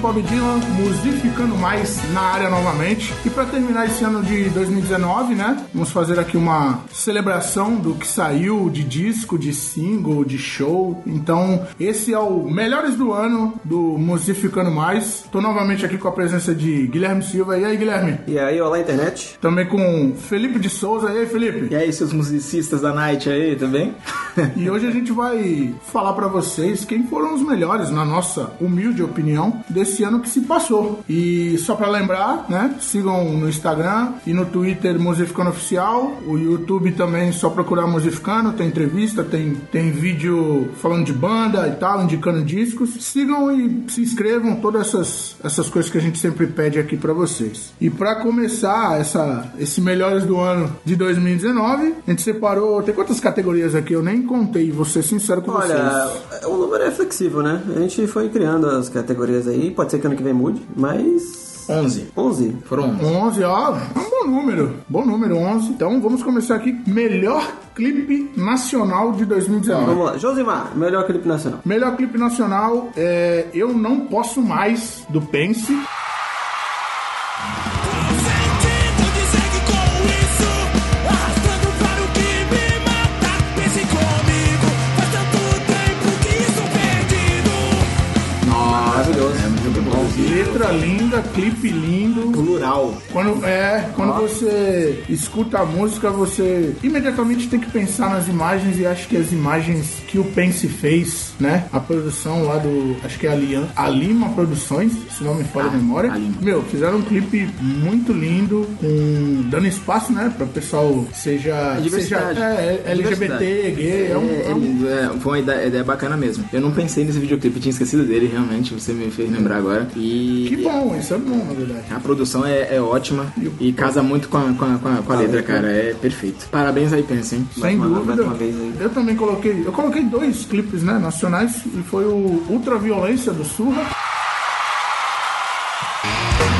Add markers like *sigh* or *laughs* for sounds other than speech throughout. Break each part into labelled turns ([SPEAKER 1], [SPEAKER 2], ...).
[SPEAKER 1] Bob Dylan, musificando mais na área novamente. E para terminar esse ano de 2019, né? Vamos fazer aqui uma celebração do que saiu de disco, de single, de show. Então, esse é o Melhores do Ano do Musificando Mais. Tô novamente aqui com a presença de Guilherme Silva. E aí, Guilherme?
[SPEAKER 2] E aí, olá, internet.
[SPEAKER 1] Também com Felipe de Souza. E aí, Felipe?
[SPEAKER 2] E aí, seus musicistas da Night aí,
[SPEAKER 3] *laughs*
[SPEAKER 2] também?
[SPEAKER 1] *laughs* e hoje a gente vai falar para vocês quem foram os melhores, na nossa humilde opinião, desse ano que se passou. E só para lembrar, né? Sigam no Instagram e no Twitter Musificano Oficial. O YouTube também só procurar Musificano, tem entrevista, tem, tem vídeo falando de banda e tal, indicando discos. Sigam e se inscrevam, todas essas, essas coisas que a gente sempre pede aqui para vocês. E para começar essa, esse Melhores do Ano de 2019, a gente separou. Tem quantas categorias aqui? Eu nem contei, vou ser sincero com
[SPEAKER 2] Olha,
[SPEAKER 1] vocês.
[SPEAKER 2] o número é flexível, né? A gente foi criando as categorias aí, pode ser que ano que vem mude, mas...
[SPEAKER 3] 11.
[SPEAKER 2] 11?
[SPEAKER 3] Foram 11.
[SPEAKER 1] 11, ó, é um bom número. Bom número, 11. Então vamos começar aqui. Melhor clipe nacional de 2019.
[SPEAKER 2] Vamos lá. Josimar, melhor clipe nacional.
[SPEAKER 1] Melhor clipe nacional é Eu Não Posso Mais, do Pense.
[SPEAKER 4] Sentindo dizer que com isso arrastando para o que me mata. Pense comigo, faz tanto tempo que estou perdido.
[SPEAKER 2] Maravilhoso.
[SPEAKER 3] É muito bom.
[SPEAKER 1] Letra linda, clipe lindo.
[SPEAKER 2] Plural.
[SPEAKER 1] Quando, é, quando
[SPEAKER 3] Ah.
[SPEAKER 1] você escuta a música, você imediatamente tem que pensar nas imagens e acho que as imagens que o Pense fez, né? A produção lá do. Acho que é a, Lian, a Lima Produções, se não me falha a memória.
[SPEAKER 3] Ah, a Lima.
[SPEAKER 1] Meu, fizeram um clipe muito lindo, com, dando espaço, né? Pra pessoal seja.
[SPEAKER 3] É diversidade.
[SPEAKER 1] seja é, é, LGBT, gay, é um-
[SPEAKER 3] É,
[SPEAKER 1] é um
[SPEAKER 3] é, foi uma ideia, ideia bacana mesmo. Eu não pensei nesse videoclipe, tinha esquecido dele, realmente. Você me fez lembrar agora. E.
[SPEAKER 1] Que bom, isso é bom, na verdade.
[SPEAKER 3] A produção é, é ótima e casa muito com a, com a- com a- com a letra, cara. É perfeito. Parabéns aí, Pense, hein?
[SPEAKER 1] Sem
[SPEAKER 2] uma-
[SPEAKER 1] dúvida.
[SPEAKER 2] mais uma vez aí.
[SPEAKER 1] Eu também coloquei. Eu coloquei dois clipes, né? Nacionais. E foi o Ultraviolência do Surra.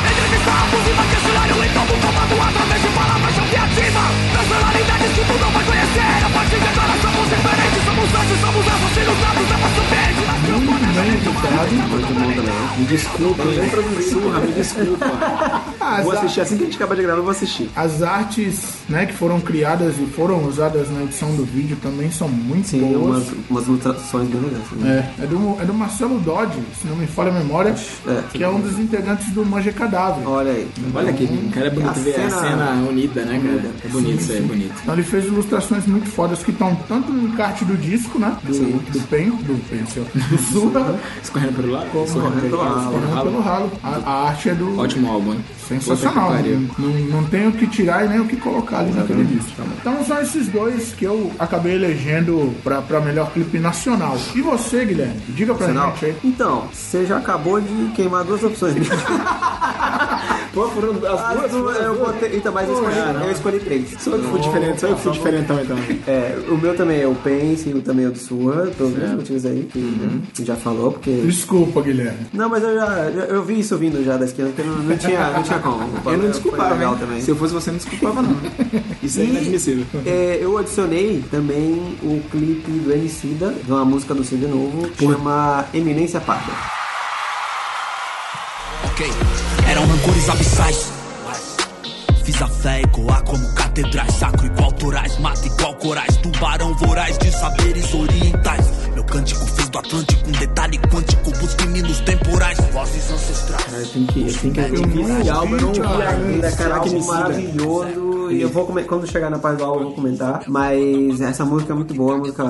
[SPEAKER 4] Entre missapos e maquicelário em todo tomado através de palavras chateativas. Personalidades que tu não vai conhecer. A partir de agora somos diferentes, somos antes, somos assassinos, dados da nossa mente. Mas não
[SPEAKER 1] Muito bem editado.
[SPEAKER 3] Muito bom também. Me desculpa, hein? Surra, me desculpa. *laughs*
[SPEAKER 1] As,
[SPEAKER 3] Vou
[SPEAKER 1] a-
[SPEAKER 3] assistir assim que a gente acabar de gravar, eu vou assistir.
[SPEAKER 1] as artes, né? Que foram criadas e foram usadas na edição do vídeo também são muito
[SPEAKER 2] Sim,
[SPEAKER 1] boas.
[SPEAKER 2] umas, umas ilustrações bem legais. Né?
[SPEAKER 1] É, é do, é do Marcelo Dodge, se não me falha a memória,
[SPEAKER 2] É.
[SPEAKER 1] que é um dos integrantes do Manja
[SPEAKER 3] É.
[SPEAKER 1] Cadáver.
[SPEAKER 2] Olha aí.
[SPEAKER 3] Olha que cara, é bonito
[SPEAKER 2] A
[SPEAKER 3] ver a
[SPEAKER 2] cena-
[SPEAKER 3] cena unida, né, cara? É bonito, isso aí, é bonito.
[SPEAKER 1] Então ele fez ilustrações muito fodas que estão tanto no encarte do disco, né? Do, do Pen, do Pencil, do Surra,
[SPEAKER 3] Escorrendo pelo lado?
[SPEAKER 2] Correndo
[SPEAKER 3] Escorrendo pelo
[SPEAKER 2] pelo
[SPEAKER 3] lado.
[SPEAKER 2] lado.
[SPEAKER 3] escorrendo
[SPEAKER 1] Correndo
[SPEAKER 3] pelo
[SPEAKER 1] pelo
[SPEAKER 3] lado.
[SPEAKER 1] ralo. A, a arte é do.
[SPEAKER 3] Ótimo álbum, hein?
[SPEAKER 1] Sensacional.
[SPEAKER 3] Puta que pariu.
[SPEAKER 1] Não, não tem o que tirar e nem o que colocar ali naquele disco. Então são esses dois que eu acabei elegendo pra, pra melhor clipe nacional. E você, Guilherme? Diga pra
[SPEAKER 2] Sinal.
[SPEAKER 1] gente aí.
[SPEAKER 2] Então, você já acabou de queimar duas
[SPEAKER 3] *laughs*
[SPEAKER 2] opções.
[SPEAKER 3] Pô, foram as
[SPEAKER 2] As
[SPEAKER 3] duas.
[SPEAKER 2] duas, eu botei. Então, mas eu escolhi, eu escolhi três.
[SPEAKER 3] Só que fui diferente, só eu que fui diferentão então.
[SPEAKER 2] É, o meu também é o Pense, o também é o do Sua, pelos mesmos motivos aí que
[SPEAKER 3] Uhum.
[SPEAKER 2] que já falou, porque.
[SPEAKER 1] Desculpa, Guilherme.
[SPEAKER 2] Não, mas eu já, já- eu vi isso vindo já da esquerda, porque não, não tinha, não tinha como.
[SPEAKER 3] *laughs* Eu não
[SPEAKER 2] Foi
[SPEAKER 3] desculpava,
[SPEAKER 2] legal
[SPEAKER 3] hein?
[SPEAKER 2] também.
[SPEAKER 3] Se eu fosse você, eu não desculpava, não. *laughs* Isso é inadmissível.
[SPEAKER 2] É, eu adicionei também o clipe do Emicida, de uma música do CD novo, que chama Eminência Parda.
[SPEAKER 4] Ok, eram rancores abissais. Fiz a fé ecoar como catedrais, sacro igual torais, mata igual corais, tubarão voraz de saberes orientais. Meu cântico fiz do Atlântico, um detalhe quântico, busque hinos temporais, vozes ancestrais.
[SPEAKER 2] Eu tenho que, eu tenho que
[SPEAKER 4] Eu
[SPEAKER 2] adquirir
[SPEAKER 1] não
[SPEAKER 2] esse álbum, eu não vi
[SPEAKER 1] ouvi, cara.
[SPEAKER 2] ainda,
[SPEAKER 3] Esse
[SPEAKER 2] cara, álbum
[SPEAKER 3] Emicida.
[SPEAKER 2] maravilhoso. E eu vou come- quando chegar na parte do álbum eu vou comentar. Mas essa música é muito boa, a música.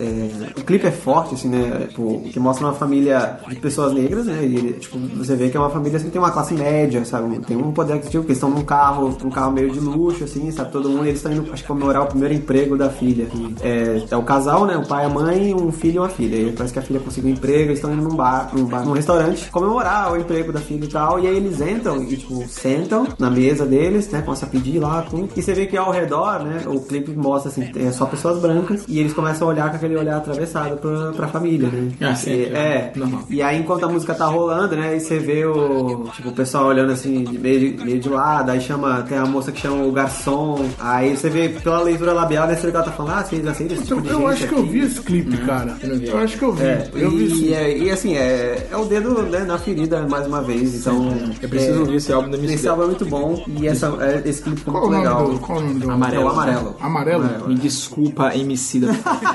[SPEAKER 2] é, o clipe é forte, assim, né? Tipo, que mostra uma família de pessoas negras, né? E tipo, você vê que é uma família assim, que tem uma classe média, sabe? Tem um poder aquisitivo, porque eles estão num carro, um carro meio de luxo, assim, sabe? Todo mundo, eles estão indo acho que comemorar o primeiro emprego da filha. É, é o casal, né? O pai, a mãe, um filho e uma filha. E parece que a filha conseguiu um emprego, eles estão indo num bar, num bar, num restaurante, comemorar o emprego da filha e tal. E aí eles entram e, tipo, sentam na mesa deles, né? Começa a pedir lá, tudo. E você vê que ao redor, né? O clipe mostra, assim, é só pessoas brancas. E eles começam a olhar com aquele olhar atravessado pra, pra família, né?
[SPEAKER 3] Ah, sim.
[SPEAKER 2] E- é.
[SPEAKER 3] Normal.
[SPEAKER 2] E aí, enquanto a música tá rolando, né? Aí você vê o, tipo, o pessoal olhando assim, de meio de, meio de lado. Aí chama, tem a moça que chama o garçom. Aí você vê pela leitura labial, né? Você vê que ela tá falando, ah, vocês aceitam esse tipo Uhum.
[SPEAKER 1] Eu,
[SPEAKER 2] de
[SPEAKER 1] eu
[SPEAKER 2] gente
[SPEAKER 1] acho que eu
[SPEAKER 2] aqui?"
[SPEAKER 1] vi esse clipe, cara. Eu acho que eu ouvi.
[SPEAKER 2] É,
[SPEAKER 1] eu vi
[SPEAKER 2] e,
[SPEAKER 1] sim.
[SPEAKER 2] e é- e, assim, é, é o dedo né, na ferida mais uma vez, então.
[SPEAKER 3] Eu preciso
[SPEAKER 2] é,
[SPEAKER 3] ouvir esse álbum da Miss
[SPEAKER 2] Esse álbum é muito bom e essa, é, esse clipe ficou
[SPEAKER 1] Qual o
[SPEAKER 2] muito
[SPEAKER 1] nome
[SPEAKER 2] legal.
[SPEAKER 1] do- qual o nome do-
[SPEAKER 2] É o amarelo.
[SPEAKER 1] Amarelo?
[SPEAKER 3] Me desculpa, MC da. *laughs*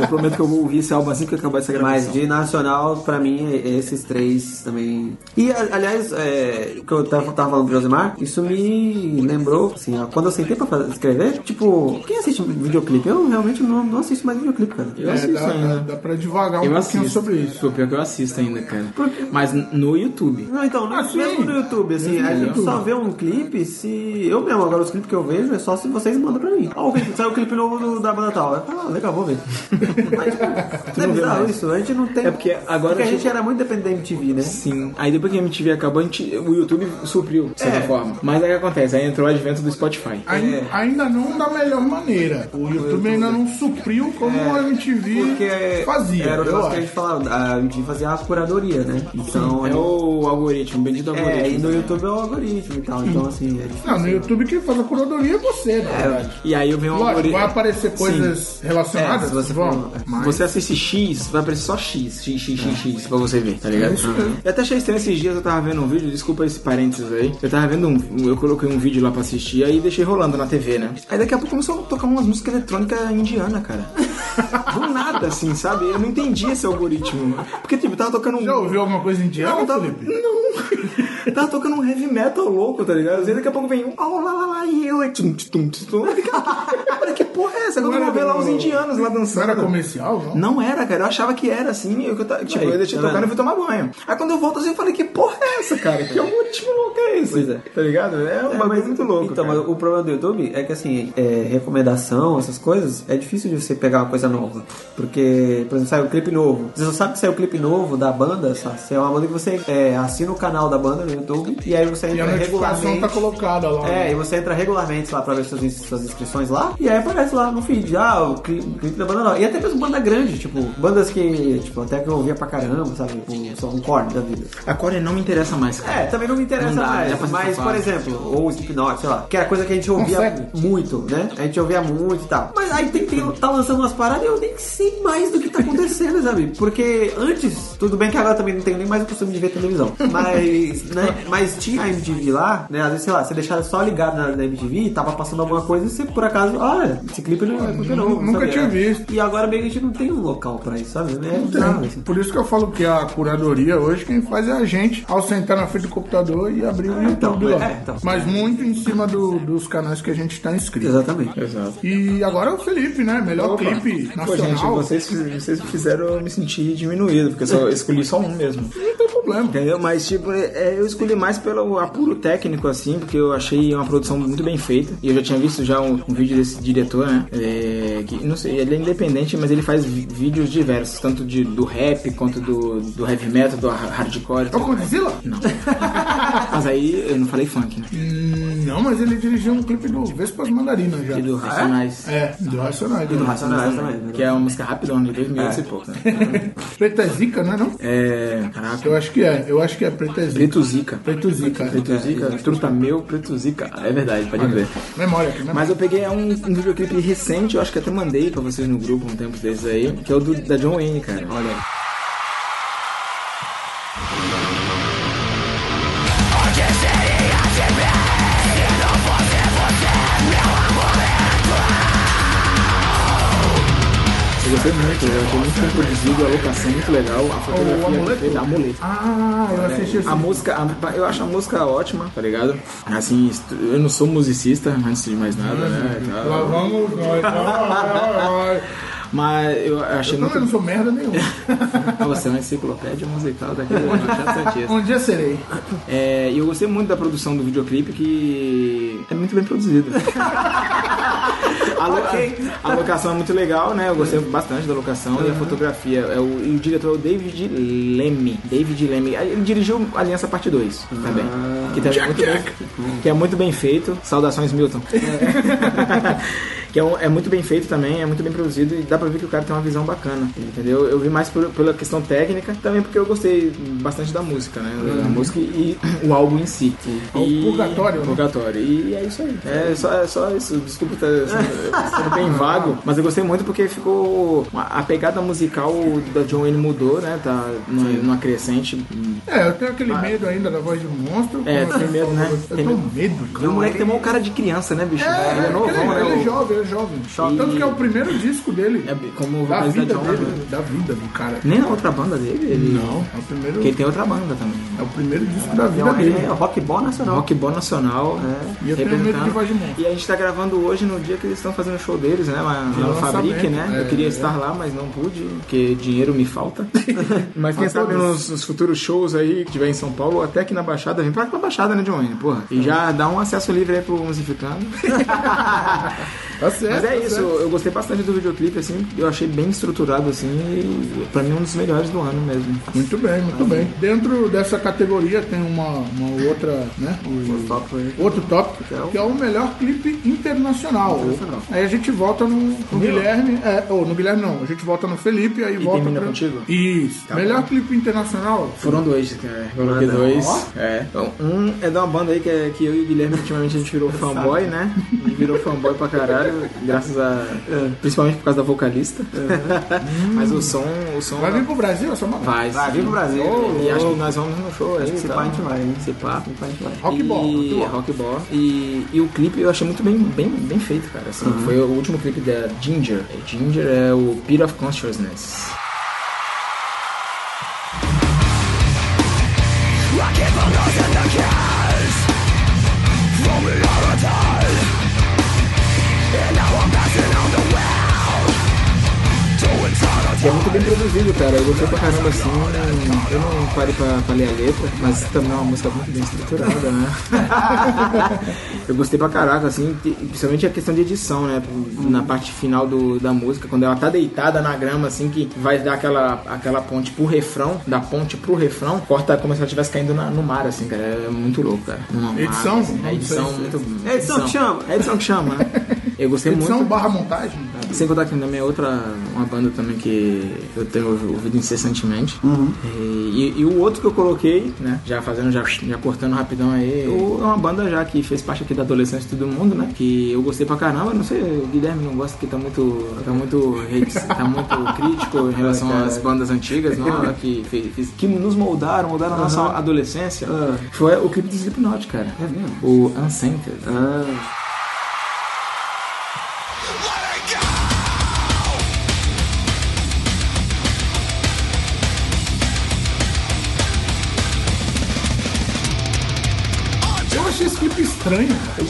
[SPEAKER 3] eu prometo que eu vou ouvir esse álbum assim que acabar essa gravação.
[SPEAKER 2] Mas de nacional, pra mim, é- esses três também. E, a- aliás, é, o que eu tava, tava falando do Josemar, isso me lembrou, assim, ó, quando eu sentei pra fazer- escrever, tipo, quem assiste videoclipe? Eu realmente não, não assisto mais videoclipe, cara.
[SPEAKER 3] Eu
[SPEAKER 1] É,
[SPEAKER 3] assisto
[SPEAKER 1] dá, dá,
[SPEAKER 2] né?
[SPEAKER 3] ainda.
[SPEAKER 1] dá pra devagar um
[SPEAKER 3] Eu
[SPEAKER 1] pouquinho
[SPEAKER 3] assisto.
[SPEAKER 1] sobre isso.
[SPEAKER 3] Pô, pior que eu assisto ainda, cara. Mas n- no YouTube.
[SPEAKER 2] Não, então,
[SPEAKER 1] Ah, sim.
[SPEAKER 2] mesmo no YouTube, assim, a gente
[SPEAKER 1] YouTube.
[SPEAKER 2] só vê um clipe se. Eu mesmo, agora os clipes que eu vejo é só se vocês mandam pra mim. Ó, o clipe, saiu o clipe novo do, da banda tal. Eu falo, Ah, legal, vou ver. Mas, tipo, não é bizarro isso, a gente não tem.
[SPEAKER 3] É porque agora
[SPEAKER 2] Porque a
[SPEAKER 3] tipo-
[SPEAKER 2] gente era muito dependente da MTV, né?
[SPEAKER 3] Sim. Aí depois que a MTV acabou, a gente, o YouTube supriu, de certa
[SPEAKER 2] É.
[SPEAKER 3] forma. Mas aí o que acontece? Aí entrou o advento do Spotify.
[SPEAKER 1] Ai-
[SPEAKER 2] É.
[SPEAKER 1] Ainda não da melhor maneira. O YouTube ainda não supriu como a MTV
[SPEAKER 2] É, Porque
[SPEAKER 1] fazia.
[SPEAKER 2] era
[SPEAKER 1] eu
[SPEAKER 2] o negócio que a
[SPEAKER 1] acho.
[SPEAKER 2] gente falava, ah, a MTV fazia a curadoria, né? Então,
[SPEAKER 3] É
[SPEAKER 2] a gente-
[SPEAKER 3] o algoritmo, o bendito algoritmo.
[SPEAKER 2] é, e no YouTube é o algoritmo e tal. Então, assim, é difícil.
[SPEAKER 1] Não, no YouTube quem faz a curadoria é você, na verdade.
[SPEAKER 3] E aí eu venho um
[SPEAKER 1] Lógico,
[SPEAKER 3] algoritmo.
[SPEAKER 1] vai aparecer coisas relacionadas,
[SPEAKER 2] Então, É, se você
[SPEAKER 1] vão,
[SPEAKER 2] for-
[SPEAKER 1] mas-
[SPEAKER 3] Você assiste X, vai aparecer só X, X, X, X,
[SPEAKER 1] É.
[SPEAKER 3] X, pra você ver, tá ligado? Eu até achei estranho esses dias, eu tava vendo um vídeo, desculpa esse parênteses aí. Eu tava vendo um. Eu coloquei um vídeo lá pra assistir, aí deixei rolando na TV, né? Aí daqui a pouco começou a tocar umas músicas eletrônicas
[SPEAKER 1] *laughs*
[SPEAKER 3] indiana, cara. Do nada, assim, sabe? Eu não entendi esse algoritmo. Porque, tipo, tava tocando um.
[SPEAKER 1] Já ouviu alguma coisa indiana,
[SPEAKER 2] tá
[SPEAKER 3] Não, tava,
[SPEAKER 1] Felipe?
[SPEAKER 3] não. *laughs* tava tocando um heavy metal louco, tá ligado? Aí daqui a pouco vem um. Oh, lá, lá, lá, e eu. e tum, tum, tum, tum. Cara, que porra é essa? Quando eu
[SPEAKER 1] era
[SPEAKER 3] vou ver lá
[SPEAKER 1] do-
[SPEAKER 3] os indianos lá
[SPEAKER 1] Não
[SPEAKER 3] dançando.
[SPEAKER 1] era comercial, não?
[SPEAKER 3] Não era, cara. Eu achava que era assim. Eu, que eu, tava- tipo,
[SPEAKER 2] Aí,
[SPEAKER 3] eu deixei
[SPEAKER 2] tá
[SPEAKER 3] tocando e
[SPEAKER 2] vendo?
[SPEAKER 3] fui tomar banho. Aí quando eu volto assim, eu falei, que porra é essa, cara? Que algoritmo louco é esse?
[SPEAKER 2] Pois é.
[SPEAKER 3] Tá ligado? É um
[SPEAKER 2] É,
[SPEAKER 3] bagulho
[SPEAKER 2] mas-
[SPEAKER 3] muito louco.
[SPEAKER 2] Então,
[SPEAKER 3] cara.
[SPEAKER 2] mas o problema do YouTube é que assim, é, recomendação, essas coisas, é difícil de você pegar uma coisa nova. Porque, por exemplo, saiu um clipe novo. Você só sabe que saiu um clipe novo da banda, sabe? Se é uma banda que você é, assina o canal da banda no YouTube e aí você
[SPEAKER 1] E a
[SPEAKER 2] entra
[SPEAKER 1] notificação
[SPEAKER 2] regularmente.
[SPEAKER 1] tá colocada lá.
[SPEAKER 2] É, e você entra regularmente lá pra ver suas, ins- suas inscrições lá, e aí aparece lá no feed, ah, o cli- o clipe da banda nova. E até mesmo banda grande, tipo, bandas que, tipo, até que eu ouvia pra caramba, sabe? Tipo, só um corte da vida.
[SPEAKER 3] A Core não me interessa mais, cara.
[SPEAKER 2] É, também não me interessa
[SPEAKER 3] Não dá,
[SPEAKER 2] mais.
[SPEAKER 3] já passou
[SPEAKER 2] mas,
[SPEAKER 3] essa
[SPEAKER 2] por
[SPEAKER 3] fase.
[SPEAKER 2] exemplo, ou o Slipknot, sei lá, que era coisa que a gente ouvia
[SPEAKER 1] Consegue?
[SPEAKER 2] muito, né? A gente ouvia muito e tal. Mas aí tem, tem, tá lançando umas paradas e eu nem sei mais do que tá acontecendo, *laughs* sabe? Porque antes, tudo bem que agora também não tenho nem mais o costume de ver televisão.
[SPEAKER 3] *laughs*
[SPEAKER 2] Mas, né? Mas tinha a MTV lá, né? Às vezes, sei lá, você deixava só ligado na, na MTV e tava passando alguma coisa e você, por acaso, olha, esse clipe não é porque não.
[SPEAKER 1] Nunca
[SPEAKER 2] sabe?
[SPEAKER 1] tinha visto.
[SPEAKER 2] E agora meio que a gente não tem um local pra isso, sabe? É bizarro, assim.
[SPEAKER 1] Tem. Por isso que eu falo que a curadoria hoje quem faz é a gente ao sentar na frente do computador e abrir o
[SPEAKER 2] Ah, então,
[SPEAKER 1] YouTube lá.
[SPEAKER 2] é, então.
[SPEAKER 1] Mas muito em cima do- dos canais que a gente está inscrito.
[SPEAKER 3] É
[SPEAKER 2] Exatamente.
[SPEAKER 3] Exato.
[SPEAKER 1] E agora o Felipe, né? Melhor
[SPEAKER 3] Opa.
[SPEAKER 1] clipe
[SPEAKER 3] Pô, gente,
[SPEAKER 1] nacional.
[SPEAKER 3] vocês, vocês fizeram eu me sentir diminuído, porque eu só eu escolhi só um mesmo.
[SPEAKER 1] Não tem problema.
[SPEAKER 3] Entendeu? Mas, tipo, é, eu escolhi mais pelo apuro técnico, assim, porque eu achei uma produção muito bem feita. E eu já tinha visto já um, um vídeo desse diretor, né? É, que, não sei, ele é independente, mas ele faz vi- vídeos diversos, tanto de, do rap quanto do, do heavy metal, do ha- hardcore.
[SPEAKER 1] É
[SPEAKER 3] *laughs*
[SPEAKER 1] o Godzilla?
[SPEAKER 3] Mas aí eu não falei funk, né?
[SPEAKER 1] Hum, Não, mas ele dirigiu um clipe do Vespas Mandarinas já.
[SPEAKER 3] E do Racionais.
[SPEAKER 1] É, do Racionais. né?
[SPEAKER 2] Racionais também. né? É.
[SPEAKER 3] Que é uma música rapidona, de dois minutos e pouco. Né?
[SPEAKER 1] Preta é Zica, não é não?
[SPEAKER 3] É. Caraca.
[SPEAKER 1] Eu acho que é. Eu acho que é Preta é Zica.
[SPEAKER 3] Preto Zica.
[SPEAKER 1] Preto Zica. é.
[SPEAKER 3] Preto Zica, truta meu, Preto Zica. É verdade, pode ver.
[SPEAKER 1] Memória aqui, memória.
[SPEAKER 3] Mas eu peguei um, um videoclipe recente, eu acho que até mandei pra vocês no grupo um tempo desses aí, que é o do, da John Wayne, cara. Olha. Eu gostei muito, eu achei muito bem produzido, a locação é muito legal, a fotografia
[SPEAKER 1] amuleto?
[SPEAKER 3] perfeita, amuleto.
[SPEAKER 1] Ah, eu assisti esse
[SPEAKER 3] A música, a- eu acho a música ótima, tá ligado? Assim, est- eu não sou musicista, antes de mais nada, né? e tal.
[SPEAKER 1] Lá vamos
[SPEAKER 3] *laughs*
[SPEAKER 1] nós. Ai, ai, ai.
[SPEAKER 3] Mas eu achei
[SPEAKER 1] Eu também não
[SPEAKER 3] muito.
[SPEAKER 1] sou merda nenhuma.
[SPEAKER 3] Ah, Você é uma enciclopédia musical daquele
[SPEAKER 1] Um dia serei.
[SPEAKER 3] é, E eu gostei muito da produção do videoclipe, que é muito bem produzido. A, lo- a- a locação é muito legal, né? Eu gostei bastante da locação e a fotografia. É o, e o diretor é o David Lemme. David Lemme. Ah, Ele dirigiu Aliança Parte 2 também.
[SPEAKER 1] Ah.
[SPEAKER 3] Que, também é muito bem, que é muito bem feito. Saudações, Milton. *laughs* Que é, um- é muito bem feito também, é muito bem produzido e dá pra ver que o cara tem uma visão bacana, entendeu? Eu vi mais por- pela questão técnica, também porque eu gostei bastante da música, né? A música e o álbum em si.
[SPEAKER 1] É Uhum. o
[SPEAKER 3] E-
[SPEAKER 1] purgatório, né?
[SPEAKER 3] Purgatório. E é isso aí. É só, é só isso. Desculpa estar *laughs* sendo, sendo bem vago, mas eu gostei muito porque ficou. A pegada musical da John Wayne mudou, né? Tá numa, numa crescente.
[SPEAKER 1] É, eu tenho aquele medo ainda da voz de um monstro.
[SPEAKER 3] É,
[SPEAKER 1] como
[SPEAKER 3] tem
[SPEAKER 1] eu
[SPEAKER 3] medo,
[SPEAKER 1] falo,
[SPEAKER 3] né?
[SPEAKER 1] Eu
[SPEAKER 3] Tem
[SPEAKER 1] tenho medo,
[SPEAKER 3] E
[SPEAKER 1] cara.
[SPEAKER 3] o moleque tem mó cara de criança, né, bicho?
[SPEAKER 1] É,
[SPEAKER 3] ele é
[SPEAKER 1] ele,
[SPEAKER 3] novão, né?
[SPEAKER 1] ele é
[SPEAKER 3] o-
[SPEAKER 1] jovem, ele é jovem. Tanto que é o primeiro disco dele.
[SPEAKER 3] É como o
[SPEAKER 1] da
[SPEAKER 3] vocalista
[SPEAKER 1] vida
[SPEAKER 3] John,
[SPEAKER 1] dele,
[SPEAKER 3] né?
[SPEAKER 1] da vida do cara.
[SPEAKER 3] Nem a outra banda dele. Ele...
[SPEAKER 1] Não, é o primeiro,
[SPEAKER 3] Porque ele tem outra banda também.
[SPEAKER 1] é o primeiro disco da vida
[SPEAKER 2] Não, ele
[SPEAKER 1] dele.
[SPEAKER 2] é rock ball nacional.
[SPEAKER 3] Rock Ball Nacional. né?
[SPEAKER 1] E eu tenho medo
[SPEAKER 3] representando.
[SPEAKER 1] de voz de monstro.
[SPEAKER 3] E a gente tá gravando hoje no dia que eles estão fazendo o show deles, né? Lá,
[SPEAKER 1] De
[SPEAKER 3] lá no
[SPEAKER 1] lançamento,
[SPEAKER 3] Fabrique, né?
[SPEAKER 1] é,
[SPEAKER 3] eu queria
[SPEAKER 1] é.
[SPEAKER 3] estar lá, mas não pude, porque dinheiro me falta. mas quem
[SPEAKER 1] *laughs* Mas
[SPEAKER 3] sabe
[SPEAKER 1] todos.
[SPEAKER 3] nos, nos futuros shows aí que tiver em São Paulo, ou até aqui na Baixada, vem pra, pra Baixada, né, John? Wayne? Porra.
[SPEAKER 1] É.
[SPEAKER 3] E já dá um acesso livre aí pro musificando.
[SPEAKER 1] Tá certo.
[SPEAKER 3] Mas é
[SPEAKER 1] tá
[SPEAKER 3] isso,
[SPEAKER 1] certo.
[SPEAKER 3] eu gostei bastante do videoclipe, assim, eu achei bem estruturado, assim, e pra mim é um dos melhores do ano mesmo.
[SPEAKER 1] Muito bem, muito bem. Dentro dessa categoria tem uma, uma outra, né? o-
[SPEAKER 2] Top aí.
[SPEAKER 1] Outro tópico,
[SPEAKER 2] Que é o-
[SPEAKER 1] que é o melhor clipe internacional.
[SPEAKER 2] Internacional.
[SPEAKER 1] Aí a gente volta no, no Guilherme, é, ou no Guilherme não, a gente volta no Felipe, aí volta
[SPEAKER 3] termina
[SPEAKER 1] pra-
[SPEAKER 3] contigo?
[SPEAKER 1] Isso.
[SPEAKER 3] Tá
[SPEAKER 1] melhor
[SPEAKER 3] bom.
[SPEAKER 1] clipe internacional?
[SPEAKER 3] Foram dois, cara. Coloquei
[SPEAKER 2] Ah, não.
[SPEAKER 3] dois. É. Então, Um é de uma banda aí que, é- que eu e o Guilherme ultimamente a gente virou fanboy, né? A gente virou fanboy pra caralho, graças a. Principalmente por causa da vocalista. Mas o som. O som
[SPEAKER 1] Vai vir pro Brasil essa banda?
[SPEAKER 3] Vai,
[SPEAKER 2] Vai, vem pro Brasil.
[SPEAKER 3] E acho que nós vamos no show aí.
[SPEAKER 2] Acho que se
[SPEAKER 3] e
[SPEAKER 2] pá,
[SPEAKER 3] tal.
[SPEAKER 2] a gente vai, hein?
[SPEAKER 3] Se pá.
[SPEAKER 2] Então a gente vai.
[SPEAKER 1] Rock ball,
[SPEAKER 3] E-
[SPEAKER 1] rock ball.
[SPEAKER 3] rock ball. E, e o clipe eu achei muito bem, bem, bem feito, cara. Assim, Foi o último clipe da Ginger. Ginger é o Pit of Consciousness. E é muito bem produzido, cara. Eu gostei pra caramba assim. Eu não parei pra, pra ler a letra, mas também é uma música muito bem estruturada, né? *laughs* eu gostei pra caraca, assim, e principalmente a questão de edição, né? Na parte final do- da música, quando ela tá deitada na grama, assim, que vai dar aquela, aquela ponte pro refrão, da ponte pro refrão, corta como se ela estivesse caindo na- no mar, assim, cara. É muito louco, cara. Uma mar,
[SPEAKER 1] Edição?
[SPEAKER 3] assim. É edição muito.
[SPEAKER 2] É edição que chama.
[SPEAKER 3] É edição que chama, né? Eu gostei
[SPEAKER 1] Edição
[SPEAKER 3] muito.
[SPEAKER 1] barra montagem?
[SPEAKER 3] Sem contar que também é outra uma banda também que eu tenho ouvido incessantemente. E, e o outro que eu coloquei, né? Já fazendo, já, já cortando rapidão aí, o- é uma banda já que fez parte aqui da adolescência de todo mundo, né? Que eu gostei pra caramba, não sei, o Guilherme não gosta que tá muito. tá muito, hate, tá *laughs* muito crítico em relação às bandas antigas, não, que, fez- fez- que nos moldaram, moldaram a nossa adolescência.
[SPEAKER 2] Ah.
[SPEAKER 3] Foi o clipe do Slipknot, cara.
[SPEAKER 2] É mesmo?
[SPEAKER 3] O Uncentered.
[SPEAKER 2] Ah,
[SPEAKER 1] Eu achei esse clipe estranho. cara.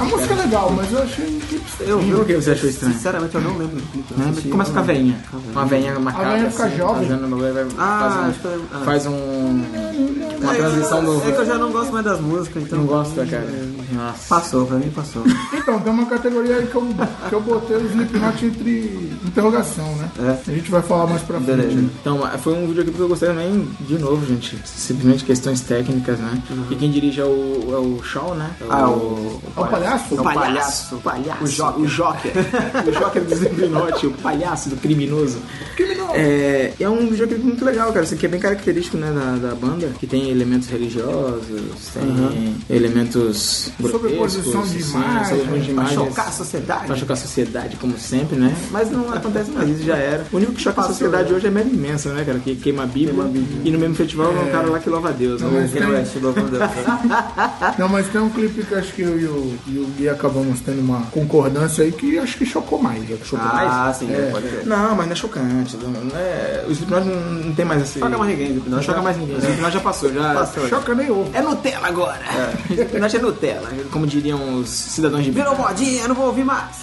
[SPEAKER 1] A música é legal, mas eu achei um clipe estranho.
[SPEAKER 2] eu,
[SPEAKER 3] E
[SPEAKER 2] eu,
[SPEAKER 3] por que você achou estranho?
[SPEAKER 2] Sinceramente, eu não lembro do clipe. eu
[SPEAKER 3] Né?
[SPEAKER 2] assisti,
[SPEAKER 3] Começa com a
[SPEAKER 2] eu não lembro.
[SPEAKER 3] veinha. Uma veinha
[SPEAKER 2] Hum.
[SPEAKER 3] marcada.
[SPEAKER 1] veinha fica
[SPEAKER 3] assim,
[SPEAKER 1] jovem.
[SPEAKER 3] Fazendo, vai- vai-
[SPEAKER 2] Ah,
[SPEAKER 3] faz um-
[SPEAKER 2] acho que eu- ah.
[SPEAKER 3] faz um. Uma transição do.
[SPEAKER 2] É que eu já não gosto mais das músicas, então.
[SPEAKER 3] Não gosta, cara.
[SPEAKER 2] É.
[SPEAKER 3] Nossa.
[SPEAKER 2] Passou, pra mim
[SPEAKER 3] *laughs*
[SPEAKER 2] passou.
[SPEAKER 1] Então, tem uma categoria aí que eu, que eu botei o Slipknot entre interrogação, né?
[SPEAKER 2] É.
[SPEAKER 1] A gente vai falar mais pra frente.
[SPEAKER 2] Beleza.
[SPEAKER 3] Então, foi um vídeo que eu gostei também, de novo, gente. Simplesmente questões técnicas, né? E quem dirige é o, é o Shaw, né? É
[SPEAKER 2] Uhum. Ah, o.
[SPEAKER 1] É o palhaço?
[SPEAKER 3] um
[SPEAKER 2] O palhaço. O palhaço. O Joker. O Joker.
[SPEAKER 3] o Joker do Zembinote, o palhaço do criminoso.
[SPEAKER 1] Criminoso.
[SPEAKER 3] É, é um videoclipe muito legal, cara. Isso aqui é bem característico, né, da, da banda. Que tem elementos religiosos, tem elementos
[SPEAKER 1] Sobreposição
[SPEAKER 3] grotescos,
[SPEAKER 1] de
[SPEAKER 3] assim,
[SPEAKER 1] imagem.
[SPEAKER 3] sobreposição de
[SPEAKER 2] Pra
[SPEAKER 3] imagens.
[SPEAKER 2] chocar a sociedade.
[SPEAKER 3] Pra chocar a sociedade, como sempre, né? Mas não acontece mais, isso já é, era. O único que choca a
[SPEAKER 2] Passou,
[SPEAKER 3] sociedade
[SPEAKER 2] né?
[SPEAKER 3] hoje é merda imensa, né, cara? Que queima a Bíblia. E no mesmo festival é um cara lá que louva a Deus. né?
[SPEAKER 1] mas
[SPEAKER 3] Que
[SPEAKER 1] tem-
[SPEAKER 3] não é-
[SPEAKER 2] Ué, chegou *laughs* quando eu-
[SPEAKER 1] Não, mas tem um clipe que acho que eu e o, e o Gui acabamos tendo uma concordância aí que acho que chocou mais. Chocou
[SPEAKER 2] Ah, sim,
[SPEAKER 1] É.
[SPEAKER 2] pode ser.
[SPEAKER 3] Não, mas não é chocante. Não, não é... O Slipknot não, não tem mais esse...
[SPEAKER 2] Choca mais ninguém,
[SPEAKER 3] Não
[SPEAKER 2] Slipknot.
[SPEAKER 3] choca mais ninguém. né? É. O Slipknot já passou, já...
[SPEAKER 2] Passou.
[SPEAKER 1] Choca nem ovo.
[SPEAKER 3] É Nutella agora.
[SPEAKER 2] *laughs*
[SPEAKER 3] O Slipknot é Nutella, como diriam os cidadãos de bem.
[SPEAKER 2] Virou modinha, eu não vou ouvir mais.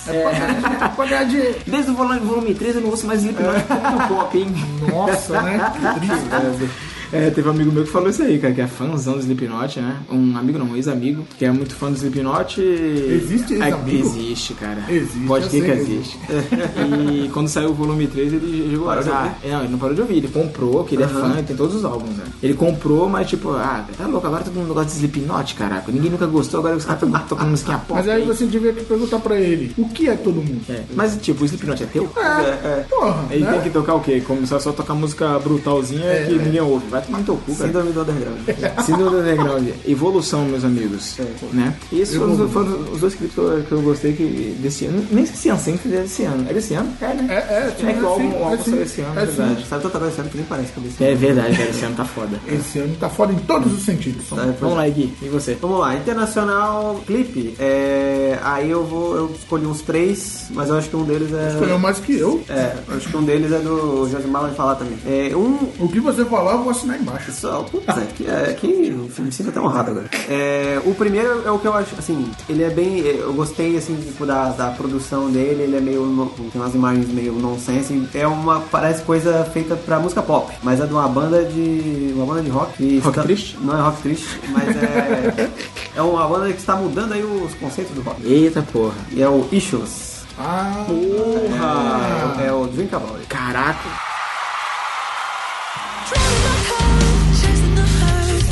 [SPEAKER 1] Pra ganhar dinheiro.
[SPEAKER 3] Desde o volume, volume 3 eu não ouço mais Slipknot, porque é muito pop, hein?
[SPEAKER 1] Nossa, né? Que triste.
[SPEAKER 3] É, É, teve um amigo meu que falou isso aí, cara, que é fãzão do Slipknot, né? Um amigo não, um ex-amigo, que é muito fã do Slipknot. e-
[SPEAKER 1] Existe
[SPEAKER 3] Ah,
[SPEAKER 1] ex-amigo?
[SPEAKER 3] Existe, cara.
[SPEAKER 1] Existe,
[SPEAKER 3] Pode
[SPEAKER 1] eu
[SPEAKER 3] ter que
[SPEAKER 1] sei que
[SPEAKER 3] existe. e quando saiu o volume 3, ele jogou
[SPEAKER 2] Parou de
[SPEAKER 3] ah, é, Não, ele não parou de ouvir, ele comprou, que ele é fã, ele tem todos os álbuns, né? Ele comprou, mas tipo, ah, tá louco, agora todo mundo gosta de Slipknot, caraca. Ninguém nunca gostou, agora os caras tão tocando musiquinha pop.
[SPEAKER 1] Mas aí você devia perguntar pra ele, o que é todo mundo?
[SPEAKER 3] É, Mas tipo, o Slipknot é teu?
[SPEAKER 2] *laughs* É, é.
[SPEAKER 1] Porra,
[SPEAKER 3] Ele
[SPEAKER 1] né?
[SPEAKER 3] tem que tocar o quê? Começar só a tocar música brutalzinha que ninguém ouve. Vai tomar no teu cu,
[SPEAKER 2] É.
[SPEAKER 3] cara.
[SPEAKER 2] Síndrome do underground.
[SPEAKER 3] É, Síndrome do Underground. Evolução, meus amigos. Né? E esses foram, os- foram os dois clipes que eu, que eu gostei que desse ano. Nem sei se esse ano, sempre que é desse ano. É desse ano? É, né?
[SPEAKER 1] É, é,
[SPEAKER 3] É que o álbum, o álbum
[SPEAKER 1] sim,
[SPEAKER 3] saiu esse ano,
[SPEAKER 1] é
[SPEAKER 3] é
[SPEAKER 1] sim.
[SPEAKER 3] verdade.
[SPEAKER 2] Sabe tanta coisa séria que nem parece cabeça.
[SPEAKER 3] É verdade, cara, esse ano tá foda.
[SPEAKER 1] Esse ano tá foda em todos os sentidos.
[SPEAKER 2] Tá, depois-
[SPEAKER 3] Vamos lá, Gui. E você?
[SPEAKER 2] Vamos lá, internacional clipe. É, aí eu vou, eu escolhi uns três, mas eu acho que um deles é.
[SPEAKER 1] Escolheu mais que eu.
[SPEAKER 2] É, eu acho que um deles é do Josimar vai falar também. É, um.
[SPEAKER 1] O que você falar, eu vou assinar embaixo.
[SPEAKER 2] Só, putz, é que, é, que me sinto até honrado agora. É, o primeiro é o que eu acho, assim, ele é bem. é, Eu gostei, assim, tipo, da, da produção dele, ele é meio. no- tem umas imagens meio nonsense. É uma. Parece coisa feita pra música pop, mas é de uma banda de. Uma banda de rock. que
[SPEAKER 3] Rock triste?
[SPEAKER 2] Não é rock triste, mas é. é uma banda que está mudando aí os conceitos do rock.
[SPEAKER 3] Eita porra.
[SPEAKER 2] E é o Issues.
[SPEAKER 1] Ah,
[SPEAKER 2] É, é o Drink About It.
[SPEAKER 3] Caraca.
[SPEAKER 5] Chasing the hurt,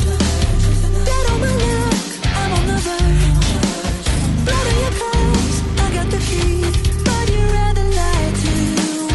[SPEAKER 5] dead on the look, I'm on the verge. Blood on your clothes, I got the key, but you rather lie to me.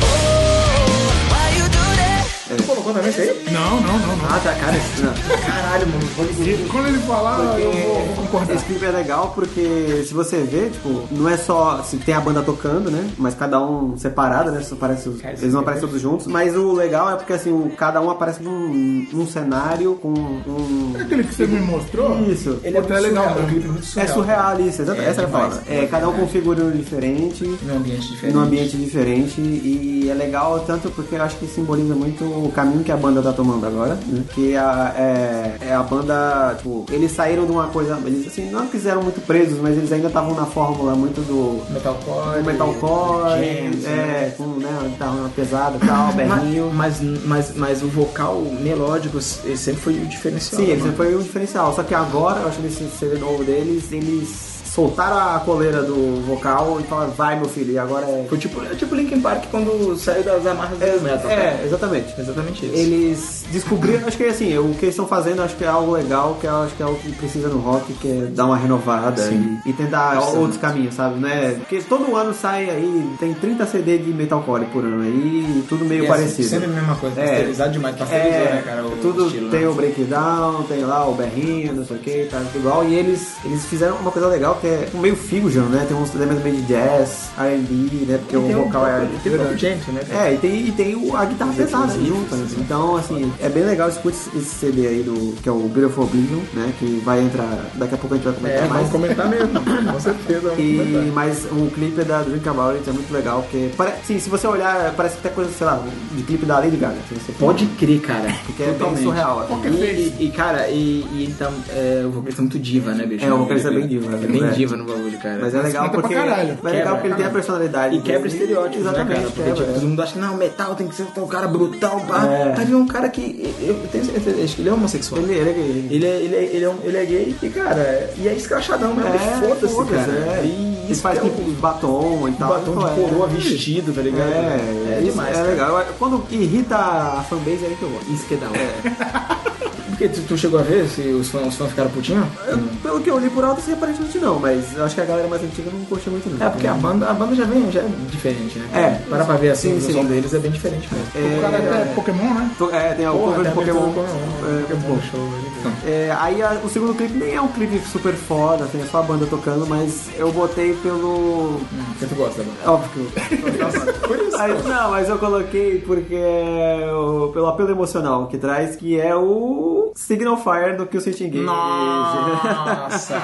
[SPEAKER 5] Oh, why you do that?
[SPEAKER 3] Colocou também isso aí?
[SPEAKER 1] não, não, não, não.
[SPEAKER 2] Ah, tá, cara. não. Caralho, mano.
[SPEAKER 1] E Quando ele falar, eu vou, vou concordar.
[SPEAKER 2] Esse clipe é legal porque se você vê, tipo, não é só se tem a banda tocando, né? Mas cada um separado, né? Só aparece os- eles não
[SPEAKER 1] né?
[SPEAKER 2] aparecem todos juntos. Mas o legal é porque assim, o- cada um aparece num, num cenário com um.
[SPEAKER 1] É Aquele que você me mostrou?
[SPEAKER 2] Isso.
[SPEAKER 1] Ele é até legal, né?
[SPEAKER 2] É surrealista, exato.
[SPEAKER 3] É
[SPEAKER 2] essa é a
[SPEAKER 3] demais.
[SPEAKER 2] palavra. É, cada um com um figurino diferente,
[SPEAKER 3] Num ambiente diferente.
[SPEAKER 2] num ambiente diferente. E é legal tanto porque eu acho que simboliza muito o caminho que a banda tá tomando agora. Né? Que a, é, é a banda, tipo, eles saíram de uma coisa. Eles assim, não quiseram muito presos, mas eles ainda estavam na fórmula muito do.
[SPEAKER 3] Metalcore.
[SPEAKER 2] do metalcore,
[SPEAKER 3] jazz,
[SPEAKER 2] é, com né, uma guitarra pesada e tal, berrinho.
[SPEAKER 3] É, Mas, mas, mas, mas o vocal melódico ele sempre foi o diferencial.
[SPEAKER 2] Sim,
[SPEAKER 3] né,
[SPEAKER 2] ele
[SPEAKER 3] mano?
[SPEAKER 2] sempre foi um diferencial. Só que agora, eu acho que nesse CD novo deles, eles soltaram a coleira do vocal e falaram, vai meu filho, e agora é.
[SPEAKER 3] Foi tipo, é tipo Linkin Park quando saiu das amarras do metal. cara.
[SPEAKER 2] É, exatamente.
[SPEAKER 3] Exatamente isso.
[SPEAKER 2] Eles descobriram, acho que assim, o que eles estão fazendo acho que é algo legal, que eu acho que é algo que precisa no rock, que é dar uma renovada e, e tentar outros caminhos, sabe? Né? Porque todo ano sai aí, tem 30 CD de metalcore por ano aí, e tudo meio
[SPEAKER 3] E é
[SPEAKER 2] parecido.
[SPEAKER 3] Sempre a mesma coisa,
[SPEAKER 2] É.
[SPEAKER 3] pasteurizado demais, pasteurizou,
[SPEAKER 2] É,
[SPEAKER 3] né, cara? O
[SPEAKER 2] tudo
[SPEAKER 3] estilo,
[SPEAKER 2] tem
[SPEAKER 3] né?
[SPEAKER 2] o breakdown, tem lá o berrinho, não sei o que, tá tudo igual. E eles, eles fizeram uma coisa legal que é meio fusion, né? Tem uns elementos meio de jazz, R&B, né? Porque
[SPEAKER 3] E
[SPEAKER 2] o
[SPEAKER 3] tem um
[SPEAKER 2] vocal é...
[SPEAKER 3] próprio- Tem o próprio James, né? cara?
[SPEAKER 2] É, e tem, e tem o, a guitarra pesada junto, né? Então, assim, é bem legal. Escute esse esse CD aí, do, que é o Beautiful Oblivion, né? Que vai entrar... Daqui a pouco a gente vai
[SPEAKER 3] É,
[SPEAKER 2] comentar mais.
[SPEAKER 3] vamos comentar *laughs* mesmo, com certeza. Vamos
[SPEAKER 2] E,
[SPEAKER 3] comentar.
[SPEAKER 2] mas o clipe da Drink About It é muito legal, porque... pare- sim, se você olhar, parece até coisa, sei lá, de clipe da Lady Gaga. se você for-
[SPEAKER 3] Pode crer, *laughs* cara.
[SPEAKER 2] Porque é bem surreal. assim.
[SPEAKER 3] E, e- e, cara, e, e ele tá. É, o vocalista é muito diva, né, bicho?
[SPEAKER 2] É, o vocalista é bem diva,
[SPEAKER 3] É bem
[SPEAKER 2] né?
[SPEAKER 3] diva no bagulho, cara.
[SPEAKER 2] Mas é legal
[SPEAKER 1] canta pra
[SPEAKER 2] porque.
[SPEAKER 1] caralho.
[SPEAKER 2] É legal porque ele tem a personalidade.
[SPEAKER 3] E quebra
[SPEAKER 2] dele.
[SPEAKER 3] estereótipos, É, né,
[SPEAKER 2] Exatamente.
[SPEAKER 3] cara? Porque tipo,
[SPEAKER 2] quebra.
[SPEAKER 3] todo mundo acha que não, metal tem que ser um cara brutal, pá.
[SPEAKER 2] É.
[SPEAKER 3] Aí vem um cara que. Eu tenho certeza, acho que ele é homossexual.
[SPEAKER 2] Ele, ele é gay.
[SPEAKER 3] Ele é, ele, é, ele, é um- ele é gay e, cara, e é escrachadão, né? Foda-se, cara.
[SPEAKER 2] é.
[SPEAKER 3] E
[SPEAKER 2] Ele
[SPEAKER 3] isso
[SPEAKER 2] faz
[SPEAKER 3] é
[SPEAKER 2] tipo
[SPEAKER 3] um
[SPEAKER 2] batom e tal.
[SPEAKER 3] batom
[SPEAKER 2] então
[SPEAKER 3] de
[SPEAKER 2] é.
[SPEAKER 3] coroa vestido, tá ligado?
[SPEAKER 2] É,
[SPEAKER 3] é
[SPEAKER 2] isso
[SPEAKER 3] demais.
[SPEAKER 2] É
[SPEAKER 3] cara.
[SPEAKER 2] legal. Eu- Quando irrita a fanbase, é aí que eu gosto.
[SPEAKER 3] Isso que é da hora. Porque tu, tu chegou a ver se os fãs, os fãs ficaram putinhos?
[SPEAKER 2] Eu- pelo que eu li por alto, assim, aparentemente não, mas eu acho que a galera mais antiga não curte muito, não.
[SPEAKER 3] É, porque a banda, a banda já vem já é diferente, né?
[SPEAKER 2] É.
[SPEAKER 3] Para pra ver assim,
[SPEAKER 2] Sim,
[SPEAKER 3] o som
[SPEAKER 2] sim.
[SPEAKER 3] deles é bem diferente mesmo.
[SPEAKER 1] O cara é, Pokémon, né?
[SPEAKER 2] To- É, tem o
[SPEAKER 3] Porra,
[SPEAKER 2] cover
[SPEAKER 3] até
[SPEAKER 2] de Pokémon.
[SPEAKER 3] abertura do Pokémon,
[SPEAKER 2] É,
[SPEAKER 3] Pokémon Show. né?
[SPEAKER 2] É, aí a- o segundo clipe nem é um clipe super foda, tem a sua banda tocando, mas eu botei pelo.
[SPEAKER 3] Porque tu gosta da banda.
[SPEAKER 2] Óbvio que eu- Aí- não, mas eu coloquei porque é o- pelo apelo emocional que traz, que é o Signal Fire do que o Sitting Game.
[SPEAKER 3] Nossa!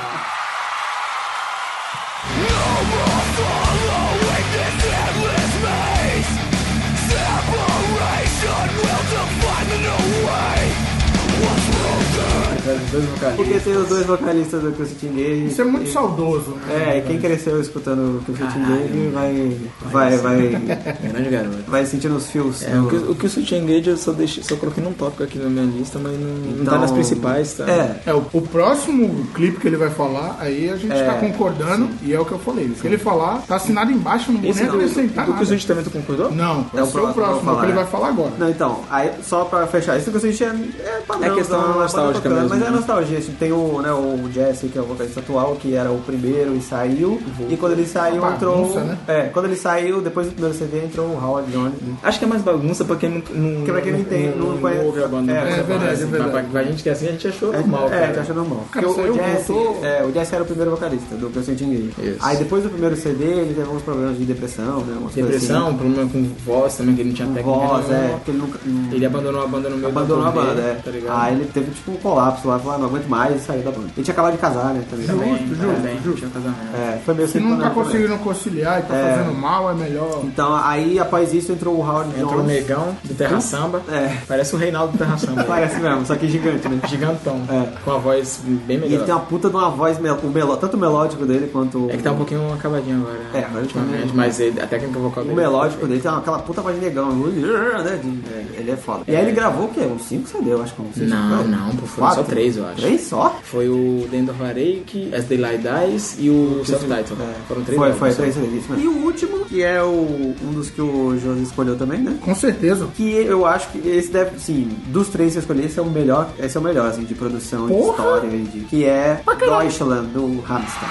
[SPEAKER 3] dois vocalistas.
[SPEAKER 2] *laughs* Porque tem os dois vocalistas do Christian Gage.
[SPEAKER 1] Isso é muito
[SPEAKER 2] e-
[SPEAKER 1] saudoso, né?
[SPEAKER 2] É, e quem cresceu escutando o Christian Gage vai, vai, vai,
[SPEAKER 3] Grande garoto.
[SPEAKER 2] vai sentindo os fios.
[SPEAKER 3] É,
[SPEAKER 2] do-
[SPEAKER 3] o que, o que o Sutil Engage eu só, deixei, só coloquei num tópico aqui na minha lista, mas não, não tá
[SPEAKER 2] Então,
[SPEAKER 3] nas principais, tá?
[SPEAKER 2] É,
[SPEAKER 1] É, o, o próximo clipe que ele vai falar, aí a gente
[SPEAKER 2] É,
[SPEAKER 1] tá concordando, e é o que eu falei. O que ele falar, tá assinado embaixo, não vou
[SPEAKER 3] Esse
[SPEAKER 2] é
[SPEAKER 1] nem
[SPEAKER 3] do,
[SPEAKER 1] acrescentar
[SPEAKER 3] do que o
[SPEAKER 1] nada.
[SPEAKER 3] Sutil também tu
[SPEAKER 2] tá-
[SPEAKER 3] concordou?
[SPEAKER 1] Não, é o
[SPEAKER 2] próximo que eu
[SPEAKER 1] próximo,
[SPEAKER 2] vou
[SPEAKER 1] é o que
[SPEAKER 2] Então, falar,
[SPEAKER 1] ele
[SPEAKER 2] é.
[SPEAKER 1] vai falar agora.
[SPEAKER 2] Não, então, aí, só pra fechar, isso que eu senti é, é padrão.
[SPEAKER 3] É questão
[SPEAKER 2] da- da
[SPEAKER 3] nostálgica
[SPEAKER 2] banda tocando,
[SPEAKER 3] mesmo,
[SPEAKER 2] Mas é
[SPEAKER 3] né?
[SPEAKER 2] nostalgia, assim, tem o, né, o Jesse, que é o vocalista atual, que era o primeiro e saiu.
[SPEAKER 3] Uhum.
[SPEAKER 2] E quando ele saiu,
[SPEAKER 1] Uma
[SPEAKER 2] entrou...
[SPEAKER 1] bagunça, né?
[SPEAKER 2] É, quando ele saiu, depois do primeiro CD, entrou o Howard Jones.
[SPEAKER 3] Acho que é mais bagunça pra quem não. não
[SPEAKER 2] Porque pra quem não entende, não conhece-
[SPEAKER 3] ouve a banda.
[SPEAKER 2] É,
[SPEAKER 3] não
[SPEAKER 2] é
[SPEAKER 3] sabe,
[SPEAKER 1] verdade,
[SPEAKER 3] mas
[SPEAKER 1] é verdade.
[SPEAKER 3] Pra, pra gente que é assim, a gente achou
[SPEAKER 2] É,
[SPEAKER 3] normal.
[SPEAKER 2] é,
[SPEAKER 3] cara.
[SPEAKER 2] que eu acho normal.
[SPEAKER 1] Cara,
[SPEAKER 2] Porque o,
[SPEAKER 1] saiu,
[SPEAKER 2] Jesse,
[SPEAKER 1] voltou.
[SPEAKER 2] é, o Jesse era o primeiro vocalista do Canção Tinguei.
[SPEAKER 3] Isso.
[SPEAKER 2] Aí depois do primeiro CD ele teve alguns problemas de depressão, né? umas coisas
[SPEAKER 3] Depressão, problema com voz também, que ele não tinha
[SPEAKER 2] assim, com
[SPEAKER 3] técnica.
[SPEAKER 2] voz,
[SPEAKER 3] nenhuma.
[SPEAKER 2] é. Porque ele nunca. não-
[SPEAKER 3] Ele abandonou a banda no meio
[SPEAKER 2] abandonou
[SPEAKER 3] da
[SPEAKER 2] a
[SPEAKER 3] turnê,
[SPEAKER 2] banda, é.
[SPEAKER 3] Tá ligado?
[SPEAKER 2] Aí ele teve tipo um colapso lá, falou, ah, não aguento mais e saiu da banda. Ele tinha acabado de casar, né? Também.
[SPEAKER 3] Também,
[SPEAKER 1] Justo,
[SPEAKER 3] também,
[SPEAKER 1] justo, justo.
[SPEAKER 3] tá Tinha um casamento.
[SPEAKER 2] É, foi meio
[SPEAKER 1] Se não tá
[SPEAKER 2] simplório também.
[SPEAKER 1] conseguindo conciliar e tá
[SPEAKER 2] É.
[SPEAKER 1] fazendo mal, é melhor.
[SPEAKER 2] Então aí após isso entrou o Howard
[SPEAKER 3] Entrou o
[SPEAKER 2] Jones.
[SPEAKER 3] negão do Terra Samba.
[SPEAKER 2] É. *laughs*
[SPEAKER 3] Parece o Reinaldo do Terra *laughs* Samba.
[SPEAKER 2] Parece mesmo, só que gigante, né?
[SPEAKER 3] Gigantão.
[SPEAKER 2] É.
[SPEAKER 3] Com a voz bem
[SPEAKER 2] E ele tem
[SPEAKER 3] melhor.
[SPEAKER 2] uma puta de uma voz, mel o melo tanto o melódico dele quanto.
[SPEAKER 3] É que tá um pouquinho acabadinho agora. Um
[SPEAKER 2] É, agora
[SPEAKER 3] ultimamente.
[SPEAKER 2] tá-
[SPEAKER 3] Mas ele- a técnica vocal
[SPEAKER 2] O
[SPEAKER 3] dele.
[SPEAKER 2] melódico dele tem aquela puta voz de negão, né? De- Ele é foda. E aí ele gravou o quê? Uns 5 CD, eu acho que é uns 5
[SPEAKER 3] Não, não, pô, foram só três, eu acho.
[SPEAKER 2] 3 só?
[SPEAKER 3] Foi o The End of Arake, As Daylight Dies e o Self-Title.
[SPEAKER 2] É.
[SPEAKER 3] Foram três
[SPEAKER 2] Foi,
[SPEAKER 3] álbuns,
[SPEAKER 2] foi,
[SPEAKER 3] só.
[SPEAKER 2] três CDs. isso mesmo. E o último, que é o, um dos que o José escolheu também, né?
[SPEAKER 1] Com certeza.
[SPEAKER 2] Que eu acho que esse deve, sim, dos três que eu escolhi, esse é o melhor, esse é o melhor, assim, de produção, de
[SPEAKER 1] Porra!
[SPEAKER 2] história, e de, que é Deutschland, do Rammstein.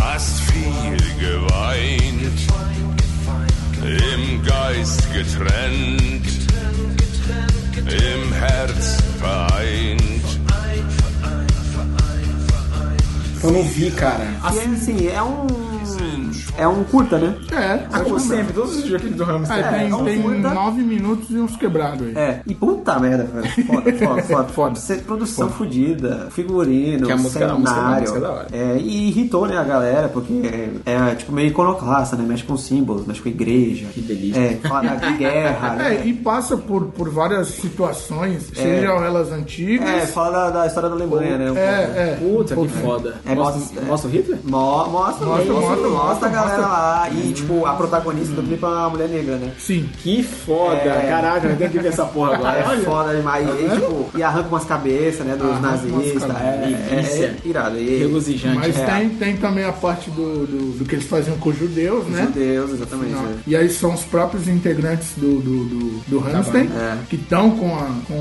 [SPEAKER 6] hast viel geweint, im Geist getrennt, im Herz vereint.
[SPEAKER 3] Eu não vi, cara.
[SPEAKER 2] E é, assim, é um... é um curta, né?
[SPEAKER 1] É,
[SPEAKER 3] Como
[SPEAKER 1] acho que
[SPEAKER 3] sempre, todos os videoclipes do Ramos.
[SPEAKER 1] É, tem,
[SPEAKER 2] não
[SPEAKER 1] tem
[SPEAKER 2] muda.
[SPEAKER 1] nove minutos e uns quebrados aí.
[SPEAKER 2] É, e puta merda, velho. Foda,
[SPEAKER 3] *laughs*
[SPEAKER 2] foda, foda.
[SPEAKER 1] Foda.
[SPEAKER 2] Cê- produção fodida, figurino,
[SPEAKER 3] Que a música- a
[SPEAKER 2] cenário.
[SPEAKER 3] música- a música é da hora.
[SPEAKER 2] É, e irritou, né, a galera, porque é, é, tipo meio iconoclasta, né? Mexe com símbolos, mexe com igreja. Que
[SPEAKER 3] delícia.
[SPEAKER 2] É, fala da guerra,
[SPEAKER 3] *laughs*
[SPEAKER 2] né?
[SPEAKER 1] É, e passa por, por várias situações,
[SPEAKER 2] É.
[SPEAKER 1] sejam elas
[SPEAKER 2] É,
[SPEAKER 1] antigas.
[SPEAKER 2] fala da, da história da Alemanha, né? um pouco.
[SPEAKER 1] É, é.
[SPEAKER 3] Puta, que foda.
[SPEAKER 2] É,
[SPEAKER 3] mostra,
[SPEAKER 2] mostra-
[SPEAKER 3] mostra o Hitler?
[SPEAKER 2] Mo- Mostra,
[SPEAKER 1] Mostra,
[SPEAKER 2] mostra,
[SPEAKER 1] mostra,
[SPEAKER 2] mostra,
[SPEAKER 1] mostra,
[SPEAKER 2] a galera
[SPEAKER 1] mostra.
[SPEAKER 2] lá. E, tipo, a protagonista do clipe é uma mulher negra, né?
[SPEAKER 1] Sim.
[SPEAKER 3] Que foda.
[SPEAKER 2] É.
[SPEAKER 3] Caraca, eu tenho que ver *laughs* essa porra agora.
[SPEAKER 2] É foda demais. E, tipo, e arranca umas cabeças, né? Dos
[SPEAKER 1] Arranca umas
[SPEAKER 2] nazistas.
[SPEAKER 1] cabeças.
[SPEAKER 2] É,
[SPEAKER 3] Delícia.
[SPEAKER 2] é, irado. E,
[SPEAKER 3] Regozijante.
[SPEAKER 1] Mas
[SPEAKER 2] É.
[SPEAKER 1] tem, tem também a parte do, do, do que eles faziam com os judeus, né?
[SPEAKER 2] Meu Deus, exatamente. né?
[SPEAKER 1] E aí são os próprios integrantes do, do, do, do Rammstein
[SPEAKER 2] é.
[SPEAKER 1] que estão com, a- com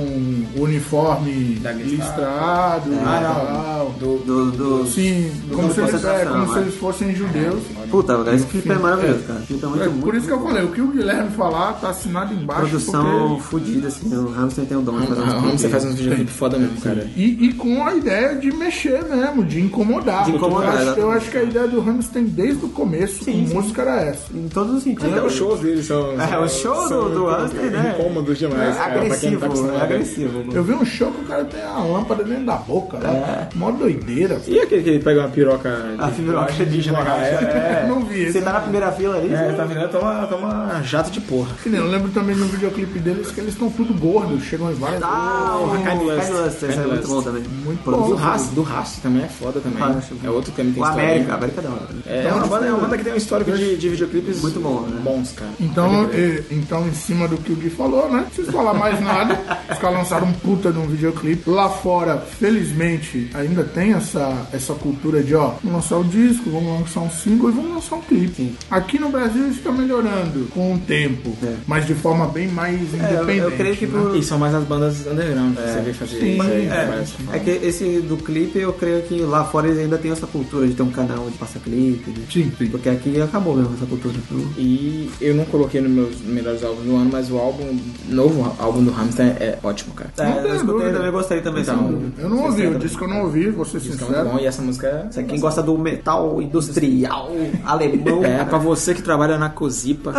[SPEAKER 1] o uniforme listrado,
[SPEAKER 2] Ah,
[SPEAKER 1] tal.
[SPEAKER 2] Do, do, do-
[SPEAKER 1] Sim,
[SPEAKER 2] do
[SPEAKER 1] como,
[SPEAKER 2] campo
[SPEAKER 1] se
[SPEAKER 2] de
[SPEAKER 1] eles, é,
[SPEAKER 2] concentração,
[SPEAKER 1] como se
[SPEAKER 2] né?
[SPEAKER 1] eles fossem judeus.
[SPEAKER 2] Puta, cara, esse clipe é maravilhoso,
[SPEAKER 1] É.
[SPEAKER 2] cara. O clipe é muito,
[SPEAKER 1] É,
[SPEAKER 2] muito
[SPEAKER 1] por isso que eu
[SPEAKER 2] bom.
[SPEAKER 1] falei, o que o Guilherme falar tá assinado embaixo.
[SPEAKER 2] Produção
[SPEAKER 1] porque-
[SPEAKER 2] fodida, assim. O Hamilton tem o dom de fazer um uns
[SPEAKER 3] Ramos, você
[SPEAKER 2] clipes.
[SPEAKER 3] faz uns videoclipes foda mesmo, cara.
[SPEAKER 1] E, e com a ideia de mexer mesmo, de incomodar.
[SPEAKER 2] De incomodar,
[SPEAKER 1] eu, acho, eu
[SPEAKER 2] exatamente.
[SPEAKER 1] acho que a ideia do Rammstein desde o começo, com música, era essa.
[SPEAKER 2] Em todos os
[SPEAKER 1] É,
[SPEAKER 2] sentidos.
[SPEAKER 3] um Até os shows deles são.
[SPEAKER 2] É,
[SPEAKER 3] são-
[SPEAKER 2] o show
[SPEAKER 3] são
[SPEAKER 2] do, do Hamilton, né?
[SPEAKER 3] Incômodos demais. cara, pra quem não tá
[SPEAKER 2] Agressivo, é
[SPEAKER 3] acostumado.
[SPEAKER 2] agressivo.
[SPEAKER 1] Eu vi um show que o cara tem a lâmpada dentro da boca,
[SPEAKER 2] É.
[SPEAKER 1] né? Mó doideira.
[SPEAKER 3] E aquele que ele pega uma piroca.
[SPEAKER 2] A é fibroxa de
[SPEAKER 3] na galera.
[SPEAKER 2] é. *laughs*
[SPEAKER 1] Não vi esse.
[SPEAKER 2] Você tá na primeira fila ali?
[SPEAKER 3] É,
[SPEAKER 2] você-
[SPEAKER 3] tá virando toma, toma jato de porra.
[SPEAKER 1] Que nem Eu lembro também no videoclipe deles que eles estão tudo gordos, chegam em várias.
[SPEAKER 2] Ah, o
[SPEAKER 3] Kind
[SPEAKER 2] Kind
[SPEAKER 3] Lust.
[SPEAKER 2] Luster. Esse é
[SPEAKER 3] Kind
[SPEAKER 2] muito bom
[SPEAKER 3] Lust.
[SPEAKER 2] também.
[SPEAKER 1] Muito
[SPEAKER 3] Do
[SPEAKER 1] bom.
[SPEAKER 3] Haas, do Haas também é foda também.
[SPEAKER 2] Haas,
[SPEAKER 3] É outro que também tem
[SPEAKER 2] O
[SPEAKER 3] história.
[SPEAKER 2] América, América é da hora.
[SPEAKER 3] É, é uma banda, é uma banda que tem um histórico de, de videoclipes
[SPEAKER 2] Muito bom, né?
[SPEAKER 3] bons, cara.
[SPEAKER 1] Então, eh, então, em cima do que o Gui falou, né? Não preciso falar mais nada. Os caras lançaram um puta de um videoclipe. Lá fora, felizmente, ainda tem essa, essa cultura de, ó, vamos lançar o disco, vamos lançar um single e vamos lançar um clipe. Aqui no Brasil isso tá melhorando com o tempo, mas de forma bem mais
[SPEAKER 2] É, eu,
[SPEAKER 1] independente.
[SPEAKER 2] eu creio que
[SPEAKER 1] né?
[SPEAKER 2] pro,
[SPEAKER 3] E são mais as bandas underground que você vê fazer
[SPEAKER 1] Sim,
[SPEAKER 3] isso aí.
[SPEAKER 1] é.
[SPEAKER 3] parece.
[SPEAKER 2] É que esse do clipe, eu creio que lá fora eles ainda tem essa cultura de ter um canal de passar clipe, né?
[SPEAKER 1] Sim, É, sim.
[SPEAKER 2] Porque aqui acabou mesmo essa cultura. viu?
[SPEAKER 3] E eu não coloquei nos meus melhores álbuns do ano, mas o álbum, novo álbum do Hamilton é ótimo, cara.
[SPEAKER 2] É,
[SPEAKER 1] tenho
[SPEAKER 2] eu escutei
[SPEAKER 1] dúvida.
[SPEAKER 2] também, gostei também.
[SPEAKER 3] Então,
[SPEAKER 2] assim.
[SPEAKER 1] Eu não ouvi, o disco eu não ouvi, vou ser
[SPEAKER 3] Isso é muito
[SPEAKER 1] sincero.
[SPEAKER 3] bom e essa música é.
[SPEAKER 2] Quem gosta do metal industrial alemão,
[SPEAKER 3] É, pra
[SPEAKER 2] cara,
[SPEAKER 3] você que trabalha
[SPEAKER 2] *laughs*
[SPEAKER 3] na Cozipa.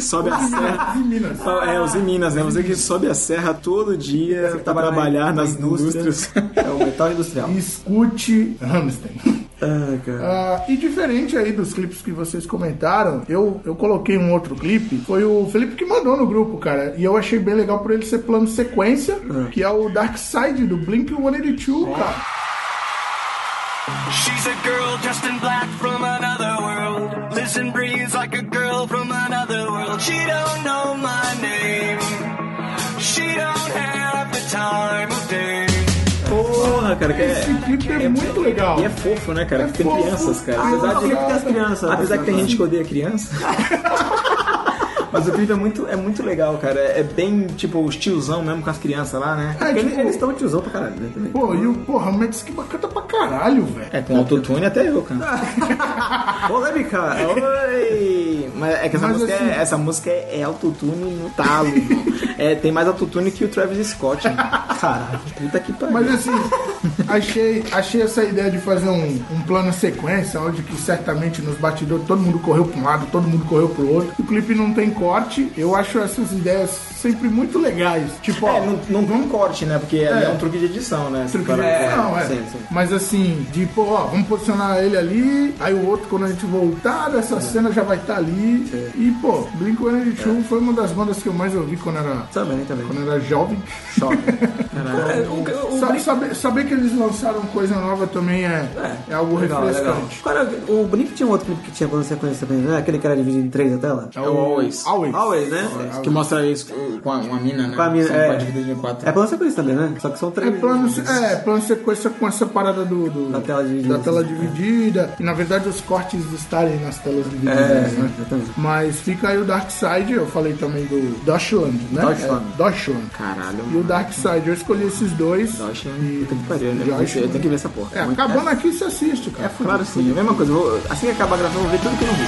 [SPEAKER 3] sobe a serra.
[SPEAKER 1] Em Minas.
[SPEAKER 3] É, os em Minas, né? Você que sobe a serra todo
[SPEAKER 2] *laughs*
[SPEAKER 3] dia pra trabalhar nas indústrias.
[SPEAKER 2] é o metal industrial.
[SPEAKER 1] Escute Hamilton.
[SPEAKER 2] Ai, cara.
[SPEAKER 1] Ah, e diferente aí dos clipes que vocês comentaram, eu, eu coloquei um outro clipe. Foi o Felipe que mandou no grupo, cara. E eu achei bem legal por ele ser plano sequência, que é o Dark Side do Blink 182, cara.
[SPEAKER 7] She's a girl dressed in black from another world. Lives and breathes like a girl from another world. She don't know my name. She don't have the time of day.
[SPEAKER 2] Porra, cara, que
[SPEAKER 1] Esse
[SPEAKER 2] é.
[SPEAKER 1] clipe é, muito legal.
[SPEAKER 3] E é fofo, né, cara?
[SPEAKER 1] É
[SPEAKER 3] Porque tem
[SPEAKER 1] fofo.
[SPEAKER 3] crianças, cara.
[SPEAKER 1] Ah,
[SPEAKER 3] Apesar,
[SPEAKER 1] não,
[SPEAKER 3] de,
[SPEAKER 1] sempre tem as
[SPEAKER 2] crianças.
[SPEAKER 3] apesar que tem gente que odeia criança.
[SPEAKER 2] *laughs*
[SPEAKER 3] Mas o clipe é muito, é muito legal, cara. É bem, tipo, os tiozão mesmo com as crianças lá, né?
[SPEAKER 1] É,
[SPEAKER 2] Ele-
[SPEAKER 1] tipo,
[SPEAKER 2] Eles estão tiozão pra caralho, né? Também.
[SPEAKER 1] Pô, e o porra, o Mads que canta pra caralho, velho.
[SPEAKER 3] É, com autotune até eu, cara. *laughs*
[SPEAKER 2] Polêmica!
[SPEAKER 3] Oi! Mas é que essa
[SPEAKER 1] Mas
[SPEAKER 3] música,
[SPEAKER 1] assim-
[SPEAKER 3] é, essa música é autotune no talo, irmão. é, Tem mais autotune que o Travis Scott, irmão. Caralho, puta que pariu.
[SPEAKER 1] Mas
[SPEAKER 3] *laughs*
[SPEAKER 1] assim, achei, achei essa ideia de fazer um, um plano sequência, onde que certamente nos bastidores todo mundo correu pra um lado, todo mundo correu pro outro. O clipe não tem corte, eu acho essas ideias sempre muito legais. Tipo, ó,
[SPEAKER 3] É, não, não tem um corte, né? Porque é, um truque de edição, né?
[SPEAKER 1] Truque
[SPEAKER 3] Essa
[SPEAKER 1] de edição,
[SPEAKER 3] parada.
[SPEAKER 1] é.
[SPEAKER 2] sim, sim.
[SPEAKER 1] Mas assim, de pô, ó, vamos posicionar ele ali, aí o outro, quando a gente voltar
[SPEAKER 2] É.
[SPEAKER 1] dessa cena, já vai estar ali. E, pô,
[SPEAKER 2] É.
[SPEAKER 1] Blink-182 foi uma das bandas que eu mais ouvi quando era,
[SPEAKER 2] Também, também.
[SPEAKER 1] quando era jovem. É,
[SPEAKER 2] O,
[SPEAKER 1] Sa- saber, saber que eles lançaram coisa nova também é, é, algo refrescante.
[SPEAKER 2] Qual era- o Blink tinha um outro clipe que tinha quando sequência também, né? Aquele que era dividido em três na tela?
[SPEAKER 1] É
[SPEAKER 3] o Always.
[SPEAKER 1] Always.
[SPEAKER 2] Always, né?
[SPEAKER 3] Que mostra isso com- com a- uma mina, né?
[SPEAKER 2] Com a mina,
[SPEAKER 3] São
[SPEAKER 2] é.
[SPEAKER 3] quatro divididas em quatro.
[SPEAKER 2] É plano sequência também, né? Só que são
[SPEAKER 1] É
[SPEAKER 2] três.
[SPEAKER 1] plano,
[SPEAKER 3] né?
[SPEAKER 1] se- é, plano sequência com essa parada do, do-
[SPEAKER 2] Da tela dividida.
[SPEAKER 1] da tela dividida. E na verdade os cortes estarem nas telas
[SPEAKER 3] É,
[SPEAKER 1] divididas,
[SPEAKER 2] É.
[SPEAKER 1] né?
[SPEAKER 2] exatamente.
[SPEAKER 1] Mas fica aí o Dark Side, eu falei também do Doshland, né?
[SPEAKER 2] Deutschland.
[SPEAKER 1] É, Deutschland.
[SPEAKER 3] Caralho,
[SPEAKER 1] E o Dark Side, eu escolhi esses dois.
[SPEAKER 3] Deutschland.
[SPEAKER 1] E-
[SPEAKER 3] Puta que pariu, né?
[SPEAKER 1] Deutschland.
[SPEAKER 3] Eu tenho que ver essa porra.
[SPEAKER 1] É,
[SPEAKER 3] Muito-
[SPEAKER 1] acabando aqui você assiste, cara.
[SPEAKER 3] Claro sim, é a mesma coisa. eu vou- assim que acabar gravando, eu vou ver tudo que eu não vi.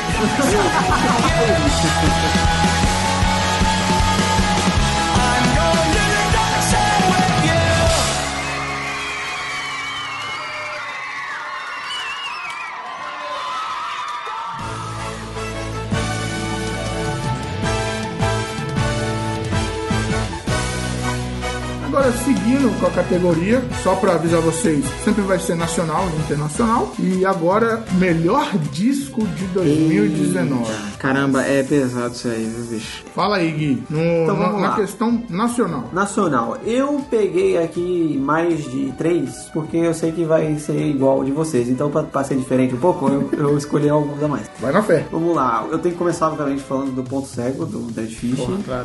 [SPEAKER 1] Agora, seguindo com a categoria, só pra avisar vocês, sempre vai ser nacional e internacional. E agora, melhor disco de 2019.
[SPEAKER 3] Caramba, é pesado isso aí, viu, bicho?
[SPEAKER 1] Fala aí, Gui, no- na,
[SPEAKER 2] vamos
[SPEAKER 1] na
[SPEAKER 2] lá.
[SPEAKER 1] questão nacional.
[SPEAKER 2] Nacional. Eu peguei aqui mais de três, porque eu sei que vai ser igual de vocês. Então, pra, pra ser diferente um pouco, eu, eu escolhi alguns a mais.
[SPEAKER 1] Vai na fé.
[SPEAKER 2] Vamos lá, eu tenho que começar, obviamente, falando do ponto cego, do Dead Fish,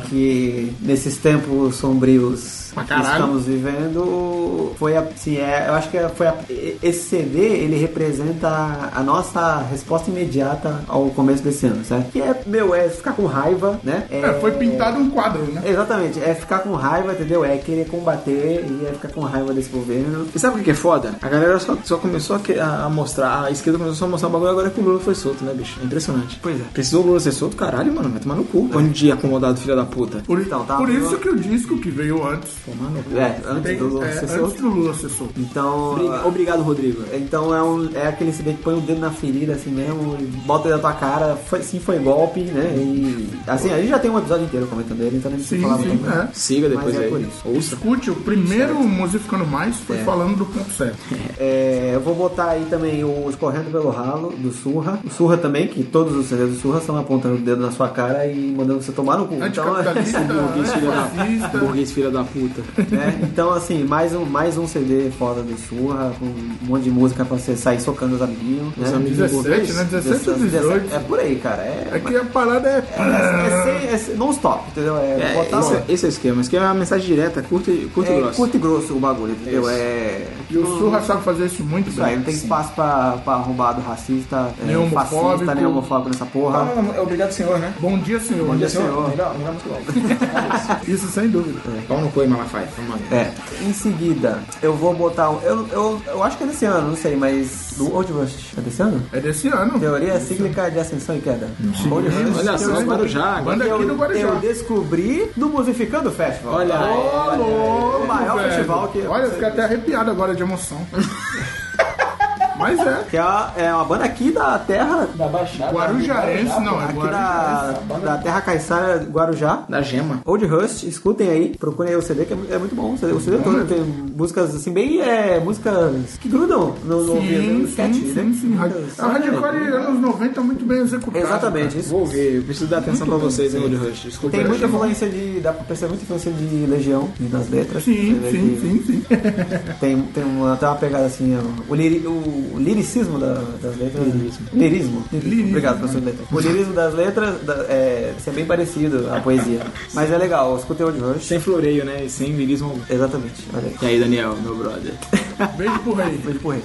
[SPEAKER 2] que nesses tempos sombrios que
[SPEAKER 1] caralho.
[SPEAKER 2] estamos vivendo, foi a, assim, é, eu acho que foi a- esse CD, ele representa a nossa resposta imediata ao começo desse ano, certo? Que é, meu, é ficar com raiva, né?
[SPEAKER 1] É, foi pintado um quadro, né?
[SPEAKER 2] Exatamente, é ficar com raiva, entendeu? É querer combater e é ficar com raiva desse governo.
[SPEAKER 3] E sabe o que que é foda? A galera só, só começou a, que- a- a mostrar, a esquerda começou só a mostrar o bagulho agora que o Lula foi solto, né, bicho? É impressionante.
[SPEAKER 2] Pois é.
[SPEAKER 3] Precisou o Lula ser solto? Caralho, mano, vai tomar no cu. Bando de acomodado, filha da puta.
[SPEAKER 1] Por,
[SPEAKER 2] Então, tá,
[SPEAKER 1] por
[SPEAKER 2] eu-
[SPEAKER 1] isso que o disco que veio antes,
[SPEAKER 2] É, antes
[SPEAKER 1] tem-
[SPEAKER 2] do Lula
[SPEAKER 1] é,
[SPEAKER 2] ser
[SPEAKER 1] antes
[SPEAKER 2] solto.
[SPEAKER 1] do Lula ser solto.
[SPEAKER 2] Então.
[SPEAKER 3] Obri- Obrigado, Rodrigo.
[SPEAKER 2] Então é, um, é aquele CD que põe o dedo na ferida assim mesmo, e bota ele na tua cara, foi, sim foi golpe, né? E assim, a gente já tem um episódio inteiro comentando ele, então nem precisa
[SPEAKER 1] Sim,
[SPEAKER 2] falar
[SPEAKER 1] sim,
[SPEAKER 2] muito.
[SPEAKER 1] é.
[SPEAKER 3] Siga depois
[SPEAKER 2] Mas é
[SPEAKER 3] aí.
[SPEAKER 2] por isso.
[SPEAKER 3] Ouça.
[SPEAKER 1] Escute, o primeiro Musificando Mais foi falando do ponto certo.
[SPEAKER 2] É, eu vou botar aí também o Escorrendo pelo Ralo, do Surra. O Surra também, que todos os CDs do Surra são apontando o dedo na sua cara e mandando você tomar no cu. Então, *laughs*
[SPEAKER 1] Anticapitalista,
[SPEAKER 3] Burguês, filha da,
[SPEAKER 1] antifascista.
[SPEAKER 3] burguês, filha da *laughs* puta.
[SPEAKER 2] né? Então, assim, mais um, mais um CD foda do Surra, com um monte de música pra você sair socando os amiguinhos. Né?
[SPEAKER 3] Os amiguinhos
[SPEAKER 1] 17, né? 17 ou 18.
[SPEAKER 2] É por aí, cara. É,
[SPEAKER 1] É que a parada é.
[SPEAKER 2] é, é, sem- é non-stop, entendeu? É,
[SPEAKER 3] É,
[SPEAKER 2] botar
[SPEAKER 3] esse, é- esse é o esquema. O esquema é uma mensagem direta, curta e, curta e
[SPEAKER 2] é
[SPEAKER 3] grossa.
[SPEAKER 2] curto e grosso o bagulho, entendeu?
[SPEAKER 3] Isso.
[SPEAKER 2] É.
[SPEAKER 1] E o Surra sabe fazer isso muito
[SPEAKER 2] Isso aí,
[SPEAKER 1] bem.
[SPEAKER 2] não tem espaço pra, pra arrombado racista, é,
[SPEAKER 1] Nem homofóbico.
[SPEAKER 2] fascista, nem homofóbico nessa porra.
[SPEAKER 3] é obrigado, senhor, né?
[SPEAKER 1] Bom dia, senhor.
[SPEAKER 3] Bom dia, senhor. Melhor, melhor música logo.
[SPEAKER 1] Isso sem dúvida.
[SPEAKER 3] Pau no cu aí, Malafaia. Vamos lá.
[SPEAKER 2] É. Em seguida, eu vou botar. um- Eu, eu, eu acho que é desse ano, não sei, mas. Do Old Rush. É desse ano?
[SPEAKER 1] É desse ano.
[SPEAKER 2] Teoria cíclica de ascensão e queda. Old Rush.
[SPEAKER 3] Olha só,
[SPEAKER 1] Teoria-
[SPEAKER 3] Guarujá.
[SPEAKER 1] Banda aqui do
[SPEAKER 2] Eu, eu
[SPEAKER 1] Guarujá.
[SPEAKER 2] descobri no Musificando Festival.
[SPEAKER 3] Olha aí.
[SPEAKER 2] É o maior
[SPEAKER 1] Velho,
[SPEAKER 2] festival que. *laughs*
[SPEAKER 1] Olha, eu fiquei até arrepiado agora de emoção. Mas é.
[SPEAKER 2] Que é uma, é uma banda aqui da terra.
[SPEAKER 3] Da Baixada.
[SPEAKER 1] Guarujarense, não, é
[SPEAKER 2] Aqui
[SPEAKER 1] Guarujarense.
[SPEAKER 2] da, da terra caiçara Guarujá.
[SPEAKER 3] Da Gema.
[SPEAKER 2] Old Rust, escutem aí, procurem aí o CD que é mu- é muito bom. O CD, o CD todo tem músicas assim, bem é, músicas que grudam no, no ouvido,
[SPEAKER 1] Sim,
[SPEAKER 2] no
[SPEAKER 1] sim,
[SPEAKER 2] sketch,
[SPEAKER 1] sim,
[SPEAKER 2] né?
[SPEAKER 1] sim. A Hardcore anos 90 é muito bem executada.
[SPEAKER 2] Exatamente,
[SPEAKER 1] cara.
[SPEAKER 2] isso.
[SPEAKER 3] Vou ouvir, eu preciso dar atenção pra vocês, hein, Old Rush. Desculpa.
[SPEAKER 2] Tem
[SPEAKER 3] eu
[SPEAKER 2] muita
[SPEAKER 3] achei-
[SPEAKER 2] influência de. dá pra perceber muita influência de Legião e das letras. Você
[SPEAKER 1] Sim,
[SPEAKER 2] vê
[SPEAKER 1] sim,
[SPEAKER 2] que
[SPEAKER 1] sim, sim.
[SPEAKER 2] Tem, tem uma, até uma pegada assim, ó, o, liri- o liricismo da- das letras. Lirismo. Lirismo.
[SPEAKER 3] né?
[SPEAKER 2] Obrigado, professor de letras. O lirismo das letras da, é, isso é bem parecido à poesia. Mas é legal, escutei Old Rush.
[SPEAKER 3] Sem floreio, né? E sem lirismo algum.
[SPEAKER 2] Exatamente, olha aí.
[SPEAKER 3] E aí, Daniel, meu brother.
[SPEAKER 1] Beijo pro rei.
[SPEAKER 2] Beijo pro rei.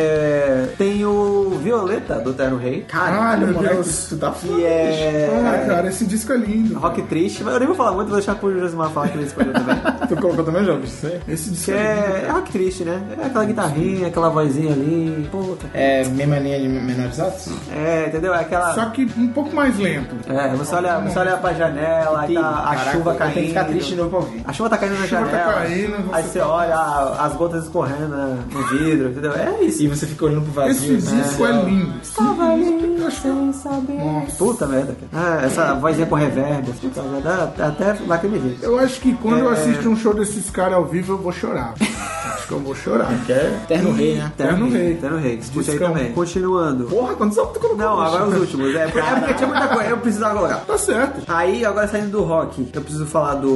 [SPEAKER 2] É, tem o Violeta do Terno Rei.
[SPEAKER 1] Caralho, meu
[SPEAKER 3] moleque,
[SPEAKER 1] Deus.
[SPEAKER 3] tu tá
[SPEAKER 2] Que é.
[SPEAKER 1] Ah, cara, esse disco é lindo.
[SPEAKER 2] Rock triste, mas eu nem vou falar muito, vou deixar pro Josimar falar que ele escolheu também.
[SPEAKER 3] Tu colocou também, João? Você?
[SPEAKER 1] Esse disco
[SPEAKER 2] Que é, é rock triste, né? É aquela guitarrinha, aquela vozinha ali. Puta.
[SPEAKER 3] É minha mania de menorizados?
[SPEAKER 2] É, entendeu? É aquela.
[SPEAKER 1] Só que um pouco mais lento.
[SPEAKER 2] É, você olha, você olha pra janela, aí tá a chuva caindo.
[SPEAKER 3] Tem que ficar triste de novo pra ouvir.
[SPEAKER 2] A chuva tá caindo na
[SPEAKER 1] chuva tá
[SPEAKER 2] janela.
[SPEAKER 1] caindo,
[SPEAKER 2] aí
[SPEAKER 1] você
[SPEAKER 2] você
[SPEAKER 1] tá-
[SPEAKER 2] olha a- as gotas escorrendo né, no vidro, entendeu? É isso.
[SPEAKER 3] E você fica olhando pro
[SPEAKER 1] Esse
[SPEAKER 3] vazio. né?
[SPEAKER 1] disco é lindo.
[SPEAKER 2] Tava ali
[SPEAKER 1] Eu acho-
[SPEAKER 2] sem saber.
[SPEAKER 1] Nossa.
[SPEAKER 2] Puta merda, cara. Ah, essa vozinha com reverb, assim, tá, já dá, dá até daquele jeito.
[SPEAKER 1] Eu acho que quando eu
[SPEAKER 2] É.
[SPEAKER 1] assisto um show desses caras ao vivo, eu vou chorar. acho que eu vou chorar.
[SPEAKER 3] Terno Rei, né?
[SPEAKER 1] Terno Rei.
[SPEAKER 2] Terno Rei, escute aí
[SPEAKER 1] Discão.
[SPEAKER 2] também. Continuando.
[SPEAKER 3] Porra, quantos anos tu colocou?
[SPEAKER 2] Não,
[SPEAKER 3] bicho?
[SPEAKER 2] agora os últimos. É, é porque tinha muita coisa, eu precisava colocar.
[SPEAKER 1] Tá certo.
[SPEAKER 2] Aí, agora saindo do rock, eu preciso falar do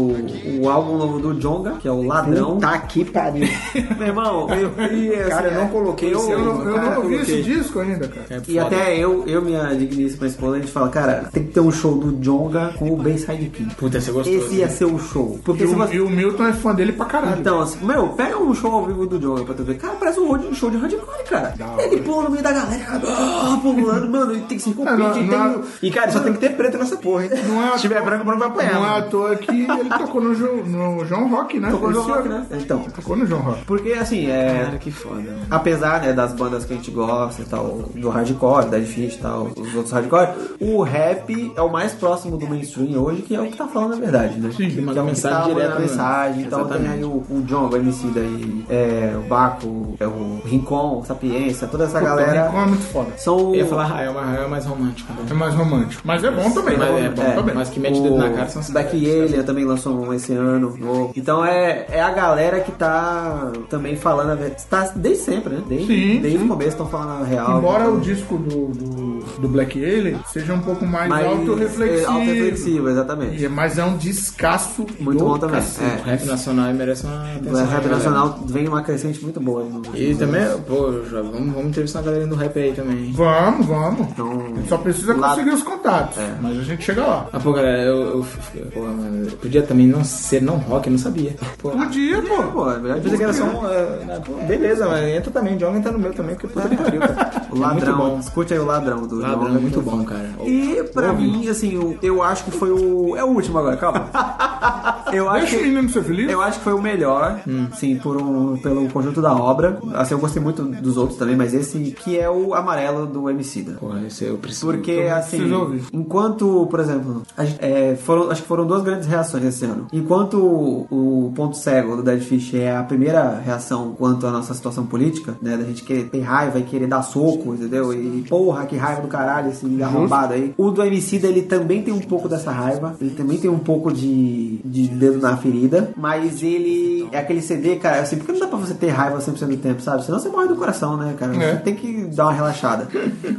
[SPEAKER 2] o álbum novo do Jonga, que é o Ladrão.
[SPEAKER 3] Tá aqui, pariu.
[SPEAKER 2] *laughs* Meu irmão, eu e, assim,
[SPEAKER 3] Cara, eu não coloquei
[SPEAKER 2] eu,
[SPEAKER 3] esse
[SPEAKER 1] Eu não, eu É
[SPEAKER 3] Cara,
[SPEAKER 1] não ouvi
[SPEAKER 3] coloquei.
[SPEAKER 1] esse disco ainda, cara.
[SPEAKER 2] E até eu, eu minha digníssima esposa, a gente fala, cara, tem que ter um show do Jonga com o Ben Sidekick.
[SPEAKER 3] Puta, você gostou.
[SPEAKER 1] é.
[SPEAKER 2] Esse ia ser o show. Porque
[SPEAKER 1] E
[SPEAKER 2] se
[SPEAKER 1] o,
[SPEAKER 2] você.
[SPEAKER 1] e o Milton é fã dele pra caralho.
[SPEAKER 2] Então, assim, meu, pega um show ao vivo do Jonga pra tu ver. Cara, parece um road- um show de hardcore, cara. Ele pula no meio da galera, cara, ah, pulando, mano, e tem que se
[SPEAKER 1] É, não-
[SPEAKER 2] compete. tem um-
[SPEAKER 1] não-
[SPEAKER 2] que-
[SPEAKER 3] E, cara, só tem que ter preto nessa porra, hein?
[SPEAKER 1] Não é-
[SPEAKER 3] Se tiver branco, o branco vai apanhar.
[SPEAKER 1] Não é
[SPEAKER 3] mano.
[SPEAKER 1] à toa que ele tocou no, Jo- no João Rock, né?
[SPEAKER 2] Tocou no
[SPEAKER 1] Esse
[SPEAKER 2] João Rock,
[SPEAKER 1] é-
[SPEAKER 2] né? Então.
[SPEAKER 1] Tocou no João Rock.
[SPEAKER 2] Porque, assim, é.
[SPEAKER 3] Cara, que foda.
[SPEAKER 2] apesar né, das bandas que a gente gosta e tal, do hardcore, Dead Fish e tal, os outros hardcore, o rap é o mais próximo do mainstream hoje, que é o que tá falando na verdade, né?
[SPEAKER 1] Sim,
[SPEAKER 2] que
[SPEAKER 1] manda
[SPEAKER 2] é o que
[SPEAKER 3] mensagem
[SPEAKER 2] tá
[SPEAKER 3] direto,
[SPEAKER 2] mandando
[SPEAKER 3] né?
[SPEAKER 2] mensagem, então tem
[SPEAKER 3] Exatamente.
[SPEAKER 2] aí o, o John, o MC daí, é, o Baco, é, o Rincon, o Sapiência, toda essa
[SPEAKER 1] O Rincon é
[SPEAKER 2] galera
[SPEAKER 1] muito foda.
[SPEAKER 2] são...
[SPEAKER 3] Eu ia falar Rael, mas Rael é mais romântico. né?
[SPEAKER 1] É mais romântico. Mas é bom também.
[SPEAKER 3] Mas é bom
[SPEAKER 2] É,
[SPEAKER 3] também. Mas que mete dedo na cara são
[SPEAKER 2] o
[SPEAKER 3] esses
[SPEAKER 2] Beck
[SPEAKER 3] caras.
[SPEAKER 2] Yellian também lançou um esse ano novo. Então é, é a galera que tá também falando a verdade. Tá desde sempre, né? Desde,
[SPEAKER 1] Sim,
[SPEAKER 2] desde o começo estão falando a real.
[SPEAKER 1] Embora
[SPEAKER 2] Então-
[SPEAKER 1] o disco do, do, do Black Alien seja um pouco mais,
[SPEAKER 2] mais
[SPEAKER 1] autorreflexivo.
[SPEAKER 2] é, autorreflexivo, exatamente.
[SPEAKER 1] E- Mas é um descasso
[SPEAKER 2] Muito
[SPEAKER 1] do
[SPEAKER 2] bom também.
[SPEAKER 1] cacete.
[SPEAKER 2] É.
[SPEAKER 3] assim, O rap nacional merece uma
[SPEAKER 2] O
[SPEAKER 1] é
[SPEAKER 3] atenção.
[SPEAKER 2] rap
[SPEAKER 3] né,
[SPEAKER 2] nacional vem uma crescente muito boa. né?
[SPEAKER 3] galera? E também, é pô, João, vamos, vamos entrevistar a galera do rap aí também. hein?
[SPEAKER 1] Vamos, vamos.
[SPEAKER 2] Então,
[SPEAKER 1] Só precisa
[SPEAKER 2] Lá- É.
[SPEAKER 1] conseguir os contatos. Mas a gente chega lá.
[SPEAKER 3] Ah, pô, galera, eu, eu, eu- porra, mano, eu podia também não ser não rock, eu não sabia. Pô,
[SPEAKER 1] Um dia, pô.
[SPEAKER 2] pô, é melhor
[SPEAKER 3] eu pensei que era
[SPEAKER 2] dizer
[SPEAKER 3] só um. é, né, pô, beleza, mas entra também, John entra no meu também, porque puta que pariu, cara.
[SPEAKER 2] o ladrão.
[SPEAKER 3] É muito
[SPEAKER 2] Escute aí o ladrão do
[SPEAKER 3] bom. Ladrão é
[SPEAKER 2] do-
[SPEAKER 3] muito bom, cara.
[SPEAKER 2] E pra mim, assim, eu, eu acho que foi o. É o último agora,
[SPEAKER 1] *laughs*
[SPEAKER 2] calma. Eu acho
[SPEAKER 1] Deixa o
[SPEAKER 2] que.
[SPEAKER 1] menino ser feliz.
[SPEAKER 2] Eu acho que foi o melhor, sim, por um, pelo conjunto da obra. Assim, eu gostei muito dos outros também, mas esse que é o amarelo do MC da.
[SPEAKER 3] Porra, esse eu preciso.
[SPEAKER 2] Porque, assim,
[SPEAKER 1] precisa ouvir.
[SPEAKER 2] enquanto, por exemplo, a gente- é, foram, acho que foram duas grandes reações esse ano. Enquanto o, o ponto cego do Dead Fish é a primeira reação quanto à nossa situação política, né? Da gente querer ter raiva e querer dar soco, entendeu? E porra, que raiva do caralho esse arrombado aí. O do Emicida, ele também tem um pouco dessa raiva, ele também tem um pouco de, de dedo na ferida, mas ele é aquele CD, cara, assim, porque não dá pra você ter raiva 100% do tempo, sabe? Senão você morre do coração, né, cara? Você
[SPEAKER 1] É.
[SPEAKER 2] tem que dar uma relaxada.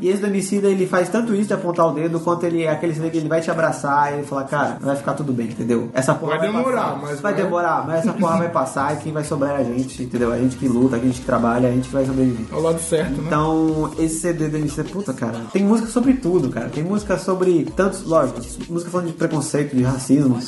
[SPEAKER 2] E esse do Emicida, ele faz tanto isso de apontar o dedo, quanto ele é aquele CD que ele vai te abraçar e ele fala, cara, vai ficar tudo bem, entendeu? Essa porra
[SPEAKER 1] Vai demorar,
[SPEAKER 2] passar.
[SPEAKER 1] mas é.
[SPEAKER 2] vai
[SPEAKER 1] vai-
[SPEAKER 2] demorar, mas essa porra vai passar e quem vai sobrar é a gente, entendeu? A gente que luta, a gente que trabalha, a gente que vai sobreviver.
[SPEAKER 1] É o lado certo, né?
[SPEAKER 2] Então, esse CD do MC, puta, cara, tem música sobre tudo, cara. Tem música sobre tantos, lógico, música falando de preconceito, de racismo.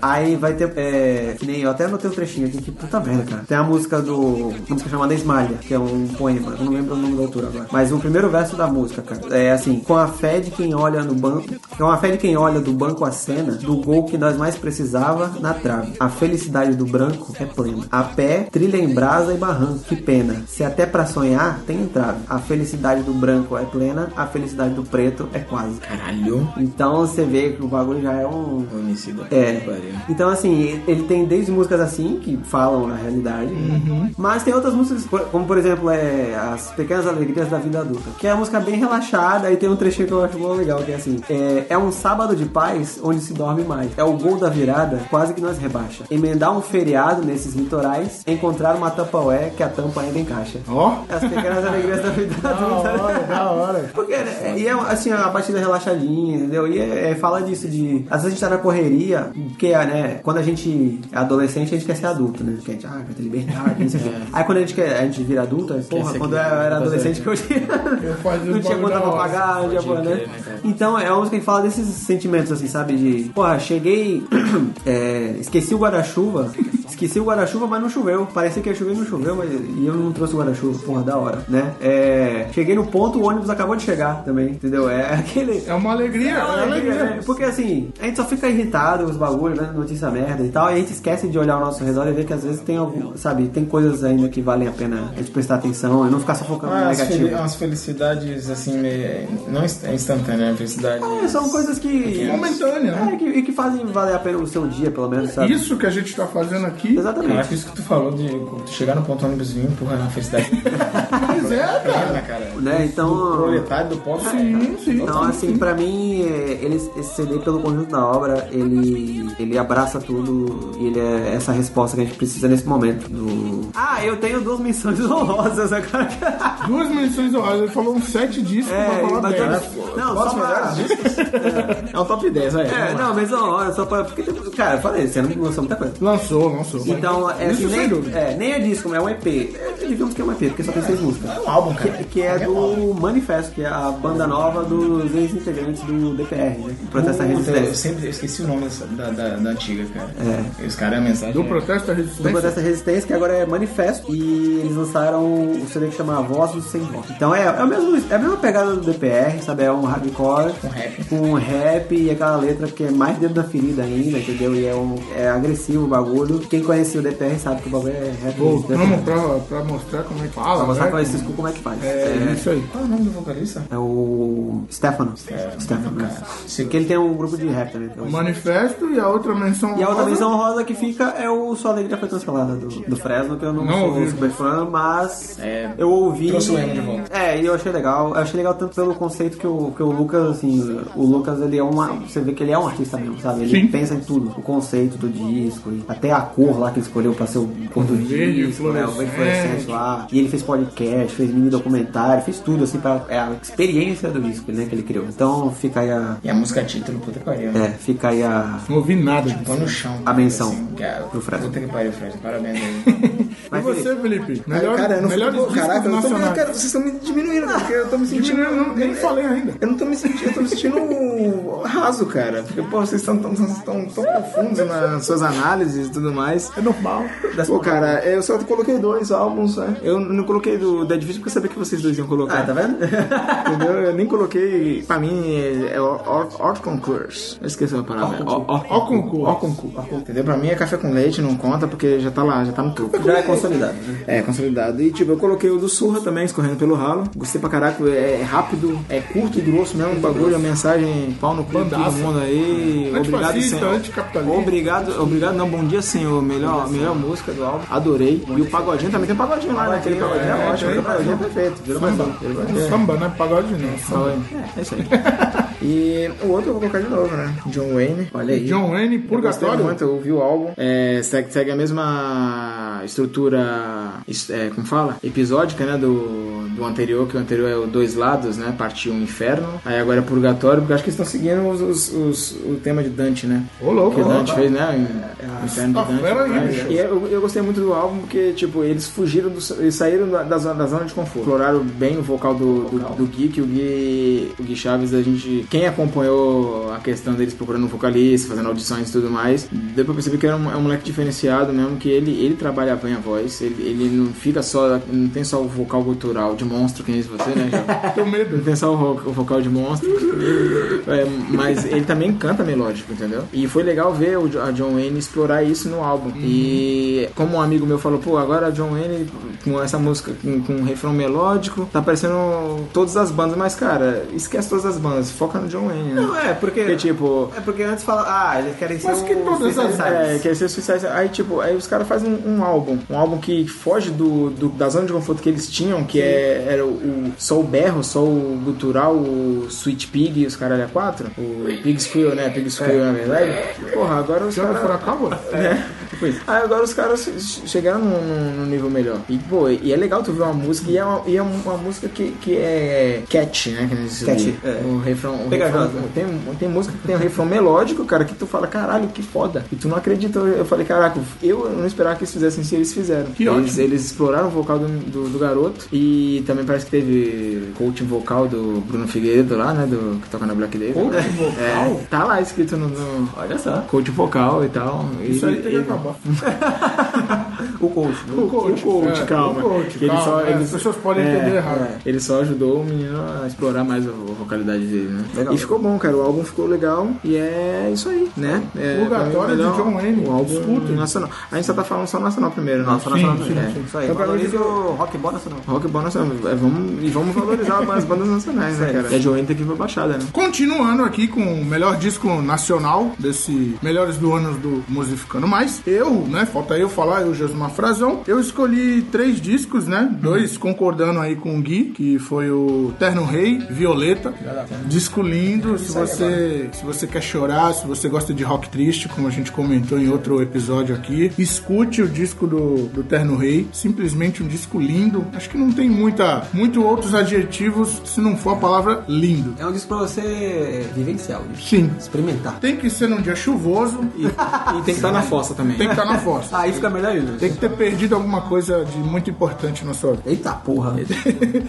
[SPEAKER 2] Aí vai ter, é, que nem eu até anotei um trechinho aqui, que puta merda, cara. Tem a música do, uma música chamada Esmalha, que é um poema, eu não lembro o nome da autora agora. Mas o primeiro verso da música, cara, é assim, com a fé de quem olha no banco, com a fé de quem olha do banco à cena, do gol que nós mais precisava na trave. A felicidade do branco é plena. A pé, trilha em brasa e barranco, que pena. Se até pra sonhar, tem entrada. A felicidade do branco é plena, a felicidade do preto é quase.
[SPEAKER 3] Caralho.
[SPEAKER 2] Então você vê que o bagulho já é um.
[SPEAKER 3] O homicida.
[SPEAKER 2] É.
[SPEAKER 3] Pariu.
[SPEAKER 2] Então, assim, assim, ele tem desde músicas assim, que falam a realidade, né? mas tem outras músicas, por- como por exemplo, é As Pequenas Alegrias da Vida Adulta, que é uma música bem relaxada, e tem um trechinho que eu acho bom legal, que é assim, é, é um sábado de paz onde se dorme mais, é o gol da virada, quase que nós rebaixa, emendar um feriado nesses litorais, encontrar uma tapaué que a tampa ainda encaixa.
[SPEAKER 1] Ó,
[SPEAKER 2] As Pequenas Alegrias da Vida
[SPEAKER 1] da
[SPEAKER 2] Adulta.
[SPEAKER 1] hora, da hora.
[SPEAKER 2] Porque, né, e é assim, a partida relaxadinha, entendeu? E é, é, fala disso de. Às vezes a gente tá na correria, porque, né, quando a gente é adolescente, a gente quer ser adulto, né? Porque a gente, ah, quer ter liberdade, não sei o quê. Aí quando a gente, quer, a gente vira adulto, aí, porra,
[SPEAKER 3] Esquece
[SPEAKER 2] quando eu
[SPEAKER 3] aquilo,
[SPEAKER 2] era
[SPEAKER 3] fazer.
[SPEAKER 2] adolescente que eu tinha.
[SPEAKER 1] Eu fazia
[SPEAKER 2] *laughs* não
[SPEAKER 1] os
[SPEAKER 2] tinha
[SPEAKER 1] bagulho
[SPEAKER 2] conta
[SPEAKER 1] da
[SPEAKER 2] pra
[SPEAKER 1] hora.
[SPEAKER 2] pagar, não tinha porra, né?
[SPEAKER 3] crer, né, cara?
[SPEAKER 2] Então é uma música que fala desses sentimentos, assim, sabe? De, porra, cheguei, *clears throat* é, esqueci o guarda-chuva. Esqueci o guarda-chuva, mas não choveu. Parecia que ia chover e não choveu, mas e eu não trouxe o guarda-chuva, porra, da hora, né? É, cheguei no ponto, o ônibus acabou de chegar também, entendeu? É *laughs* aquele.
[SPEAKER 1] É uma alegria, é uma alegria.
[SPEAKER 2] né? Porque assim, a gente só fica irritado com os bagulhos, né? Notícia merda e tal, e a gente esquece de olhar ao nosso redor e ver que às vezes tem algum, sabe, tem coisas ainda que valem a pena a gente prestar atenção e não ficar só focando no
[SPEAKER 3] Ah, as,
[SPEAKER 2] Então, negativo.
[SPEAKER 3] fel- as felicidades, assim, meio- não inst- é instantânea, a felicidade.
[SPEAKER 2] É, são coisas que.
[SPEAKER 1] Momentânea, né?
[SPEAKER 2] É, que, e que fazem valer a pena o seu dia, pelo menos, sabe?
[SPEAKER 1] Isso que a gente tá fazendo aqui.
[SPEAKER 2] Exatamente.
[SPEAKER 3] Caraca, Ah, é isso que tu falou de tu chegar no ponto ônibus e vir empurrar na
[SPEAKER 2] *laughs*
[SPEAKER 3] felicidade
[SPEAKER 1] Pois é, cara.
[SPEAKER 3] plena, cara.
[SPEAKER 2] Né? Então.
[SPEAKER 3] Proletário do pobre.
[SPEAKER 1] Sim, sim.
[SPEAKER 2] Então, assim, pra mim, é, ele, esse CD, pelo conjunto da obra, ele, ele abraça tudo e ele é essa resposta que a gente precisa nesse momento. Do... Ah, eu tenho duas missões *laughs* honrosas agora.
[SPEAKER 1] Duas menções honrosas. Ele falou uns sete discos
[SPEAKER 2] tá- É,
[SPEAKER 1] pra falar
[SPEAKER 2] mas eu-
[SPEAKER 1] dela.
[SPEAKER 2] não,
[SPEAKER 3] Posso
[SPEAKER 2] só
[SPEAKER 3] melhorar
[SPEAKER 2] pra...
[SPEAKER 3] os discos? É um top 10,
[SPEAKER 2] *laughs*
[SPEAKER 3] olha.
[SPEAKER 2] É,
[SPEAKER 3] vamos lá.
[SPEAKER 2] não, mas não, olha, só pra... Porque, tem- cara, eu falei, você não lançou muita coisa.
[SPEAKER 1] Lançou, lançou.
[SPEAKER 2] Então, é assim,
[SPEAKER 1] Isso sem
[SPEAKER 2] nem,
[SPEAKER 1] dúvida.
[SPEAKER 2] é, nem é disco, é um EP. É, digamos que é um EP, porque só tem seis músicas.
[SPEAKER 3] É um álbum, cara.
[SPEAKER 2] Que, que é do Manifesto, que é a banda nova dos ex-integrantes do DPR, né? Protesto à
[SPEAKER 3] Puta, eu
[SPEAKER 2] Resistência.
[SPEAKER 3] sempre eu esqueci o nome dessa- da, da, da antiga, cara.
[SPEAKER 2] É.
[SPEAKER 3] E os caras, a mensagem.
[SPEAKER 1] Do
[SPEAKER 3] é-
[SPEAKER 1] protesto à
[SPEAKER 2] Do
[SPEAKER 1] resistência.
[SPEAKER 2] Protesto à Resistência, que agora é Manifesto, e eles lançaram o CD que chama Voz do Sem Voz. Então é, é, o mesmo, é a mesma pegada do DPR, sabe? É um hardcore.
[SPEAKER 3] Um rap.
[SPEAKER 2] Com rap e aquela letra que é mais dentro da ferida ainda, entendeu? E é, um, é agressivo o bagulho. Quem conhecia o DPR sabe que o bagulho é rap.
[SPEAKER 1] Voltamos pra, pra mostrar como é que fala.
[SPEAKER 2] Pra mostrar
[SPEAKER 1] né?
[SPEAKER 2] pra esses cu como é que faz.
[SPEAKER 1] É isso aí.
[SPEAKER 3] Qual é o nome do vocalista?
[SPEAKER 2] É o Stefano. Stefano, né?
[SPEAKER 3] Sim.
[SPEAKER 2] Porque ele tem um grupo de rap também.
[SPEAKER 1] O manifesto e a outra menção
[SPEAKER 2] E a outra
[SPEAKER 1] honrosa-
[SPEAKER 2] menção rosa que fica é o Sua Alegria Foi Cancelada, do, do Fresno, que eu não,
[SPEAKER 1] Não
[SPEAKER 2] sou
[SPEAKER 1] ouvi.
[SPEAKER 2] super fã, mas
[SPEAKER 3] É,
[SPEAKER 2] eu ouvi...
[SPEAKER 3] trouxe o emo de volta.
[SPEAKER 2] É, e eu achei legal. Eu achei legal tanto pelo conceito que o, que o Lucas, assim, o Lucas, ele é um... Você vê que ele é um artista mesmo, sabe? Ele
[SPEAKER 1] Sim.
[SPEAKER 2] pensa em tudo. O conceito do disco, e até a cor lá que ele escolheu pra ser o cor do
[SPEAKER 1] Verde
[SPEAKER 2] disco, né? O
[SPEAKER 1] fluorescente.
[SPEAKER 2] verde fluorescente lá. E ele fez podcast, fez mini documentário, fez tudo, assim, pra, é a experiência do disco, né, que ele criou. Então fica aí a...
[SPEAKER 3] E a música título, puta que pariu.
[SPEAKER 2] É, fica aí a...
[SPEAKER 1] Não ouvi nada. disso.
[SPEAKER 3] Põe no chão.
[SPEAKER 2] A menção
[SPEAKER 3] cara. assim, é
[SPEAKER 2] pro Fred.
[SPEAKER 3] Puta que pariu, Fred.
[SPEAKER 2] *laughs*
[SPEAKER 3] Parabéns aí.
[SPEAKER 1] E
[SPEAKER 2] Mas,
[SPEAKER 1] você,
[SPEAKER 2] Felipe,
[SPEAKER 1] Felipe? Melhor,
[SPEAKER 3] cara, eu não
[SPEAKER 1] melhores
[SPEAKER 3] fico,
[SPEAKER 1] discos
[SPEAKER 3] caraca, eu tô,
[SPEAKER 1] nacionais.
[SPEAKER 3] cara, vocês estão me diminuindo, porque eu tô me sentindo.
[SPEAKER 1] Diminuindo, não- nem
[SPEAKER 3] eu-
[SPEAKER 1] falei ainda.
[SPEAKER 3] Eu não tô me sentindo, eu tô me sentindo raso, cara. Porque, pô, vocês estão tão, tão, tão, tão confusos nas suas análises e tudo mais.
[SPEAKER 1] É normal.
[SPEAKER 3] Pô, cara, eu só coloquei dois álbuns, né? Eu não coloquei do Dead Vision porque eu sabia que vocês dois iam colocar.
[SPEAKER 2] Ah, tá vendo?
[SPEAKER 3] Entendeu? Eu nem coloquei. Pra mim, é, é Or- Or- Or Concourse. Eu esqueci a palavra.
[SPEAKER 1] Ó o concurso.
[SPEAKER 3] Or- Entendeu? Pra mim é café com leite, não conta, porque já tá lá, já tá no topo.
[SPEAKER 2] Já é consolidado, né?
[SPEAKER 3] É, consolidado. E tipo, eu coloquei o do Surra também, escorrendo pelo ralo. Gostei pra caraca, é rápido, é curto e grosso mesmo o bagulho, a mensagem pau no cu de todo
[SPEAKER 1] Bandaça.
[SPEAKER 3] mundo aí. Obrigado,
[SPEAKER 1] Antifascista,
[SPEAKER 3] senhor.
[SPEAKER 1] anticapitalista.
[SPEAKER 3] Obrigado, obrigado não, bom dia senhor. Melhor, melhor música do álbum. Adorei. E o pagodinho também tem um pagodinho lá, né? Aquele pagodinho é,
[SPEAKER 1] é,
[SPEAKER 3] ótimo,
[SPEAKER 1] tem.
[SPEAKER 3] aquele pagodinho é perfeito. Virou mais um. Virou mais um.
[SPEAKER 1] Samba, né? Pagode não. Samba.
[SPEAKER 3] É, é isso aí. *laughs* E o outro eu vou colocar de novo, né? John Wayne.
[SPEAKER 2] Olha aí.
[SPEAKER 1] John Wayne,
[SPEAKER 3] Eu gostei
[SPEAKER 1] Purgatório.
[SPEAKER 3] muito, eu ouvi o álbum. É, segue, segue a mesma estrutura, es- é, como fala? Episódica, né? Do, do anterior, que o anterior é o Dois Lados, né? Partiu o Inferno. Aí agora é Purgatório, porque eu acho que eles estão seguindo os, os- os- o tema de Dante, né?
[SPEAKER 1] Ô, louco.
[SPEAKER 3] Que Dante fez, né? O Inferno
[SPEAKER 1] tá
[SPEAKER 3] de Dante.
[SPEAKER 1] fera aí,
[SPEAKER 3] né?
[SPEAKER 1] bicho.
[SPEAKER 3] E eu, eu gostei muito do álbum porque, tipo, eles fugiram, do, eles saíram da, da zona, da zona de conforto. Exploraram bem o vocal do, do, do Gui, que o Gui, o Gui Chaves, a gente. Quem acompanhou a questão deles procurando um vocalista, fazendo audições e tudo mais, deu pra perceber que era um, é um moleque diferenciado mesmo, que ele, ele trabalha trabalha bem a voz, ele, ele não fica só, não tem só o vocal gutural de monstro, que nem isso você, né, Japa?
[SPEAKER 1] Tenho medo.
[SPEAKER 3] Não tem só o, vo- o vocal de
[SPEAKER 2] *laughs*
[SPEAKER 3] monstro. É, mas ele também canta melódico, entendeu? E foi legal ver o Jo- a John Wayne explorar isso no álbum.
[SPEAKER 2] Uhum.
[SPEAKER 3] E como um amigo meu falou, pô, agora a John Wayne com essa música com, com um refrão melódico, tá parecendo todas as bandas, mas cara, esquece todas as bandas, foca no John Wayne, né?
[SPEAKER 2] Não, é, porque.
[SPEAKER 3] Porque tipo,
[SPEAKER 2] É porque antes fala, ah, eles querem ser
[SPEAKER 1] Mas que
[SPEAKER 2] um
[SPEAKER 1] todas
[SPEAKER 2] Suicide
[SPEAKER 1] as-
[SPEAKER 2] Silence.
[SPEAKER 3] é, que esse sucesso. Aí, tipo, aí os caras fazem um, um álbum. Um álbum que foge do, do- da zona de conforto que eles tinham, que é, era o, o- só o berro, só o gutural, o Sweet Pig e os caralho a quatro. O Pig's Squeal, né? Pig's Squeal, na verdade. Porra, agora os
[SPEAKER 1] Já
[SPEAKER 3] caras... *laughs* É,
[SPEAKER 1] foram acabou?
[SPEAKER 3] Aí agora os caras che- chegaram num, num- num nível melhor. E, pô, e é legal tu ver uma música, e é uma, e é uma música que, que é catch, né? Que eles-
[SPEAKER 2] Catchy, é.
[SPEAKER 3] O Um refrão. O
[SPEAKER 2] Pegajosa.
[SPEAKER 3] refrão tem, tem música que tem um refrão melódico, cara, que tu fala, caralho, que foda. E tu não acredita. Eu falei, caraca, eu não esperava que eles fizessem isso e eles fizeram.
[SPEAKER 1] Que
[SPEAKER 3] eles,
[SPEAKER 1] ótimo.
[SPEAKER 3] eles exploraram o vocal do, do, do garoto. E também parece que teve coaching vocal do Bruno Figueiredo lá, né? Do, que toca na Black Day.
[SPEAKER 1] Coaching vocal?
[SPEAKER 3] tá lá escrito no. no
[SPEAKER 2] Olha só.
[SPEAKER 3] coaching vocal e tal.
[SPEAKER 1] Isso
[SPEAKER 3] E-
[SPEAKER 1] aí tem que
[SPEAKER 3] e-
[SPEAKER 1] acabar.
[SPEAKER 2] O coach.
[SPEAKER 3] *laughs* o coach,
[SPEAKER 1] é,
[SPEAKER 3] calma.
[SPEAKER 1] o coach,
[SPEAKER 3] Que ele
[SPEAKER 1] calma,
[SPEAKER 3] só-
[SPEAKER 1] é,
[SPEAKER 3] ele-
[SPEAKER 1] as pessoas podem
[SPEAKER 3] é,
[SPEAKER 1] entender errado.
[SPEAKER 3] é. Ele só ajudou o menino a explorar mais a vo- vocalidade dele, né?
[SPEAKER 2] Legal.
[SPEAKER 3] E ficou bom, cara. O álbum ficou legal e é isso aí, né? É,
[SPEAKER 1] Purgatório
[SPEAKER 3] pra mim, o melhor-
[SPEAKER 1] de John Wayne.
[SPEAKER 3] O álbum
[SPEAKER 1] Escutem.
[SPEAKER 3] nacional. A gente só tá falando só nacional primeiro, né?
[SPEAKER 2] Nossa, nacional
[SPEAKER 1] sim,
[SPEAKER 2] também. Isso
[SPEAKER 3] sim,
[SPEAKER 2] aí.
[SPEAKER 3] Então, Eu quero
[SPEAKER 2] Valoriza
[SPEAKER 3] dizer-
[SPEAKER 2] o rock bora nacional.
[SPEAKER 3] Rock bom nacional. É, vamos, e vamos valorizar as bandas nacionais, né,
[SPEAKER 2] Isso aí.
[SPEAKER 3] cara? E a John Wayne tem que ir pra baixada, né?
[SPEAKER 1] Continuando aqui com o melhor disco nacional desse melhores do ano do Musificando Mais, eu, né, falta eu falar, eu Josmar Frazão, eu escolhi três discos, né, dois concordando aí com o Gui, que foi o Terno Rei, Violeta, disco lindo, se você, se você quer chorar, se você gosta de rock triste, como a gente comentou em outro episódio aqui, escute o disco do, do Terno Rei, simplesmente um disco lindo, acho que não tem muita, muito outros adjetivos, se não for a palavra lindo.
[SPEAKER 2] É um disco pra você vivenciar, o disco.
[SPEAKER 1] Sim.
[SPEAKER 2] experimentar.
[SPEAKER 1] Tem que ser num dia chuvoso e
[SPEAKER 3] E tem que estar na fossa também.
[SPEAKER 1] tem que estar na
[SPEAKER 2] *laughs*
[SPEAKER 1] fossa.
[SPEAKER 2] Aí fica melhor ainda.
[SPEAKER 1] Tem que ter perdido alguma coisa de muito importante na sua vida. *laughs*
[SPEAKER 2] Eita porra.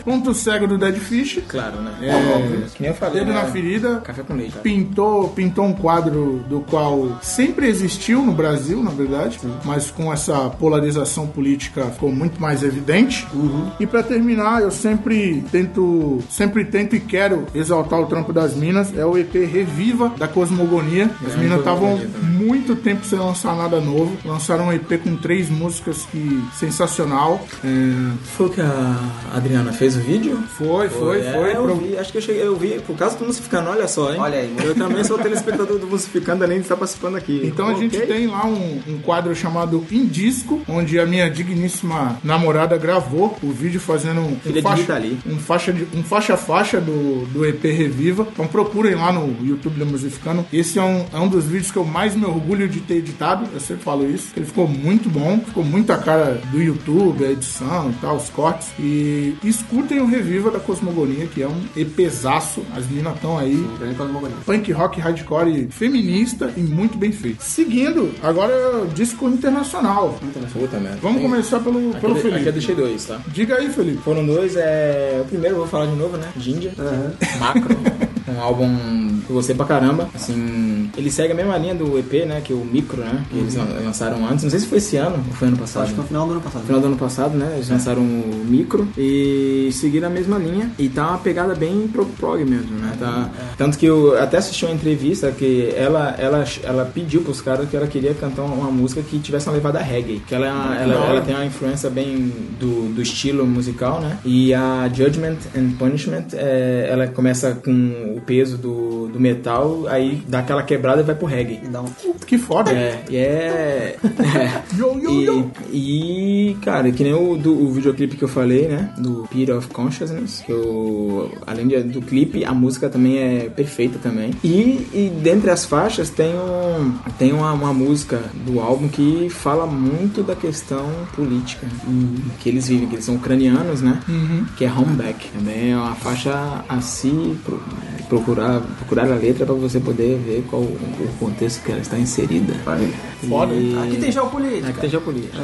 [SPEAKER 1] Ponto cego do Dead Fish.
[SPEAKER 3] Claro, né?
[SPEAKER 1] É,
[SPEAKER 3] Que nem eu falei.
[SPEAKER 1] dedo
[SPEAKER 3] né?
[SPEAKER 1] na ferida.
[SPEAKER 3] Café com leite, cara.
[SPEAKER 1] Pintou, pintou um quadro do qual sempre existiu no Brasil, na verdade, mas com essa polarização política ficou muito mais evidente.
[SPEAKER 3] Uhum.
[SPEAKER 1] E pra terminar, eu sempre tento, sempre tento e quero exaltar o trampo das minas. É o EP Reviva da Cosmogonia. As minas estavam
[SPEAKER 3] É, Cosmogonia também.
[SPEAKER 1] muito tempo sem lançar nada novo. Lançaram um EP com três músicas que sensacional. É,
[SPEAKER 3] Foi o que a Adriana fez o vídeo?
[SPEAKER 1] foi, foi,
[SPEAKER 3] É,
[SPEAKER 1] foi.
[SPEAKER 3] Eu
[SPEAKER 1] Pro-
[SPEAKER 3] vi, acho que eu cheguei, eu vi, por causa do Musificando, olha só, hein?
[SPEAKER 2] Olha aí.
[SPEAKER 3] Eu também *laughs* sou telespectador do Musificando, além de estar participando aqui.
[SPEAKER 1] Então a
[SPEAKER 3] Ok.
[SPEAKER 1] gente tem lá um, um quadro chamado Indisco, onde a minha digníssima namorada gravou o vídeo fazendo um,
[SPEAKER 3] Filha de Rita
[SPEAKER 1] faixa,
[SPEAKER 3] Lee.
[SPEAKER 1] um faixa de- um faixa a faixa do, do EP Reviva. Então procurem lá no YouTube da Musificando. Esse é um, é um dos vídeos que eu mais me orgulho de ter editado. Eu sempre falo isso. Ele ficou muito bom, ficou muito a cara do YouTube, a edição e tal, os cortes. E escutem o Reviva da Cosmogonia, que é um EPzaço. As meninas estão aí
[SPEAKER 3] tá
[SPEAKER 2] Grande cosmogonia.
[SPEAKER 1] punk rock hardcore feminista e muito bem feito. Seguindo, agora é o disco internacional.
[SPEAKER 3] Puta merda.
[SPEAKER 1] Vamos começar pelo, pelo
[SPEAKER 3] Aqui, aqui eu
[SPEAKER 1] Felipe.
[SPEAKER 3] deixei dois, tá?
[SPEAKER 1] Diga aí, Felipe.
[SPEAKER 3] Foram dois, é. O primeiro eu vou falar de novo, né? Ginger. Macro. *laughs* um álbum que eu gostei pra caramba. Assim. Ele segue a mesma linha do EP, né? Que é o Micro, né? Que eles lan- lançaram antes. Não sei se foi esse ano ou foi ano passado.
[SPEAKER 2] Uhum. Acho que foi no final do ano passado.
[SPEAKER 3] No final do ano passado, né? Eles lançaram o micro e seguiram a mesma linha. E tá uma pegada bem pro prog mesmo, né? Tá- Tanto que eu até assisti uma entrevista que ela, ela, ela pediu pros caras que ela queria cantar uma música que tivesse uma levada reggae. Que ela, é
[SPEAKER 2] Ah,
[SPEAKER 3] uma- ela, ela tem uma influência bem do, do estilo musical, né? E a Judgment and Punishment, é, ela começa com o peso do, do metal, aí dá aquela quebrada e vai pro reggae.
[SPEAKER 2] E dá um-
[SPEAKER 1] Que foda.
[SPEAKER 3] É, e é. *laughs*
[SPEAKER 1] Yo, yo, yo.
[SPEAKER 3] E, e, cara, que nem o, do, o videoclipe que eu falei, né? Do Peer of Consciousness. Que eu, além de- do clipe, a música também é perfeita também. E, e dentre as faixas tem, um, tem uma, uma música do álbum que fala muito da questão política
[SPEAKER 1] Uhum.
[SPEAKER 3] que eles vivem, que eles são ucranianos, né? Que é Homeback. Também é uma faixa a si. pro- procurar, procurar a letra pra você poder ver qual o contexto que ela está inserida.
[SPEAKER 1] Foda.
[SPEAKER 3] E-
[SPEAKER 2] Aqui tem geopolítica.
[SPEAKER 3] Aqui tem geopolítica.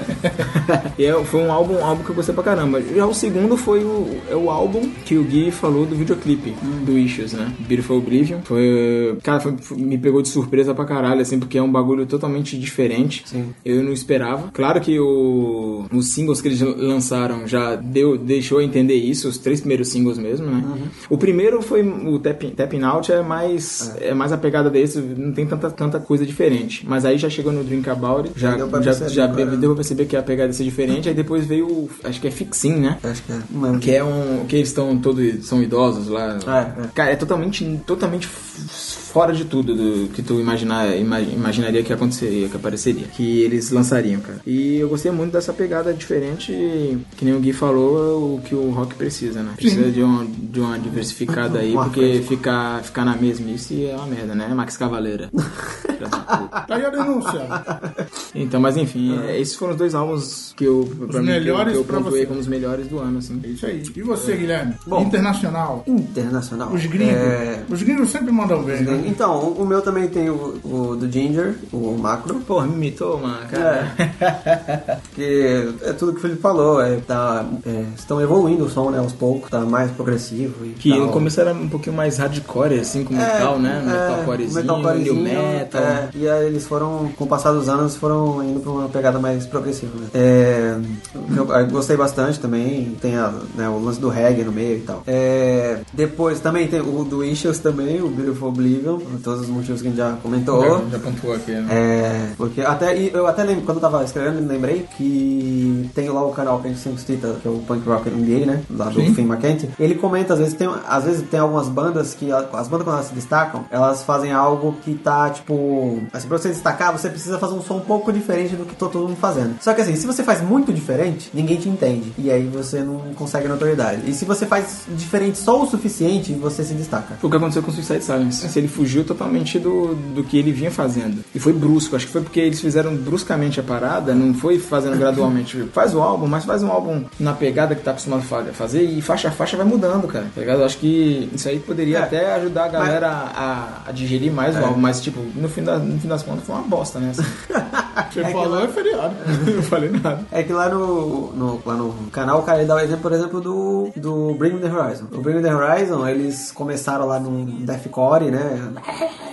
[SPEAKER 3] *laughs* e é- foi um álbum, um álbum que eu gostei pra caramba. Já o segundo foi o, é o álbum que o Gui falou do videoclipe
[SPEAKER 2] Hum.
[SPEAKER 3] do Issues, né? Beautiful Oblivion. Foi. Cara, foi- foi- me pegou de surpresa pra caralho, assim, porque é um bagulho totalmente diferente.
[SPEAKER 2] Sim.
[SPEAKER 3] Eu não esperava. Claro que o, os singles que eles lançaram já deu, deixou a entender isso, os três primeiros singles mesmo, né?
[SPEAKER 2] Uhum.
[SPEAKER 3] O primeiro foi o Tapping Tapping Out, é mais, é. mais a pegada desse, não tem tanta, tanta coisa diferente. Mas aí já chegou no Drink About It, já,
[SPEAKER 2] deu pra
[SPEAKER 3] já,
[SPEAKER 2] perceber,
[SPEAKER 3] já
[SPEAKER 2] cara.
[SPEAKER 3] deu pra perceber que a pegada ia ser diferente. Aí depois veio, o- acho que é Fixin, né?
[SPEAKER 2] Acho que é. Não lembro.
[SPEAKER 3] Que é um. Que eles estão todos. São idosos lá.
[SPEAKER 2] É, é.
[SPEAKER 3] Cara, é totalmente. Totalmente f- fora de tudo do que tu imaginar, ima- imaginaria que aconteceria, que apareceria. Que eles lançariam, cara. E eu gostei muito dessa pegada diferente. e, Que nem o Gui falou, o que o rock precisa, né? Precisa de, um, de
[SPEAKER 2] *laughs*
[SPEAKER 3] uma diversificada aí,
[SPEAKER 2] Um ar
[SPEAKER 3] porque ficar, ficar na mesmice é uma merda, né?
[SPEAKER 2] *laughs*
[SPEAKER 3] Max Cavaleira. Filha da puta.
[SPEAKER 1] Tá aí a denúncia.
[SPEAKER 3] então, mas enfim, é, esses foram os dois álbuns que eu, pra mim, que eu-
[SPEAKER 1] Ah. melhores
[SPEAKER 3] que eu
[SPEAKER 1] pra
[SPEAKER 3] pontuei
[SPEAKER 1] você.
[SPEAKER 3] como os melhores do ano, assim.
[SPEAKER 1] É isso aí. E você, Guilherme?
[SPEAKER 2] Bom.
[SPEAKER 1] Internacional.
[SPEAKER 2] é Internacional.
[SPEAKER 1] Os gringos.
[SPEAKER 2] É,
[SPEAKER 1] Os gringos sempre mandam bem, né?
[SPEAKER 2] Então, o o meu também tem o, o do Ginger, o macro.
[SPEAKER 3] Porra, me imitou, mano, cara.
[SPEAKER 2] É. que é tudo que o Felipe falou, é, tá, é, estão evoluindo o som, né, aos poucos, tá mais progressivo e
[SPEAKER 3] Que
[SPEAKER 2] tal.
[SPEAKER 3] no começo era um pouquinho mais hardcore, assim, com metal, né? Metalcorezinho,
[SPEAKER 2] É, metalcorezinho,
[SPEAKER 3] new metal.
[SPEAKER 2] é, e aí eles foram, com o passar dos anos, foram indo pra uma pegada mais progressiva, né? É, eu, eu gostei bastante também, tem a- né, o lance do reggae no meio e tal. É, depois também tem o do Issues também, o Beautiful Oblivion, por todos os motivos que a gente já comentou.
[SPEAKER 3] Já pontuou aqui, né?
[SPEAKER 2] É, porque até, e eu até lembro, quando eu tava escrevendo, lembrei que tem lá o canal que a gente sempre cita, que é o Punk Rock NBA, né? Lá do Finn McKenty. Ele comenta, às vezes, tem, às vezes tem algumas bandas que, a- as bandas quando elas se destacam, elas fazem algo que tá, tipo, assim, pra você destacar, você precisa fazer um som um pouco diferente do que tá todo mundo fazendo. Só que assim, se você faz muito diferente, ninguém te entende. E aí você não consegue notoriedade. E se você faz diferente só o suficiente, você se destaca.
[SPEAKER 3] Foi o que aconteceu com o Suicide Silence. Assim, Ele fugiu totalmente do, do que ele vinha fazendo. E foi brusco. Acho que foi porque eles fizeram bruscamente a parada, não foi fazendo gradualmente. *laughs* Faz o álbum, mas faz um álbum na pegada que tá acostumado a fa- fazer e faixa a faixa vai mudando, cara. Tá ligado? Eu acho que isso aí poderia
[SPEAKER 2] É.
[SPEAKER 3] até ajudar a galera a, a digerir mais o álbum. Mas, tipo, no fim, da- no fim das contas foi uma bosta,
[SPEAKER 2] *laughs*
[SPEAKER 3] né? Assim,
[SPEAKER 1] Você falou é feriado.
[SPEAKER 3] eu não falei nada.
[SPEAKER 2] É que lá no, no- lá no canal, o cara ele dá o exemplo, por exemplo, do, do Bring Me The Horizon. O Bring Me The Horizon, eles começaram lá num Deathcore, né?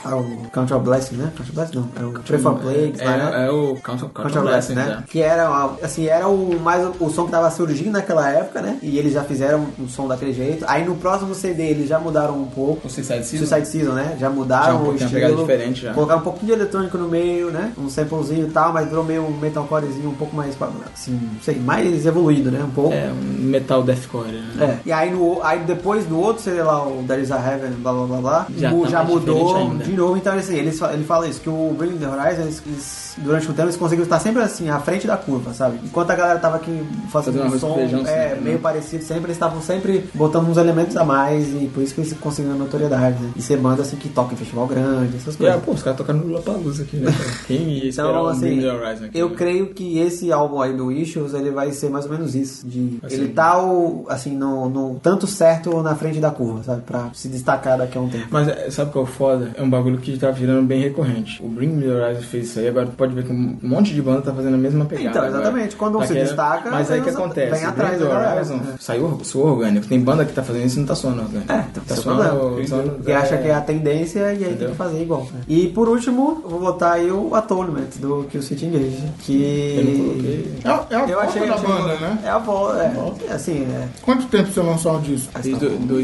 [SPEAKER 2] Ah, o Country of Blessing, né? Country of Blessing, não. É o Pray For Plagues, lá, né?
[SPEAKER 3] É, é o Count of é.
[SPEAKER 2] Country of Blessing, né? Que era, uma- assim, era o, mais o som que tava surgindo naquela época, né? E eles já fizeram um som daquele jeito. Aí no próximo CD eles já mudaram um pouco.
[SPEAKER 3] O Suicide Season.
[SPEAKER 2] Suicide Season, né? Já mudaram
[SPEAKER 3] Já um
[SPEAKER 2] o
[SPEAKER 3] pouquinho, uma
[SPEAKER 2] estilo.
[SPEAKER 3] pegada diferente já.
[SPEAKER 2] Colocaram um pouquinho de eletrônico no meio, né? Um samplezinho e tal, mas virou meio um metalcorezinho um pouco mais, assim, não sei, mais evoluído, né? Um pouco.
[SPEAKER 3] É, um metal deathcore, né?
[SPEAKER 2] É. E aí, no, aí depois do outro, sei lá, o There is a Heaven, blá blá blá blá, mu-
[SPEAKER 3] Já
[SPEAKER 2] já,
[SPEAKER 3] tá mais
[SPEAKER 2] mudou
[SPEAKER 3] diferente ainda.
[SPEAKER 2] de novo. Então, assim, ele, fa- ele fala isso, que o Bring the Horizon, eles- eles- durante o tempo, eles conseguiram estar sempre assim, à frente da curva, sabe? Enquanto a galera tava aqui fazendo
[SPEAKER 3] Fazendo
[SPEAKER 2] um
[SPEAKER 3] arroz com
[SPEAKER 2] som
[SPEAKER 3] feijão
[SPEAKER 2] é,
[SPEAKER 3] sempre, né?
[SPEAKER 2] meio parecido sempre, eles estavam sempre botando uns elementos a mais e por isso que eles conseguiram notoriedade, né? E ser banda assim que toca em festival grande, essas
[SPEAKER 3] E, ah,
[SPEAKER 2] coisas.
[SPEAKER 3] pô, os caras tocaram no Lollapalooza aqui,
[SPEAKER 2] *laughs*
[SPEAKER 3] né? cara? Quem ia esperar
[SPEAKER 2] Então,
[SPEAKER 3] o Bring
[SPEAKER 2] assim,
[SPEAKER 3] the Horizon aqui,
[SPEAKER 2] eu
[SPEAKER 3] né?
[SPEAKER 2] creio que esse álbum aí do Issues, ele vai ser mais ou menos isso. De,
[SPEAKER 3] Assim.
[SPEAKER 2] Ele tá, o, assim, no, no tanto certo ou na frente da curva, sabe? Pra se destacar daqui a um tempo.
[SPEAKER 3] Mas é, sabe o que é o foda? É um bagulho que tá virando bem recorrente. O Bring Me The Horizon fez isso aí, agora tu pode ver que um monte de banda tá fazendo a mesma pegada.
[SPEAKER 2] Então,
[SPEAKER 3] agora. Tá
[SPEAKER 2] exatamente. Quando um se
[SPEAKER 3] querendo-
[SPEAKER 2] destaca,
[SPEAKER 3] Mas aí o que
[SPEAKER 2] vem os-
[SPEAKER 3] acontece?
[SPEAKER 2] vem atrás
[SPEAKER 3] Bring Me
[SPEAKER 2] da
[SPEAKER 3] The
[SPEAKER 2] galera.
[SPEAKER 3] Horizon saiu, soou orgânico. Tem banda que tá fazendo isso e não tá soando orgânico.
[SPEAKER 2] É, então,
[SPEAKER 3] tá
[SPEAKER 2] esse é o
[SPEAKER 3] soando-
[SPEAKER 2] problema.
[SPEAKER 3] soando-
[SPEAKER 2] Que acha que é a tendência e aí tem
[SPEAKER 3] Entendeu?
[SPEAKER 2] que fazer igual. né? E por último, eu vou botar aí o Atonement do Kill City Engage. Que.
[SPEAKER 3] Eu não coloquei.
[SPEAKER 1] É, a- é a
[SPEAKER 2] Eu
[SPEAKER 1] foto
[SPEAKER 2] achei
[SPEAKER 1] da
[SPEAKER 2] achei-
[SPEAKER 1] banda, né?
[SPEAKER 2] É a volta, é. Assim, é.
[SPEAKER 1] Quanto tempo você lançou um disco?
[SPEAKER 2] Assim,
[SPEAKER 3] Desde do-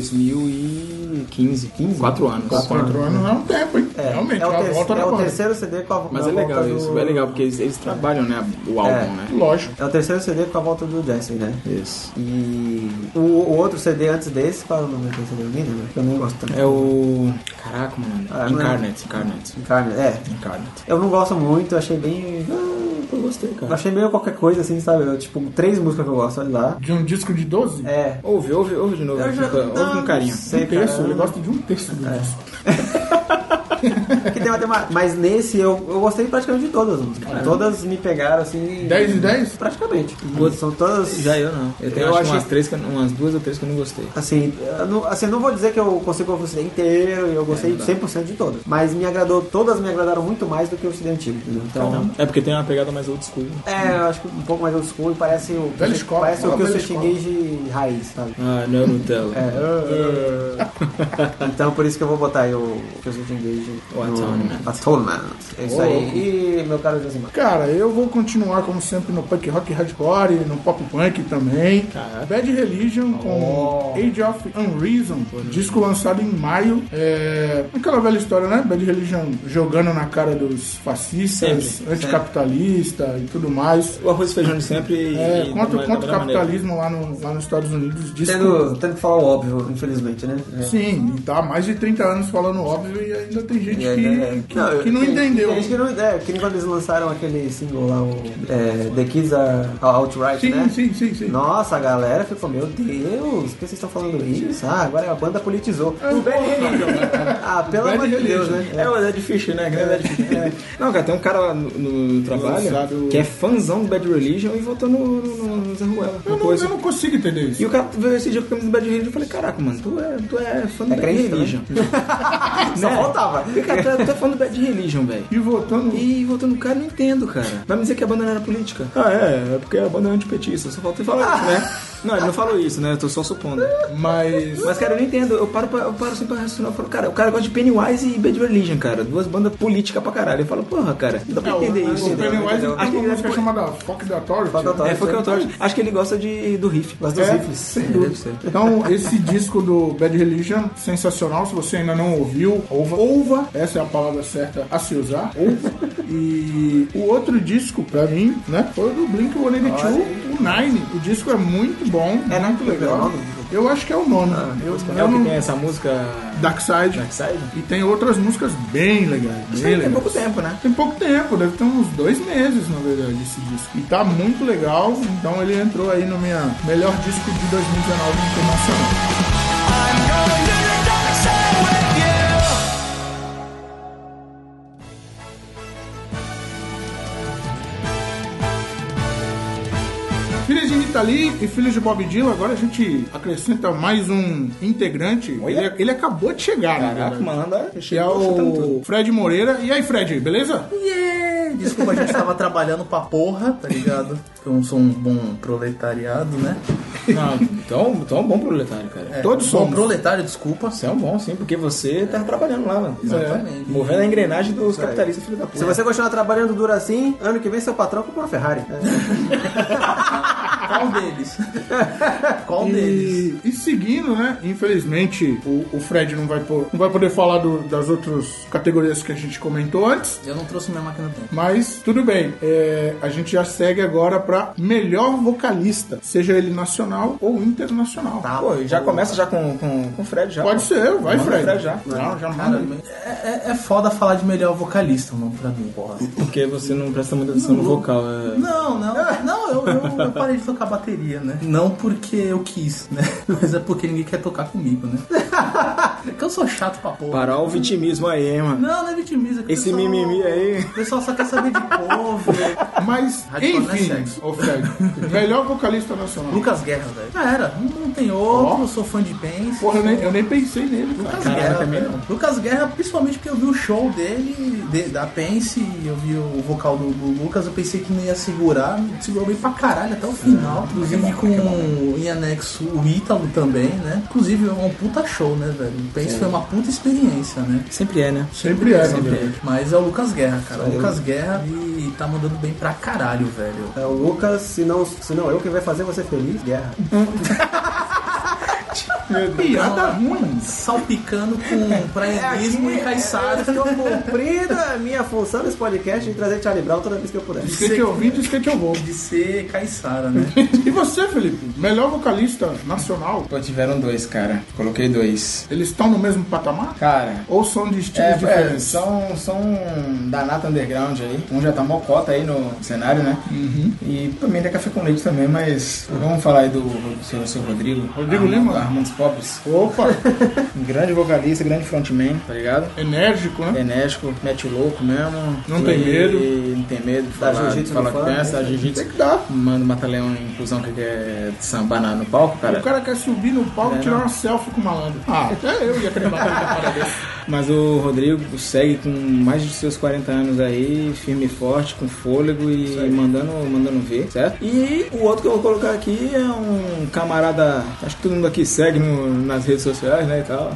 [SPEAKER 3] 2015. 15? Quatro anos.
[SPEAKER 1] Quatro anos não é um tempo, hein?
[SPEAKER 2] né? É,
[SPEAKER 1] Realmente,
[SPEAKER 2] é o,
[SPEAKER 1] uma
[SPEAKER 2] ter-
[SPEAKER 1] volta
[SPEAKER 2] é
[SPEAKER 1] na
[SPEAKER 2] o
[SPEAKER 1] banda.
[SPEAKER 2] terceiro CD com a volta
[SPEAKER 3] Mas é legal isso, é legal, porque eles, eles trabalham, né, o álbum, né?
[SPEAKER 1] Lógico.
[SPEAKER 2] tá É o terceiro CD com a volta do Jesse, né?
[SPEAKER 3] Isso.
[SPEAKER 2] E o, o outro CD antes desse, qual é o nome daquele CD? Eu nem lembro, que eu nem gosto tanto.
[SPEAKER 3] É o. Caraca, mano.
[SPEAKER 2] Ah, não é?
[SPEAKER 3] Incarnate, Incarnate.
[SPEAKER 2] Incarnate, é.
[SPEAKER 3] Incarnate.
[SPEAKER 2] Eu não gosto muito, eu achei bem. ah,
[SPEAKER 3] Eu gostei,
[SPEAKER 2] Eu
[SPEAKER 3] cara.
[SPEAKER 2] achei meio qualquer coisa assim, sabe? Eu, tipo, três músicas que eu gosto, olha lá.
[SPEAKER 1] De um disco de 12?
[SPEAKER 2] É.
[SPEAKER 3] Ouve, ouve, ouve de novo.
[SPEAKER 2] Eu já-
[SPEAKER 3] Ouve com
[SPEAKER 2] não
[SPEAKER 3] carinho.
[SPEAKER 2] sei,
[SPEAKER 1] um terço,
[SPEAKER 2] cara.
[SPEAKER 1] ele gosta de um terço do disco.
[SPEAKER 2] que tem uma, tem uma- Mas nesse eu, eu gostei praticamente de todas as músicas. Todas me pegaram assim.
[SPEAKER 1] 10 de 10?
[SPEAKER 2] Praticamente. São todas.
[SPEAKER 3] Já é. eu não. Eu tenho
[SPEAKER 2] Eu
[SPEAKER 3] acho
[SPEAKER 2] achei-
[SPEAKER 3] umas, três que eu- umas duas ou três que eu não gostei.
[SPEAKER 2] Assim, eu não, assim, eu não vou dizer que eu consigo oferecer inteiro, eu
[SPEAKER 3] É,
[SPEAKER 2] gostei 100% de todas. Mas me agradou, todas me agradaram muito mais do que o CD antigo, entendeu? Então,
[SPEAKER 3] É porque tem uma pegada mais old school. né?
[SPEAKER 2] é, eu acho que um pouco mais obscuro e parece o,
[SPEAKER 1] Velha escola,
[SPEAKER 2] parece o
[SPEAKER 1] fala
[SPEAKER 2] que eu
[SPEAKER 1] velha
[SPEAKER 2] sou de raiz, sabe?
[SPEAKER 3] Ah, não é Nutella.
[SPEAKER 2] É, então por isso que eu vou botar aí o Joseph Engage
[SPEAKER 3] O Atonement.
[SPEAKER 2] Atonement. É isso aí. E meu caro Josimar.
[SPEAKER 1] Cara, eu vou continuar como sempre no punk rock hardcore, no pop punk também. Bad Religion com Age of Unreason, disco lançado em maio. É aquela velha história, né? Bad Religion jogando na cara dos fascistas,
[SPEAKER 3] Sempre,
[SPEAKER 1] anticapitalista e tudo mais.
[SPEAKER 3] O arroz e feijão de sempre. e-
[SPEAKER 1] É,
[SPEAKER 3] e
[SPEAKER 1] contra,
[SPEAKER 3] da- da
[SPEAKER 1] contra o
[SPEAKER 3] melhor maneira.
[SPEAKER 1] capitalismo lá, no- lá nos Estados Unidos. Disco,
[SPEAKER 2] Tendo, tendo que falar o óbvio, infelizmente, né? É.
[SPEAKER 1] Sim, e tá há mais de 30 anos falando óbvio e ainda tem gente
[SPEAKER 2] E ainda- é.
[SPEAKER 1] que, que- que não
[SPEAKER 2] tem-
[SPEAKER 1] entendeu.
[SPEAKER 2] tem gente que não, é, que nem quando eles lançaram aquele single lá, o é, The Kids Are Outright,
[SPEAKER 1] Sim,
[SPEAKER 2] né?
[SPEAKER 1] sim, sim, sim.
[SPEAKER 2] Nossa, a galera ficou, meu Deus, por que vocês estão falando isso? Ah, agora a banda politizou. O Bad Religion. Ah, pelo amor de Deus, né?
[SPEAKER 3] É, mas é difícil, né? É difícil. Não, cara, tem um cara lá no, no trabalho
[SPEAKER 1] Lançado-
[SPEAKER 3] que é fãzão do Bad Religion e votou no, no, no Zé Ruela.
[SPEAKER 1] Eu não, eu não consigo entender isso.
[SPEAKER 3] E o cara veio esse dia com a camisa do Bad Religion e eu falei, caraca, mano, tu é, tu é fã do Bad
[SPEAKER 2] crente, né?"
[SPEAKER 3] Religion.
[SPEAKER 2] Só
[SPEAKER 3] Né?
[SPEAKER 2] faltava.
[SPEAKER 3] Cara, tu, é, tu é fã do Bad Religion, velho.
[SPEAKER 1] E voltando.
[SPEAKER 3] E voltando no cara, não entendo, cara. Vai me dizer que a banda não era política? Ah, é, é porque a banda é antipetista. Só falta ele falar isso, né? Não, ele não falou isso, né? Eu tô só supondo.
[SPEAKER 1] Mas.
[SPEAKER 3] Mas, cara, eu não entendo. Eu paro, pra- eu paro assim pra raciocinar. Eu falo, cara, o cara gosta de Pennywise e Bad Religion, cara. Duas bandas políticas pra caralho. Eu falo, porra, cara, não dá pra
[SPEAKER 1] É, o-
[SPEAKER 3] entender
[SPEAKER 1] o
[SPEAKER 3] isso. entendeu?
[SPEAKER 1] Pennywise tem
[SPEAKER 3] Entendeu? Acho que
[SPEAKER 1] uma
[SPEAKER 3] ele
[SPEAKER 1] música
[SPEAKER 3] deve-
[SPEAKER 1] chamada Fuck the Authority.
[SPEAKER 2] Fuck the Authority. né?
[SPEAKER 3] É, foi o que eu tô achando. Acho que ele gosta de, do riff.
[SPEAKER 2] Mas dos
[SPEAKER 1] É,
[SPEAKER 2] rifles.
[SPEAKER 1] sem dúvida. Então, esse disco do Bad Religion, sensacional. Se você ainda não ouviu, ouva. Ouva, essa é a palavra certa a se usar. Ouva. E o outro disco, pra mim, né, foi o do Blink-182, o Nine. O disco é muito bom,
[SPEAKER 2] É, né?
[SPEAKER 1] muito
[SPEAKER 2] Foi o
[SPEAKER 1] legal.
[SPEAKER 2] nome?
[SPEAKER 1] Eu acho que é o nome. eu,
[SPEAKER 3] É
[SPEAKER 1] eu
[SPEAKER 3] o que
[SPEAKER 1] não-
[SPEAKER 3] tem essa música
[SPEAKER 1] Dark Side.
[SPEAKER 3] Dark Side?
[SPEAKER 1] E tem outras músicas bem legais. Bem
[SPEAKER 3] Tem
[SPEAKER 1] legais.
[SPEAKER 3] pouco tempo, né?
[SPEAKER 1] Tem pouco tempo, deve ter uns dois meses, na verdade, esse disco. E tá muito legal, então ele entrou aí no minha melhor disco de 2019 internacional. Filhos de Rita Lee e Filhos de Bob Dylan, agora a gente acrescenta mais um integrante.
[SPEAKER 3] Olha.
[SPEAKER 1] Ele, ele acabou de chegar, na
[SPEAKER 3] Caraca,
[SPEAKER 1] verdade.
[SPEAKER 3] mano, anda.
[SPEAKER 1] Que é o Fred Moreira. E aí, Fred, beleza?
[SPEAKER 8] Yeah! Desculpa, a gente tava trabalhando pra porra, tá ligado? Eu não sou um bom proletariado, né?
[SPEAKER 3] *laughs* Não, é um, tão, tão bom proletário, cara.
[SPEAKER 8] É,
[SPEAKER 1] Todos
[SPEAKER 8] bom
[SPEAKER 1] somos.
[SPEAKER 8] proletário, desculpa.
[SPEAKER 3] Você é um bom, sim, porque você tá trabalhando lá, mano.
[SPEAKER 8] Exatamente.
[SPEAKER 3] Movendo a engrenagem dos capitalistas, filho da
[SPEAKER 2] Se
[SPEAKER 3] puta.
[SPEAKER 2] você continuar trabalhando duro assim, ano que vem seu patrão compra uma Ferrari.
[SPEAKER 8] Qual deles? Qual deles?
[SPEAKER 1] E, e seguindo, né? Infelizmente, o, o Fred não vai, po- não vai poder falar do- das outras categorias que a gente comentou antes.
[SPEAKER 8] Eu não trouxe minha máquina do tempo.
[SPEAKER 1] Mas tudo bem, É, a gente já segue agora pra melhor vocalista, seja ele nacional ou internacional.
[SPEAKER 3] Ah, Pô, já começa já com, com, com o Fred já.
[SPEAKER 1] Pode ser, vai,
[SPEAKER 3] Tá. Manda o
[SPEAKER 1] Fred.
[SPEAKER 3] Fred já.
[SPEAKER 1] Não, já
[SPEAKER 8] Cara,
[SPEAKER 1] manda. aí.
[SPEAKER 8] é, é- é foda falar de melhor vocalista, mano, pra mim, porra.
[SPEAKER 3] Porque você não presta muita atenção no vocal. É...
[SPEAKER 8] Não, não, não, eu, eu, eu parei de tocar bateria, né? Não porque eu quis, né? *laughs* Mas é porque ninguém quer tocar comigo, né? É *laughs* que eu sou chato pra porra.
[SPEAKER 3] Parar o vitimismo aí, hein, mano.
[SPEAKER 8] Não, não é vitimiza. é que o
[SPEAKER 3] Esse
[SPEAKER 8] pessoal-
[SPEAKER 3] mimimi aí.
[SPEAKER 8] O pessoal só quer saber de povo.
[SPEAKER 1] Mas,
[SPEAKER 8] Hardcore
[SPEAKER 3] né,
[SPEAKER 8] não é
[SPEAKER 1] enfim,
[SPEAKER 8] sexo.
[SPEAKER 1] ô
[SPEAKER 3] *laughs*
[SPEAKER 1] Fred, melhor vocalista nacional.
[SPEAKER 8] *laughs* Lucas Guerra, velho. Já era, Um não, não tem outro, eu sou fã de Pence.
[SPEAKER 1] Porra, eu nem, eu nem pensei nele. cara.
[SPEAKER 8] Lucas
[SPEAKER 3] Caraca,
[SPEAKER 8] Guerra,
[SPEAKER 3] também
[SPEAKER 8] velho. Lucas Guerra, principalmente porque eu vi o show dele, de- da Pence, e eu vi o vocal do, do Lucas, eu pensei que não ia segurar, me segurou bem pra caralho até o final. Inclusive com em anexo o Ítalo também, né? Inclusive é um puta show, né, velho? O Pence foi uma puta experiência, né?
[SPEAKER 3] Sempre é, né?
[SPEAKER 1] Sempre é,
[SPEAKER 8] Sempre
[SPEAKER 1] né?
[SPEAKER 8] é. Mas é o Lucas Guerra, cara. O Lucas Guerra e tá mandando bem pra caralho, velho.
[SPEAKER 2] É o Lucas, se não, se não eu, quem vai fazer é você feliz? Guerra.
[SPEAKER 1] Piada ruim.
[SPEAKER 8] Salpicando com
[SPEAKER 1] É
[SPEAKER 8] praianismo e
[SPEAKER 2] Eu
[SPEAKER 8] caiçada.
[SPEAKER 2] estou cumprindo a minha função nesse podcast de trazer Charlie Brown toda vez que eu puder.
[SPEAKER 1] Diz que eu vim, diz que eu vou.
[SPEAKER 8] De ser caiçara, né?
[SPEAKER 1] E você, Felipe? Melhor vocalista nacional?
[SPEAKER 3] Pô, tiveram dois, cara. Coloquei dois.
[SPEAKER 1] Eles estão no mesmo patamar?
[SPEAKER 3] Cara,
[SPEAKER 1] Ou são de estilos
[SPEAKER 3] É, é,
[SPEAKER 1] diferentes?
[SPEAKER 3] são, são da Nata Underground aí. Um já tá mocota aí no cenário, né? E pra mim ele é café com leite também, mas vamos falar aí do seu, seu Rodrigo.
[SPEAKER 1] Rodrigo
[SPEAKER 3] Armando-
[SPEAKER 1] Lima?
[SPEAKER 3] Armando Sport. Hobbs.
[SPEAKER 1] Opa,
[SPEAKER 3] Um grande vocalista, grande frontman, tá ligado?
[SPEAKER 1] enérgico, né?
[SPEAKER 3] Enérgico, mete o louco mesmo.
[SPEAKER 1] Não tem medo.
[SPEAKER 3] Não tem medo de
[SPEAKER 2] Dá
[SPEAKER 3] falar, de
[SPEAKER 2] jiu-jitsu
[SPEAKER 3] falar
[SPEAKER 2] no
[SPEAKER 3] que
[SPEAKER 2] fã,
[SPEAKER 3] pensa,
[SPEAKER 2] né?
[SPEAKER 3] dá jiu-jitsu.
[SPEAKER 1] Tem que dar.
[SPEAKER 3] Mano, mata leão em um inclusão que quer sambar na- no palco, cara.
[SPEAKER 1] O cara quer subir no palco e
[SPEAKER 3] É,
[SPEAKER 1] tirar
[SPEAKER 3] não.
[SPEAKER 1] uma selfie com o malandro. Ah, até eu ia querer bater na parada desse.
[SPEAKER 3] Mas o Rodrigo segue com mais de seus 40 anos aí, firme e forte, com fôlego e mandando, mandando ver, certo? E o outro que eu vou colocar aqui é um camarada, acho que todo mundo aqui segue no- nas redes sociais, né,
[SPEAKER 1] *laughs*
[SPEAKER 3] e tal.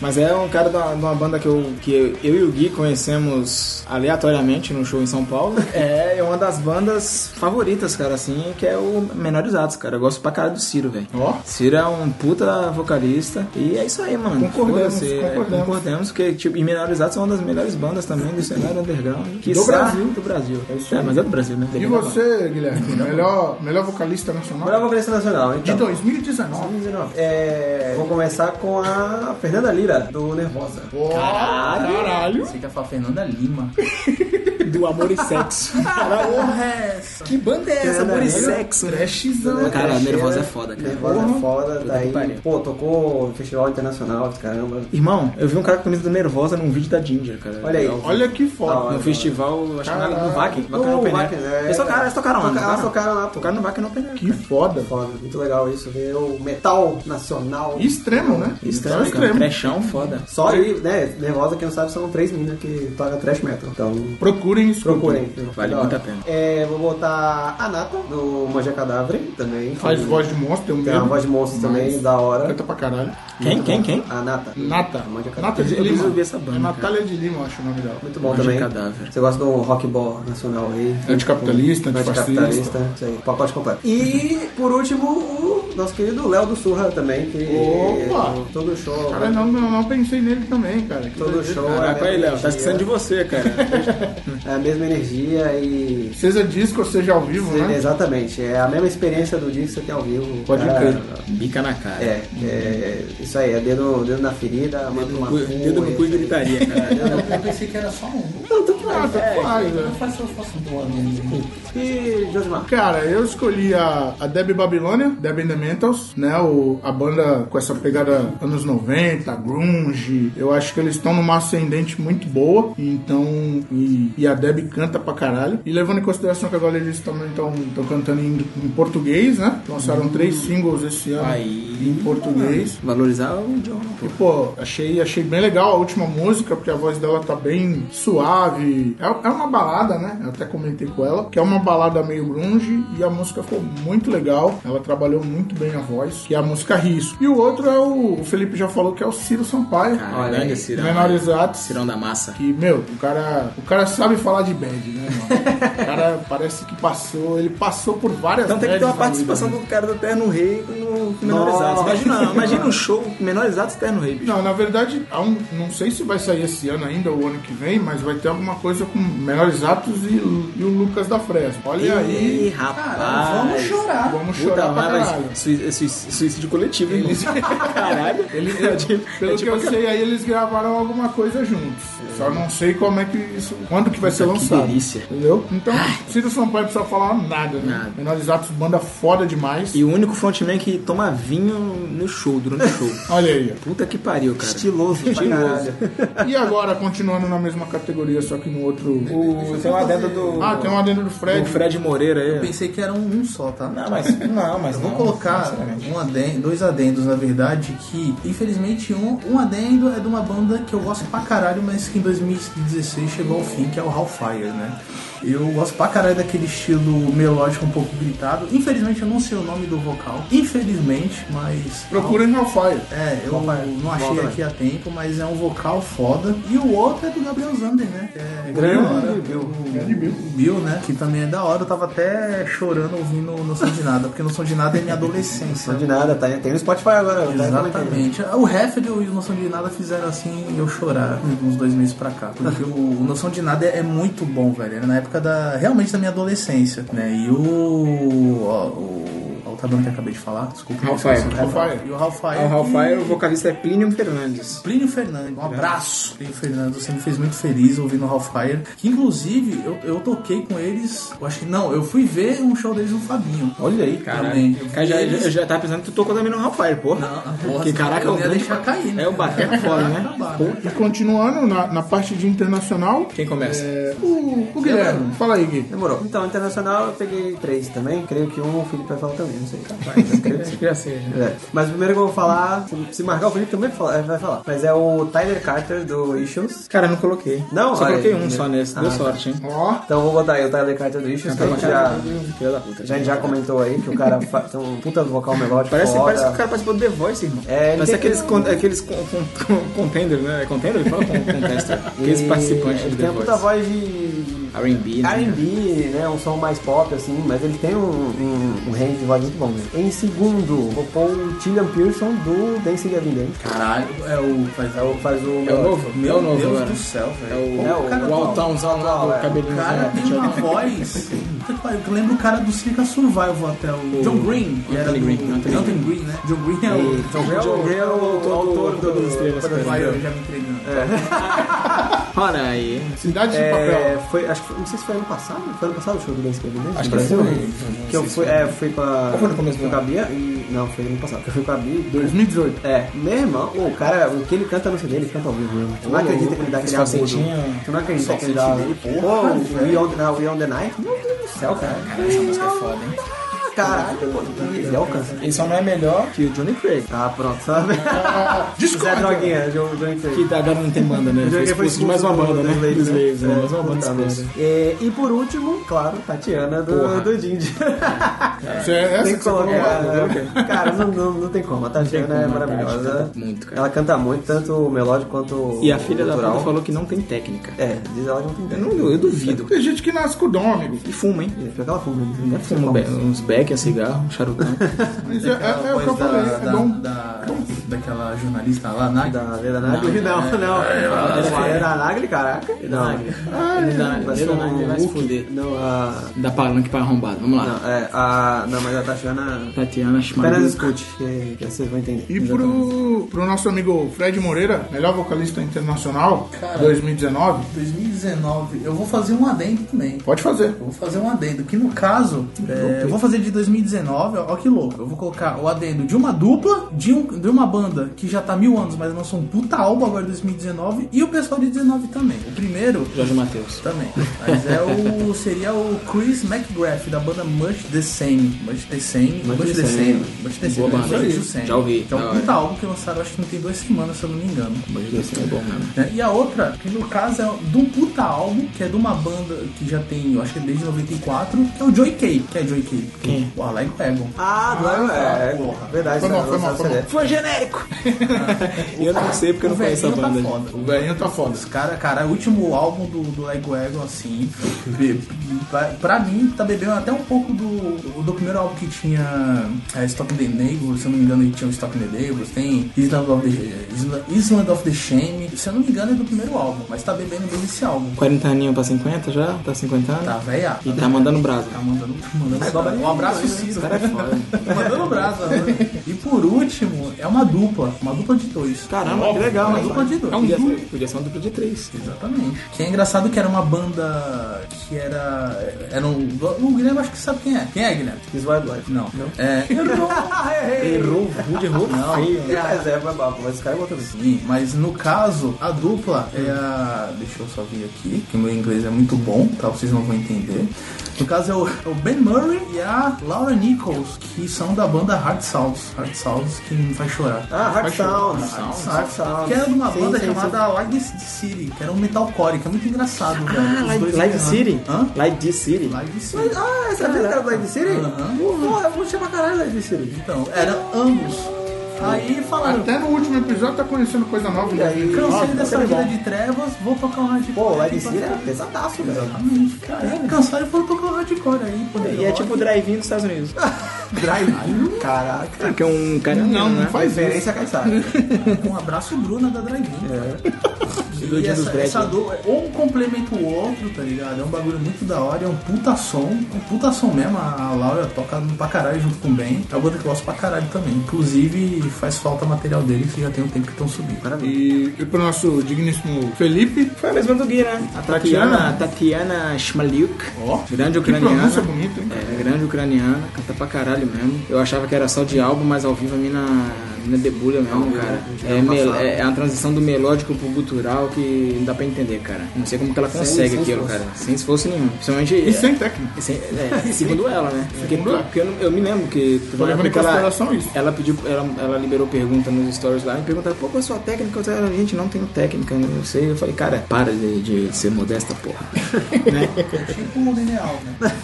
[SPEAKER 3] Mas é um cara da- de uma, banda que, eu, que eu, eu e o Gui conhecemos aleatoriamente num show em
[SPEAKER 1] *laughs*
[SPEAKER 3] São Paulo. É, é uma das bandas favoritas, cara, assim, que é o Menores Atos, cara. Eu gosto pra cara do Ciro, velho.
[SPEAKER 1] Ó.
[SPEAKER 3] Ciro é um puta vocalista. E é isso aí, mano.
[SPEAKER 1] Concordamos,
[SPEAKER 3] Foda-se, é,
[SPEAKER 1] concordamos.
[SPEAKER 3] concordamos que, tipo, e Minorizados são uma das melhores bandas também do cenário underground. Que
[SPEAKER 1] Do Brasil.
[SPEAKER 3] Do Brasil. É,
[SPEAKER 1] isso aí.
[SPEAKER 3] mas é do Brasil, né?
[SPEAKER 1] E você, Guilherme? Melhor, melhor vocalista
[SPEAKER 2] Agora eu
[SPEAKER 1] nacional?
[SPEAKER 2] vou crescer nacional,
[SPEAKER 1] De
[SPEAKER 2] então.
[SPEAKER 1] 2019.
[SPEAKER 2] 2019. É, vou começar com a Fernanda Lira, do Nervosa.
[SPEAKER 1] Ó, caralho.
[SPEAKER 8] Você quer falar Fernanda Lima.
[SPEAKER 3] Do Amor e Sexo.
[SPEAKER 8] Porra, é essa?
[SPEAKER 3] que banda é essa?
[SPEAKER 2] Fernanda
[SPEAKER 3] Amor e
[SPEAKER 2] Lira.
[SPEAKER 3] Sexo. né?
[SPEAKER 1] Trashzão.
[SPEAKER 2] Cara, Nervosa é
[SPEAKER 9] foda,
[SPEAKER 2] Nervosa é foda, tá
[SPEAKER 3] que pariu.
[SPEAKER 2] aí. Pô, tocou no festival internacional, caramba.
[SPEAKER 3] Irmão, eu vi um cara com camisa do Nervosa num vídeo da Ginger, cara.
[SPEAKER 2] Olha aí.
[SPEAKER 3] Ao vivo.
[SPEAKER 1] Olha que
[SPEAKER 2] Da
[SPEAKER 1] foda.
[SPEAKER 2] hora.
[SPEAKER 3] No Um festival, acho que
[SPEAKER 1] Caralho.
[SPEAKER 3] era no VAC, VAC
[SPEAKER 2] No
[SPEAKER 3] no Open
[SPEAKER 2] VAC,
[SPEAKER 3] Air.
[SPEAKER 2] é.
[SPEAKER 3] Eles tocaram, eles tocaram lá. não
[SPEAKER 2] Tocaram, tocaram lá, pô.
[SPEAKER 3] Tocaram no VAC no Open Air.
[SPEAKER 1] Que foda.
[SPEAKER 2] Foda, muito legal isso. Ver o metal nacional.
[SPEAKER 1] E Extremo, né?
[SPEAKER 3] Estranho, cara. Trechão, foda.
[SPEAKER 2] Só aí, né? Nervosa, quem não sabe, são três minas que tocam trash metal. Então,
[SPEAKER 1] Procurem isso.
[SPEAKER 2] procurem.
[SPEAKER 3] Vale
[SPEAKER 2] Da
[SPEAKER 3] muito
[SPEAKER 2] hora.
[SPEAKER 3] a pena.
[SPEAKER 2] É, vou botar a Nata, do Manja Cadavre, também.
[SPEAKER 1] Faz
[SPEAKER 2] Que
[SPEAKER 1] voz de monstro, tem um
[SPEAKER 2] Tem uma voz
[SPEAKER 1] medo.
[SPEAKER 2] de monstro também, da hora.
[SPEAKER 1] Canta pra caralho.
[SPEAKER 3] Quem, quem, quem?
[SPEAKER 2] A Nata.
[SPEAKER 1] Nata.
[SPEAKER 2] Manja Cadavre.
[SPEAKER 1] Nata de
[SPEAKER 3] Eu preciso
[SPEAKER 1] Lima.
[SPEAKER 3] ver essa banda,
[SPEAKER 1] É Natália de Lima, eu acho o nome dela.
[SPEAKER 2] Muito bom
[SPEAKER 3] Manja
[SPEAKER 2] também.
[SPEAKER 3] Um Cadáver.
[SPEAKER 2] Você gosta do rock ball nacional aí. Um
[SPEAKER 1] Anticapitalista, antifascista.
[SPEAKER 2] Anticapitalista, isso aí, pacote completo. E, por último, o nosso querido Léo do Surra também, que
[SPEAKER 1] Opa!
[SPEAKER 2] todo show...
[SPEAKER 1] Cara, não, não, não pensei nele também, cara. Que
[SPEAKER 2] Todo
[SPEAKER 1] doideira.
[SPEAKER 2] show
[SPEAKER 3] Caraca,
[SPEAKER 2] é, a
[SPEAKER 3] aí,
[SPEAKER 2] mesma
[SPEAKER 3] Léo. Tá esquecendo de
[SPEAKER 2] energia,
[SPEAKER 3] você, cara.
[SPEAKER 2] *laughs* é a mesma energia e...
[SPEAKER 1] Seja disco ou seja ao vivo, né?
[SPEAKER 2] Exatamente, é a mesma experiência do dia que você tem ao vivo.
[SPEAKER 3] Ah. Pode
[SPEAKER 2] cara.
[SPEAKER 3] crer. Bica na cara.
[SPEAKER 2] É, é, isso aí, é dedo, dedo na ferida, manda uma
[SPEAKER 3] Cu-
[SPEAKER 2] cu,
[SPEAKER 3] Dedo no cu e
[SPEAKER 2] isso aí. É, *laughs*
[SPEAKER 3] gritaria, cara.
[SPEAKER 8] Eu pensei que era só um.
[SPEAKER 2] Não, tanto
[SPEAKER 1] Ah,
[SPEAKER 2] faz.
[SPEAKER 1] tanto
[SPEAKER 3] É,
[SPEAKER 1] faz, né?
[SPEAKER 8] Eu faço, eu faço um do ano.
[SPEAKER 2] E Josimar?
[SPEAKER 1] Cara, eu escolhi a, a Debbie Babilônia, Debbie and the Mentals, né? O, a banda com essa pegada anos 90, grunge. Eu acho que eles estão numa ascendente muito boa. Então, e, e a Debbie canta pra caralho. E levando em consideração que agora eles também estão cantando em, em português, né? Lançaram
[SPEAKER 3] Uhum.
[SPEAKER 1] três singles esse ano em português.
[SPEAKER 3] Valorizar o idioma.
[SPEAKER 1] E, pô, achei, achei bem legal a última música, porque a voz dela tá bem suave. É, é uma balada, né? Eu até comentei com ela, que é uma balada meio grunge e a música ficou muito legal. Ela trabalhou muito bem a voz, que é a música Risco. E o outro é o, o Felipe já falou que é o Ciro Sampaio.
[SPEAKER 3] Olha aí, Cirão.
[SPEAKER 1] Menores atos.
[SPEAKER 3] Cirão da massa.
[SPEAKER 1] Que, meu, o cara, o cara sabe falar de bad, né, mano? O
[SPEAKER 3] *laughs*
[SPEAKER 1] cara parece que passou, ele passou por várias
[SPEAKER 3] Então
[SPEAKER 2] É,
[SPEAKER 3] tem que ter uma
[SPEAKER 1] bads na
[SPEAKER 3] participação
[SPEAKER 1] vida, né?
[SPEAKER 3] do cara do Terno Rei no Menorizados.
[SPEAKER 2] *laughs*
[SPEAKER 3] Imagina, imagina um show Menorizados e Terno Rei, bicho.
[SPEAKER 1] Não, na verdade, há um- não sei se vai sair esse ano ainda ou ano que vem, mas vai ter alguma coisa com Menores Atos e, Lu- e o Lucas da Fresno. Olha
[SPEAKER 3] Ih,
[SPEAKER 1] aí,
[SPEAKER 3] rapaz.
[SPEAKER 8] Vamos chorar. É
[SPEAKER 1] vamos
[SPEAKER 3] Puta,
[SPEAKER 1] chorar pra
[SPEAKER 3] mas
[SPEAKER 1] caralho.
[SPEAKER 3] sui- sui- suicídio coletivo, hein? *laughs* irmão? Caralho. Ele é tipo,
[SPEAKER 1] Pelo
[SPEAKER 3] é tipo
[SPEAKER 1] que eu
[SPEAKER 8] assim-
[SPEAKER 3] aquela-
[SPEAKER 1] sei, aí eles gravaram alguma coisa juntos. Só não sei como é que isso. Quando que vai ser lançado.
[SPEAKER 3] delícia.
[SPEAKER 1] Entendeu? Então, Ciro Sampaio não precisa falar nada, né?
[SPEAKER 3] Nada.
[SPEAKER 1] Menores Atos, banda foda demais.
[SPEAKER 3] E o único frontman que toma vinho no show, durante o show.
[SPEAKER 1] Olha aí, ó.
[SPEAKER 3] Puta que pariu, cara.
[SPEAKER 2] Estiloso, estiloso.
[SPEAKER 1] E agora, continuando na mesma categoria, só que no outro.
[SPEAKER 3] O, tem uma adendo do,
[SPEAKER 1] Ah, tem um adendo do
[SPEAKER 3] do
[SPEAKER 1] Fred.
[SPEAKER 3] Fred Moreira aí. ó.
[SPEAKER 8] Pensei que era um, um só, tá?
[SPEAKER 3] Não, mas não, mas
[SPEAKER 8] Eu vou colocar um aden- dois adendos, na verdade, que infelizmente um, um adendo é de uma banda que eu gosto pra caralho, mas que em 2016 chegou ao fim, que é o Hellfire, né? Eu gosto pra caralho daquele estilo melódico um pouco gritado. Infelizmente eu não sei o nome do vocal. Infelizmente, mas.
[SPEAKER 1] Procurem Hellfire.
[SPEAKER 8] É, eu não achei aqui a tempo, mas é um vocal foda. E o outro é do Gabriel Zander, né? Que É grande Bill. O Bill. né? Que também é da hora. Eu tava até chorando ouvindo o Noção de Nada, porque Noção de Nada é minha adolescência.
[SPEAKER 2] Não de nada, tá, tem no Spotify agora.
[SPEAKER 3] Então
[SPEAKER 2] tá?
[SPEAKER 8] *laughs* Exatamente. O Heffed e o Noção de Nada fizeram assim eu chorar uns dois meses pra cá. Porque *laughs* o Noção de Nada é, é muito bom, velho. Era na época da. realmente da minha adolescência, né? E o. ó, o
[SPEAKER 3] da banda que eu acabei de falar, desculpa.
[SPEAKER 6] Hellfire.
[SPEAKER 3] Hellfire. E o
[SPEAKER 8] Ah,
[SPEAKER 3] Hellfire.
[SPEAKER 2] O Hellfire,
[SPEAKER 3] que-
[SPEAKER 2] o vocalista é Plínio Fernandes.
[SPEAKER 3] Plínio Fernandes, um abraço. Plínio Fernandes, você me fez muito feliz ouvindo o Hellfire. Que inclusive eu, eu toquei com eles. Eu acho que. Não, eu fui ver um show deles no Fabinho.
[SPEAKER 2] Olha aí,
[SPEAKER 6] Cara,
[SPEAKER 3] Também.
[SPEAKER 6] cara já, já, eu já tava pensando que tu tocou também no Hellfire, pô.
[SPEAKER 3] Não, porra,
[SPEAKER 6] que caraca, é
[SPEAKER 3] eu
[SPEAKER 6] o
[SPEAKER 3] não ia
[SPEAKER 6] grande...
[SPEAKER 3] deixar cair, né?
[SPEAKER 6] É o
[SPEAKER 3] *laughs*
[SPEAKER 6] batera foda, né?
[SPEAKER 3] Acabar,
[SPEAKER 6] Pô,
[SPEAKER 3] né?
[SPEAKER 1] E continuando na, na parte de internacional,
[SPEAKER 6] Quem começa?
[SPEAKER 1] é, o, o Guilherme. Fala aí, Gui.
[SPEAKER 2] Demorou. Então, internacional eu peguei três também. Creio que um o Felipe vai falar também, não sei. Creio que
[SPEAKER 6] Acho
[SPEAKER 2] sim.
[SPEAKER 6] que já seja.
[SPEAKER 2] É. Mas o primeiro que eu vou falar, se- se marcar o Felipe também fala- vai falar. Mas é o Tyler Carter do Issues.
[SPEAKER 6] Cara, eu não coloquei.
[SPEAKER 2] Não?
[SPEAKER 6] Só
[SPEAKER 2] Olha
[SPEAKER 6] coloquei
[SPEAKER 2] aí.
[SPEAKER 6] um só nesse. Deu
[SPEAKER 2] Ah,
[SPEAKER 6] sorte, hein?
[SPEAKER 1] Ó,
[SPEAKER 2] Então eu vou botar aí o Tyler Carter do Issues, que a gente já,
[SPEAKER 6] Filha da puta.
[SPEAKER 2] já, já comentou aí, que o cara fa- tem um puta do vocal melódico.
[SPEAKER 6] Parece,
[SPEAKER 2] foda.
[SPEAKER 6] parece que o cara participou do The Voice, irmão.
[SPEAKER 2] É, ele
[SPEAKER 6] parece
[SPEAKER 2] tem-
[SPEAKER 6] aqueles, con, aqueles con, con, con- contender, né? É Contender? Fala con, contester. Aqueles
[SPEAKER 2] E
[SPEAKER 6] participantes
[SPEAKER 2] Ele
[SPEAKER 6] do
[SPEAKER 2] tem a
[SPEAKER 6] The
[SPEAKER 2] puta
[SPEAKER 6] Voice.
[SPEAKER 2] voz de.
[SPEAKER 6] R&B, né?
[SPEAKER 2] R&B, né? Um som mais pop, assim, mas ele tem um, um, um range de voz muito bom. né? Em segundo, vou pôr o Tillian Pearson do Dancing Gavin Dance.
[SPEAKER 3] Caralho, é o. Faz
[SPEAKER 2] É o que faz o...
[SPEAKER 6] É o novo?
[SPEAKER 3] Meu
[SPEAKER 6] é o novo
[SPEAKER 3] Deus
[SPEAKER 6] agora.
[SPEAKER 3] do céu, velho.
[SPEAKER 6] É o,
[SPEAKER 2] É o-
[SPEAKER 6] o, o altãozão lá do
[SPEAKER 2] é.
[SPEAKER 3] O
[SPEAKER 6] cabelinho.
[SPEAKER 3] cara
[SPEAKER 6] né?
[SPEAKER 3] tem uma voz. Puta que pariu, Eu lembro o cara do Circa Survival até o. John Green. que era
[SPEAKER 6] Anthony
[SPEAKER 3] do-
[SPEAKER 6] Green, Anthony
[SPEAKER 3] Anthony Green, né? John Green é o.
[SPEAKER 2] John Green é o- é o autor do-
[SPEAKER 6] Todas as
[SPEAKER 2] do-
[SPEAKER 6] estrelas.
[SPEAKER 2] do-
[SPEAKER 6] cara.
[SPEAKER 3] Vai, eu já me entregando.
[SPEAKER 6] Olha aí.
[SPEAKER 1] Cidade de
[SPEAKER 6] um
[SPEAKER 2] É,
[SPEAKER 1] Papel.
[SPEAKER 2] foi, acho que foi, não sei se foi ano passado, foi ano passado o show do Dance Gavin Dance?
[SPEAKER 6] Acho
[SPEAKER 2] no
[SPEAKER 6] que
[SPEAKER 2] Brasil?
[SPEAKER 6] foi.
[SPEAKER 2] Que eu fui, é, fui pra...
[SPEAKER 6] foi no começo do
[SPEAKER 2] fui com a Bia e... Não, foi ano passado. que Eu fui com a Bia e
[SPEAKER 1] 2018.
[SPEAKER 2] É, meu irmão, o cara, o que ele canta no CD, ele canta ao vivo mesmo. Tu não acredita que ele dá aquele
[SPEAKER 6] Esse
[SPEAKER 2] agudo.
[SPEAKER 6] falsetinho.
[SPEAKER 2] Tu não acredita que ele dá. Pô, We on, na, We on the Night? Meu Deus do céu, cara.
[SPEAKER 6] Essa música é foda, hein?
[SPEAKER 2] Caralho, pô, que ele alcança.
[SPEAKER 6] Ele só não é melhor que o Johnny Craig.
[SPEAKER 2] Ah, pronto,
[SPEAKER 6] *laughs*
[SPEAKER 2] sabe? Zé
[SPEAKER 1] Discorda.
[SPEAKER 2] Droguinha, João
[SPEAKER 6] Que agora não tem banda, né? Foi expulso de mais uma banda, né? Dos Slaves,
[SPEAKER 3] É,
[SPEAKER 6] né? Mais uma banda expulsa.
[SPEAKER 2] E, É, e por último, claro, Tatiana do, do
[SPEAKER 6] *laughs*
[SPEAKER 2] Dindi.
[SPEAKER 1] Você é essa
[SPEAKER 2] tem
[SPEAKER 1] que
[SPEAKER 2] que
[SPEAKER 1] você
[SPEAKER 2] colocar.
[SPEAKER 1] colocou?
[SPEAKER 2] né? Cara, não, não, não tem como. A Tatiana é
[SPEAKER 6] como, cara.
[SPEAKER 2] maravilhosa.
[SPEAKER 6] Ela canta muito, cara.
[SPEAKER 2] Ela canta muito, tanto o melódico quanto o
[SPEAKER 6] E a filha da
[SPEAKER 2] cultural.
[SPEAKER 6] puta falou que não tem técnica.
[SPEAKER 2] É, diz ela que não tem
[SPEAKER 6] Eu,
[SPEAKER 2] ideia.
[SPEAKER 6] não, eu duvido.
[SPEAKER 1] Tem gente que nasce com o dom, amigo.
[SPEAKER 6] E fuma, hein?
[SPEAKER 2] Pior que ela fuma, né?
[SPEAKER 6] Ainda fuma be- uns beck, é cigarro, um charutão.
[SPEAKER 1] Mas é, é- é
[SPEAKER 3] Aquela
[SPEAKER 1] o que eu
[SPEAKER 3] voz
[SPEAKER 1] falei,
[SPEAKER 3] da-
[SPEAKER 1] é dom.
[SPEAKER 3] da- Daquela jornalista lá, Nag.
[SPEAKER 2] Da Leda Nagli? Não, não. Leda Nagli, caraca. Não.
[SPEAKER 6] Ele dá- ele
[SPEAKER 2] Parece
[SPEAKER 6] dá- ele vai se
[SPEAKER 2] Hulk.
[SPEAKER 6] fuder.
[SPEAKER 2] Não, a...
[SPEAKER 6] Dá palanque pra arrombado. Vamos lá.
[SPEAKER 2] Não, é, a... Não, mas a Tatiana...
[SPEAKER 6] Tatiana
[SPEAKER 2] Apenas
[SPEAKER 6] Schmader.
[SPEAKER 2] escute, que, que vocês vão entender.
[SPEAKER 1] E pro, pro nosso amigo Fred Moreira, melhor vocalista internacional, 2019,
[SPEAKER 3] 2019. Eu vou fazer um adendo também.
[SPEAKER 1] pode fazer.
[SPEAKER 3] Eu vou fazer um adendo, que no caso, é, eu vou fazer de 2019, ó, ó que louco. Eu vou colocar o adendo de uma dupla, de, um- de uma banda que já tá mil anos, mas lançou um puta álbum agora em 2019, e o pessoal de 19 também. O primeiro
[SPEAKER 6] Jorge Matheus.
[SPEAKER 3] também, mas é o seria o Chris McGrath da banda Much the Same, Much the Same, Much, the Same, Much the Same,
[SPEAKER 6] Boa banda.
[SPEAKER 3] Much the
[SPEAKER 6] Isso aí.
[SPEAKER 3] Same.
[SPEAKER 6] Já ouvi,
[SPEAKER 3] Que
[SPEAKER 6] da
[SPEAKER 3] é um
[SPEAKER 6] hora.
[SPEAKER 3] puta álbum que lançaram acho que não tem duas semanas, se eu não me engano.
[SPEAKER 6] Mas Deus, é bom mesmo.
[SPEAKER 3] Né? E a outra, que no caso é de um puta álbum, que é de uma banda que já tem, eu acho que é desde 94, que é o Joy K. Que é Joy K?
[SPEAKER 6] Quem?
[SPEAKER 3] O Alego Egon.
[SPEAKER 2] Ah, não, é...
[SPEAKER 3] porra.
[SPEAKER 2] Verdade,
[SPEAKER 1] Foi
[SPEAKER 2] essa
[SPEAKER 1] mal, foi mal,
[SPEAKER 2] nossa
[SPEAKER 1] foi mal.
[SPEAKER 2] CD.
[SPEAKER 6] Foi genérico! E eu não sei é porque eu não
[SPEAKER 3] O
[SPEAKER 6] conheço a
[SPEAKER 3] velhinho
[SPEAKER 6] banda.
[SPEAKER 3] Tá foda.
[SPEAKER 1] O velhinho tá foda.
[SPEAKER 3] Os cara, cara, o último álbum do, do Lego Egon, assim, be- pra, pra mim, tá bebendo até um pouco do, do primeiro álbum que tinha é, Stock in the Neighbors, se eu não me engano, ele tinha o Stock in the Neighbors, tem Island of the, Isla- Island of the Shame, se eu não me engano, é do primeiro álbum, mas tá bebendo bem esse álbum.
[SPEAKER 6] 40 aninho pra 50 já? Tá 50 anos?
[SPEAKER 3] Tá, véia.
[SPEAKER 6] E tá mandando brasa.
[SPEAKER 3] Tá mandando, mandando um abraço, Ciro.
[SPEAKER 6] Cara, é foda.
[SPEAKER 3] Mandando brasa. mano. E por último, é uma dupla. Uma dupla de dois.
[SPEAKER 6] Caramba, que legal,
[SPEAKER 3] Uma
[SPEAKER 6] hein?
[SPEAKER 3] dupla de dois.
[SPEAKER 6] É um duplo. Podia ser um duplo de três.
[SPEAKER 3] Exatamente. Que é engraçado que era uma banda que era. Era um. O Guilherme acho que sabe quem é. Quem é, Guilherme?
[SPEAKER 2] Kiss Wild Life.
[SPEAKER 3] Não.
[SPEAKER 2] *laughs*
[SPEAKER 3] É. *laughs*
[SPEAKER 6] Errou, rude, errou.
[SPEAKER 3] Não.
[SPEAKER 2] Mas é, mas- mas mas esse cara botou isso.
[SPEAKER 3] Sim, mas no caso, a dupla é a. Deixa eu só vir aqui, que o meu inglês é muito bom, tá? Vocês não vão entender. No caso é o, é o Ben Murray e a Laura Nichols, que são da banda Hard Sounds. Hard Sounds que me faz chorar.
[SPEAKER 2] Ah, Hard Sound.
[SPEAKER 3] Hard Sounds. Que era de uma
[SPEAKER 2] Ah, Sim,
[SPEAKER 3] banda
[SPEAKER 2] sim,
[SPEAKER 3] chamada Light City, que era um metalcore, que é muito engraçado, velho. Os
[SPEAKER 2] Light-
[SPEAKER 3] dois
[SPEAKER 2] Ah, Light
[SPEAKER 3] errando.
[SPEAKER 2] City?
[SPEAKER 3] Ah, Hã?
[SPEAKER 2] Light City.
[SPEAKER 3] Light City.
[SPEAKER 8] é
[SPEAKER 2] Mas, ah, essa vez era Live City?
[SPEAKER 3] Aham.
[SPEAKER 2] Porra, eu vou chamar caralho Live City.
[SPEAKER 3] Então, eram ambos. Aí falaram,
[SPEAKER 1] Até no último episódio tá conhecendo coisa nova. né?
[SPEAKER 3] cansei
[SPEAKER 1] Ó,
[SPEAKER 3] dessa
[SPEAKER 1] tá
[SPEAKER 3] vida
[SPEAKER 1] bom.
[SPEAKER 3] de trevas, vou tocar um hardcore.
[SPEAKER 2] Pô,
[SPEAKER 3] aqui
[SPEAKER 2] Live
[SPEAKER 3] pra
[SPEAKER 2] City é
[SPEAKER 3] trás."
[SPEAKER 2] pesadaço, velho.
[SPEAKER 3] Exatamente, cara. É, cansaram e foram tocar um hardcore aí. pô,
[SPEAKER 6] E é
[SPEAKER 3] rock.
[SPEAKER 6] tipo drive-in dos Estados
[SPEAKER 3] *laughs*
[SPEAKER 6] Unidos.
[SPEAKER 2] Drive. Caraca.
[SPEAKER 6] Porque é um cara.
[SPEAKER 1] Não, não faz isso.
[SPEAKER 2] Referência caixada.
[SPEAKER 3] Um abraço, Bruna, da Drive-In.
[SPEAKER 8] E
[SPEAKER 2] Doidinho dos
[SPEAKER 8] essa,
[SPEAKER 2] dread.
[SPEAKER 8] essa dor, ou um complementa o outro, tá ligado? É um bagulho muito da hora, é um puta som, um puta som mesmo. A a Laura toca pra caralho junto com o Ben. É uma banda que eu gosto pra caralho também. Inclusive, faz falta material dele que já tem um tempo que estão subindo.
[SPEAKER 1] E, e pro nosso digníssimo Felipe,
[SPEAKER 3] Foi a mesma do Gui, né? A
[SPEAKER 1] Tatiana.
[SPEAKER 3] Tatiana, Tatiana Shmaliuk.
[SPEAKER 1] Ó,
[SPEAKER 3] grande
[SPEAKER 1] que
[SPEAKER 3] ucraniana.
[SPEAKER 1] pronúncia bonita, hein?
[SPEAKER 3] É, grande ucraniana, canta pra caralho mesmo. Eu achava que era só de álbum, mas ao vivo a mina, a mina debulha mesmo, cara.
[SPEAKER 2] né?
[SPEAKER 3] É, mel- é, é uma transição do melódico pro gutural que não dá pra entender, cara. Não sei como que ela consegue aquilo, cara. Sem esforço nenhum. Principalmente.
[SPEAKER 1] E sem técnica.
[SPEAKER 3] Sem- é, *laughs* segundo ela, né? Porque,
[SPEAKER 1] Segundo ela.
[SPEAKER 3] porque eu, não- eu me lembro que teve uma
[SPEAKER 1] levando em
[SPEAKER 3] época que
[SPEAKER 1] consideração é isso.
[SPEAKER 3] ela pediu, ela, ela liberou pergunta nos stories lá e perguntaram, pô, qual é a sua técnica? Eu falei, gente, não tenho técnica, não sei. Eu falei, cara, para de, de ser modesta,
[SPEAKER 1] *laughs*
[SPEAKER 3] porra. Né?
[SPEAKER 8] É tipo o lineal, né?
[SPEAKER 3] *laughs*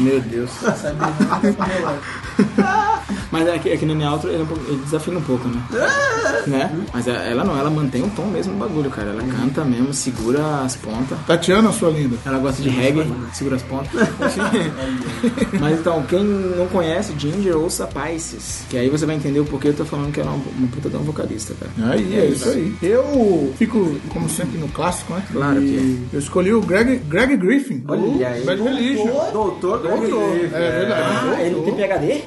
[SPEAKER 3] Meu Deus.
[SPEAKER 8] Sabe? né? Não
[SPEAKER 3] *laughs* Mas é que, é que no Nealtro ele, é um pouco- ele desafina um pouco,
[SPEAKER 8] *laughs*
[SPEAKER 3] né? né? Mas a- ela não, ela mantém o tom mesmo do bagulho, cara.
[SPEAKER 8] Uhum.
[SPEAKER 3] Ela canta mesmo, segura as pontas.
[SPEAKER 1] Tatiana, sua linda.
[SPEAKER 3] Ela gosta de reggae, segura as *laughs* pontas. Mas então, quem não conhece Ginger, ouça Pisces. Que aí você vai entender o porquê eu tô falando que ela é uma, uma puta de uma vocalista, cara.
[SPEAKER 1] Aí, é isso aí. Eu fico, como sempre, no clássico, né?
[SPEAKER 3] Claro que é.
[SPEAKER 1] E Eu escolhi o Greg, Greg Griffin.
[SPEAKER 2] Olha
[SPEAKER 1] do
[SPEAKER 2] aí.
[SPEAKER 1] Bad Religion.
[SPEAKER 2] Doutor,
[SPEAKER 1] Doutor. É verdade.
[SPEAKER 2] Ah, ele tem PHD?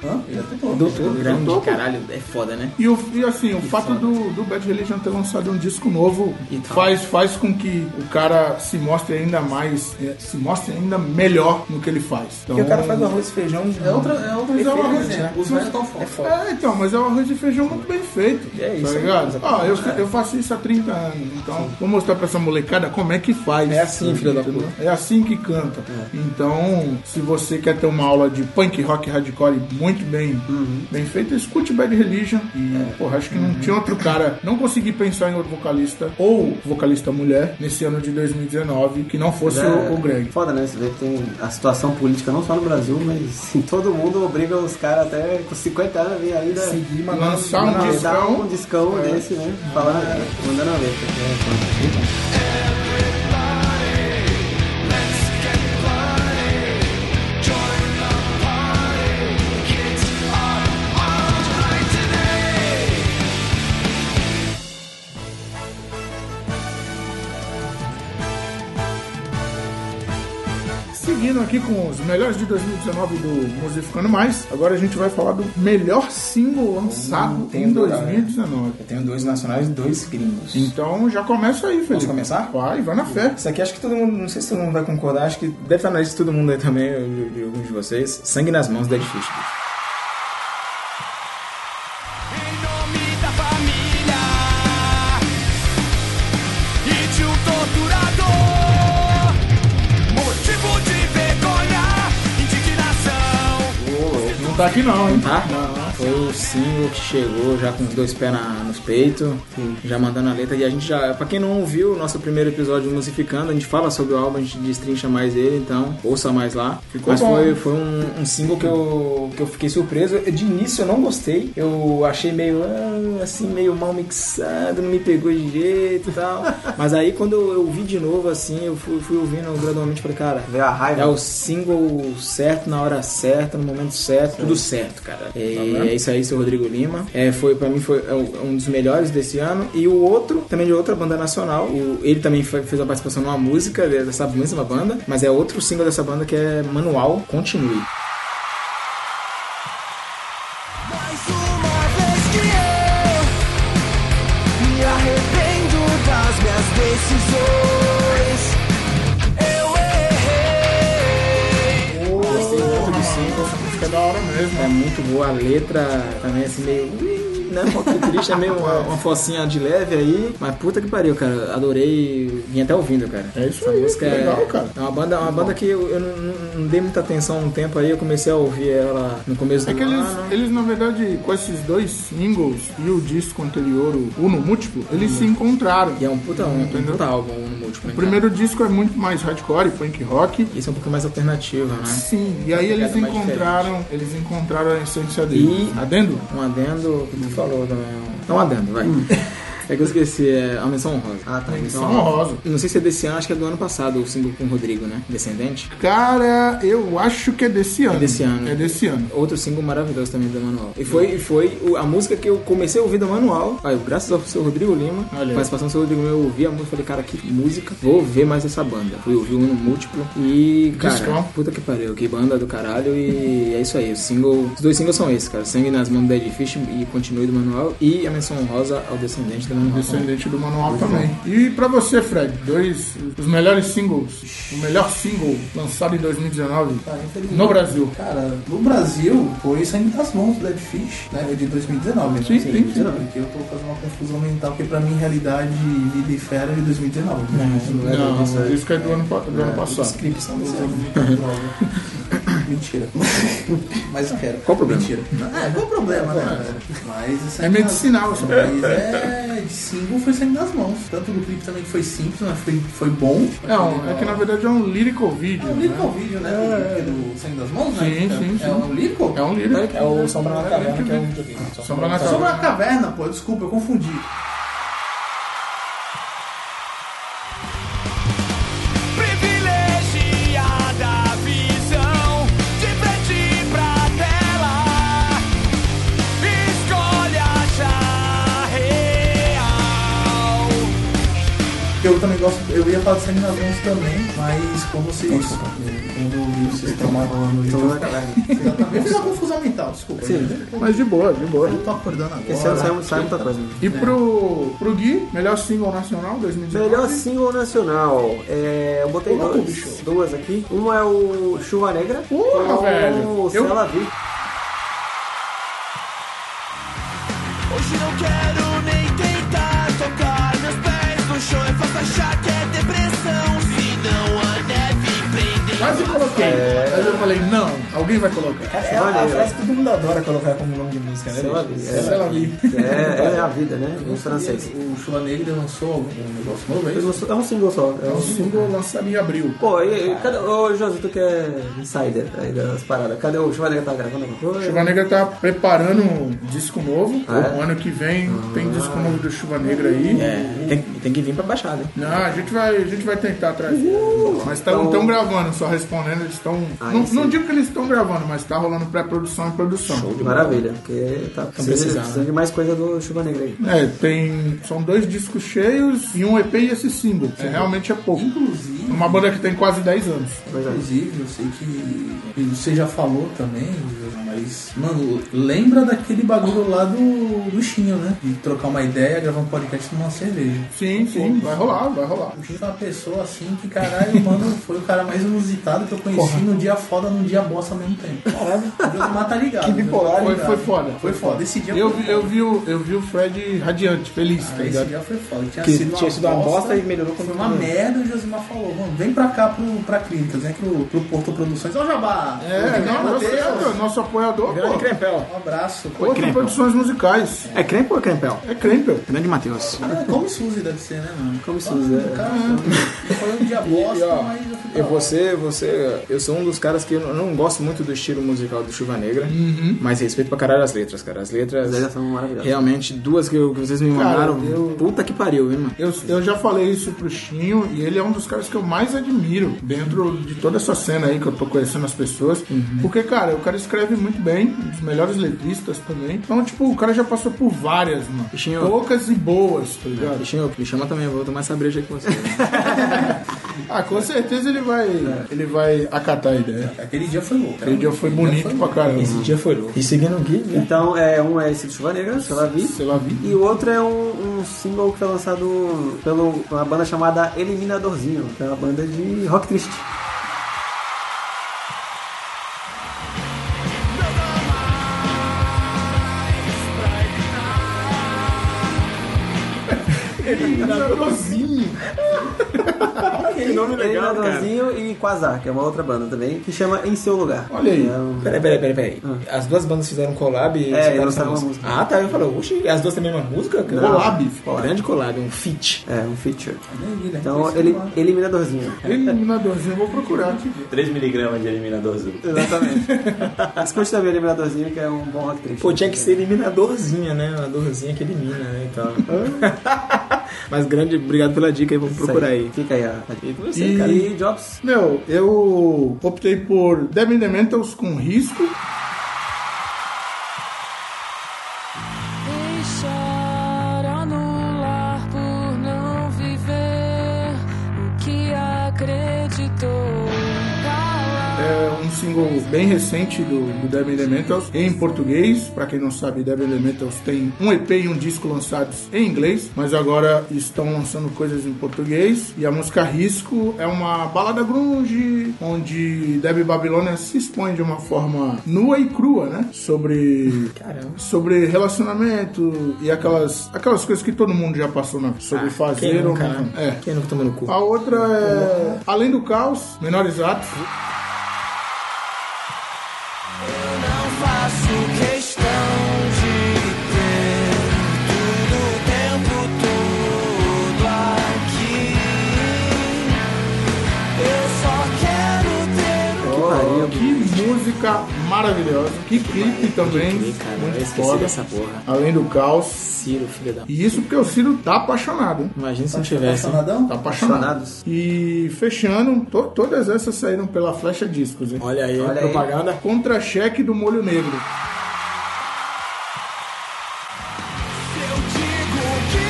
[SPEAKER 3] Doutor, grande, caralho, é foda, né?
[SPEAKER 1] E, o, e assim, o fato do, do Bad Religion ter lançado um disco novo
[SPEAKER 3] E tal.
[SPEAKER 1] faz, faz com que o cara se mostre ainda mais, é, se mostre ainda melhor no que ele faz. Então,
[SPEAKER 2] Porque o cara
[SPEAKER 3] um
[SPEAKER 2] faz o arroz e feijão.
[SPEAKER 8] é outra, é outra
[SPEAKER 1] Mas é um arroz,
[SPEAKER 8] né?
[SPEAKER 1] né?
[SPEAKER 8] Os velhos estão fortes.
[SPEAKER 1] É, então, mas é um arroz de feijão muito bem feito.
[SPEAKER 3] É isso é.
[SPEAKER 1] Tá
[SPEAKER 3] aí,
[SPEAKER 1] ligado?
[SPEAKER 3] exatamente.
[SPEAKER 1] Ó, eu, eu faço isso há 30 anos, então vou mostrar pra essa molecada como é que faz.
[SPEAKER 3] É assim, filho da
[SPEAKER 1] Entendeu?
[SPEAKER 3] puta. É.
[SPEAKER 1] É assim que canta. Então, se você quer ter uma aula de punk rock hardcore muito bem,
[SPEAKER 3] Uhum.
[SPEAKER 1] bem feita, escute Bad Religion. E,
[SPEAKER 3] É.
[SPEAKER 1] porra, acho que não tinha outro cara. Não consegui pensar em outro vocalista ou vocalista mulher nesse ano de 2019 que não
[SPEAKER 3] É.
[SPEAKER 1] fosse o, o Greg.
[SPEAKER 2] É, Foda, né? Você vê que tem a situação política não só no Brasil, mas *laughs* em todo mundo obriga os caras até com 50 anos a vir ainda. Seguir,
[SPEAKER 1] Lançar um
[SPEAKER 2] um
[SPEAKER 1] discão.
[SPEAKER 2] discão
[SPEAKER 3] É.
[SPEAKER 2] desse, né? Falando, mandando a letra.
[SPEAKER 1] Seguindo aqui com os melhores de 2019 do Musificando Mais, agora a gente vai falar do melhor single lançado
[SPEAKER 3] tem né?
[SPEAKER 1] em
[SPEAKER 3] que olhar,
[SPEAKER 1] 2019.
[SPEAKER 3] Eu tenho dois nacionais e dois gringos.
[SPEAKER 1] Então já começa aí, Felipe.
[SPEAKER 3] Posso começar?
[SPEAKER 1] Vai, vai na fé.
[SPEAKER 3] Isso aqui acho que todo mundo, não sei se todo mundo vai concordar, acho que deve estar na lista de todo mundo aí também, de, de alguns de vocês. Sangue nas mãos, Dead Fish.
[SPEAKER 6] Em nome da família e de um torturador, motivo de vergonha, indignação.
[SPEAKER 1] Não tá aqui não, hein?
[SPEAKER 3] Tá? Foi o single que chegou já com os dois pés na- nos peitos, já mandando a letra. E a gente já, pra quem não ouviu o nosso primeiro episódio de Musificando, a gente fala sobre o álbum, a gente destrincha mais ele, então ouça mais lá. Mas
[SPEAKER 1] bom.
[SPEAKER 3] foi, foi um, um single que eu, que eu fiquei surpreso. Eu, de início eu não gostei, eu achei meio ah, assim, meio mal mixado, não me pegou de jeito e tal. Mas aí quando eu, eu vi de novo, assim, eu fui, fui ouvindo gradualmente, falei, cara,
[SPEAKER 2] Veio a raiva.
[SPEAKER 3] é o single certo, na hora certa, no momento certo, tudo certo, cara. É, é isso aí, seu Rodrigo Lima. É, foi, pra mim, foi é, um dos melhores desse ano. E o outro, também de outra banda nacional, o- ele também foi- fez a participação numa música de- dessa mesma banda, mas é outro single dessa banda que é Manual Continue.
[SPEAKER 6] Mais uma vez que eu me arrependo das minhas decisões. Eu errei.
[SPEAKER 3] Gostei muito do single.
[SPEAKER 1] Fica da hora mesmo.
[SPEAKER 3] É muito boa a letra, também assim meio. ui, Né? Um pouco triste, é meio uma, uma focinha de leve aí. Mas puta que pariu, cara. Adorei. Vim até Tá ouvindo, cara.
[SPEAKER 1] É isso
[SPEAKER 3] Essa
[SPEAKER 1] aí,
[SPEAKER 3] música é-
[SPEAKER 1] legal, cara.
[SPEAKER 3] É uma banda, uma banda que eu, eu não, não- não dei muita atenção há um tempo aí. Eu comecei a ouvir ela no começo
[SPEAKER 1] É
[SPEAKER 3] do
[SPEAKER 1] que eles,
[SPEAKER 3] ano.
[SPEAKER 1] eles, na verdade, com esses dois singles e o disco anterior, o Uno Múltiplo, eles se encontraram.
[SPEAKER 3] E é um puta, um, um puta álbum no múltiplo. né,
[SPEAKER 1] O primeiro disco é muito mais hardcore, punk rock.
[SPEAKER 3] cara? Isso é um pouco mais alternativo, né?
[SPEAKER 1] Sim, e aí eles
[SPEAKER 3] pegada mais
[SPEAKER 1] encontraram, eles encontraram a essência dele.
[SPEAKER 3] E-
[SPEAKER 1] Adendo?
[SPEAKER 3] Um adendo que tu falou também. *laughs* É um adendo, vai. É que eu esqueci, é a menção honrosa.
[SPEAKER 2] Ah, tá.
[SPEAKER 1] São
[SPEAKER 2] Então,
[SPEAKER 1] honrosa.
[SPEAKER 3] Não sei se é desse ano, acho que é do ano passado, o single com o Rodrigo, né? Descendente.
[SPEAKER 1] Cara, eu acho que é desse ano. É
[SPEAKER 3] desse ano.
[SPEAKER 1] É desse ano.
[SPEAKER 3] Outro single maravilhoso também do Manual. E foi, e foi o- a música que eu comecei a ouvir do Manual. Aí, graças ao seu Rodrigo Lima,
[SPEAKER 1] Olha aí.
[SPEAKER 3] participação do seu Rodrigo Lima, eu ouvi a música e falei, cara, que música. Vou ver mais essa banda. Fui ouvir um no múltiplo. E, cara,
[SPEAKER 1] Discão.
[SPEAKER 3] puta que pariu, que banda do caralho. E é isso aí. O single, os dois singles são esses, cara. Sangue nas mãos do Dead Fish e Continue do Manual. E a menção honrosa ao Descendente do Manual.
[SPEAKER 1] Descendente do manual também. E pra você, Fred, dois os melhores singles, o melhor single lançado em 2019
[SPEAKER 8] Cara, infelizmente-
[SPEAKER 1] no Brasil.
[SPEAKER 8] Cara, no Brasil, foi Sangue das Mãos do Dead Fish, né? De 2019, né?
[SPEAKER 1] Sim, sim, sim.
[SPEAKER 8] Porque eu tô fazendo uma confusão mental, porque pra mim, realidade, Vida e Fera é de 2019. Né?
[SPEAKER 1] Não, isso que é do ano, pa- do ano
[SPEAKER 8] Os
[SPEAKER 1] passado.
[SPEAKER 8] clipes são desse ano. Droga. Mentira. Mas eu quero.
[SPEAKER 3] Qual o problema?
[SPEAKER 8] Mentira. É, qual o problema, né? velho? Mas isso
[SPEAKER 1] É medicinal, isso.
[SPEAKER 8] Mas é. De single foi saindo das mãos. Tanto do clipe também que foi simples, mas foi, foi bom.
[SPEAKER 1] É, um- é que na verdade é um lyrical
[SPEAKER 8] É
[SPEAKER 1] video.
[SPEAKER 8] um
[SPEAKER 1] né?
[SPEAKER 8] lyrical vídeo, né? Do, é do Saindo das Mãos, né?
[SPEAKER 1] Sim, sim, sim.
[SPEAKER 8] É um lyrical?
[SPEAKER 1] É um lyrical.
[SPEAKER 9] É o Sombra na Caverna, que é um videogame.
[SPEAKER 1] Sombra na
[SPEAKER 8] Sobre a
[SPEAKER 1] caverna.
[SPEAKER 8] caverna, pô, desculpa, eu confundi.
[SPEAKER 7] Privilegiada visão de frente pra tela. Escolhe achar real.
[SPEAKER 8] Eu também gosto, eu ia falar de Sangue nas Mãos também, mas como vocês. Quando vocês estão falando
[SPEAKER 2] Então,
[SPEAKER 8] isso.
[SPEAKER 2] né?
[SPEAKER 8] Eu fiz uma confusão mental, desculpa. Sim.
[SPEAKER 1] Mas de boa, de boa.
[SPEAKER 8] Eu tô acordando agora.
[SPEAKER 2] esse ano sai, sai muita coisa. Né?
[SPEAKER 1] E pro, pro Gui, melhor single nacional 2019.
[SPEAKER 2] Melhor single nacional. É, eu botei dois, duas aqui. Uma é o Chuva Negra.
[SPEAKER 1] Porra,
[SPEAKER 2] com
[SPEAKER 1] velho.
[SPEAKER 2] O
[SPEAKER 1] Eu-
[SPEAKER 2] Cela Vi.
[SPEAKER 7] Hoje não quero nem tentar tocar meus pés no chão. É fácil achar que é depressão. Se não a neve prende.
[SPEAKER 1] Quase coloquei, mas eu falei, não, alguém vai colocar.
[SPEAKER 9] É uma frase que todo mundo adora colocar como nome de música, né?
[SPEAKER 2] Cela
[SPEAKER 9] bicho?
[SPEAKER 2] Vi.
[SPEAKER 1] Sei lá, Gui.
[SPEAKER 2] É, é, é a vida, né? Em francês.
[SPEAKER 8] O Chula Negra lançou algum negócio novo, é
[SPEAKER 2] Ele
[SPEAKER 8] isso?
[SPEAKER 2] lançou- É um single só. É
[SPEAKER 1] É um
[SPEAKER 2] um...
[SPEAKER 1] single lançado em abril.
[SPEAKER 2] Pô, e, e cadê... Ô, Josi, tu que é insider aí das paradas. Cadê o Chuva Negra? Tá gravando alguma coisa?
[SPEAKER 1] Chuva Negra tá preparando um disco novo.
[SPEAKER 2] Ah, é?
[SPEAKER 1] O ano que vem tem disco novo do Chuva Negra aí.
[SPEAKER 3] É, tem, tem que vir pra Baixada.
[SPEAKER 1] Não, a gente vai, a gente vai tentar atrás. Mas estão
[SPEAKER 2] Então-
[SPEAKER 1] gravando, só respondendo, eles estão.
[SPEAKER 2] Ah,
[SPEAKER 1] não,
[SPEAKER 2] isso.
[SPEAKER 1] não digo que eles estão gravando, mas tá rolando pré-produção e produção.
[SPEAKER 2] Maravilha, porque tá precisando,
[SPEAKER 3] precisando.
[SPEAKER 2] precisando de mais coisa do Chuva Negra aí.
[SPEAKER 1] É, tem. São dois discos cheios e um EP e esse single. É, realmente é pouco.
[SPEAKER 8] Inclusive,
[SPEAKER 1] Uma banda que tem quase 10 anos.
[SPEAKER 2] Pois é.
[SPEAKER 8] inclusive, eu sei que você já falou também, mas, mano, lembra daquele bagulho lá do, do Chinho, né? De trocar uma ideia, gravar um podcast tomar uma cerveja.
[SPEAKER 1] Sim, sim, vai rolar, vai rolar.
[SPEAKER 8] O Chinho é uma pessoa assim que, caralho, mano, foi o cara mais inusitado que eu conheci num dia foda, num dia bosta ao mesmo tempo. Caralho, mas tá ligado.
[SPEAKER 9] Que bipolar,
[SPEAKER 8] tá
[SPEAKER 1] Foi,
[SPEAKER 8] ligado.
[SPEAKER 1] foi foda.
[SPEAKER 8] Foi foda. Esse dia
[SPEAKER 1] Eu
[SPEAKER 8] foi
[SPEAKER 1] vi, eu,
[SPEAKER 8] foda.
[SPEAKER 1] vi o, eu vi o Fred radiante, feliz, tá
[SPEAKER 8] Ah, Esse
[SPEAKER 1] ligado?
[SPEAKER 8] dia foi foda. Tinha
[SPEAKER 3] Que
[SPEAKER 8] sido,
[SPEAKER 3] tinha sido uma bosta e melhorou
[SPEAKER 8] Foi
[SPEAKER 3] quando
[SPEAKER 8] uma
[SPEAKER 3] melhorou.
[SPEAKER 8] merda e o Josimar falou, mano, vem pra cá pro, pra clínica, vem pro, pro Porto Produções. Ó, Jabá!
[SPEAKER 1] É,
[SPEAKER 8] Obrigado,
[SPEAKER 1] não, você,
[SPEAKER 8] Matheus.
[SPEAKER 1] é nosso apoiador,
[SPEAKER 3] Grande
[SPEAKER 1] pô.
[SPEAKER 3] Crempel.
[SPEAKER 8] Um abraço.
[SPEAKER 1] Outro produções musicais.
[SPEAKER 3] É Crempel ou é Crempel?
[SPEAKER 1] É Krempel.
[SPEAKER 3] Grande Matheus.
[SPEAKER 8] Ah, como Suzy deve ser, né, mano?
[SPEAKER 2] Como Suzy, é.
[SPEAKER 8] Cara, foi um dia bosta,
[SPEAKER 3] E, ó,
[SPEAKER 8] mas eu fui pra
[SPEAKER 3] eu
[SPEAKER 8] lá.
[SPEAKER 3] vou ser, você, eu sou um dos caras que eu não- não gosto muito do estilo musical do Chuva Negra,
[SPEAKER 8] Uhum.
[SPEAKER 3] mas respeito pra caralho as letras, cara. As letras,
[SPEAKER 2] As letras são maravilhosas.
[SPEAKER 3] realmente, duas que, eu- que vocês me mandaram, puta que pariu, hein, mano.
[SPEAKER 1] Eu, eu já falei isso pro Chinho e ele é um dos caras que eu mais admiro dentro de toda essa cena aí que eu tô conhecendo as pessoas.
[SPEAKER 8] Uhum.
[SPEAKER 1] Porque, cara, o cara escreve muito bem, um dos melhores letristas também. Então, tipo, o cara já passou por várias, mano.
[SPEAKER 3] Chinho.
[SPEAKER 1] Poucas e boas, tá ligado?
[SPEAKER 3] Deixa eu- me chama também, eu vou tomar essa breja com você. né?
[SPEAKER 1] Ah, com certeza ele vai, ele vai acatar a ideia.
[SPEAKER 8] *laughs* Aquele dia foi louco. né?
[SPEAKER 1] Aquele dia foi bonito pra caramba.
[SPEAKER 3] dia foi louco. E seguindo o Gui, né?
[SPEAKER 2] Então, é, um é esse de Chuva Negra, Cela Vi.
[SPEAKER 1] Sei lá, vi.
[SPEAKER 2] E o outro é um, um single que foi lançado pelo por uma banda chamada Eliminadorzinho, que é uma banda de rock triste.
[SPEAKER 1] Nadorzinho.
[SPEAKER 2] Que
[SPEAKER 10] nome legal, cara.
[SPEAKER 2] e Quasar, que é uma outra banda também, que chama Em Seu Lugar.
[SPEAKER 1] Olha aí.
[SPEAKER 2] É um-
[SPEAKER 3] Peraí, peraí, peraí, peraí. As duas bandas fizeram collab e
[SPEAKER 2] Ah. É,
[SPEAKER 3] lançaram
[SPEAKER 2] elas
[SPEAKER 3] essa
[SPEAKER 2] lançaram uma música.
[SPEAKER 3] Ah, tá. Eu falo, oxe, as duas têm a mesma música? cara?
[SPEAKER 1] Colab, filho.
[SPEAKER 3] Grande collab, um feat.
[SPEAKER 2] É, um feature. Então, ele, eliminadorzinho.
[SPEAKER 1] Eliminadorzinho, eu vou procurar aqui.
[SPEAKER 11] 3mg de eliminador azul.
[SPEAKER 2] Exatamente. *laughs* Escute também eliminadorzinho, que é um bom rock triste.
[SPEAKER 3] Pô, tinha que ser eliminadorzinha, né? Eliminadorzinha que elimina, né? E
[SPEAKER 2] *laughs*
[SPEAKER 3] tal. Mas grande, obrigado pela dica aí, vamos
[SPEAKER 2] Isso
[SPEAKER 3] procurar aí.
[SPEAKER 2] Fica aí a...
[SPEAKER 3] E com você, cara.
[SPEAKER 1] E,
[SPEAKER 2] E Jobs?
[SPEAKER 1] meu, eu optei por Devin Dementals com risco.
[SPEAKER 5] Deixar anular por não viver o que acreditou.
[SPEAKER 1] É um single bem recente do, do Devin Elementals em português. Pra quem não sabe, Devin Elementals tem um EP e um disco lançados em inglês, mas agora estão lançando coisas em português. E a música Risco é uma balada grunge, onde Debbie Babilônia se expõe de uma forma nua e crua, né? Sobre
[SPEAKER 3] Caramba.
[SPEAKER 1] sobre relacionamento e aquelas aquelas coisas que todo mundo já passou na sobre
[SPEAKER 3] Ah, Quem
[SPEAKER 1] fazer ou
[SPEAKER 3] nunca,
[SPEAKER 1] não.
[SPEAKER 3] né?
[SPEAKER 1] É.
[SPEAKER 3] Quem nunca tomou no cu?
[SPEAKER 1] A outra é Além do Caos, Menores Atos.
[SPEAKER 6] Não faço questão de ter tudo o tempo todo aqui. Eu só quero ter
[SPEAKER 2] Que pariu.
[SPEAKER 1] Que música maravilhosa. Que clipe também.
[SPEAKER 3] clipe, cara.
[SPEAKER 1] Muito
[SPEAKER 3] Eu esqueci
[SPEAKER 1] foda.
[SPEAKER 3] dessa porra.
[SPEAKER 1] Além do Caos.
[SPEAKER 3] Ciro, filho da...
[SPEAKER 1] E isso porque o Ciro tá apaixonado. hein?
[SPEAKER 3] Imagina se não tivesse. hein?
[SPEAKER 12] Apaixonadão?
[SPEAKER 1] Tá apaixonado.
[SPEAKER 2] Apaixonados.
[SPEAKER 1] E fechando, to- todas essas saíram pela Flecha Discos, hein?
[SPEAKER 3] Olha aí,
[SPEAKER 2] Olha aí.
[SPEAKER 3] propaganda.
[SPEAKER 1] Contra-cheque do Molho Negro.
[SPEAKER 6] Eu digo o que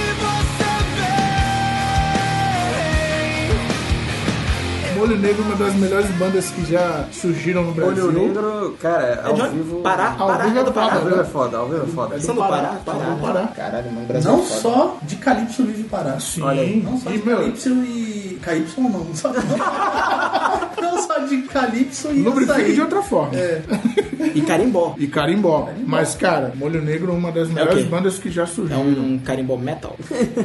[SPEAKER 6] você vê.
[SPEAKER 1] Molho Negro é uma das melhores bandas que já surgiram no Brasil.
[SPEAKER 2] Olho Negro, cara, ao
[SPEAKER 3] é de onde?
[SPEAKER 2] vivo...
[SPEAKER 3] Pará?
[SPEAKER 1] Ao
[SPEAKER 3] Pará,
[SPEAKER 1] vivo
[SPEAKER 3] é
[SPEAKER 1] é
[SPEAKER 3] do Pará.
[SPEAKER 2] Ao vivo é foda, ao vivo é foda.
[SPEAKER 3] São do Pará, Pará.
[SPEAKER 1] Vamos parar.
[SPEAKER 3] Caralho, mano, Brasil
[SPEAKER 12] Não
[SPEAKER 3] é foda.
[SPEAKER 12] só de Calypso vive Pará. Sim.
[SPEAKER 2] Olha aí.
[SPEAKER 12] Não só
[SPEAKER 1] E,
[SPEAKER 12] de
[SPEAKER 1] meu-
[SPEAKER 12] Calypso e... Calypso não, não só... *laughs* não só de Calypso e
[SPEAKER 1] Lubrifique
[SPEAKER 12] açaí.
[SPEAKER 1] de outra forma.
[SPEAKER 12] É.
[SPEAKER 3] E carimbó.
[SPEAKER 1] E carimbó. Mas, cara, Molho Negro é uma das melhores
[SPEAKER 3] quê?
[SPEAKER 1] bandas que já
[SPEAKER 3] É
[SPEAKER 1] surgiram.
[SPEAKER 3] um carimbó metal.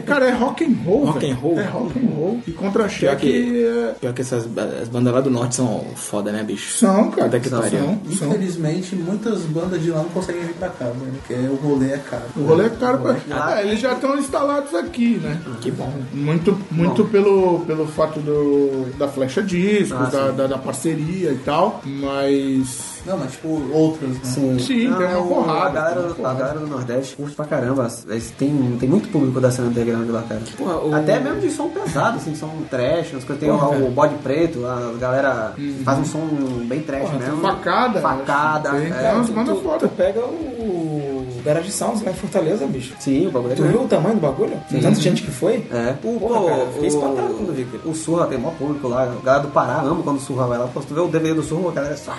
[SPEAKER 1] Cara, é rock and roll.
[SPEAKER 3] Rock
[SPEAKER 1] velho.
[SPEAKER 3] and roll.
[SPEAKER 1] É rock and roll. E
[SPEAKER 3] Pior
[SPEAKER 1] contra-cheque
[SPEAKER 3] que-
[SPEAKER 1] é...
[SPEAKER 3] Pior que essas as bandas lá do norte são foda, né, bicho?
[SPEAKER 1] são, cara.
[SPEAKER 3] Puta que
[SPEAKER 1] são,
[SPEAKER 3] pariu.
[SPEAKER 1] são.
[SPEAKER 12] Infelizmente, muitas bandas de lá não conseguem vir pra cá, né? Porque o rolê é caro.
[SPEAKER 1] O rolê é caro pra... É, eles já estão instalados aqui, né?
[SPEAKER 3] é Que bom.
[SPEAKER 1] Muito, muito pelo, pelo fato do, da flecha disco,
[SPEAKER 2] Ah,
[SPEAKER 1] da,
[SPEAKER 2] sim.
[SPEAKER 1] da, da parceria e tal, mas...
[SPEAKER 12] Não, mas tipo, outras, né?
[SPEAKER 2] Sim,
[SPEAKER 1] Sim, tem uma
[SPEAKER 2] o-
[SPEAKER 1] porrada,
[SPEAKER 2] A galera,
[SPEAKER 1] tem uma
[SPEAKER 2] a
[SPEAKER 1] porrada.
[SPEAKER 2] galera do Nordeste curte pra caramba. Eles- Tem, tem muito público da cena underground lá, cara.
[SPEAKER 3] Porra, o-
[SPEAKER 2] Até mesmo de som pesado, assim, som trash, umas coisas. Tem o- o, bode preto, a galera
[SPEAKER 3] Uhum.
[SPEAKER 2] faz um som bem trash mesmo.
[SPEAKER 1] Facada. né?
[SPEAKER 2] Facada.
[SPEAKER 1] Tem,
[SPEAKER 2] é.
[SPEAKER 1] tem umas bandas
[SPEAKER 3] Tu-
[SPEAKER 1] foda.
[SPEAKER 3] Tu pega o Garage Sounds lá em Fortaleza, bicho.
[SPEAKER 2] Sim, o bagulho é
[SPEAKER 3] Tu viu o tamanho do bagulho? Tem tanta gente que foi?
[SPEAKER 2] É.
[SPEAKER 3] Pô,
[SPEAKER 2] Pô,
[SPEAKER 3] cara, fiquei espantado
[SPEAKER 2] o-
[SPEAKER 3] quando vi aquilo.
[SPEAKER 2] O Surra tem maior público lá. A galera do Pará ama quando o Surra vai lá. Pô, se tu vê o DVD do Surra, a galera é só...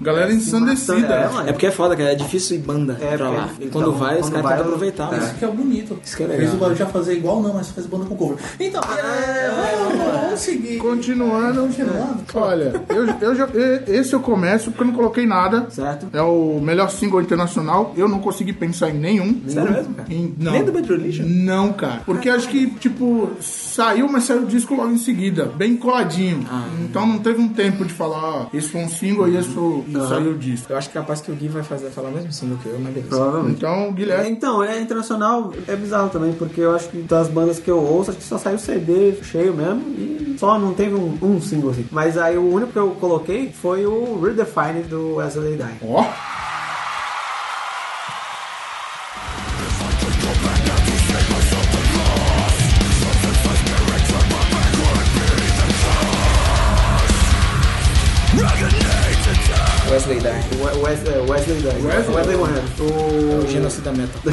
[SPEAKER 1] Galera ensandecida. né?
[SPEAKER 2] É, mano.
[SPEAKER 3] É porque é foda, cara. É difícil ir banda
[SPEAKER 2] É,
[SPEAKER 3] pra lá.
[SPEAKER 2] porque-
[SPEAKER 3] E quando
[SPEAKER 2] então,
[SPEAKER 3] vai, os
[SPEAKER 2] quando
[SPEAKER 3] caras
[SPEAKER 2] vai,
[SPEAKER 3] tentam aproveitar.
[SPEAKER 2] é.
[SPEAKER 3] mas-
[SPEAKER 12] Isso que é bonito.
[SPEAKER 3] Isso que é
[SPEAKER 12] Fez
[SPEAKER 3] legal.
[SPEAKER 12] o barulho já fazer igual, não, mas faz banda com cover. Então, é, vamos, vamos seguir.
[SPEAKER 1] Continuando,
[SPEAKER 12] Continuando.
[SPEAKER 1] Olha, eu, eu já, e- esse eu começo porque eu não coloquei nada.
[SPEAKER 2] Certo.
[SPEAKER 1] É o melhor single internacional. Eu não consegui pensar em nenhum.
[SPEAKER 2] Sério mesmo, cara?
[SPEAKER 1] Em- não.
[SPEAKER 3] Nem do Bad Religion?
[SPEAKER 1] Não, cara. Porque acho que, tipo, saiu, mas saiu o disco logo em seguida. Bem coladinho.
[SPEAKER 2] Ah.
[SPEAKER 1] Então não teve um tempo de falar, ó, esse foi um single e esse foi, e saiu o disco.
[SPEAKER 3] Eu acho que capaz que o Gui vai fazer, falar o mesmo símbolo que eu, mas beleza.
[SPEAKER 2] Provavelmente.
[SPEAKER 1] Então,
[SPEAKER 2] É,
[SPEAKER 1] Guilherme.
[SPEAKER 2] então, é internacional, é bizarro também, porque eu acho que das bandas que eu ouço, acho que só saiu CD cheio mesmo e só não teve um, um single assim. Mas aí o único que eu coloquei foi o Redefine do Wesley Die.
[SPEAKER 1] Ó.
[SPEAKER 3] Wesley Die.
[SPEAKER 2] O- Wes- é, Wesley Die.
[SPEAKER 1] Wesley?
[SPEAKER 2] Wesley Moran.
[SPEAKER 3] É O genocida metal.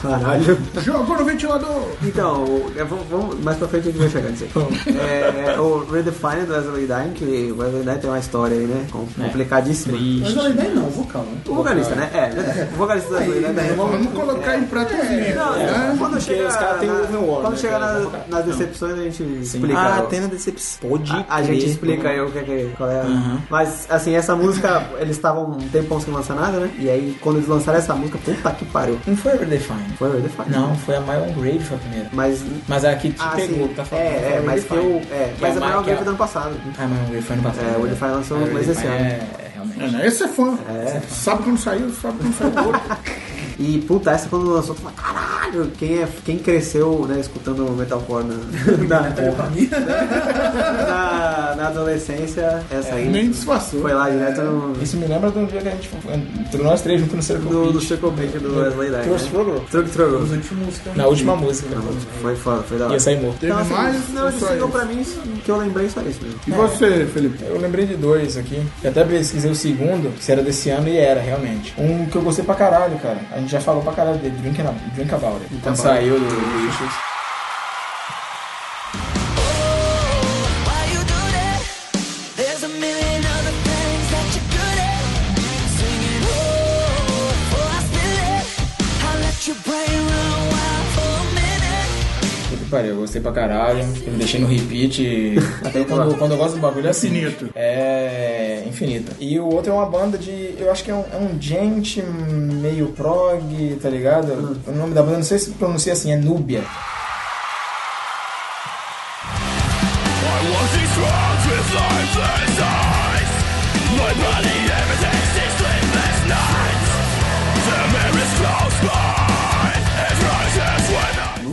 [SPEAKER 2] Caralho.
[SPEAKER 1] Jogou no ventilador.
[SPEAKER 2] Então, o- é, vamos, vamos- mais pra frente a gente vai chegar nisso aí. É, é, o Redefine do Wesley Die, que o Wesley Die tem uma história aí, né? com-
[SPEAKER 3] É.
[SPEAKER 2] Complicadíssima.
[SPEAKER 12] Mas a ideia não, vocal, né?
[SPEAKER 2] O vocalista, né? É, o vocalista do Wesley Die. tem-
[SPEAKER 1] Vamos colocar em pratos livres,
[SPEAKER 2] Não,
[SPEAKER 1] né?
[SPEAKER 2] quando chegar
[SPEAKER 3] É, os caras têm
[SPEAKER 2] na-
[SPEAKER 3] o Overwatch,
[SPEAKER 2] quando
[SPEAKER 3] né,
[SPEAKER 2] chegar
[SPEAKER 3] que é
[SPEAKER 2] na-
[SPEAKER 3] bom pra
[SPEAKER 2] nas decepções a gente explica.
[SPEAKER 3] Ah,
[SPEAKER 2] ó.
[SPEAKER 3] tem na decepção. Pode
[SPEAKER 2] A, a gente
[SPEAKER 3] crer,
[SPEAKER 2] explica aí
[SPEAKER 3] mano.
[SPEAKER 2] o que, que qual é. a- Mas assim, essa música, eles estavam um tempão sem lançar nada, né? E aí quando eles lançaram essa música, puta que pariu.
[SPEAKER 3] Não foi Redefine.
[SPEAKER 2] Foi o The Fight.
[SPEAKER 3] Não, foi a My Own Grave foi a primeira.
[SPEAKER 2] Mas.
[SPEAKER 3] Mas a que te
[SPEAKER 2] Ah,
[SPEAKER 3] pegou,
[SPEAKER 2] sim.
[SPEAKER 3] tá falando.
[SPEAKER 2] É, é,
[SPEAKER 3] foi
[SPEAKER 2] mas
[SPEAKER 3] The
[SPEAKER 2] que
[SPEAKER 3] Fight.
[SPEAKER 2] eu. É,
[SPEAKER 3] Que
[SPEAKER 2] mas
[SPEAKER 3] é
[SPEAKER 2] a
[SPEAKER 3] uma-
[SPEAKER 2] maior
[SPEAKER 3] que é-
[SPEAKER 2] grave do ano passado.
[SPEAKER 3] Ah, My Own Grave foi ano passado.
[SPEAKER 2] É, o
[SPEAKER 3] né?
[SPEAKER 2] The Fight lançou
[SPEAKER 3] É, o
[SPEAKER 2] mais
[SPEAKER 3] The
[SPEAKER 2] esse
[SPEAKER 3] Fight
[SPEAKER 2] ano.
[SPEAKER 3] É, é realmente.
[SPEAKER 1] É, né? Esse é fã. Sabe quando saiu, sabe quando saiu.
[SPEAKER 2] *laughs* E puta, essa quando lançou, tu fala, caralho, quem, é, quem cresceu, né, escutando metalcore na, *laughs* na, na adolescência, essa aí
[SPEAKER 1] Nem disfarçou.
[SPEAKER 2] foi lá direto no,
[SPEAKER 3] Isso me lembra de um dia que a gente foi- entrou nós três juntos no Circle
[SPEAKER 2] no, no
[SPEAKER 3] Beach.
[SPEAKER 2] Circle Break do Wesley Dyke.
[SPEAKER 3] Trouxe
[SPEAKER 2] Né?
[SPEAKER 3] Struggle?
[SPEAKER 2] Truque, truque.
[SPEAKER 3] Na última música.
[SPEAKER 2] Foi foda, foi da
[SPEAKER 3] E é
[SPEAKER 2] hora.
[SPEAKER 3] eu saí morto.
[SPEAKER 1] Teve
[SPEAKER 2] assim,
[SPEAKER 1] mais?
[SPEAKER 2] não,
[SPEAKER 1] ou
[SPEAKER 2] esse
[SPEAKER 1] só
[SPEAKER 2] single
[SPEAKER 1] esse?
[SPEAKER 2] pra mim, isso que eu lembrei só isso mesmo.
[SPEAKER 1] E você, Felipe?
[SPEAKER 3] Eu lembrei de dois aqui. Eu até pesquisei o segundo, se era desse ano, e era, realmente. Um que eu gostei pra caralho, cara. A gente já falou pra caralho dele, Drink, and- Drink About It. Então saiu do do Issues.
[SPEAKER 5] Why you do that? There's a million other things that you're good at. Sing it, oh, before I spill it. I let your brain run wild for a minute.
[SPEAKER 3] Puta que pariu, eu gostei pra caralho. Eu deixei no repeat. e- Até quando, quando eu gosto do bagulho é assim.
[SPEAKER 1] Infinito.
[SPEAKER 3] É. Infinito. E o outro é uma banda de. Eu acho que é um, é um gente meio prog, tá ligado? O nome da banda, não sei se pronuncia assim, é Núbia.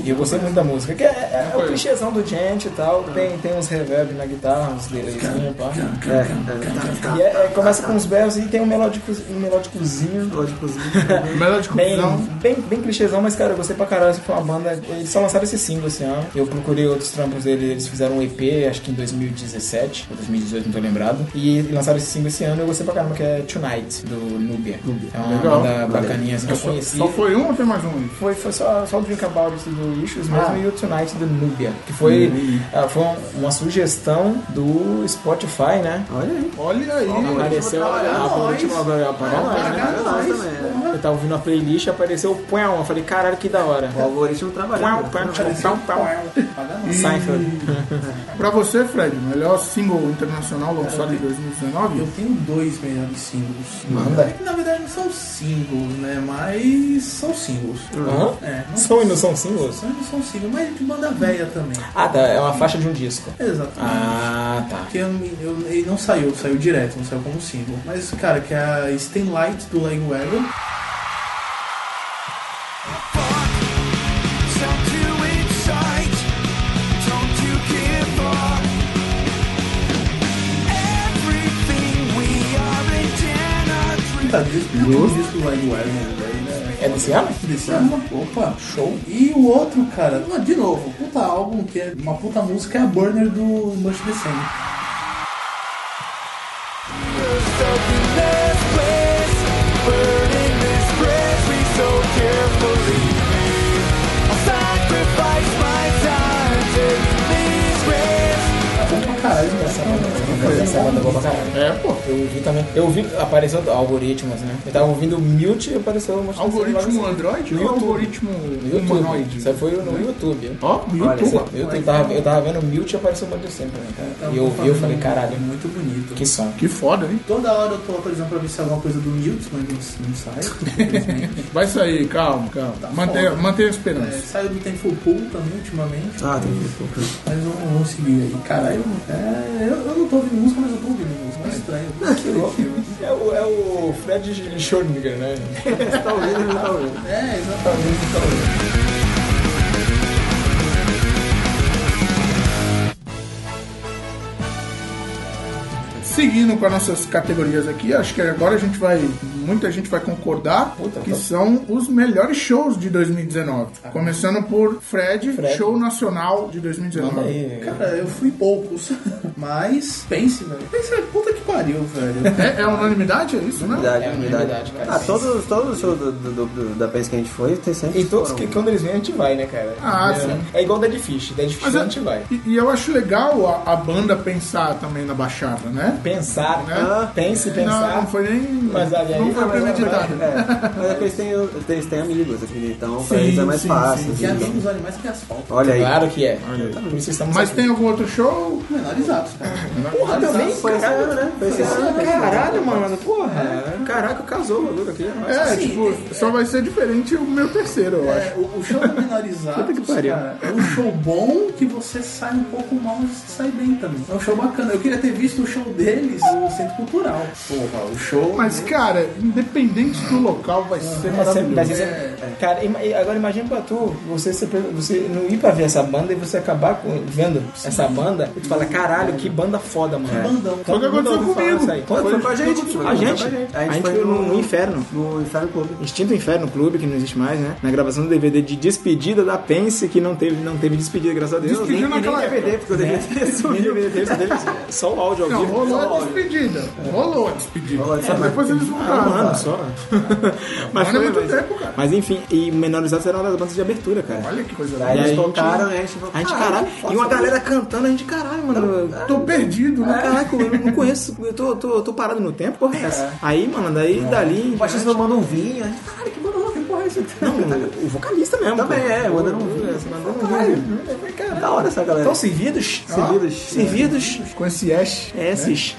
[SPEAKER 3] E eu gostei muito da música, que é, é o clichêzão do gente e tal. Tem, tem uns reverb na guitarra, uns delayzinho, pá. E é- é- começa com uns berros e tem um melódico, um melódicozinho.
[SPEAKER 1] Melhor
[SPEAKER 3] Bem,
[SPEAKER 1] discussão.
[SPEAKER 3] bem, bem clichêzão, mas cara, eu gostei pra caralho. Essa foi uma banda. Eles só lançaram esse single esse ano. Eu procurei outros trampos dele, eles fizeram um EP, acho que em 2017 ou 2018, não tô lembrado. E lançaram esse single esse ano. Eu gostei pra caramba, que é Tonight, do Nubia. É uma
[SPEAKER 1] Legal.
[SPEAKER 3] banda bacaninha assim, que eu conheci.
[SPEAKER 1] Só foi um ou tem mais um?
[SPEAKER 3] Foi, foi só, só o Drink About It do Issues mesmo e o Tonight do Nubia, que foi, ah, foi um- uma sugestão do Spotify, né?
[SPEAKER 2] Olha aí.
[SPEAKER 1] Olha aí.
[SPEAKER 3] Apareceu a, a, a última agora, apagar nós, né?
[SPEAKER 2] Nós também.
[SPEAKER 3] Eu tava ouvindo a playlist e apareceu o Puel. Eu falei, caralho, que da hora.
[SPEAKER 2] O algoritmo né?
[SPEAKER 3] Puel,
[SPEAKER 2] trabalhando.
[SPEAKER 3] puel, puel, puel. Seinfeld.
[SPEAKER 1] Pra você, Fred, melhor single internacional lançado em
[SPEAKER 8] Eu
[SPEAKER 1] 2019?
[SPEAKER 8] tenho dois melhores singles.
[SPEAKER 3] Manda.
[SPEAKER 8] Que, Na verdade não são singles, né? Mas são singles.
[SPEAKER 3] Hã?
[SPEAKER 8] É, não
[SPEAKER 3] São e não são singles?
[SPEAKER 8] são, não são singles, mas de banda velha também.
[SPEAKER 3] Ah, tá. É uma faixa de um disco.
[SPEAKER 8] Exatamente.
[SPEAKER 3] Ah, tá.
[SPEAKER 8] Porque eu, eu- ele não saiu, saiu direto, não saiu como single. Mas, cara, que é a Stain Light do Lagwagon. Tá, disco, último disco do Lagwagon, velho, né?
[SPEAKER 3] É desse ano?
[SPEAKER 8] Desse ano, opa, show. E o outro, cara, de novo, puta álbum que é uma puta música, é a Burner do Much the Same.
[SPEAKER 3] Essa banda é boa pra caralho.
[SPEAKER 1] É, pô.
[SPEAKER 3] Eu ouvi também. Eu ouvi, apareceu algoritmos, né? Eu tava ouvindo o Mute e apareceu um uma assim.
[SPEAKER 1] Algoritmo Android ou
[SPEAKER 3] YouTube.
[SPEAKER 1] algoritmo
[SPEAKER 3] No YouTube.
[SPEAKER 1] humanoide?
[SPEAKER 3] Isso aí foi no YouTube.
[SPEAKER 1] Ó,
[SPEAKER 3] Apareceu-
[SPEAKER 1] YouTube.
[SPEAKER 3] Eu tava, eu tava vendo o Mute e apareceu uma de sempre, né,
[SPEAKER 8] Tá
[SPEAKER 3] cara? E eu ouvi, eu falei, caralho,
[SPEAKER 8] É Muito bonito.
[SPEAKER 3] que som.
[SPEAKER 1] Que foda, hein?
[SPEAKER 8] Toda hora eu tô atualizando pra ver se é alguma coisa do Mute, mas não, não sai. infelizmente.
[SPEAKER 1] *laughs* Vai sair, calma, calma. mantenha,
[SPEAKER 8] foda.
[SPEAKER 1] mantenha a
[SPEAKER 8] É,
[SPEAKER 1] esperança.
[SPEAKER 8] saiu do Temple Pool também ultimamente,
[SPEAKER 2] Ah, tem que ver, pô.
[SPEAKER 8] mas eu não vou seguir aí. Caralho, é, eu, eu não tô ouvindo música, mas eu tô ouvindo música. Mas estranho.
[SPEAKER 2] Ah,
[SPEAKER 8] Que louco.
[SPEAKER 3] É o, é o Fred Schrödinger, né?
[SPEAKER 2] Tá ouvindo, não tá ouvindo.
[SPEAKER 8] É, exatamente. Então,
[SPEAKER 1] Seguindo com as nossas categorias aqui, acho que agora a gente vai. Muita gente vai concordar que
[SPEAKER 3] tá.
[SPEAKER 1] são os melhores shows de 2019.
[SPEAKER 3] Ah.
[SPEAKER 1] Começando por Fred, show nacional de 2019.
[SPEAKER 8] cara, eu fui poucos, *laughs* mas pense, velho. Pense, é puta que pariu, velho.
[SPEAKER 1] É, é unanimidade? É isso, né?
[SPEAKER 2] Unidade,
[SPEAKER 3] unanimidade,
[SPEAKER 2] unidade.
[SPEAKER 3] cara.
[SPEAKER 2] Ah, todos, todos os shows do, do, do- da PES que a gente foi, tem sempre.
[SPEAKER 3] E todos
[SPEAKER 2] foram-
[SPEAKER 3] que quando eles vêm, a gente vai, né, cara?
[SPEAKER 1] Ah,
[SPEAKER 3] é,
[SPEAKER 1] sim.
[SPEAKER 3] É igual Dead Fish. Dead Fish
[SPEAKER 1] Mas
[SPEAKER 3] a
[SPEAKER 1] é-
[SPEAKER 3] gente vai.
[SPEAKER 1] E, e eu acho legal a, a banda pensar também na baixada, né?
[SPEAKER 3] Pensar,
[SPEAKER 1] Né?
[SPEAKER 3] né? Pense,
[SPEAKER 1] Não,
[SPEAKER 3] pensar.
[SPEAKER 1] não foi nem.
[SPEAKER 3] Mas ali aí-
[SPEAKER 1] não foi premeditado.
[SPEAKER 2] É, mas é que eles têm, eles têm amigos aqui, então pra eles é mais
[SPEAKER 1] sim,
[SPEAKER 2] fácil.
[SPEAKER 8] Que amigos animais que asfalto.
[SPEAKER 2] Olha aí.
[SPEAKER 3] Claro que é. Por isso estamos
[SPEAKER 1] Mas
[SPEAKER 3] aqui. é
[SPEAKER 1] tem algum outro show?
[SPEAKER 8] Menores atos, cara.
[SPEAKER 2] Então,
[SPEAKER 1] Porra,
[SPEAKER 2] Foi esse ano, né? Foi esse ano.
[SPEAKER 3] Caralho, Ah, mano, porra. Caraca, casou o bagulho aqui.
[SPEAKER 1] É,
[SPEAKER 3] Nossa, assim,
[SPEAKER 1] tipo, só vai ser diferente o meu terceiro, eu acho.
[SPEAKER 8] É, o, o show do Minorizado
[SPEAKER 3] que pariu.
[SPEAKER 8] cara, é um show bom que você sai um pouco mal, mas você sai bem também. É um show bacana. Eu queria ter visto o show deles no Centro Cultural. Porra, o show...
[SPEAKER 1] Mas, cara, independente do local, vai ser
[SPEAKER 13] É sempre- vai ser
[SPEAKER 1] maravilhoso.
[SPEAKER 13] sempre- Cara, ima- e agora imagina pra tu, você, ser pre- você não ir pra ver essa banda e você acabar com- vendo essa banda e tu fala, caralho, que banda foda, mano.
[SPEAKER 8] Bandão.
[SPEAKER 1] Foi o que aconteceu comigo.
[SPEAKER 3] Foi com a gente.
[SPEAKER 2] Foi
[SPEAKER 3] A
[SPEAKER 2] com
[SPEAKER 3] gente,
[SPEAKER 2] a gente.
[SPEAKER 3] a gente
[SPEAKER 2] Foi
[SPEAKER 3] foi no,
[SPEAKER 2] no-
[SPEAKER 3] Inferno.
[SPEAKER 2] No Inferno Clube.
[SPEAKER 3] Instinto Inferno Clube, que não existe mais, né? Na gravação do DVD de despedida da Pense, que não teve, não teve despedida, graças a Deus.
[SPEAKER 1] Despediu
[SPEAKER 3] nem, e
[SPEAKER 1] naquela
[SPEAKER 3] nem DVD, porque o DVD sumiu. Nem DVD teve, só teve só o áudio ao
[SPEAKER 1] Não,
[SPEAKER 3] vivo.
[SPEAKER 1] rolou
[SPEAKER 3] só o
[SPEAKER 1] a
[SPEAKER 3] áudio.
[SPEAKER 1] despedida. Rolou a despedida. É, depois eles
[SPEAKER 3] Ah,
[SPEAKER 1] voltaram.
[SPEAKER 3] um ano
[SPEAKER 2] *laughs*
[SPEAKER 3] só. mas
[SPEAKER 2] Um
[SPEAKER 1] é
[SPEAKER 3] foi,
[SPEAKER 1] muito
[SPEAKER 3] mas,
[SPEAKER 1] tempo, cara.
[SPEAKER 3] mas enfim, e Menorizados era uma das bandas de abertura, cara.
[SPEAKER 1] Olha que coisa
[SPEAKER 2] Aí
[SPEAKER 1] legal.
[SPEAKER 3] a
[SPEAKER 2] eles
[SPEAKER 3] gente-
[SPEAKER 2] tocaram, né? A gente
[SPEAKER 3] A
[SPEAKER 2] falou,
[SPEAKER 3] gente, caralho, e uma galera cantando, a gente, caralho,
[SPEAKER 2] É.
[SPEAKER 3] mano.
[SPEAKER 1] Tô perdido, né?
[SPEAKER 3] Caraca, um eu não conheço, eu tô, tô, tô parado no tempo, porra é essa? Aí, mano,
[SPEAKER 2] É.
[SPEAKER 3] daí dali. em
[SPEAKER 2] o Batista
[SPEAKER 3] diante-
[SPEAKER 2] manda um vinho. A gente, caralho, que banda louca, que porra é isso?
[SPEAKER 3] Não, o vocalista mesmo.
[SPEAKER 2] Também
[SPEAKER 3] pô.
[SPEAKER 2] é, mandando um
[SPEAKER 3] O-
[SPEAKER 2] vinho.
[SPEAKER 3] esse Mandando um
[SPEAKER 2] Caralho,
[SPEAKER 3] vinho.
[SPEAKER 2] Da hora essa galera.
[SPEAKER 13] Estão servidos?
[SPEAKER 2] Servidos.
[SPEAKER 3] Servidos.
[SPEAKER 1] Com esse Ash.
[SPEAKER 3] É, esses.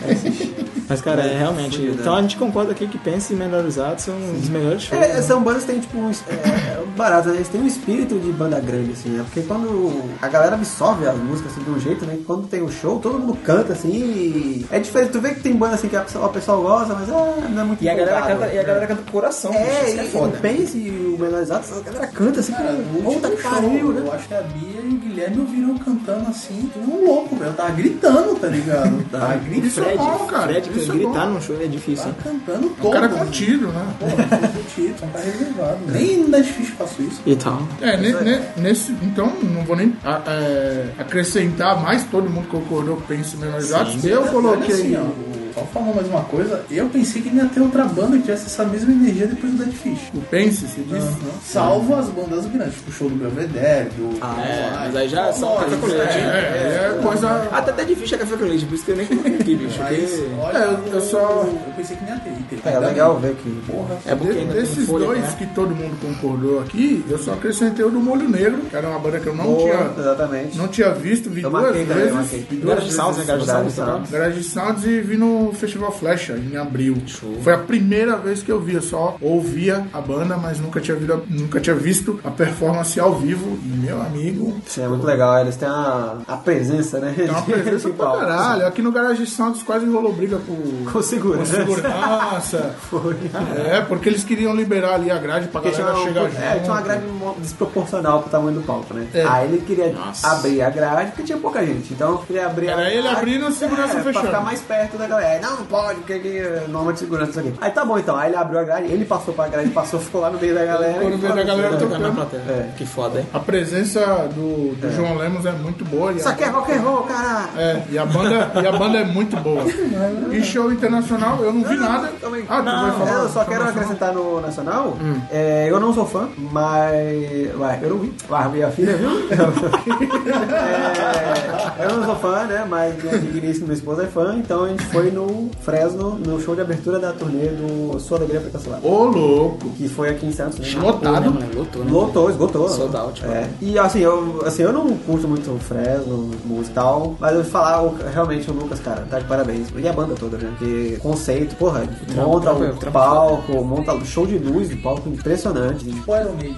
[SPEAKER 3] Mas, cara, é realmente.
[SPEAKER 13] né?
[SPEAKER 3] Então a gente concorda aqui que Pense e Menorizados são os melhores shows.
[SPEAKER 2] É, são bandas que tem, tipo, um es- é, é barato, né? eles têm um espírito de banda grande, assim, né? Porque quando a galera absorve as músicas assim, de um jeito, né? Quando tem um show, todo mundo canta, assim, e é diferente. Tu vê que tem banda, assim, que a pessoa, a pessoa gosta, mas é, não é muito
[SPEAKER 13] E a galera
[SPEAKER 2] empolgado.
[SPEAKER 13] canta, e a galera canta com coração. bicho,
[SPEAKER 2] É,
[SPEAKER 13] isso
[SPEAKER 2] e,
[SPEAKER 13] é
[SPEAKER 2] e
[SPEAKER 13] foda.
[SPEAKER 2] o Pense e o Menorizados, a galera canta, assim,
[SPEAKER 8] Cara,
[SPEAKER 2] com
[SPEAKER 8] o
[SPEAKER 2] puta
[SPEAKER 8] último
[SPEAKER 2] que pariu,
[SPEAKER 8] show,
[SPEAKER 2] né?
[SPEAKER 8] eu acho que a Bia e o Guilherme ouviram cantando assim, que um louco, velho. Eu tava gritando, tá ligado?
[SPEAKER 1] *laughs*
[SPEAKER 8] Tava gritando,
[SPEAKER 1] Isso é bom, cara.
[SPEAKER 3] Fred, que
[SPEAKER 1] Isso é
[SPEAKER 3] gritar
[SPEAKER 13] Tá
[SPEAKER 1] bom.
[SPEAKER 3] num show é difícil,
[SPEAKER 8] tava
[SPEAKER 3] hein?
[SPEAKER 8] cantando todo.
[SPEAKER 1] O cara com tiro, né?
[SPEAKER 8] Pô, foi do título, tá reservado. Nem na difícil faço isso.
[SPEAKER 3] E tal.
[SPEAKER 1] É, ne- ne- nesse, então não vou nem a- é, acrescentar mais, todo mundo concordou que pensa menorizados. Eu
[SPEAKER 8] Olha assim,
[SPEAKER 1] coloquei.
[SPEAKER 8] ó, o- só falar mais uma coisa, eu pensei que ia ter outra banda que tivesse essa mesma energia depois do Dead Fish.
[SPEAKER 1] O Pense, se diz?
[SPEAKER 8] Salvo as bandas grandes, tipo o show do Belvedere, do. Ah,
[SPEAKER 3] É, mas aí já são café com leite.
[SPEAKER 1] É, é, coisa.
[SPEAKER 3] Até até difícil é café com leite, por isso que eu nem coloquei aqui, bicho. porque-
[SPEAKER 8] olha,
[SPEAKER 1] É, eu- eu só-
[SPEAKER 8] Eu pensei que nem ia ter. e teve.
[SPEAKER 2] É legal ver que...
[SPEAKER 8] Porra.
[SPEAKER 3] É porque
[SPEAKER 1] de-
[SPEAKER 3] ainda tem
[SPEAKER 1] desses
[SPEAKER 3] folha,
[SPEAKER 1] dois
[SPEAKER 3] né?
[SPEAKER 1] que todo mundo concordou aqui, eu só acrescentei o do Molho Negro, que era uma banda que eu não
[SPEAKER 2] Boa,
[SPEAKER 1] tinha.
[SPEAKER 2] exatamente. né?
[SPEAKER 1] Não tinha visto, vi
[SPEAKER 2] Eu
[SPEAKER 1] duas
[SPEAKER 2] marquei também, eu
[SPEAKER 1] vezes.
[SPEAKER 2] marquei.
[SPEAKER 1] Vi duas
[SPEAKER 3] Garage
[SPEAKER 1] vezes.
[SPEAKER 3] Sounds, né? Garage Sounds.
[SPEAKER 2] Garage
[SPEAKER 3] tá?
[SPEAKER 1] Garage Sounds e vi no Festival Flecha em abril. Foi a primeira vez que eu via, só ouvia a banda, mas nunca tinha, vido- nunca tinha visto a performance ao vivo. E meu amigo,
[SPEAKER 2] Sim, é muito legal, eles têm a, a presença, né?
[SPEAKER 1] é uma
[SPEAKER 2] *laughs*
[SPEAKER 1] presença pra caralho. Aqui no Garage Sounds quase rolou briga com,
[SPEAKER 2] Com segurança.
[SPEAKER 1] segurança.
[SPEAKER 2] *laughs*
[SPEAKER 1] Foi. É, porque eles queriam liberar ali a grade pra
[SPEAKER 2] Porque tinha,
[SPEAKER 1] galera
[SPEAKER 2] um-
[SPEAKER 1] chegar junto.
[SPEAKER 2] é, tinha uma grade mo- desproporcional pro tamanho do palco, né?
[SPEAKER 1] É.
[SPEAKER 2] Aí ele queria abrir a grade porque tinha pouca gente. Então queria abrir a
[SPEAKER 1] Era
[SPEAKER 2] grade.
[SPEAKER 1] ele abrindo e o segurança
[SPEAKER 2] é, Pra
[SPEAKER 1] fechando.
[SPEAKER 2] ficar mais perto da galera. Aí, Não, não pode, porque que, eh, norma de segurança isso aqui. Aí tá bom então. Aí ele abriu a grade, ele passou pra grade, passou, ficou lá no meio da galera.
[SPEAKER 1] Ficou no meio da galera tocando.
[SPEAKER 2] É.
[SPEAKER 3] Que foda, hein?
[SPEAKER 1] A presença do, do João Lemos é muito boa. E
[SPEAKER 2] Isso
[SPEAKER 1] a,
[SPEAKER 2] aqui é rock and roll, cara!
[SPEAKER 1] é, e a banda, e a banda é muito boa. E show internacional, eu não vi nada. Ah, tu vai falar.
[SPEAKER 2] eu só
[SPEAKER 1] internacional?
[SPEAKER 2] quero acrescentar no Nacional. é, eu não sou fã, mas. Ué, eu não vi. Ué, minha filha viu? *laughs* É, eu não sou fã, né? Mas minha digníssima esposa é fã, então a gente foi no Fresno, no show de abertura da turnê do Sua Alegria Pra Cancelar.
[SPEAKER 1] Ô, louco.
[SPEAKER 2] Que foi aqui em Santos. né?
[SPEAKER 1] Lotado.
[SPEAKER 3] Lotou, né?
[SPEAKER 2] Lotou, esgotou.
[SPEAKER 3] Sold out,
[SPEAKER 2] É. E assim eu, assim, eu não curto muito o Fresno, música e tal, mas eu vou falar o- realmente o Lucas, cara, tá de parabéns. E a banda toda, né? Porque conceito, porra, monta
[SPEAKER 3] trampo é-
[SPEAKER 2] o
[SPEAKER 3] trampo
[SPEAKER 2] palco, monta o show de luz do palco, impressionante.
[SPEAKER 3] *laughs*
[SPEAKER 8] O Iron Maiden.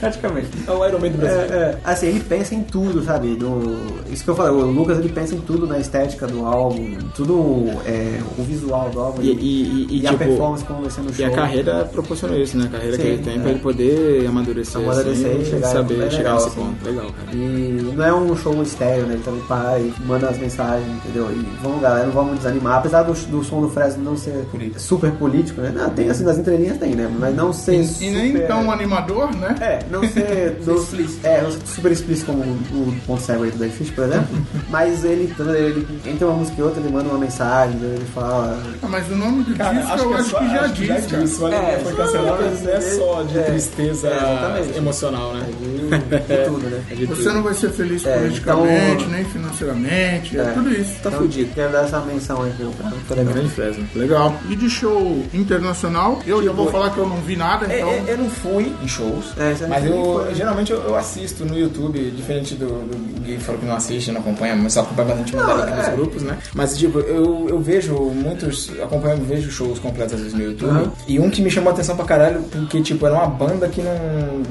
[SPEAKER 2] Praticamente.
[SPEAKER 3] É o Iron Man do
[SPEAKER 2] É,
[SPEAKER 3] Brasil.
[SPEAKER 2] é. Assim, ele pensa em tudo, sabe? No, isso que eu falei, o Lucas ele pensa em tudo na estética do álbum, tudo é, o visual do álbum
[SPEAKER 3] E, e, e, e,
[SPEAKER 2] e a
[SPEAKER 3] tipo,
[SPEAKER 2] performance como vai ser no
[SPEAKER 3] E
[SPEAKER 2] show.
[SPEAKER 3] a carreira proporcionou isso, né? A carreira que
[SPEAKER 2] Sim,
[SPEAKER 3] ele tem
[SPEAKER 2] é.
[SPEAKER 3] pra ele poder amadurecer,
[SPEAKER 2] Amadurecer
[SPEAKER 3] assim,
[SPEAKER 2] e chegar-
[SPEAKER 3] saber
[SPEAKER 2] é
[SPEAKER 3] chegar
[SPEAKER 2] legal,
[SPEAKER 3] nesse
[SPEAKER 2] assim.
[SPEAKER 3] ponto. Legal, cara.
[SPEAKER 2] E não é um show estéreo, né? Ele também para e manda as mensagens, entendeu? E vamos, galera, não vamos desanimar. Apesar do, do som do Fresno não ser super político, né? Não, tem assim, nas entrelinhas tem, né? Mas não ser
[SPEAKER 1] E nem
[SPEAKER 2] super-
[SPEAKER 1] tão animador, né?
[SPEAKER 2] É, não *laughs* ser, não, é, não ser super explícito como o o ponto cego aí do Dead Fish, por exemplo. Mas ele, ele, entre uma música e outra, ele manda uma mensagem, ele fala.
[SPEAKER 1] Ah, Mas o nome do disco
[SPEAKER 13] é
[SPEAKER 1] eu acho que já diz, cara.
[SPEAKER 13] Isso, olha,
[SPEAKER 2] É,
[SPEAKER 13] foi cancelado,
[SPEAKER 2] é,
[SPEAKER 13] não é só de
[SPEAKER 2] é,
[SPEAKER 13] tristeza
[SPEAKER 2] é, exatamente. É,
[SPEAKER 13] emocional, né?
[SPEAKER 2] *laughs* De, de tudo, né?
[SPEAKER 1] Você não vai ser feliz
[SPEAKER 2] É,
[SPEAKER 1] politicamente,
[SPEAKER 2] então-
[SPEAKER 1] nem financeiramente, é,
[SPEAKER 2] É.
[SPEAKER 1] tudo isso.
[SPEAKER 2] Tá fudido. Quero dar essa menção aí pro pra- pra-
[SPEAKER 3] É Grande Fresno.
[SPEAKER 1] Legal. E de show internacional, eu já vou falar que eu não vi nada,
[SPEAKER 13] É,
[SPEAKER 1] então.
[SPEAKER 13] é, eu não fui em shows,
[SPEAKER 2] É, você não
[SPEAKER 13] mas
[SPEAKER 2] foi,
[SPEAKER 13] eu
[SPEAKER 2] foi.
[SPEAKER 13] geralmente eu, eu assisto no YouTube,
[SPEAKER 2] é.
[SPEAKER 13] diferente do, do Gui que falou que não assiste, não acompanha, mas só acompanha bastante matéria aqui nos grupos, né? Mas tipo, eu, eu
[SPEAKER 3] eu vejo muitos, acompanho, vejo shows completos às vezes no YouTube. E um que me chamou a atenção pra caralho, porque, tipo, era uma banda que não.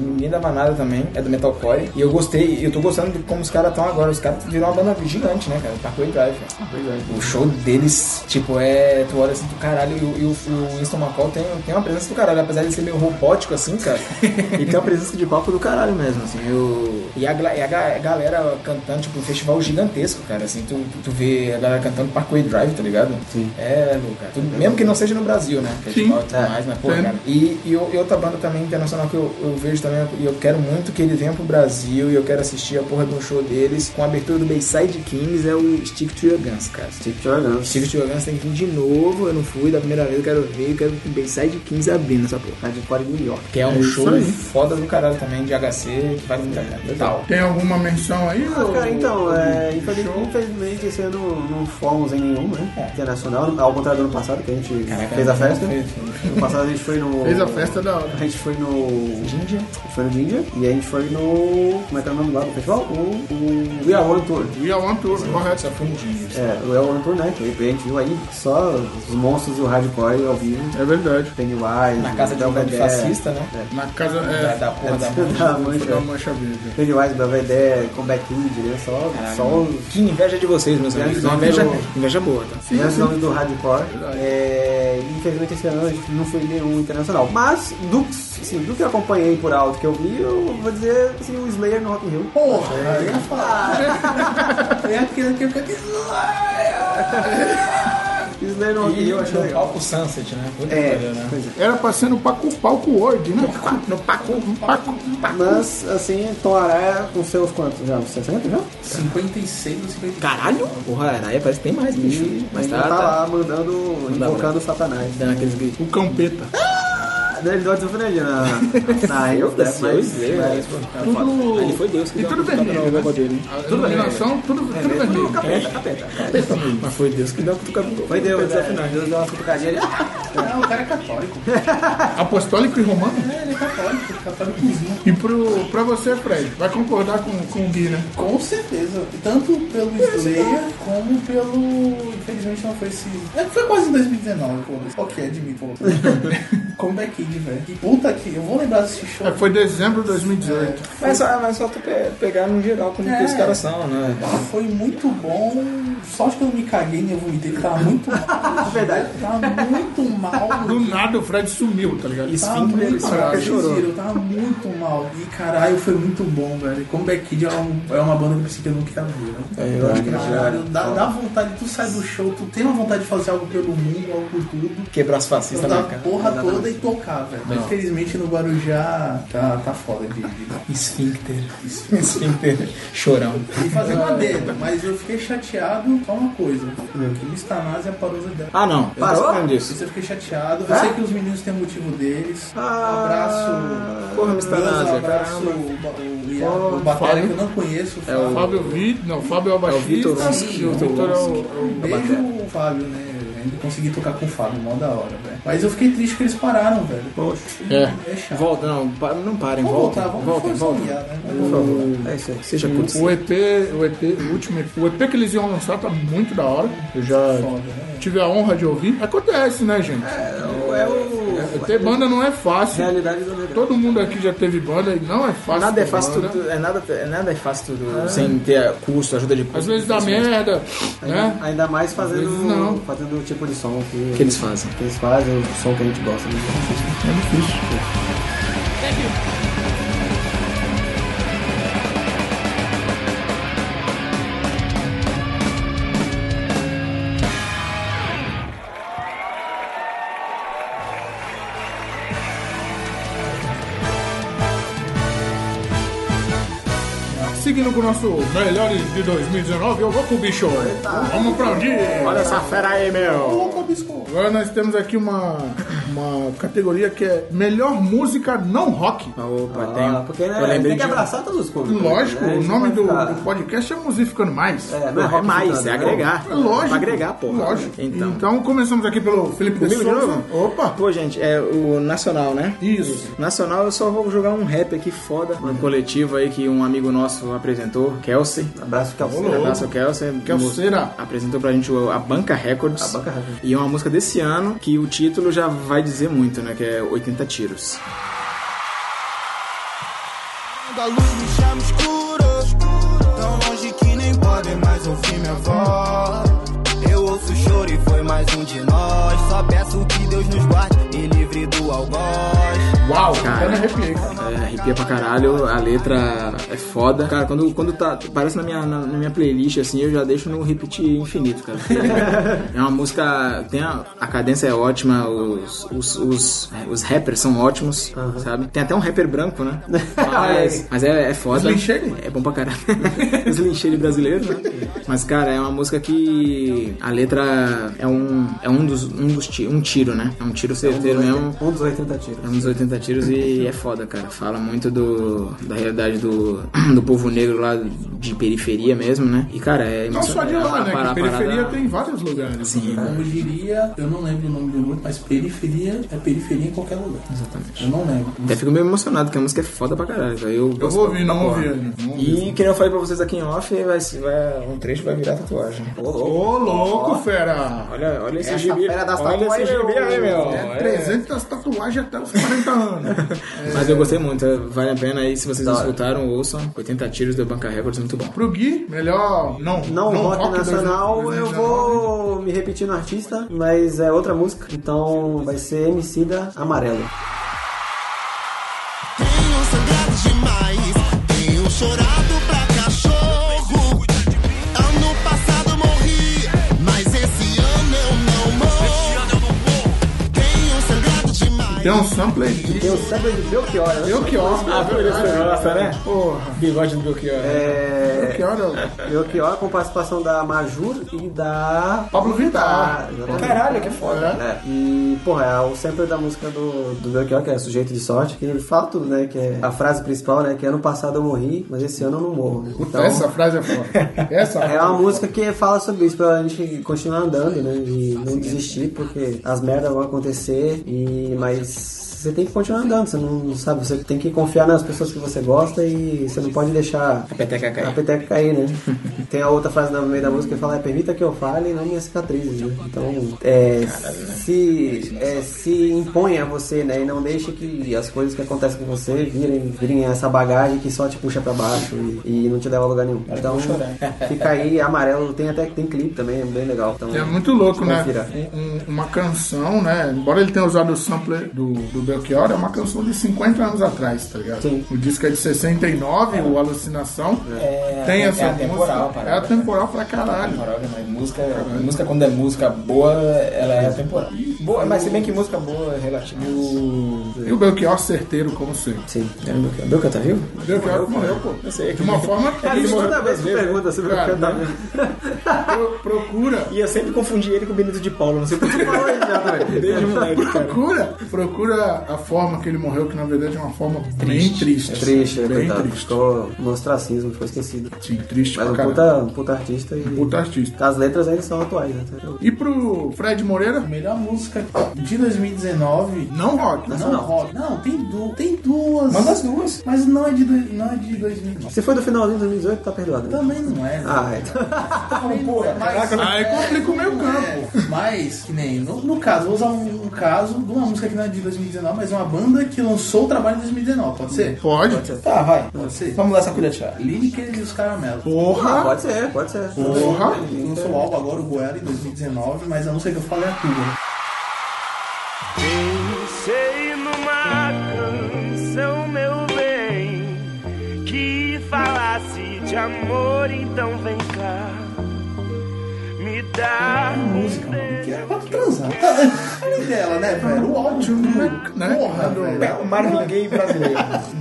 [SPEAKER 3] ninguém dava nada também, é do Metalcore. E eu gostei, e eu tô gostando de como os caras estão agora. Os caras viraram uma banda gigante, né, cara? Parkway Drive. cara. O show deles, tipo, é. Tu olha assim do caralho, e o, e o- o Winston McCall tem, tem uma presença do caralho, apesar de ser meio robótico assim, cara.
[SPEAKER 2] E tem uma presença de palco do caralho mesmo, assim. Eu...
[SPEAKER 3] E a, gla- e a ga- a galera cantando, tipo, um festival gigantesco, cara. Assim, tu, tu vê a galera cantando Parkway Drive, tá ligado? Sim. É, louco, cara. Tudo- mesmo que não seja no Brasil, né? Festival e tudo mais, mas, pô,
[SPEAKER 1] Sim.
[SPEAKER 3] cara. E, e, o- e outra banda também internacional que eu, eu vejo também, e eu quero muito que ele venha pro Brasil, e eu quero assistir a porra de um show deles, com a abertura do Bayside Kings, é o Stick to Your Guns, cara.
[SPEAKER 2] Stick to your guns.
[SPEAKER 3] Stick to Your Guns tem que vir de novo, eu não fui da primeira vez, eu quero ver, eu quero o Bayside Kings abrindo essa porra.
[SPEAKER 2] Tá de fora de New York.
[SPEAKER 3] Que é um
[SPEAKER 1] isso
[SPEAKER 3] show
[SPEAKER 1] aí.
[SPEAKER 3] foda do caralho também, de HC, que vale muito a pena. Legal.
[SPEAKER 1] Tem alguma menção aí?
[SPEAKER 2] Ah,
[SPEAKER 1] ô-
[SPEAKER 2] cara, então, é,
[SPEAKER 1] Show.
[SPEAKER 2] infelizmente, infelizmente esse ano não fomos em nenhum, né? Internacional, ao contrário do ano passado, que a gente
[SPEAKER 3] É. Caraca,
[SPEAKER 2] fez a festa.
[SPEAKER 3] fez.
[SPEAKER 2] Ano passado a gente foi
[SPEAKER 3] *laughs*
[SPEAKER 2] no.
[SPEAKER 1] Fez a festa da hora.
[SPEAKER 2] A gente foi no. Jinja? A gente foi no Jinja e a gente foi no. Como é que é o nome lá do festival? O. o We Are One Tour.
[SPEAKER 1] We are one tour, correto.
[SPEAKER 3] Só foi um dia.
[SPEAKER 2] É, o El One Tour, né? Que a gente viu aí só os monstros do hardcore ao vivo.
[SPEAKER 1] É verdade.
[SPEAKER 2] Pennywise,
[SPEAKER 3] Na casa de um grande
[SPEAKER 2] Belvedere,
[SPEAKER 3] fascista, né?
[SPEAKER 1] Na casa.
[SPEAKER 3] Da,
[SPEAKER 1] É,
[SPEAKER 3] da porra da
[SPEAKER 2] *laughs*
[SPEAKER 3] mãe.
[SPEAKER 2] Da
[SPEAKER 1] foi da
[SPEAKER 2] mancha.
[SPEAKER 1] mancha verde.
[SPEAKER 2] Pennywise, Belvedere, Comeback Kid, né? Só, só os
[SPEAKER 3] Que inveja de vocês, meus amigos. Uma inveja, inveja boa, tá?
[SPEAKER 2] Sim, Grandes nomes é do hardcore. É, infelizmente esse ano a gente não foi nenhum internacional. Mas do, assim, do que eu acompanhei por alto que eu vi, eu vou dizer assim, o Slayer no Rock in Rio. Ah.
[SPEAKER 8] Porra,
[SPEAKER 2] *laughs*
[SPEAKER 8] eu ia falar. é aquilo que eu quero
[SPEAKER 2] O Slayer no Rock in
[SPEAKER 3] E
[SPEAKER 2] Rio eu
[SPEAKER 3] eu
[SPEAKER 2] achei
[SPEAKER 3] no
[SPEAKER 2] legal.
[SPEAKER 3] palco Sunset, né? Puta que
[SPEAKER 2] É,
[SPEAKER 3] pariu, né?
[SPEAKER 2] pois é.
[SPEAKER 1] Era pra ser no Paco Palco World, né? No Paco, no Paco, no Paco.
[SPEAKER 2] Mas assim, Tom Araya com seus quantos já? Uns 60 já?
[SPEAKER 8] 56 ou 50.
[SPEAKER 2] Caralho!
[SPEAKER 14] Porra, Araia parece que tem mais, bicho.
[SPEAKER 2] E
[SPEAKER 14] Mas
[SPEAKER 2] ainda
[SPEAKER 14] tá,
[SPEAKER 2] tá,
[SPEAKER 14] tá.
[SPEAKER 2] lá mandando, invocando o Satanás. Ah,
[SPEAKER 14] Dando aqueles gritos.
[SPEAKER 1] O Campeta.
[SPEAKER 2] Ele deu uma desenfreia na, na Ring of Death, mas, mas
[SPEAKER 1] Tudo...
[SPEAKER 14] Ele foi Deus que
[SPEAKER 1] E
[SPEAKER 14] deu
[SPEAKER 1] tudo
[SPEAKER 14] a cutucada no
[SPEAKER 1] vermelho, né?
[SPEAKER 14] negócio dele.
[SPEAKER 1] A iluminação, tudo, tudo vermelho. É.
[SPEAKER 14] Mas foi Deus que deu a cutucada no
[SPEAKER 2] foi Deus, desafinado. Deus deu uma cutucadinha ali.
[SPEAKER 8] Não, o cara é católico.
[SPEAKER 1] É Apostólico e romano?
[SPEAKER 8] É, ele é católico,
[SPEAKER 1] *laughs*
[SPEAKER 8] católicozinho.
[SPEAKER 1] E pro, pra você, Fred, vai concordar com, com o Gui, né?
[SPEAKER 8] Com certeza. Tanto pelo Slayer como pelo. Infelizmente não foi esse. É, Foi quase em 2019, pô. Ok, admito, pô. Comeback Kid, velho. E puta que. Eu vou lembrar desse show.
[SPEAKER 1] É, foi dezembro de 2018.
[SPEAKER 3] Mas só, mas só tu pe- pegar no geral como
[SPEAKER 8] É.
[SPEAKER 3] que os caras são, né?
[SPEAKER 8] Foi muito bom. Só acho que eu não me caguei nem eu vomitei, porque tava muito mal. Verdade. Tava muito mal.
[SPEAKER 1] Do nada o Fred sumiu, tá ligado?
[SPEAKER 8] Tava muito mal,
[SPEAKER 1] Caraca,
[SPEAKER 8] vocês viram, tava muito mal. E caralho, foi muito bom, velho. Comeback Kid é, um- é uma banda que eu pensei que eu nunca ia ver. né?
[SPEAKER 3] É,
[SPEAKER 2] Eu acho que
[SPEAKER 8] Caralho, dá, dá vontade, tu sai do show, tu tem uma vontade de fazer algo pelo mundo, algo por tudo.
[SPEAKER 3] Quebrar os
[SPEAKER 8] Então
[SPEAKER 3] fascistas
[SPEAKER 8] dá
[SPEAKER 3] na
[SPEAKER 8] a
[SPEAKER 3] cara.
[SPEAKER 8] porra toda e tocar, velho. Mas infelizmente no Guarujá tá, tá foda de, de-
[SPEAKER 3] Esfíncter. Esfíncter. Chorão.
[SPEAKER 8] E fazer uma dedo, mas eu fiquei chateado com uma coisa. Que o Mistanás é a parousa dela.
[SPEAKER 3] Ah, não. Eu
[SPEAKER 2] Parou?
[SPEAKER 3] tô sabendo disso.
[SPEAKER 8] Isso eu fiquei chateado. Eu sei que os meninos têm o motivo deles. Um abraço.
[SPEAKER 3] Porra, Mr. Nazia,
[SPEAKER 8] Um abraço.
[SPEAKER 3] caramba.
[SPEAKER 8] O, ba- o, o Batalha que eu não conheço.
[SPEAKER 1] É o Fábio Vitor, não, Fábio é o baixista.
[SPEAKER 14] Vitor
[SPEAKER 1] e o Vitor é o-
[SPEAKER 8] Beijo o Fábio, né? Eu ainda consegui tocar com o Fábio, mó da hora, velho. Mas eu fiquei triste que eles pararam, velho. Poxa. É, chato.
[SPEAKER 14] Volta, não, pa- não parem,
[SPEAKER 8] Vamos
[SPEAKER 14] voltem.
[SPEAKER 8] voltar, vamos
[SPEAKER 14] Voltem,
[SPEAKER 8] forçar o
[SPEAKER 14] voltem.
[SPEAKER 8] Iá, né? Vamos voltar.
[SPEAKER 2] É isso aí.
[SPEAKER 14] Seja curto.
[SPEAKER 1] o- o EP, o EP, o último EP, o EP que eles iam lançar tá muito da hora. Eu já
[SPEAKER 8] Foda, né?
[SPEAKER 1] tive a honra de ouvir. Acontece, né, gente?
[SPEAKER 2] É o...
[SPEAKER 1] Ter banda não é fácil.
[SPEAKER 2] Realidade do negócio.
[SPEAKER 1] Todo mundo aqui já teve banda e não é fácil.
[SPEAKER 14] Nada é
[SPEAKER 1] ter
[SPEAKER 14] fácil,
[SPEAKER 1] banda.
[SPEAKER 14] tudo, é nada, é nada é fácil tudo sem ter custo, ajuda de custo.
[SPEAKER 1] Às vezes dá merda, né?
[SPEAKER 2] Ainda mais fazendo,
[SPEAKER 1] vezes não.
[SPEAKER 2] fazendo o tipo de som que,
[SPEAKER 14] que eles fazem.
[SPEAKER 2] que eles fazem, o som que a gente gosta. Né?
[SPEAKER 1] Seguindo com o nosso Melhores de 2019, eu vou pro bicho. Vamos pra onde?
[SPEAKER 14] Olha essa fera aí, meu!
[SPEAKER 1] Agora nós temos aqui uma uma categoria que é melhor música não rock.
[SPEAKER 2] Ah,
[SPEAKER 3] Opa, tem.
[SPEAKER 2] porque né,
[SPEAKER 3] eu lembrei
[SPEAKER 2] tem que
[SPEAKER 3] de um-
[SPEAKER 2] abraçar todos os públicos.
[SPEAKER 1] Lógico,
[SPEAKER 2] né?
[SPEAKER 1] o
[SPEAKER 2] Isso
[SPEAKER 1] nome
[SPEAKER 2] não
[SPEAKER 1] do,
[SPEAKER 2] vai
[SPEAKER 1] do
[SPEAKER 2] ficar-
[SPEAKER 1] podcast é Musificando Mais.
[SPEAKER 2] É, não
[SPEAKER 3] Não, é
[SPEAKER 2] rock
[SPEAKER 3] mais,
[SPEAKER 2] tanto,
[SPEAKER 3] é
[SPEAKER 2] né?
[SPEAKER 3] agregar.
[SPEAKER 1] É lógico.
[SPEAKER 3] Pra agregar, porra.
[SPEAKER 1] Lógico. Então.
[SPEAKER 3] Então.
[SPEAKER 1] começamos aqui pelo Felipe de
[SPEAKER 3] Comigo de
[SPEAKER 1] Souza.
[SPEAKER 3] novo?
[SPEAKER 1] Opa!
[SPEAKER 3] Pô, gente, é o Nacional, né?
[SPEAKER 1] Isso.
[SPEAKER 3] Nacional, eu só vou jogar um rap aqui foda. Um coletivo aí que um amigo nosso apresentou, Kelsey.
[SPEAKER 2] Abraço que é o
[SPEAKER 1] Ô, Tá louco.
[SPEAKER 3] Abraço, Kelsey.
[SPEAKER 1] é Kelceira.
[SPEAKER 3] Apresentou pra gente o- a Banca Records.
[SPEAKER 2] A Banca Records.
[SPEAKER 3] E é uma música desse ano que o título já vai dizer muito, né? Que é 80 Tiros.
[SPEAKER 6] Da luz me chama escuro Tão longe que nem podem mais ouvir minha voz Eu ouço o choro e foi mais um de nós Só peço que Deus nos guarde e livre do algoz
[SPEAKER 1] Uau!
[SPEAKER 3] Cara.
[SPEAKER 1] Até me arrepiei.
[SPEAKER 3] É, arrepia pra caralho, a letra é foda. Cara, quando, quando tá. Parece na minha, na, na minha playlist, assim, eu já deixo no repeat infinito,
[SPEAKER 2] *laughs*
[SPEAKER 3] cara. Porque é uma música. Tem a, a cadência é ótima, os, os, os, os rappers são ótimos, sabe? Tem até um rapper branco, né? Mas, mas é, é foda.
[SPEAKER 1] Slim
[SPEAKER 3] É bom pra caralho. *laughs* os lincheiros brasileiros, né? Mas, cara, é uma música que a letra é um. É um dos. Um, dos ti- um tiro, né? É um tiro certeiro mesmo.
[SPEAKER 2] Um dos 80 tiros.
[SPEAKER 3] É uns 80 tiros e é foda, cara. Fala muito do, da realidade do, *clears throat* do povo negro lá de periferia mesmo, né? E, cara, é
[SPEAKER 1] Não só de lá,
[SPEAKER 3] a-
[SPEAKER 1] né?
[SPEAKER 3] a- a
[SPEAKER 1] Que periferia
[SPEAKER 3] parada-
[SPEAKER 1] tem em vários lugares.
[SPEAKER 3] Sim,
[SPEAKER 8] Como diria, eu não lembro o nome do grupo, mas periferia é periferia em qualquer lugar.
[SPEAKER 3] exatamente.
[SPEAKER 8] Eu não lembro.
[SPEAKER 3] Até fico meio emocionado, porque a música é foda pra caralho. cara. Eu,
[SPEAKER 1] Eu
[SPEAKER 3] gosto
[SPEAKER 1] vou ouvir,
[SPEAKER 3] pra
[SPEAKER 1] não
[SPEAKER 3] porra.
[SPEAKER 1] ouvi ainda. Não ouvi.
[SPEAKER 3] E, que nem eu falei pra vocês aqui em off, vai, vai, um trecho vai virar tatuagem.
[SPEAKER 1] Ô, louco, fera!
[SPEAKER 3] Olha, olha esse
[SPEAKER 2] Essa
[SPEAKER 3] gibi.
[SPEAKER 2] fera das
[SPEAKER 3] Olha
[SPEAKER 2] tatuagens, né?
[SPEAKER 3] esse gibi aí,
[SPEAKER 2] meu.
[SPEAKER 3] meu.
[SPEAKER 1] É 300 tatuagens até os 40 anos.
[SPEAKER 3] É. Mas eu gostei muito, vale a pena aí. Se vocês escutaram, ouçam. 80 tiros da Banca Records, muito bom.
[SPEAKER 1] Pro Gui, melhor não,
[SPEAKER 2] Não, rock, nacional,
[SPEAKER 1] 2019.
[SPEAKER 2] eu vou me repetir no artista, mas é outra música, então vai ser MC da Amarelo.
[SPEAKER 6] Tenho sangrado demais Tenho chorado pra cachorro Ano passado morri Mas esse ano eu não morro Tenho sangrado demais
[SPEAKER 1] Tem um sampler de
[SPEAKER 2] Tem o Samba de Belchior, né?
[SPEAKER 1] eu que ó. Ah,
[SPEAKER 3] gosta, né?
[SPEAKER 1] Porra,
[SPEAKER 3] Bigode do Belchior.
[SPEAKER 1] que
[SPEAKER 2] É,
[SPEAKER 1] hora.
[SPEAKER 2] Belchior com participação da Majur e da...
[SPEAKER 1] Pablo Vittar.
[SPEAKER 2] Ah, exatamente.
[SPEAKER 15] Caralho, que foda.
[SPEAKER 1] É.
[SPEAKER 2] É, e, porra, é o sample da música do, do Belchior, que é Sujeito de Sorte, que ele fala tudo, né? Que é a frase principal, né? Que ano passado eu morri, mas esse ano eu não morro. né?
[SPEAKER 1] Puta, essa frase é
[SPEAKER 2] *laughs*
[SPEAKER 1] foda. Essa
[SPEAKER 2] É uma música que fala sobre isso, pra gente continuar andando, né? E não desistir, porque as merdas vão acontecer, e mas você tem que continuar andando, você não sabe, você tem que confiar nas pessoas que você gosta e você não pode deixar a
[SPEAKER 3] peteca cair.
[SPEAKER 2] a peteca cair, né? *laughs* tem a outra frase no meio da música que fala, é, permita que eu fale e não minhas cicatrizes, né? Então, é, se, é, se impõe a você, né? E não deixe que as coisas que acontecem com você virem, virem essa bagagem que só te puxa pra baixo e, e não te leva a lugar nenhum. Então, fica aí, amarelo, tem até tem clipe também, é bem legal. Então,
[SPEAKER 1] É muito louco, né?
[SPEAKER 2] confira.
[SPEAKER 1] Um- uma canção, né? Embora ele tenha usado o sampler do, do Belchior, é uma canção de 50 anos atrás, tá ligado?
[SPEAKER 2] Sim.
[SPEAKER 1] O disco é de 69, o Alucinação. tem
[SPEAKER 15] é
[SPEAKER 1] essa
[SPEAKER 15] atemporal,
[SPEAKER 1] música.
[SPEAKER 15] parada.
[SPEAKER 1] É atemporal pra caralho.
[SPEAKER 15] Moral, né, mas música, música quando é música boa, ela é temporal. Boa, mas se bem que música boa é relativa. O...
[SPEAKER 1] E o Belchior certeiro, como sempre.
[SPEAKER 2] Sim. É,
[SPEAKER 3] Belchior, tá vivo?
[SPEAKER 1] O Belchior morreu, pô.
[SPEAKER 3] Eu
[SPEAKER 15] é
[SPEAKER 3] sei.
[SPEAKER 1] De uma forma
[SPEAKER 2] Isso
[SPEAKER 1] triste.
[SPEAKER 2] toda vez que pergunta sobre o que eu tava...
[SPEAKER 1] né? Pro- Procura.
[SPEAKER 3] assim, E eu sempre confundi ele com o Benito de Paulo, não sei
[SPEAKER 1] *laughs*
[SPEAKER 3] por que. Desde moleque, cara.
[SPEAKER 1] Procura, procura a forma que ele morreu, que na verdade é uma forma bem triste.
[SPEAKER 2] Triste, né,
[SPEAKER 1] bem
[SPEAKER 2] coitado.
[SPEAKER 1] triste.
[SPEAKER 2] Ficou no ostracismo, ficou esquecido.
[SPEAKER 1] Sim, triste
[SPEAKER 2] Mas
[SPEAKER 1] pra
[SPEAKER 2] um
[SPEAKER 1] caralho.
[SPEAKER 2] puta, um puta artista e...
[SPEAKER 1] Puta artista.
[SPEAKER 2] As letras ainda são atuais, né? Até hoje.
[SPEAKER 1] E pro Fred Moreira,
[SPEAKER 8] Melhor música de 2019
[SPEAKER 1] não rock.
[SPEAKER 8] Não, rock. Não, tem, du tem duas. Manda as duas. Mas não é de, do- não é de 2009.
[SPEAKER 2] Se foi do finalzinho de 2018, tá perdoado. né?
[SPEAKER 8] Também não é. né?
[SPEAKER 1] Tá.
[SPEAKER 2] Ah, então.
[SPEAKER 8] Também não é. Mas,
[SPEAKER 1] Aí complica o meu campo.
[SPEAKER 8] é, mas, que nem, no, no caso, vou usar um, um caso de uma música que não é de 2019, mas uma banda que lançou o trabalho em 2019, pode ser?
[SPEAKER 1] Pode.
[SPEAKER 15] Tá, vai.
[SPEAKER 8] Pode ser.
[SPEAKER 15] Vamos lá essa colher de chá.
[SPEAKER 8] Lineker e os Caramelos.
[SPEAKER 1] Porra!
[SPEAKER 2] *laughs* Pode ser, pode ser.
[SPEAKER 1] Porra!
[SPEAKER 8] Lançou o álbum agora, o Goela, em 2019, mas a música que eu falo é a tua.
[SPEAKER 7] Pensei numa canção, meu bem, que falasse de amor, então vem cá. Me dá
[SPEAKER 8] Música, mano, que era pra é transar. Tá, falei dela, né, velho? O áudio,
[SPEAKER 1] né?
[SPEAKER 8] Porra, velho.
[SPEAKER 16] O Marvin Gaye brasileiro.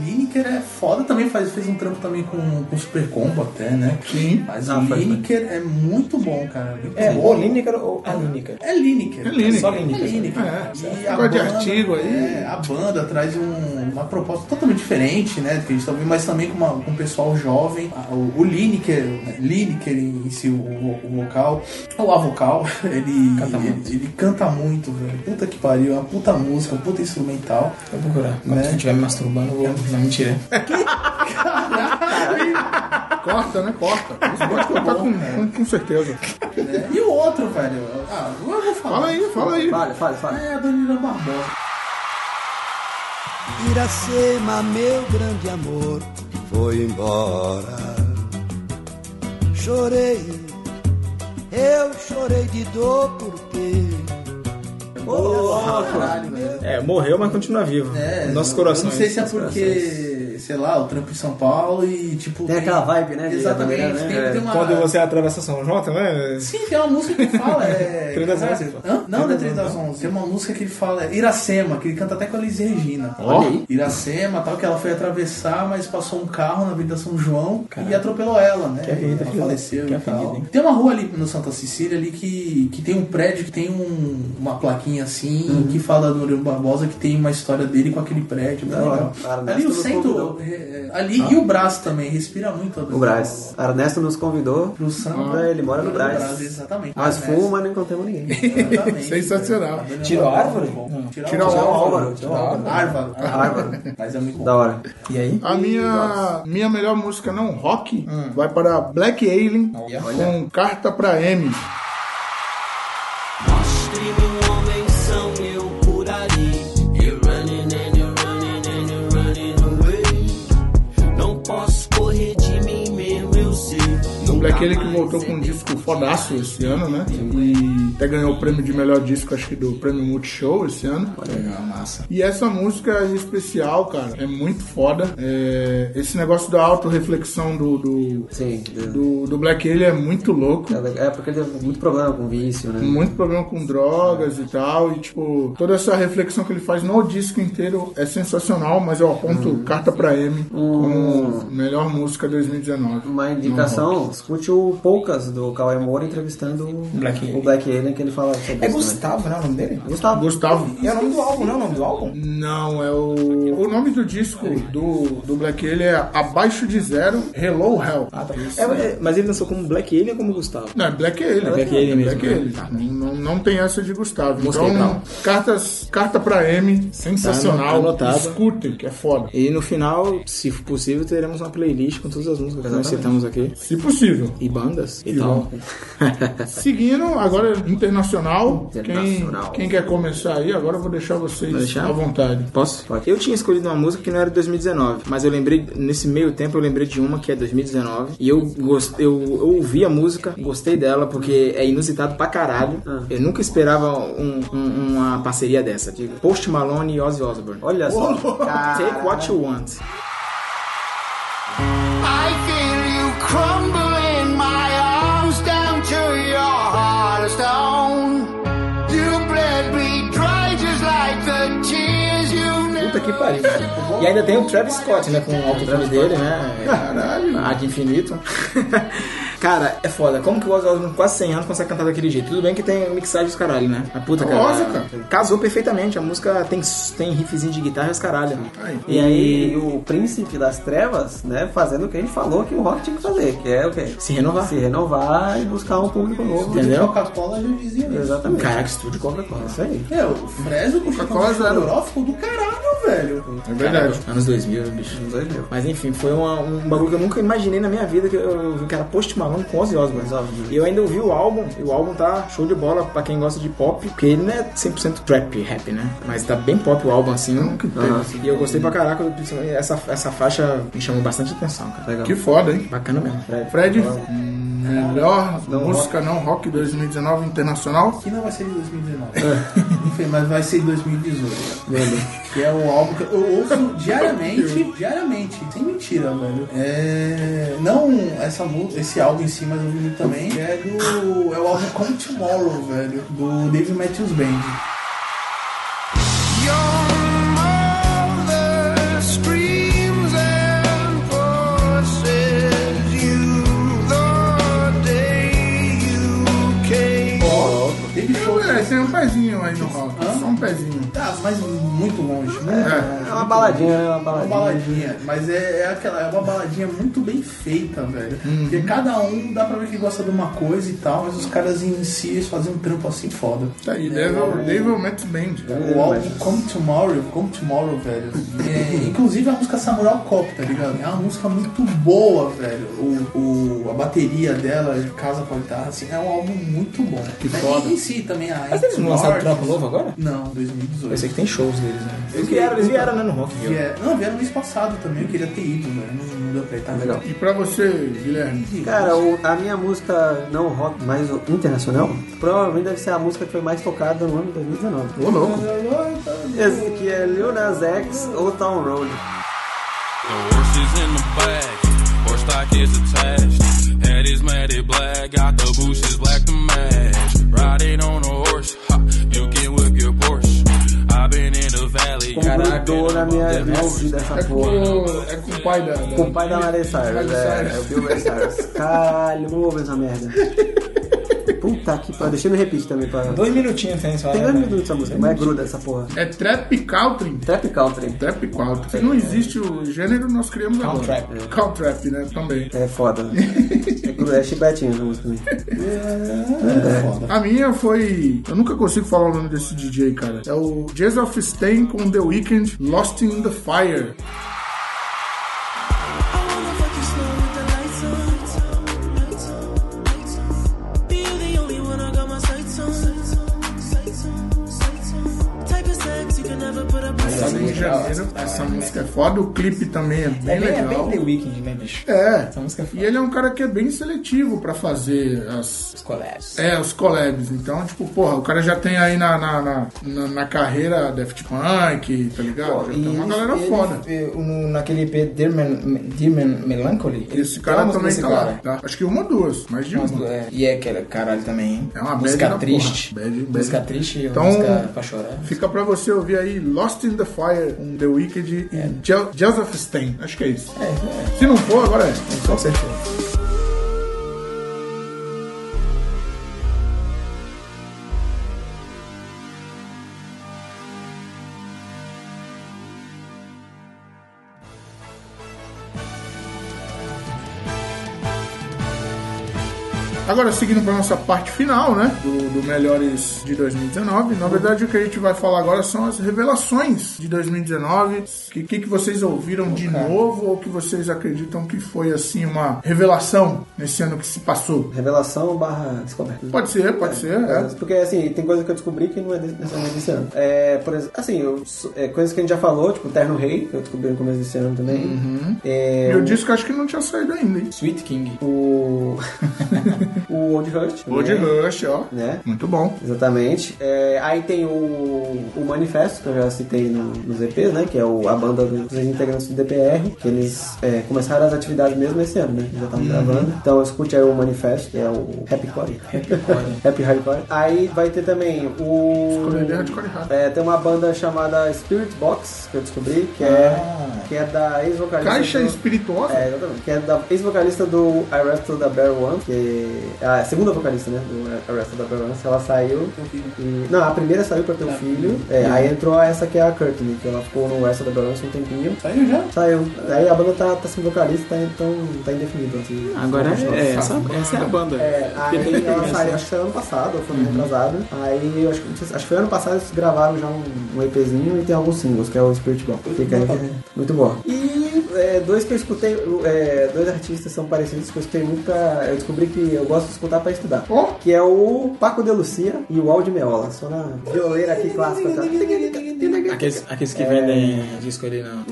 [SPEAKER 8] Lineker é foda também, faz, fez um trampo também com, com Super Combo até, né?
[SPEAKER 1] Sim.
[SPEAKER 8] Mas
[SPEAKER 2] Ah,
[SPEAKER 8] o
[SPEAKER 2] faz,
[SPEAKER 8] Lineker é muito bom, cara. Muito
[SPEAKER 16] É,
[SPEAKER 8] bom.
[SPEAKER 16] ou Lineker ou a Lineker.
[SPEAKER 8] É Lineker.
[SPEAKER 1] É Lineker.
[SPEAKER 16] Só
[SPEAKER 8] É
[SPEAKER 16] Lineker.
[SPEAKER 8] Lineker.
[SPEAKER 1] É.
[SPEAKER 8] E
[SPEAKER 1] Negócio de artigo aí.
[SPEAKER 8] é, a banda traz um- uma proposta totalmente diferente, né? Do que a gente tá ouvindo, mas também com, uma- com um pessoal jovem. Ah, O, o Lineker, né, Lineker em si, o, o, o vocal, ou a vocal, *laughs* ele canta muito, ele, ele canta muito velho. Puta que pariu, é uma puta música, um puta instrumental.
[SPEAKER 16] Vou procurar. Quando
[SPEAKER 8] Né?
[SPEAKER 16] eu estiver me masturbando, eu vou. Não, mentira.
[SPEAKER 1] Corta, né? Corta. Você pode cortar com, com, com certeza.
[SPEAKER 8] né? E o outro, velho? Ah, eu vou falar.
[SPEAKER 1] Fala aí, fala aí.
[SPEAKER 2] Fale, fale, fale.
[SPEAKER 8] É a Danila Barbosa.
[SPEAKER 6] Iracema, meu grande amor, foi embora. Chorei, eu chorei de dor porque
[SPEAKER 8] Caralho, velho.
[SPEAKER 3] É, morreu, mas continua vivo.
[SPEAKER 8] É,
[SPEAKER 3] Nossos
[SPEAKER 8] Eu
[SPEAKER 3] corações.
[SPEAKER 8] não sei se é porque, sei lá, o trampo em São Paulo e tipo.
[SPEAKER 2] Tem aquela vibe, né, de
[SPEAKER 8] Exatamente.
[SPEAKER 2] Jabuleira, né?
[SPEAKER 8] Tem, tem uma.
[SPEAKER 16] Quando você atravessa São João também. é
[SPEAKER 8] Sim, tem uma música que ele fala. É...
[SPEAKER 16] *laughs* Três das
[SPEAKER 8] Caraca,
[SPEAKER 16] Onze, pô.
[SPEAKER 8] Hã? Não, não é 3 das 11. Tem uma música que ele fala, é Iracema, que ele canta até com a Liz Regina.
[SPEAKER 2] Olha aí.
[SPEAKER 8] Iracema, tal, que ela foi atravessar, mas passou um carro na Avenida São João e atropelou ela, né?
[SPEAKER 16] Que vida,
[SPEAKER 8] ela
[SPEAKER 16] filho.
[SPEAKER 8] faleceu
[SPEAKER 16] Que
[SPEAKER 8] e tal.
[SPEAKER 16] avenida, hein?
[SPEAKER 8] Tem uma rua ali no Santa Cecília ali que, que tem um prédio que tem um- uma plaquinha assim
[SPEAKER 16] Uhum.
[SPEAKER 8] que fala do Murilo Barbosa que tem uma história dele com aquele prédio. Muito legal.
[SPEAKER 2] Cara,
[SPEAKER 8] ali
[SPEAKER 2] mas
[SPEAKER 8] o
[SPEAKER 2] tudo
[SPEAKER 8] centro.
[SPEAKER 2] convidou.
[SPEAKER 8] é, é, ali
[SPEAKER 16] Ah.
[SPEAKER 8] e o Brás também, respira muito.
[SPEAKER 2] O Brás. Ernesto nos convidou.
[SPEAKER 8] Pro samba.
[SPEAKER 2] Ah, ele mora no Brás.
[SPEAKER 8] Exatamente.
[SPEAKER 16] Ah,
[SPEAKER 8] É,
[SPEAKER 2] Nós
[SPEAKER 8] Brás.
[SPEAKER 2] fomos, mas né? não encontramos ninguém.
[SPEAKER 8] Exatamente.
[SPEAKER 1] Sensacional.
[SPEAKER 8] A Daniela
[SPEAKER 16] Tirou a árvore?
[SPEAKER 8] Bom, Tirou
[SPEAKER 1] Tirou
[SPEAKER 8] a
[SPEAKER 1] a
[SPEAKER 2] Álvaro,
[SPEAKER 8] Tirou a árvore. Árvore.
[SPEAKER 2] Árvore.
[SPEAKER 8] Mas é muito bom.
[SPEAKER 2] Da hora.
[SPEAKER 16] E aí?
[SPEAKER 1] A minha, minha melhor música não rock vai para Black Alien
[SPEAKER 16] Olha.
[SPEAKER 1] com Carta pra M.
[SPEAKER 6] Mostre-me um homem são eu por ali. You're running and you're running and you're running away. Não posso correr de mim mesmo, eu sei.
[SPEAKER 1] O Black Alien que voltou com um disco fodaço esse ano, né? E até ganhou o prêmio de melhor disco, acho que do prêmio Multishow esse ano.
[SPEAKER 16] massa.
[SPEAKER 1] E essa música em especial, cara, é muito foda. É, esse negócio da autorreflexão do, do,
[SPEAKER 2] Sim. do-
[SPEAKER 1] do, do Black Alien é muito louco.
[SPEAKER 2] É porque ele teve muito problema com vício, né?
[SPEAKER 1] Muito problema com drogas e tal. E, tipo, toda essa reflexão que ele faz no disco inteiro é sensacional, mas eu aponto Carta pra M como melhor música 2019.
[SPEAKER 2] Uma indicação, escute o Poucas do Cauê Moura entrevistando o
[SPEAKER 16] Black
[SPEAKER 2] o Black Alien, que ele fala sobre
[SPEAKER 16] É
[SPEAKER 2] isso, né?
[SPEAKER 16] Gustavo, né? O nome dele?
[SPEAKER 2] Gustavo.
[SPEAKER 1] Gustavo.
[SPEAKER 16] É o nome do álbum, não é o nome do álbum?
[SPEAKER 1] Não, é o. O nome do disco do, do Black Alien é Abaixo de Zero, Hello Hell.
[SPEAKER 3] É, é, mas ele lançou como Black Alien ou como Gustavo?
[SPEAKER 1] Não, é Black Alien. É
[SPEAKER 3] Black Alien mesmo,
[SPEAKER 1] Black
[SPEAKER 3] né?
[SPEAKER 1] Alien.
[SPEAKER 3] Tá.
[SPEAKER 1] Não, não tem essa de Gustavo.
[SPEAKER 3] Gostei,
[SPEAKER 1] então,
[SPEAKER 3] tá.
[SPEAKER 1] cartas, carta pra M, sensacional.
[SPEAKER 3] anotado.
[SPEAKER 1] Escutem, que é foda.
[SPEAKER 3] E no final, se possível, teremos uma playlist com todas as músicas que nós citamos aqui.
[SPEAKER 1] Se possível.
[SPEAKER 3] E bandas e, tal. Tá
[SPEAKER 1] Seguindo, agora internacional.
[SPEAKER 2] Internacional.
[SPEAKER 1] Quem, quem quer começar aí? Agora eu vou deixar vocês
[SPEAKER 3] Vai deixar?
[SPEAKER 1] à vontade.
[SPEAKER 3] Posso? Eu tinha escolhido uma música que não era de 2019, mas eu lembrei, nesse meio tempo, eu lembrei de uma que é 2019. E eu, gost, eu, eu ouvi a música, gostei dela, porque é inusitado pra caralho. Eu nunca esperava um- um- uma parceria dessa, de Post Malone e Ozzy Osbourne.
[SPEAKER 2] Olha só.
[SPEAKER 3] Take what you want.
[SPEAKER 17] I feel you crumble in my arms down to your heart of stone. You bled me dry just like the tears you
[SPEAKER 16] Puta que pariu. E ainda tem o Travis Scott, né? Com o autotune dele, né? Caralho. Ah, de infinito. *laughs* Cara, é foda. Como que o Ozzy Osbourne com quase 100 anos consegue cantar daquele jeito? Tudo bem que tem mixagem dos caralho, né? A puta, cara.
[SPEAKER 1] Lógico, cara.
[SPEAKER 3] Casou perfeitamente. A música tem, tem riffzinho de guitarra e os caralho.
[SPEAKER 16] né?
[SPEAKER 2] E aí, o príncipe das trevas, né, fazendo o que a gente falou que o rock tinha que fazer, que é o quê?
[SPEAKER 3] Se renovar.
[SPEAKER 2] Se renovar e buscar um público novo.
[SPEAKER 3] Entendeu?
[SPEAKER 8] Coca-Cola já dizia isso.
[SPEAKER 2] Exatamente.
[SPEAKER 3] Caraca, estúdio Coca-Cola.
[SPEAKER 2] Isso aí.
[SPEAKER 8] É, o Fresno com
[SPEAKER 1] Coca-Cola
[SPEAKER 8] Coca-Cola
[SPEAKER 1] zero.
[SPEAKER 8] Zero ficou do caralho, velho.
[SPEAKER 1] É verdade.
[SPEAKER 3] Anos 2000, bicho.
[SPEAKER 2] Nos dois mil.
[SPEAKER 3] Mas enfim, foi uma- um bagulho que eu nunca imaginei na minha vida, que eu vi que era Post Malone com Ozzy Osbourne. E eu ainda ouvi o álbum, e o álbum tá show de bola pra quem gosta de pop, porque ele não é 100% trap, rap, né? Mas tá bem pop o álbum, assim. Ah, E eu gostei pra caraca, principalmente essa, essa faixa me chamou bastante atenção, cara.
[SPEAKER 2] Legal.
[SPEAKER 1] Que foda, hein?
[SPEAKER 3] Bacana mesmo.
[SPEAKER 18] É.
[SPEAKER 1] Fred, É, melhor
[SPEAKER 2] Não
[SPEAKER 1] música não rock 2019 internacional.
[SPEAKER 8] Que não vai ser de 2019.
[SPEAKER 16] É.
[SPEAKER 8] Enfim, mas vai ser de 2018. Que é o álbum que eu ouço diariamente, diariamente, sem mentira, velho. É. Não essa mu- esse álbum em si, mas eu ouvi muito também. que É do. É o álbum Come Tomorrow, velho. Do David Matthews Band.
[SPEAKER 1] É, um pezinho aí no rock. Só um pezinho.
[SPEAKER 8] Tá, mas muito longe, muito longe.
[SPEAKER 2] É uma baladinha, é uma
[SPEAKER 8] uma
[SPEAKER 2] baladinha.
[SPEAKER 8] baladinha, mas é, é aquela, é uma baladinha muito bem feita, velho. Porque cada um dá pra ver que gosta de uma coisa e tal, mas os caras em si eles fazem um trampo assim foda.
[SPEAKER 1] Tá aí, Devil, Devil Max Band.
[SPEAKER 8] O álbum Come Tomorrow, Come Tomorrow, velho. É, inclusive a música Samurai Cop, tá ligado? É uma música muito boa, velho. O, o- a bateria dela casa com a guitarra, assim, é um álbum muito bom. Que
[SPEAKER 1] foda.
[SPEAKER 8] E em si também a
[SPEAKER 18] Mas eles não lançaram
[SPEAKER 8] Norte-
[SPEAKER 18] trampo novo agora?
[SPEAKER 8] Não,
[SPEAKER 18] Eu
[SPEAKER 8] 2018.
[SPEAKER 18] sei que tem shows deles, né?
[SPEAKER 8] Eles vieram- eles vieram,
[SPEAKER 18] né, no Rock
[SPEAKER 8] Que é- Não, vieram mês passado também, eu queria ter ido, velho. Não, não deu pra ir, tá
[SPEAKER 2] Legal.
[SPEAKER 1] E pra você, Guilherme?
[SPEAKER 2] Cara, o- a minha música não rock, mas o- internacional, provavelmente deve ser a música que foi mais tocada no ano de 2019.
[SPEAKER 1] Ô, louco.
[SPEAKER 2] Esse aqui é Lil Nas X, Old Town Road.
[SPEAKER 4] The horse is in the bag, horse stock is attached. Head is matted black, got the bushes black to match. Riding on a horse, ha, you can whip your Porsche. I've been in the valley,
[SPEAKER 2] Mudou na minha
[SPEAKER 4] above that
[SPEAKER 2] minha
[SPEAKER 4] horse.
[SPEAKER 2] vida essa
[SPEAKER 1] É com,
[SPEAKER 2] porra.
[SPEAKER 1] é com o pai da. da-
[SPEAKER 2] Com o pai da Miley Cyrus,
[SPEAKER 1] Miley
[SPEAKER 2] é,
[SPEAKER 1] Cyrus.
[SPEAKER 2] é o Bill Murray Cyrus. Caralho, não ouve essa merda. Puta que pariu, deixa eu me repetir também pra...
[SPEAKER 18] Dois minutinhos tem, só.
[SPEAKER 2] Tem
[SPEAKER 18] né?
[SPEAKER 2] dois minutos essa música, mas gruda essa porra.
[SPEAKER 1] É trap country.
[SPEAKER 2] Trap Country.
[SPEAKER 1] Trap country. Se não existe o gênero, nós criamos agora.
[SPEAKER 18] Country.
[SPEAKER 1] Count trap, né? Também.
[SPEAKER 2] É foda. É, gruda, é chibetinho essa música também.
[SPEAKER 1] A minha foi. Eu nunca consigo falar o nome desse DJ, cara. É o Jazz of Stain com The Weeknd Lost in the Fire.
[SPEAKER 5] I wanna fuck you slow with the lights on. Lights on, lights on. Be you the only one I got my sights on. Sights on, sights on, sights on. Type of sex you can never put a price
[SPEAKER 1] Sabe,
[SPEAKER 5] on.
[SPEAKER 1] em janeiro. Essa música é foda, o clipe também é bem
[SPEAKER 18] É bem, é
[SPEAKER 1] legal.
[SPEAKER 18] bem The Weeknd, né, bicho?
[SPEAKER 1] É.
[SPEAKER 18] Essa música é foda.
[SPEAKER 1] E ele é um cara que é bem seletivo pra fazer as.
[SPEAKER 18] Os collabs.
[SPEAKER 1] É, os collabs. Então, tipo, porra, o cara já tem aí na, na, na, na- na carreira Daft Punk, tá ligado? já tem uma
[SPEAKER 18] ele-
[SPEAKER 1] galera
[SPEAKER 18] ele-
[SPEAKER 1] foda.
[SPEAKER 18] eh, no- naquele EP Dear, Man- Dear Man- Melancholy. ele
[SPEAKER 1] Esse
[SPEAKER 18] tem
[SPEAKER 1] cara
[SPEAKER 18] uma música
[SPEAKER 1] também
[SPEAKER 18] desse
[SPEAKER 1] tá lá. tá? Acho que uma ou duas, mais de uma.
[SPEAKER 18] É, E é aquela, caralho, também. hein?
[SPEAKER 1] É uma bad da
[SPEAKER 18] música
[SPEAKER 1] porra.
[SPEAKER 18] triste.
[SPEAKER 1] Bad, bad.
[SPEAKER 18] Música triste,
[SPEAKER 1] Então-
[SPEAKER 18] música pra chorar.
[SPEAKER 1] Fica pra você ouvir aí Lost in the Fire, um The Wicked e Je- Joseph Stein. Acho que é isso.
[SPEAKER 18] É, é,
[SPEAKER 1] Se não for, agora é.
[SPEAKER 18] com certeza.
[SPEAKER 1] Agora, seguindo pra nossa parte final, né? Do, do Melhores de 2019. Na verdade, o que a gente vai falar agora são as revelações de 2019. O que, que, que vocês ouviram de novo ou que vocês acreditam que foi, assim, uma revelação nesse ano que se passou?
[SPEAKER 2] Revelação barra descoberta.
[SPEAKER 1] Pode ser, pode ser. é.
[SPEAKER 2] Porque, assim, tem coisa que eu descobri que não é desse- necessariamente desse ano. É, por exemplo, assim, eu, é, coisas que a gente já falou, tipo Terno Rei, que eu descobri no começo desse ano também.
[SPEAKER 1] Uhum.
[SPEAKER 2] É,
[SPEAKER 1] E o disco acho que não tinha saído ainda, hein?
[SPEAKER 18] Sweet King.
[SPEAKER 2] o... *laughs* o Old Hurt.
[SPEAKER 1] Old
[SPEAKER 2] né?
[SPEAKER 1] Rush, ó.
[SPEAKER 2] Né?
[SPEAKER 1] Muito bom.
[SPEAKER 2] Exatamente. É, aí tem o, o Manifesto, que eu já citei no, nos EPs, né? Que é o- a banda dos integrantes do DPR, que eles é, começaram as atividades mesmo esse ano, né? Eles Já estavam gravando. Então escute aí o Manifesto, que é o Happycore. *laughs* Happy Hardcore. Aí vai ter também o...
[SPEAKER 1] Escolheria hardcore errado.
[SPEAKER 2] É, tem uma banda chamada Spirit Box, que eu descobri, que é, que é da ex-vocalista...
[SPEAKER 1] Caixa
[SPEAKER 2] do-
[SPEAKER 1] Espirituosa.
[SPEAKER 2] é, exatamente. Que é da ex-vocalista do Arrested da Barrel One, que é a segunda vocalista, né? Do Arrested da Barrel One. Ela saiu. E, não, a primeira saiu pra ter um filho. É, Aí entrou essa que é a Courtney, que ela ficou no Arrested da Barrel One um tempinho.
[SPEAKER 8] Saiu já?
[SPEAKER 2] Saiu. Tá, Aí a banda tá, tá sem vocalista, tá, então tá indefinido. Assim,
[SPEAKER 9] Agora
[SPEAKER 2] Não, não.
[SPEAKER 9] é, essa, essa é a banda.
[SPEAKER 2] É, aí ela saiu, acho que foi ano passado, ou foi ano retrasado. Aí, eu acho que, não sei se- acho que foi ano passado, eles gravaram já um, um EPzinho e tem alguns singles, que é o Spirit Box. Fica aí, que é muito bom. E é, dois que eu escutei, é, dois artistas são parecidos que eu escutei muito pra, Eu descobri que eu gosto de escutar pra estudar.
[SPEAKER 1] Ó.
[SPEAKER 2] Que é o Paco de Lucia e o Aldi Meola. Só na violeira aqui clássica. Tá?
[SPEAKER 9] Aqueles, aqueles que vendem disco ali na.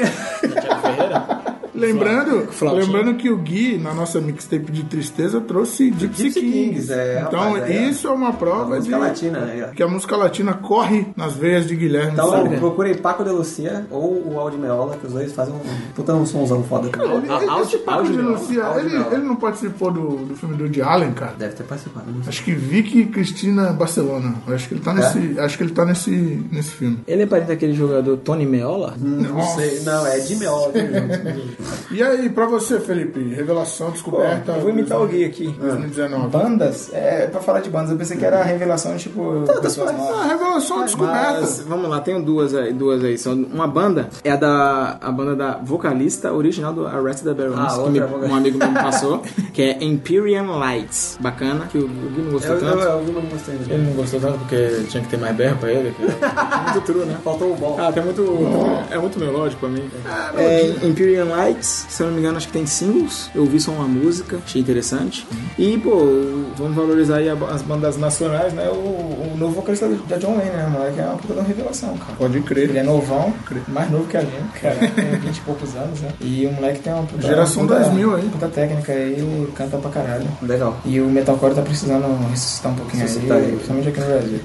[SPEAKER 1] Lembrando, lembrando que o Gui, na nossa mixtape de tristeza, trouxe Gypsy,
[SPEAKER 2] Gypsy
[SPEAKER 1] Kings.
[SPEAKER 2] Kings, é,
[SPEAKER 1] então,
[SPEAKER 2] rapaz, é.
[SPEAKER 1] isso é uma
[SPEAKER 9] Ah,
[SPEAKER 1] prova de
[SPEAKER 2] Música latina, né?
[SPEAKER 1] que a música latina corre nas veias de Guilherme.
[SPEAKER 2] Então,
[SPEAKER 1] Sabe?
[SPEAKER 2] procurem Paco de Lucia ou o Aldi Meola, que os dois fazem um puta um somzão foda.
[SPEAKER 1] Ele- ele- esse Paco de Lucia,
[SPEAKER 2] áudio
[SPEAKER 1] ele,
[SPEAKER 2] não.
[SPEAKER 1] ele não participou do, do filme do Woody Allen, cara.
[SPEAKER 2] Deve ter participado, não sei.
[SPEAKER 1] Acho que Vicky Cristina Barcelona. Eu Acho que ele tá nesse, acho que ele tá nesse, nesse filme.
[SPEAKER 9] Ele é parente daquele jogador Tony Meola?
[SPEAKER 2] Não sei, não, é de Meola.
[SPEAKER 1] E aí, pra você, Felipe? Revelação
[SPEAKER 18] Pô,
[SPEAKER 1] descoberta.
[SPEAKER 18] eu vou imitar o Gui aqui.
[SPEAKER 1] Ah. 2019.
[SPEAKER 18] Bandas? É, pra falar de bandas, eu pensei que era revelação, tipo, pessoas
[SPEAKER 1] Ah,
[SPEAKER 18] novas.
[SPEAKER 1] revelação descoberta.
[SPEAKER 9] Mas, vamos lá, tenho duas aí, duas aí. São uma banda é a da a banda da vocalista original do Arrested Development,
[SPEAKER 2] Ah,
[SPEAKER 9] que
[SPEAKER 2] outra
[SPEAKER 9] me-
[SPEAKER 2] vocalista.
[SPEAKER 9] um amigo meu me
[SPEAKER 2] *laughs*
[SPEAKER 9] passou, que é Imperium Lights. Bacana, que o Gui não gostou
[SPEAKER 2] Eu, eu,
[SPEAKER 9] tanto.
[SPEAKER 2] eu, eu não gostei dele.
[SPEAKER 9] Ele não gostou tanto porque tinha que ter mais berro pra ele. que
[SPEAKER 2] *laughs*
[SPEAKER 9] é muito true, né?
[SPEAKER 2] Faltou o bom.
[SPEAKER 9] Ah, tem muito. É muito melódico pra mim. É, Imperial Lights, se eu não me engano, acho que tem singles. Eu ouvi só uma música, achei interessante.
[SPEAKER 2] Uhum.
[SPEAKER 9] E, pô, vamos valorizar aí a- as bandas nacionais, né?
[SPEAKER 18] É o, o novo vocalista da John Wayne, né, moleque? É uma puta de uma revelação, cara.
[SPEAKER 1] Pode
[SPEAKER 18] Ele
[SPEAKER 1] crer.
[SPEAKER 18] é novão, mais novo que a gente,
[SPEAKER 1] *laughs*
[SPEAKER 18] cara. Tem 20 e poucos anos, né? E o moleque tem uma puta.
[SPEAKER 1] Geração
[SPEAKER 18] puta,
[SPEAKER 1] 2000 aí.
[SPEAKER 18] Puta técnica aí, canta pra caralho.
[SPEAKER 2] Legal.
[SPEAKER 18] E o metalcore tá precisando ressuscitar um pouquinho
[SPEAKER 2] Ressuscitar
[SPEAKER 18] aí,
[SPEAKER 2] aí.
[SPEAKER 18] principalmente aqui no Brasil.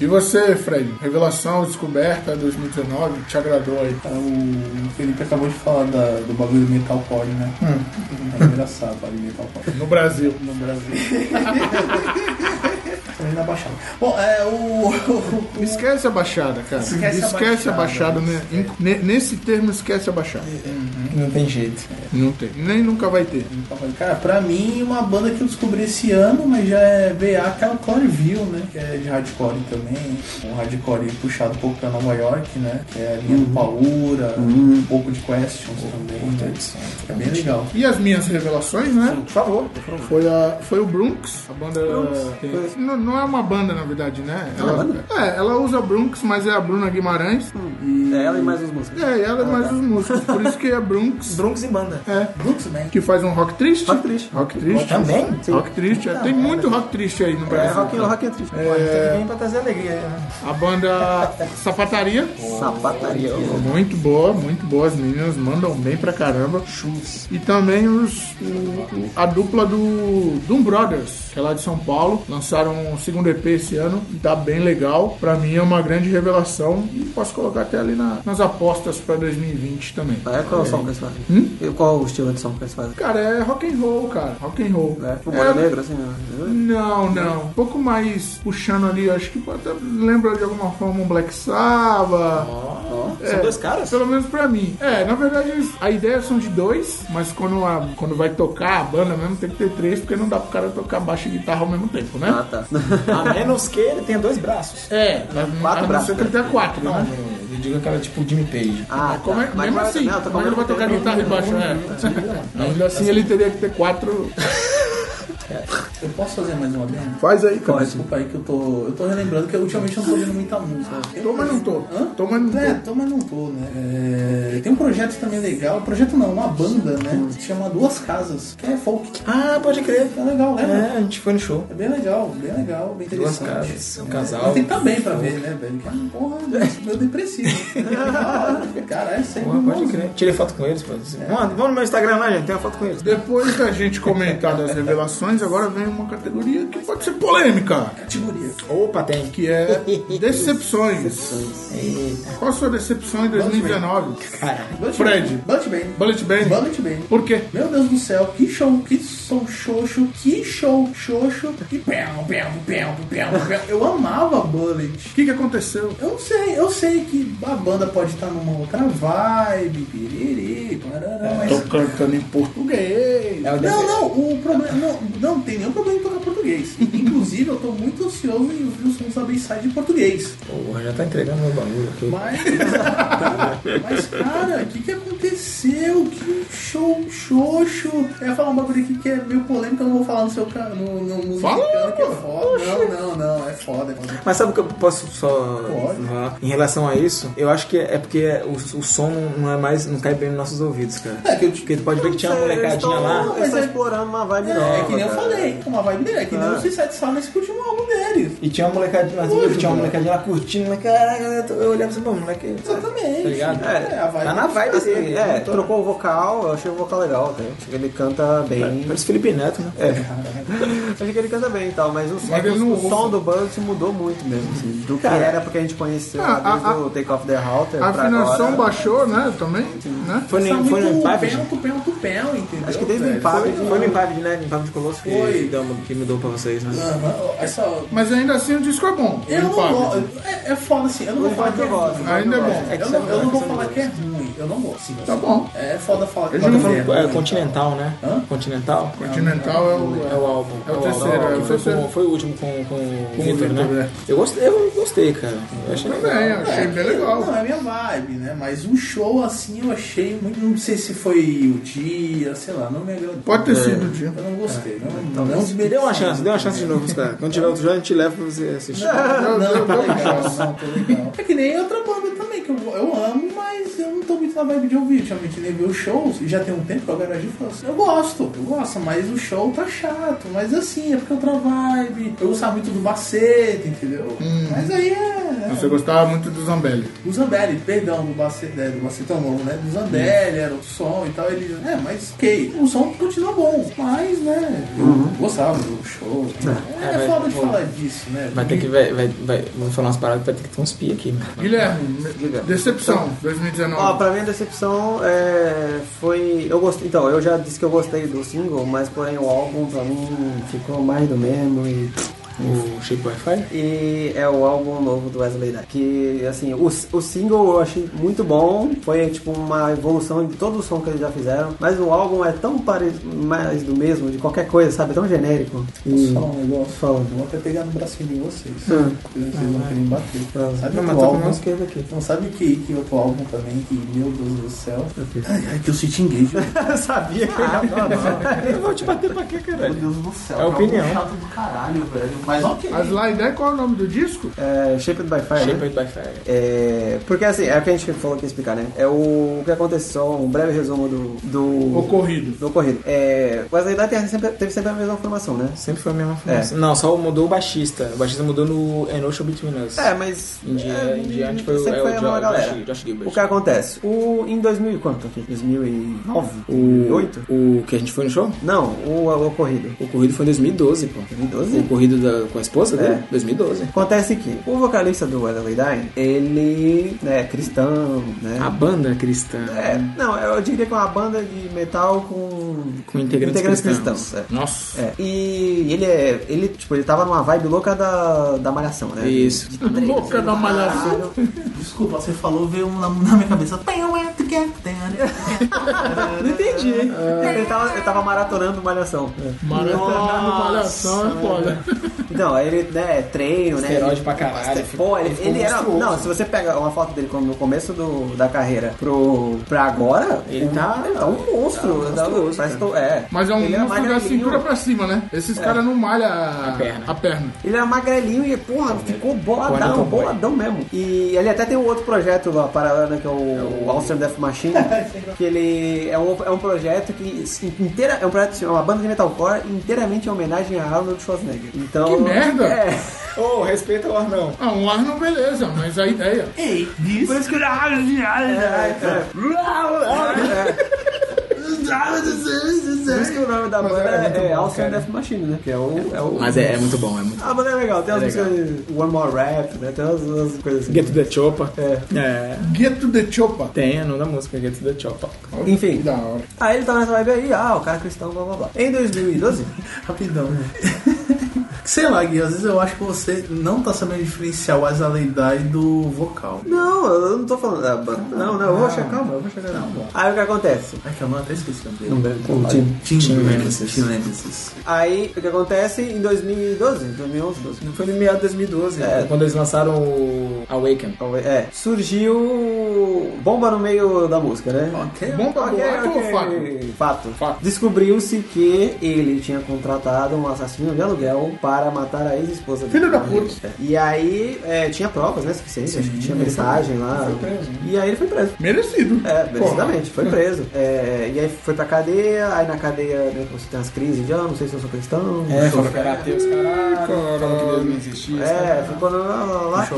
[SPEAKER 1] E você, Fred? Revelação descoberta 2019, te agradou aí?
[SPEAKER 8] É, Tá O Felipe acabou de falar da- do bagulho do metalcore, né?
[SPEAKER 18] Hum.
[SPEAKER 8] É engraçado o bagulho do metalcore.
[SPEAKER 1] No Brasil.
[SPEAKER 8] no Brasil. *laughs* Também na Baixada. Bom, é o.
[SPEAKER 1] Esquece a baixada, cara.
[SPEAKER 8] Esquece a
[SPEAKER 1] Esquece a baixada,
[SPEAKER 8] baixada,
[SPEAKER 1] né? Ne- Nesse termo, esquece a baixada.
[SPEAKER 18] Não tem jeito.
[SPEAKER 1] Não tem. Nem nunca vai ter.
[SPEAKER 8] Cara, pra mim, uma banda que eu descobri esse ano, mas já é BA, que é o Cloreville, né? Que é de hardcore também. Um hardcore puxado um pouco pra Nova York, né? Que é a linha
[SPEAKER 18] Uhum.
[SPEAKER 8] do Paura, um pouco de Questions também. né? É bem legal.
[SPEAKER 1] E as minhas revelações, né?
[SPEAKER 2] Por favor.
[SPEAKER 1] Foi, a, foi o Brunx, a banda. tem- Não, não é uma banda, na verdade, né? Ela, é, ela usa Brunx, mas é a Bruna Guimarães.
[SPEAKER 2] É ela e mais uns músicos.
[SPEAKER 1] É, e ela é
[SPEAKER 2] Ah,
[SPEAKER 1] mais os músicos. Por isso que é Brunx,
[SPEAKER 2] Broncos em tá. banda.
[SPEAKER 8] Brooksman.
[SPEAKER 1] que faz um rock triste.
[SPEAKER 2] Rock triste.
[SPEAKER 1] Rock triste.
[SPEAKER 2] Também? Sim.
[SPEAKER 1] Rock triste. é. Tem muito rock triste aí no
[SPEAKER 2] É,
[SPEAKER 1] Brasil.
[SPEAKER 2] rock and roll, rock and triste.
[SPEAKER 3] É.
[SPEAKER 18] Ele É. vem pra trazer alegria, né?
[SPEAKER 1] A banda
[SPEAKER 2] *laughs*
[SPEAKER 1] Sapataria.
[SPEAKER 2] Sapataria.
[SPEAKER 1] Muito boa, muito boa. As meninas mandam bem pra caramba. E também os, o- a dupla do Doom Brothers, que é lá de São Paulo. Lançaram um segundo EP esse ano. Tá bem legal. Pra mim é uma grande revelação. E posso colocar até ali na- nas apostas pra 2020 também.
[SPEAKER 2] É, qual é o som que eles fazem?
[SPEAKER 1] Hum?
[SPEAKER 2] E Qual é o estilo de som que eles fazem?
[SPEAKER 1] Cara, é rock and roll, cara. Rock and roll.
[SPEAKER 18] tipo,
[SPEAKER 2] É,
[SPEAKER 18] um
[SPEAKER 2] Fumada
[SPEAKER 1] É,
[SPEAKER 2] negra, assim, né?
[SPEAKER 1] Não, não. Um pouco mais puxando ali, acho que até lembra de alguma forma um Black Sabbath. É.
[SPEAKER 2] São dois caras?
[SPEAKER 1] Pelo menos pra mim. É, na verdade, eles- a ideia são de dois, mas quando, a- quando vai tocar a banda mesmo, tem que ter três, porque não dá pro cara tocar baixo e guitarra ao mesmo tempo,
[SPEAKER 18] é
[SPEAKER 1] né?
[SPEAKER 2] Ah, tá.
[SPEAKER 18] A menos que ele tenha dois braços.
[SPEAKER 1] É, mas
[SPEAKER 2] Quatro
[SPEAKER 1] a não
[SPEAKER 2] braços,
[SPEAKER 1] ser que ele tenha quatro,
[SPEAKER 18] Não,
[SPEAKER 1] né?
[SPEAKER 18] eu digo que era tipo o Jimmy Page.
[SPEAKER 2] Ah,
[SPEAKER 1] Como é,
[SPEAKER 2] tá.
[SPEAKER 1] mesmo
[SPEAKER 2] vai-
[SPEAKER 1] assim,
[SPEAKER 2] não, tá
[SPEAKER 1] como é que ele vai
[SPEAKER 2] comendo-
[SPEAKER 1] tocar guitarra
[SPEAKER 18] né?
[SPEAKER 1] e baixo, é. Ainda assim, ele teria que ter quatro.
[SPEAKER 8] Eu posso fazer mais uma banda?
[SPEAKER 1] Faz aí, cara.
[SPEAKER 8] Desculpa aí que eu tô. Eu tô relembrando que ultimamente eu não tô ouvindo muita música. Eu-
[SPEAKER 1] Toma, não tô.
[SPEAKER 8] Hã?
[SPEAKER 1] Toma, não
[SPEAKER 8] É,
[SPEAKER 1] tô.
[SPEAKER 8] toma não tô, né? É, Tem um projeto também legal, projeto não, uma banda, né? Que se chama Duas Casas, que é folk.
[SPEAKER 18] Ah, pode crer.
[SPEAKER 8] É legal,
[SPEAKER 18] É,
[SPEAKER 8] né?
[SPEAKER 18] a gente foi no show.
[SPEAKER 8] É bem legal, bem legal, bem
[SPEAKER 18] Duas
[SPEAKER 8] interessante.
[SPEAKER 18] casas, um
[SPEAKER 8] Mas
[SPEAKER 18] casal.
[SPEAKER 8] tem que tá bem pra ver, né, velho? Que, porra,
[SPEAKER 1] *laughs*
[SPEAKER 8] meu depressivo. é Caralho, isso aí
[SPEAKER 18] Porra,
[SPEAKER 8] não
[SPEAKER 18] Pode crer. Tirei foto com eles, pô. Assim, Mano, vamos no meu Instagram lá, gente. Tem uma foto com eles.
[SPEAKER 1] Depois da gente comentar das revelações, agora vem uma categoria que pode ser polêmica,
[SPEAKER 8] Categoria.
[SPEAKER 18] Opa, tem.
[SPEAKER 1] que é decepções.
[SPEAKER 18] Eita.
[SPEAKER 1] Qual a sua decepção em 2019?
[SPEAKER 8] Bullet
[SPEAKER 1] Fred.
[SPEAKER 8] Band, Bullet Band.
[SPEAKER 1] Bullet Band?
[SPEAKER 8] Bullet Band.
[SPEAKER 1] Por quê?
[SPEAKER 8] Meu Deus do céu, que show, que som xoxo, que show xoxo, que pão, pão, pão, pão, pão. Eu amava Bullet.
[SPEAKER 1] O que, que aconteceu?
[SPEAKER 8] Eu não sei, eu sei que a banda pode estar numa outra vibe, piriri, parará, mas...
[SPEAKER 1] Tô cantando em português.
[SPEAKER 18] É o
[SPEAKER 8] Não,
[SPEAKER 18] desenho.
[SPEAKER 8] não, o problema. Não, não tem nenhum problema em tocar português. Inclusive, eu tô muito ansioso em ouvir os sons da Bayside em português.
[SPEAKER 18] Porra, já tá entregando meu bagulho aqui.
[SPEAKER 8] Mas, *laughs* mas cara, o que, que aconteceu? Que show xoxo. Eu ia falar um bagulho aqui que é meio polêmico, eu não vou falar no seu ca- no, no musicano,
[SPEAKER 1] Fala,
[SPEAKER 8] que é foda. Não, não, não, é foda. É foda.
[SPEAKER 18] Mas sabe o que eu posso só
[SPEAKER 8] Pode.
[SPEAKER 18] falar em relação a isso? Eu acho que é porque o, o som não é mais. não cai bem nos nossos ouvidos, cara.
[SPEAKER 8] É que eu te
[SPEAKER 18] Porque tu pode ver que tinha uma molecadinha lá.
[SPEAKER 2] Eles
[SPEAKER 8] Mas
[SPEAKER 2] estão
[SPEAKER 8] é-
[SPEAKER 2] explorando uma vibe
[SPEAKER 8] É,
[SPEAKER 2] nova.
[SPEAKER 8] é que nem eu
[SPEAKER 2] cara.
[SPEAKER 8] falei, uma vibe dele, é que nem o Suicide Silence que último álbum dele.
[SPEAKER 18] E tinha uma molecadinha lá, tinha
[SPEAKER 8] Lógico,
[SPEAKER 18] uma
[SPEAKER 8] cara.
[SPEAKER 18] molecadinha lá curtindo, mas caraca, eu tô- eu olhava assim, pô, moleque.
[SPEAKER 8] Exatamente.
[SPEAKER 18] Tá ligado?
[SPEAKER 8] É, a vibe.
[SPEAKER 18] Tá na vibe
[SPEAKER 2] Assim,
[SPEAKER 18] dele.
[SPEAKER 2] é, trocou o vocal, eu achei o vocal legal, tá? ele canta bem.
[SPEAKER 18] Parece Felipe Neto, né? É.
[SPEAKER 2] *laughs* Achei que ele canta bem e tal, mas o, som-
[SPEAKER 1] Mas ele não
[SPEAKER 2] o
[SPEAKER 1] ouve.
[SPEAKER 2] som do Bullet mudou muito mesmo. assim, do que era porque a gente conheceu
[SPEAKER 1] Ah,
[SPEAKER 2] desde
[SPEAKER 1] a- a-
[SPEAKER 2] o Take Off the Halter.
[SPEAKER 1] A
[SPEAKER 2] pra
[SPEAKER 1] afinação
[SPEAKER 2] agora.
[SPEAKER 1] baixou, né? Também, né?
[SPEAKER 18] Foi
[SPEAKER 8] Tá
[SPEAKER 18] no, foi no
[SPEAKER 8] muito
[SPEAKER 18] Impávio?
[SPEAKER 8] pento, pento, pento, entendeu? É,
[SPEAKER 2] Acho que teve um
[SPEAKER 8] velho?
[SPEAKER 2] impacto.
[SPEAKER 18] Foi no Impávio, né? No Impávio de Colosso.
[SPEAKER 8] Foi.
[SPEAKER 18] Que, deu uma- que mudou pra vocês, né?
[SPEAKER 8] Aham, olha só.
[SPEAKER 1] Mas ainda assim o disco é bom.
[SPEAKER 8] Eu não
[SPEAKER 1] Fábio.
[SPEAKER 2] um
[SPEAKER 8] gosto. É, é foda assim, eu não vou falar que é
[SPEAKER 2] eu gosto.
[SPEAKER 8] ruim.
[SPEAKER 1] Ainda é bom.
[SPEAKER 8] Eu não, eu não vou falar que é ruim. Sim, eu não gosto. Sim,
[SPEAKER 1] Tá bom.
[SPEAKER 8] É foda falar que
[SPEAKER 18] Eu tô
[SPEAKER 8] gosta
[SPEAKER 18] falando,
[SPEAKER 8] dela.
[SPEAKER 18] é, Continental, né?
[SPEAKER 8] Hã?
[SPEAKER 18] Continental?
[SPEAKER 1] Continental é o-
[SPEAKER 18] É o álbum.
[SPEAKER 1] é o terceiro,
[SPEAKER 18] álbum,
[SPEAKER 1] é o
[SPEAKER 18] que foi,
[SPEAKER 1] terceiro.
[SPEAKER 18] com- foi o último com, com, o
[SPEAKER 1] o
[SPEAKER 18] Vitor,
[SPEAKER 1] Vitor,
[SPEAKER 2] é.
[SPEAKER 18] né?
[SPEAKER 1] né?
[SPEAKER 18] Eu gostei, eu gostei, cara. Eu achei
[SPEAKER 1] Também,
[SPEAKER 18] legal.
[SPEAKER 1] eu achei bem legal.
[SPEAKER 8] Não, é minha vibe, né? Mas o show, assim, eu achei muito. Não sei se foi o dia, sei lá, não me agradou.
[SPEAKER 1] Pode ter sido, tio.
[SPEAKER 8] Eu não gostei. Não, não, Ah, então não
[SPEAKER 9] Me dê uma chance, dê uma chance de novo, cara. Quando tiver outro jogo, a gente leva pra você assistir.
[SPEAKER 8] *laughs* Não, não, tá
[SPEAKER 1] deu uma
[SPEAKER 8] legal,
[SPEAKER 1] chance.
[SPEAKER 8] não, tá legal. É que nem outra banda também, que eu, eu amo, mas eu não tô muito na vibe de ouvir. Ultimamente nem ver os shows, e já tem um tempo que eu garagem e falo assim, eu gosto, eu gosto, mas o show tá chato, mas assim, é porque é outra vibe. Eu gostava muito do Bacete, entendeu?
[SPEAKER 1] Hum.
[SPEAKER 8] Mas aí é.
[SPEAKER 1] Você gostava muito do Zambelli.
[SPEAKER 8] O Zambelli, perdão, do Bacete, é, do Bacete é o novo, né? Do Zambelli, era o som e tal. Ele, é, mas ok, o som continua bom, mas né, eu gostava do show. É,
[SPEAKER 18] É, vai-
[SPEAKER 8] foda de
[SPEAKER 18] vai-
[SPEAKER 8] falar disso, né?
[SPEAKER 18] Vai ter que. Vai, vai, vai, vamos falar umas paradas, vai ter que ter uns pi aqui, né? mano.
[SPEAKER 1] Guilherme, decepção, 2019.
[SPEAKER 2] É. Ó, pra mim a decepção é, foi. Eu gostei. Então, eu já disse que eu gostei do single, mas porém o álbum pra mim ficou mais do mesmo e.
[SPEAKER 18] O Shape Wi-Fi?
[SPEAKER 2] E é o álbum novo do Wesley Dick. Que, assim, o, o single eu achei muito bom. Foi, tipo, uma evolução de todo o som que eles já fizeram. Mas o álbum é tão pare... mais do mesmo, de qualquer coisa, sabe? É tão genérico. E...
[SPEAKER 8] Posso falar um negócio?
[SPEAKER 2] Fala.
[SPEAKER 8] Eu vou até pegar no bracinho de vocês.
[SPEAKER 2] Hum.
[SPEAKER 8] Vocês vão querer me bater.
[SPEAKER 2] Ah.
[SPEAKER 8] Sabe
[SPEAKER 18] Não,
[SPEAKER 8] o
[SPEAKER 18] mas tá com
[SPEAKER 8] outro
[SPEAKER 18] a mão
[SPEAKER 8] álbum?
[SPEAKER 18] esquerda
[SPEAKER 2] *laughs*
[SPEAKER 18] aqui.
[SPEAKER 8] Não sabe que, que outro álbum também, que meu Deus do céu. Ai, ai, que eu se te Meu
[SPEAKER 2] Eu sabia que
[SPEAKER 18] Eu vou te bater pra quê, caralho?
[SPEAKER 8] Deus do
[SPEAKER 3] *laughs*
[SPEAKER 8] céu.
[SPEAKER 18] É opinião.
[SPEAKER 8] Que álbum chato do caralho, velho. Mas ok.
[SPEAKER 1] As Laidé, qual é o nome do disco?
[SPEAKER 2] É, Shaped by Fire. né?
[SPEAKER 18] Shape Wi-Fi.
[SPEAKER 2] É, porque assim, é o que a gente falou que ia explicar, né? É o, o que aconteceu, um breve resumo do. do
[SPEAKER 1] Ocorrido.
[SPEAKER 2] do ocorrido. É, o Wesley Dick teve sempre, teve sempre a mesma formação, né?
[SPEAKER 18] Sempre foi a mesma formação. Não, só mudou o baixista. O baixista mudou no Enotion Between Us.
[SPEAKER 2] É, mas.
[SPEAKER 18] Em dia-
[SPEAKER 2] é,
[SPEAKER 18] em diante foi o- é
[SPEAKER 2] sempre
[SPEAKER 18] o
[SPEAKER 2] foi a mesma
[SPEAKER 18] Josh-
[SPEAKER 2] galera.
[SPEAKER 18] Josh- Josh Gilbert.
[SPEAKER 2] O que acontece? O, em 2000 e quanto aqui? 2009? 2008?
[SPEAKER 9] O que a gente foi no show?
[SPEAKER 2] Não, o, o ocorrido.
[SPEAKER 9] O corrido foi em 2012, pô.
[SPEAKER 2] 2012?
[SPEAKER 9] O corrido da- com a esposa
[SPEAKER 18] É.
[SPEAKER 9] dele? 2012.
[SPEAKER 2] Acontece que o vocalista do Wesley Dine, ele né, é cristão, né?
[SPEAKER 18] Ah,
[SPEAKER 9] A banda cristã.
[SPEAKER 2] É, não, eu diria que é uma banda de metal com,
[SPEAKER 9] Com integrantes cristãos.
[SPEAKER 2] cristãos, é.
[SPEAKER 1] Nossa.
[SPEAKER 2] É, e ele é. Ele, tipo, ele tava numa vibe louca da, da malhação, né?
[SPEAKER 9] Isso.
[SPEAKER 2] De três,
[SPEAKER 1] Louca da malhação.
[SPEAKER 2] caralho.
[SPEAKER 8] Desculpa, você falou, veio um na, na minha cabeça. um é-
[SPEAKER 2] Não entendi.
[SPEAKER 18] Ah.
[SPEAKER 2] Ele, tava, ele tava maratonando malhação.
[SPEAKER 18] É.
[SPEAKER 1] Maracanã no Malhação é foda.
[SPEAKER 2] Então, aí ele, né, treino, né?
[SPEAKER 18] Esteroide
[SPEAKER 2] ele-
[SPEAKER 18] pra caralho.
[SPEAKER 2] Pô, ele, é,
[SPEAKER 18] ficou
[SPEAKER 2] ele era.
[SPEAKER 18] monstruoso.
[SPEAKER 2] Não, se você pega uma foto dele como no começo do, da carreira pro, pra agora,
[SPEAKER 18] Ele tá-
[SPEAKER 2] ele tá um monstro. Tá parece que, é.
[SPEAKER 1] Mas é um
[SPEAKER 2] Ele era
[SPEAKER 1] monstro da
[SPEAKER 2] magrelinho.
[SPEAKER 1] cintura pra cima, né? Esses caras não malham a,
[SPEAKER 18] perna.
[SPEAKER 1] a perna.
[SPEAKER 2] Ele era magrelinho e, porra, ficou boladão,
[SPEAKER 18] Quando cowboy.
[SPEAKER 2] boladão mesmo. E ele até tem um outro projeto lá, paralelo, que é o, o Alster Death *laughs* Machine, que ele é um, é um projeto que se- inteira, é um projeto, assim, é uma banda de metalcore inteiramente em homenagem a Arnold Schwarzenegger. Então,
[SPEAKER 1] Que merda!
[SPEAKER 2] *laughs* É,
[SPEAKER 18] Ô, respeita o Arnão.
[SPEAKER 1] Ah, um ar não beleza, mas a ideia.
[SPEAKER 8] Ei, diz.
[SPEAKER 1] Por isso que eu...
[SPEAKER 2] por isso que o nome da banda
[SPEAKER 1] é muito
[SPEAKER 2] é,
[SPEAKER 1] bom,
[SPEAKER 2] Alster
[SPEAKER 1] cara.
[SPEAKER 2] Death Machine, né? Que é o... É o
[SPEAKER 9] Mas é, é muito bom, é muito
[SPEAKER 2] a banda é legal, tem umas músicas de One More Rap, né? Tem umas, umas coisas assim.
[SPEAKER 18] Get to the Chopper.
[SPEAKER 2] É.
[SPEAKER 18] É.
[SPEAKER 1] Get to the Chopa.
[SPEAKER 18] Tem o nome da música, Get to the Chopper.
[SPEAKER 2] Enfim.
[SPEAKER 1] Da hora.
[SPEAKER 2] Aí ele tá nessa vibe aí, ah, o cara é cristão, blá blá blá. Em 2012,
[SPEAKER 8] Rapidão. né? *laughs* Sei lá, Gui, às vezes eu acho que você não tá sabendo diferenciar o Azaleidai do vocal.
[SPEAKER 2] *laughs* Não, eu não tô falando da banda. Não, não, eu vou checar, calma, eu vou checar. Aí o que acontece?
[SPEAKER 8] Ai, É que eu não até esqueci o nome dele.
[SPEAKER 2] O time.
[SPEAKER 8] Tim
[SPEAKER 18] Nemesis.
[SPEAKER 8] Tim Nemesis.
[SPEAKER 2] Aí o que acontece em 2012, 2011, 12.
[SPEAKER 18] Foi no meado de 2012,
[SPEAKER 2] É.
[SPEAKER 18] quando eles lançaram o Awaken.
[SPEAKER 2] Talvez- É, surgiu bomba no meio da música, né?
[SPEAKER 8] Ok,
[SPEAKER 1] Bom pra
[SPEAKER 2] Ok,
[SPEAKER 1] boato
[SPEAKER 2] ok.
[SPEAKER 1] ou fato?
[SPEAKER 2] Fato. Descobriu-se que ele tinha contratado um assassino de aluguel para matar a ex-esposa dele.
[SPEAKER 1] Filho da puta.
[SPEAKER 2] E aí é, tinha provas, né? Suficiente, acho que tinha mensagem lá. E aí ele foi preso.
[SPEAKER 1] né? Merecido.
[SPEAKER 2] É,
[SPEAKER 1] Porra.
[SPEAKER 2] merecidamente, foi preso. É, e aí foi pra cadeia, aí na cadeia né, você tem as crises de, ah, não sei se eu sou cristão.
[SPEAKER 18] É, falou que era ateu, os
[SPEAKER 3] Ah,
[SPEAKER 18] caras. Falou que Deus não existia.
[SPEAKER 2] É, ficou lá, lá, lá, lá.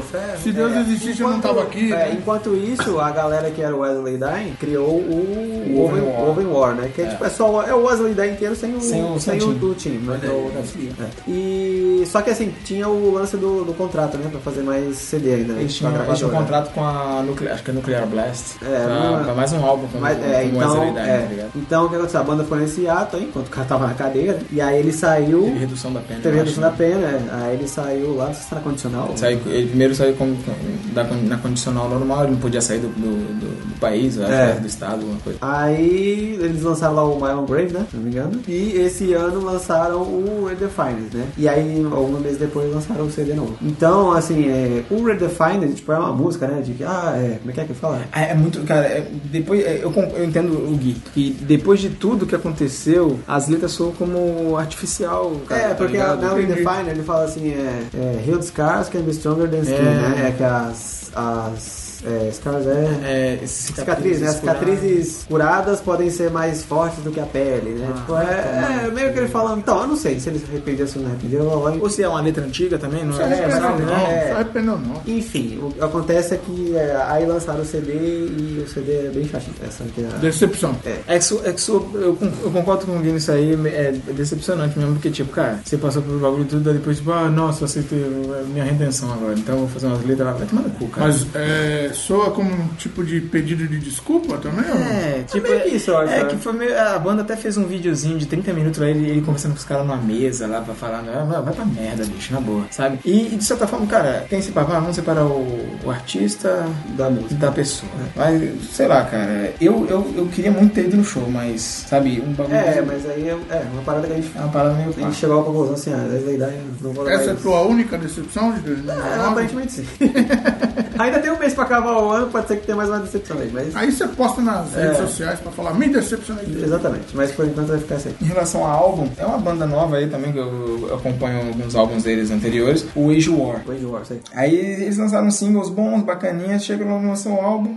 [SPEAKER 1] Se Deus existisse, eu não tava aqui.
[SPEAKER 2] É,
[SPEAKER 1] né?
[SPEAKER 2] enquanto isso, a galera que era o Wesley Dine criou o, o Oven,
[SPEAKER 18] Oven War.
[SPEAKER 2] é Oven War, né? Que é, tipo, é só o- é o Wesley Dine inteiro sem o,
[SPEAKER 18] Sem o- sem o
[SPEAKER 2] do time, né? Que é o- é. E E. Só que assim, tinha o lance do, do contrato, né? Pra fazer mais CD ainda. né,
[SPEAKER 3] Eles
[SPEAKER 2] com a
[SPEAKER 3] tinham, eles tinham um
[SPEAKER 2] gravadora.
[SPEAKER 3] contrato com a Nuclear, acho que é Nuclear Blast.
[SPEAKER 2] É,
[SPEAKER 3] pra,
[SPEAKER 2] não-
[SPEAKER 3] pra mais um álbum com,
[SPEAKER 2] Mas, é,
[SPEAKER 3] com essa
[SPEAKER 2] então,
[SPEAKER 3] idade,
[SPEAKER 2] é.
[SPEAKER 3] tá ligado?
[SPEAKER 2] então, o que aconteceu? A banda foi nesse ato, hein, enquanto o cara tava na cadeia, e aí ele
[SPEAKER 3] Teve
[SPEAKER 2] saiu,
[SPEAKER 3] redução da pena.
[SPEAKER 2] teve
[SPEAKER 3] eu
[SPEAKER 2] redução da
[SPEAKER 3] acho,
[SPEAKER 2] pena, é. aí ele saiu lá, não sei se tá na condicional.
[SPEAKER 3] né? Saiu- ele primeiro saiu com- com- da- na condicional normal, ele não podia sair do, do, do- do país, eu acho,
[SPEAKER 2] É.
[SPEAKER 3] do estado, alguma coisa.
[SPEAKER 2] Aí eles lançaram lá o My Own Grave, né? Se não me engano. E esse ano lançaram o Redefined, né? E aí, alguns meses depois, lançaram o CD novo. Então, assim, é, o Redefined, tipo, é uma música, né? De que, ah, é, como é que é que fala?
[SPEAKER 19] Ah, É muito, cara, é- depois é, eu, con- eu entendo o Gui, que depois de tudo que aconteceu, as letras soam como artificial, cara.
[SPEAKER 2] É,
[SPEAKER 19] tá
[SPEAKER 2] porque
[SPEAKER 19] ligado?
[SPEAKER 2] na Redefined ele fala assim, é, é Healed Scars can be stronger than skin,
[SPEAKER 19] É.
[SPEAKER 2] né? É que as, as é, scars é...
[SPEAKER 19] É,
[SPEAKER 2] Cicatrizes, né? As
[SPEAKER 19] curadas.
[SPEAKER 2] cicatrizes curadas podem ser mais fortes do que a pele, né? tipo, é, é meio que ele falando, então, eu não sei se ele se arrependeu ou se não arrependeu, blá, blá, blá.
[SPEAKER 19] Ou se é uma letra antiga também, não
[SPEAKER 1] Não
[SPEAKER 19] é?
[SPEAKER 1] se arrependeu,
[SPEAKER 2] sabe,
[SPEAKER 1] não.
[SPEAKER 2] né?
[SPEAKER 1] Não se arrependeu, É não.
[SPEAKER 2] Enfim, o que acontece é que é, aí lançaram o CD e o CD é bem chatinho. Essa aqui é a...
[SPEAKER 1] Decepção.
[SPEAKER 19] É que, so- é que so- eu, con- eu concordo com o Gui nisso aí, é decepcionante mesmo, porque, tipo, cara, você passou pelo bagulho tudo, daí depois, tipo, ah, nossa, aceitei a minha redenção agora, então eu vou fazer umas letras lá, vai tomar no cu, cara.
[SPEAKER 1] Mas é, soa como um tipo de pedido de desculpa também? ou não?
[SPEAKER 19] É, tipo,
[SPEAKER 2] meio que isso, eu acho,
[SPEAKER 19] é
[SPEAKER 2] né?
[SPEAKER 19] que foi meio, a banda até fez um videozinho de 30 minutos lá, ele, ele conversando com os caras numa mesa lá, pra falar, "Ah, vai, vai pra merda, bicho, na boa, sabe? E, e de certa forma, cara, tem esse papo, ah, vamos separar o, o artista
[SPEAKER 2] da música.
[SPEAKER 19] da pessoa. né? Mas, sei lá, cara, eu, eu, eu queria muito ter ido no show, mas, sabe, um bagulho...
[SPEAKER 2] É, mas aí é, é uma parada que a gente,
[SPEAKER 19] É uma parada meio
[SPEAKER 2] a
[SPEAKER 19] pá.
[SPEAKER 2] gente chegou à conclusão assim, ah, essa ideia não vou levar
[SPEAKER 1] Essa é
[SPEAKER 2] isso.
[SPEAKER 1] tua única decepção de
[SPEAKER 2] É,
[SPEAKER 1] 2019?
[SPEAKER 2] aparentemente sim. *laughs* Ainda tem um mês pra acabar o ano, pode ser que tenha mais uma decepção aí, mas...
[SPEAKER 1] Aí você posta nas redes
[SPEAKER 2] É. Tipo,
[SPEAKER 1] sociais pra falar, me decepcionei.
[SPEAKER 2] Exatamente, mas por enquanto vai ficar assim.
[SPEAKER 3] Em relação a álbum, é uma banda nova aí também, que eu eu acompanho alguns álbuns deles anteriores, o Age War.
[SPEAKER 2] Wage War, sei.
[SPEAKER 3] Aí eles lançaram singles bons, bacaninhas, chegam lá lançam um álbum,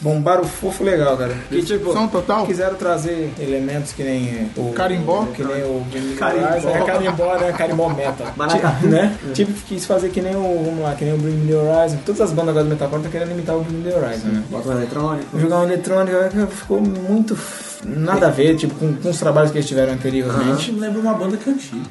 [SPEAKER 3] bombaram o fofo legal, cara. E tipo,
[SPEAKER 1] Decepção total?
[SPEAKER 3] quiseram trazer elementos que nem o...
[SPEAKER 1] Carimbó?
[SPEAKER 3] Que nem o... Game
[SPEAKER 2] Carimbó.
[SPEAKER 3] Horizon. É carimbó, né? Carimbó meta.
[SPEAKER 2] Maracá.
[SPEAKER 3] Ti- né? Tipo, quis fazer que nem o... Vamos lá, que nem o Bring Me The Horizon. Todas as bandas agora do metalcore estão querendo imitar o Bring Me The Horizon, né?
[SPEAKER 2] Bota um eletrônico.
[SPEAKER 3] jogar uma eletrônica que ficou muito f- nada a ver, tipo, com, com os trabalhos que eles tiveram anteriormente,
[SPEAKER 8] Me lembra uma banda que eu tive.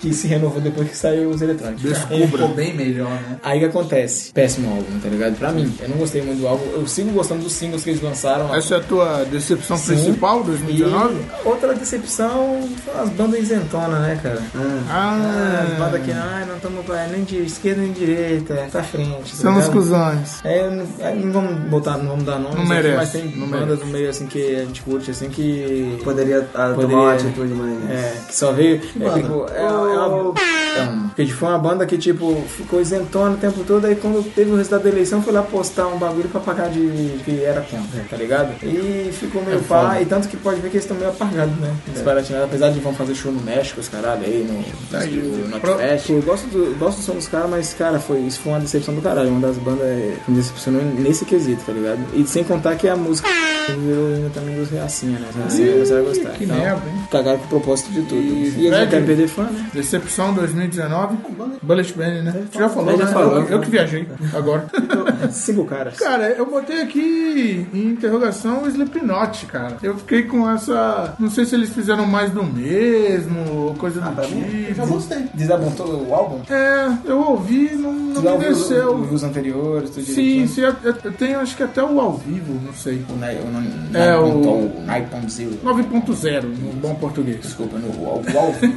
[SPEAKER 3] que se renovou depois que saiu os eletrônicos.
[SPEAKER 8] Ele ficou bem melhor, né?
[SPEAKER 3] Aí o que acontece? Péssimo álbum, tá ligado? Pra mim, eu não gostei muito do álbum, eu sigo gostando dos singles que eles lançaram.
[SPEAKER 1] Essa é a tua decepção
[SPEAKER 3] Sim.
[SPEAKER 1] principal
[SPEAKER 3] E
[SPEAKER 1] 2019?
[SPEAKER 3] outra decepção são as bandas isentona, né, cara?
[SPEAKER 1] É.
[SPEAKER 3] Ah, as
[SPEAKER 1] Ah,
[SPEAKER 3] bandas que ai, não estamos nem de esquerda nem de direita, é pra frente. tá
[SPEAKER 1] são os
[SPEAKER 3] ligado?
[SPEAKER 1] cuzões.
[SPEAKER 3] É, eu não, aí não vamos botar, não vamos dar nomes,
[SPEAKER 1] Não
[SPEAKER 3] aqui,
[SPEAKER 1] merece,
[SPEAKER 3] mas tem
[SPEAKER 1] não
[SPEAKER 3] bandas no meio assim que a gente curte, assim que.
[SPEAKER 2] Poderia, ah, tomar
[SPEAKER 3] Poderia.
[SPEAKER 2] uma atitude mais...
[SPEAKER 3] É, que só veio. É, tipo, é, é uma. É uma- porque foi uma banda que, tipo, ficou isentona o tempo todo, aí quando teve o resultado da eleição foi lá postar um bagulho pra pagar de, de que era contra, tá ligado? E ficou meio pá, e tanto que pode ver que eles estão meio apagados, né? Desbaratinados, apesar de vão fazer show no México, os caralho, aí no, no, no Northwest. Eu gosto do, gosto do som dos caras, mas, cara, foi, isso foi uma decepção do caralho. Uma das bandas é, que me decepcionou nesse quesito, tá ligado? E sem contar que a música virou ainda também dos reacinha, né? Os reacinha começaram a gostar.
[SPEAKER 1] que
[SPEAKER 3] então,
[SPEAKER 1] merda, hein?
[SPEAKER 3] Cagaram com o propósito de tudo. E,
[SPEAKER 1] E
[SPEAKER 3] e eles não
[SPEAKER 1] Fred?
[SPEAKER 3] querem perder fã, né?
[SPEAKER 1] Decepção 2019? Bullet Band, né? Tu já falou,
[SPEAKER 2] Já
[SPEAKER 1] né?
[SPEAKER 2] falou.
[SPEAKER 1] Eu, eu que viajei agora.
[SPEAKER 3] *laughs*
[SPEAKER 1] *laughs*
[SPEAKER 3] Cinco caras.
[SPEAKER 1] Cara, eu botei aqui em interrogação o Slipknot, cara. Eu fiquei com essa... Não sei se eles fizeram mais do mesmo, ou coisa do
[SPEAKER 8] Eu
[SPEAKER 1] tipo.
[SPEAKER 8] gostei.
[SPEAKER 3] Desapontou o álbum?
[SPEAKER 1] É, eu ouvi, não, não me desceu.
[SPEAKER 3] Os anteriores, tudo
[SPEAKER 1] Sim,
[SPEAKER 3] direitinho.
[SPEAKER 1] sim, eu, eu- eu tenho acho que até o ao vivo, não sei.
[SPEAKER 3] O Nai- o Nai-
[SPEAKER 1] É,
[SPEAKER 3] Nai-
[SPEAKER 1] o-
[SPEAKER 3] Ponto- Nai Ponto Zero.
[SPEAKER 1] 9.0, no bom português.
[SPEAKER 3] Desculpa, no o- o *laughs* álbum.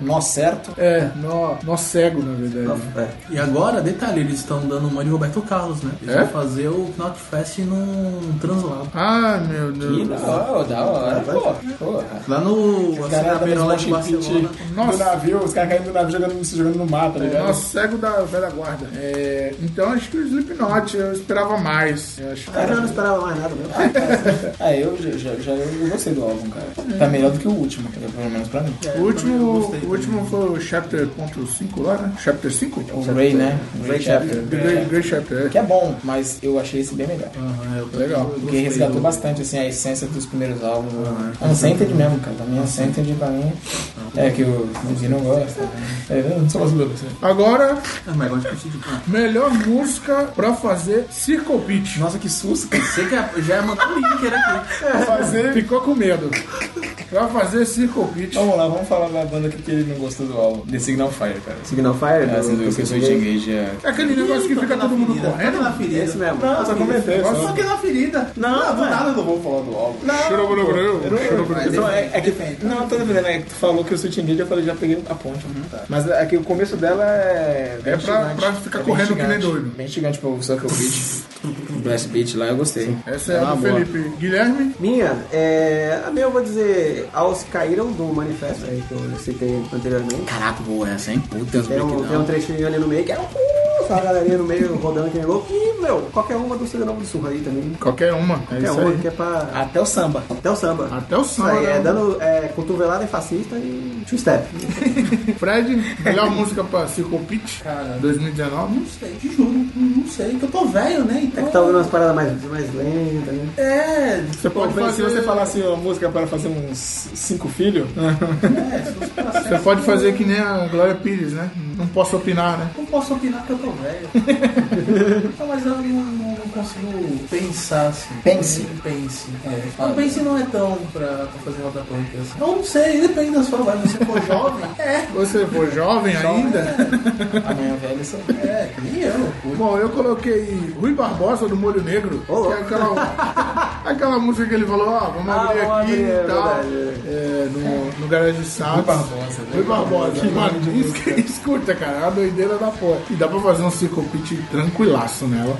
[SPEAKER 3] Nó certo.
[SPEAKER 1] É, nó, nó cego, na verdade.
[SPEAKER 2] É.
[SPEAKER 8] E agora, detalhe, eles estão dando uma de Roberto Carlos, né? Eles
[SPEAKER 1] É?
[SPEAKER 8] vão fazer o Knot Fest num translado.
[SPEAKER 1] Ai, meu Deus.
[SPEAKER 3] Da hora, da hora. pô, Porra.
[SPEAKER 8] Lá no
[SPEAKER 3] Os caras também
[SPEAKER 8] Beira
[SPEAKER 3] no
[SPEAKER 8] lá de
[SPEAKER 3] mosh
[SPEAKER 8] Barcelona.
[SPEAKER 3] pit do
[SPEAKER 1] Nossa.
[SPEAKER 3] navio, os caras caindo do navio jogando, se jogando no mar, tá ligado?
[SPEAKER 1] Nosso É cego da velha guarda. É, então acho que o Slipknot eu esperava mais. Eu acho.
[SPEAKER 2] Cara, eu não esperava mais nada mesmo.
[SPEAKER 3] Ah, eu já, já, já- eu gostei do álbum, cara. Tá melhor do que o último, pelo menos pra mim.
[SPEAKER 1] o último, o último foi o Chapter.5 lá, né? Chapter 5?
[SPEAKER 3] O Ray, né? Ray Chapter.
[SPEAKER 1] The Great, Great Chapter.
[SPEAKER 3] Que é bom, mas eu achei esse bem melhor.
[SPEAKER 1] é. Legal.
[SPEAKER 3] Porque resgatou bastante, assim, a essência dos primeiros álbuns. Uhum. Uncentered mesmo, cara. Pra mim, Uncentered, pra mim... É que o Gui não gosta. né? É, eu não sou brasileiro, assim.
[SPEAKER 1] Agora,
[SPEAKER 8] Ah, mas gosto de curtir de pá.
[SPEAKER 1] melhor música pra fazer Circle Beat.
[SPEAKER 3] Nossa, que susto.
[SPEAKER 8] Você que já mandou o link, era aqui.
[SPEAKER 1] Ficou com medo. Vai fazer circle pitch.
[SPEAKER 3] *laughs* Vamos lá, vamos falar da banda que, que ele não gostou do álbum. The Signal Fire, cara.
[SPEAKER 2] Signal Fire,
[SPEAKER 3] Essa
[SPEAKER 2] É, assim, do-
[SPEAKER 3] do
[SPEAKER 2] do-
[SPEAKER 3] professor de igreja.
[SPEAKER 1] É aquele negócio que fica todo mundo correndo.
[SPEAKER 8] Toca na ferida.
[SPEAKER 2] Esse mesmo.
[SPEAKER 3] Ah, só comentei.
[SPEAKER 8] Só que é na ferida. Não,
[SPEAKER 1] é
[SPEAKER 8] do nada eu não vou falar do álbum.
[SPEAKER 3] Então, é, é que, não, tô defendendo. É que tu falou que o Switch Engage, eu falei, já peguei a ponte. Mas é que o começo dela é. bem
[SPEAKER 1] Uhum. É pra-
[SPEAKER 3] instigante.
[SPEAKER 1] pra ficar
[SPEAKER 3] bem
[SPEAKER 1] correndo que nem
[SPEAKER 3] instigante.
[SPEAKER 1] doido.
[SPEAKER 3] Bem instigante pro Circle
[SPEAKER 1] *laughs*
[SPEAKER 3] Beach. Blast Beach lá, eu gostei.
[SPEAKER 1] Essa é
[SPEAKER 3] uma
[SPEAKER 1] a do
[SPEAKER 3] boa.
[SPEAKER 1] Felipe Guilherme.
[SPEAKER 2] Minha, é, a minha eu vou dizer, aos caíram do manifesto aí que eu citei anteriormente.
[SPEAKER 20] Caraca, boa
[SPEAKER 3] é assim?
[SPEAKER 20] essa, hein? Puta, os
[SPEAKER 2] Tem um, tem um
[SPEAKER 20] breakdown.
[SPEAKER 2] trechinho ali no meio que é um uh, sabe, a galerinha no meio rodando que nem louco. E, meu, qualquer uma do Cidadão do Sul aí também.
[SPEAKER 1] Qualquer uma. É
[SPEAKER 2] Qualquer
[SPEAKER 1] isso
[SPEAKER 2] uma
[SPEAKER 1] aí.
[SPEAKER 2] que é pra.
[SPEAKER 3] Até o samba.
[SPEAKER 2] Até o samba.
[SPEAKER 1] Até o
[SPEAKER 2] Isso aí, é
[SPEAKER 1] samba.
[SPEAKER 2] dando é, cotovelada em fascista e two step.
[SPEAKER 1] Fred, melhor música pra Circle Pitch
[SPEAKER 8] Cara,
[SPEAKER 1] 2019.
[SPEAKER 8] não sei, te juro. Não sei, que eu tô velho, né?
[SPEAKER 2] É
[SPEAKER 8] Então...
[SPEAKER 2] que tá ouvindo umas paradas mais, mais lentas, né?
[SPEAKER 8] É,
[SPEAKER 1] Você pode
[SPEAKER 3] Se
[SPEAKER 1] fazer,
[SPEAKER 3] você falasse uma música para fazer uns cinco né? filhos,
[SPEAKER 1] você pode fazer que nem a Glória Pires, né? Não posso opinar, né?
[SPEAKER 8] não posso opinar porque eu tô
[SPEAKER 3] *laughs*
[SPEAKER 8] velho. Não, mas eu não, não- não consigo pensar assim.
[SPEAKER 3] Pense.
[SPEAKER 8] Pense. É. Não, pense não é tão pra, pra fazer roda punk assim. Eu não sei, depende da sua vibe. Se você for jovem, é.
[SPEAKER 1] Você for jovem ainda.
[SPEAKER 3] amanhã velho, você
[SPEAKER 8] É, que nem eu.
[SPEAKER 1] Bom, eu coloquei Rui Barbosa do Molho Negro, que é aquela, aquela música que ele falou, ó, vamos
[SPEAKER 2] Ah,
[SPEAKER 1] abrir
[SPEAKER 2] vamos
[SPEAKER 1] aqui
[SPEAKER 2] abrir, é
[SPEAKER 1] e tal.
[SPEAKER 2] verdade,
[SPEAKER 1] É, no, no Garage Santos. Rui Barbosa. Rui Barbosa. Mano, isso que- *laughs* escuta, cara, é uma doideira da porra. E dá pra fazer um circopite tranquilaço nela.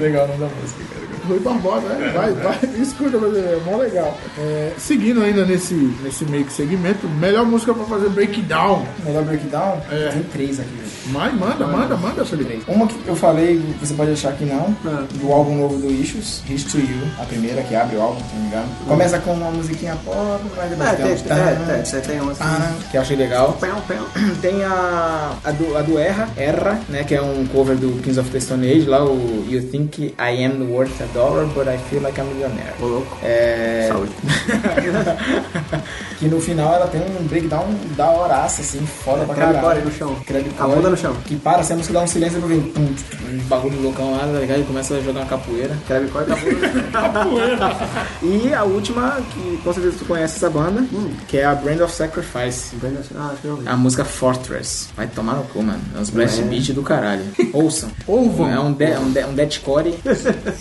[SPEAKER 3] legal o nome da música, cara.
[SPEAKER 1] Rui Barbosa, né? vai, vai, *laughs* escuta, mas é mó legal. É, seguindo ainda nesse, nesse meio que segmento, melhor música pra fazer breakdown.
[SPEAKER 3] Melhor breakdown?
[SPEAKER 1] É.
[SPEAKER 3] Tem três aqui, velho.
[SPEAKER 1] Mas manda, manda, manda, Felipe.
[SPEAKER 3] um? Uma que eu falei, você pode achar que não, do álbum novo do Issues, Hits to You, a primeira que abre o álbum, se não me engano. Começa com uma musiquinha pop, mas depois
[SPEAKER 2] É,
[SPEAKER 3] tem
[SPEAKER 2] tem,
[SPEAKER 3] um taran,
[SPEAKER 2] é, tem, você tem uma assim.
[SPEAKER 3] taran, que eu achei legal.
[SPEAKER 2] Pão, pão.
[SPEAKER 3] *clears throat* Tem a, a, do, a do Erra, Erra, né, que é um cover do Kings of the Stone Age, lá o You Think I Am Worth a Dollar, But I Feel Like a Millionaire.
[SPEAKER 2] Ô, louco.
[SPEAKER 3] É...
[SPEAKER 2] Saúde.
[SPEAKER 3] *laughs* que no final ela tem um breakdown da horaça, assim, foda pra
[SPEAKER 2] Crab
[SPEAKER 3] caralho.
[SPEAKER 2] core no chão.
[SPEAKER 3] Crab
[SPEAKER 2] A
[SPEAKER 3] core.
[SPEAKER 2] bunda no chão.
[SPEAKER 3] Que para, se a música dá um silêncio, depois vem pum, tch, um bagulho loucão lá, tá ligado? E começa a jogar uma capoeira.
[SPEAKER 2] Crab corta a bunda.
[SPEAKER 3] E a última, que com certeza tu conhece essa banda, que é a Brand of Sacrifice.
[SPEAKER 2] Ah, acho que eu ouvi.
[SPEAKER 3] A música Fortress. Vai tomar no cu, mano. É uns blast beat do caralho. Ouçam.
[SPEAKER 1] Ouvam.
[SPEAKER 3] É um, de, é um, de, um deathcore.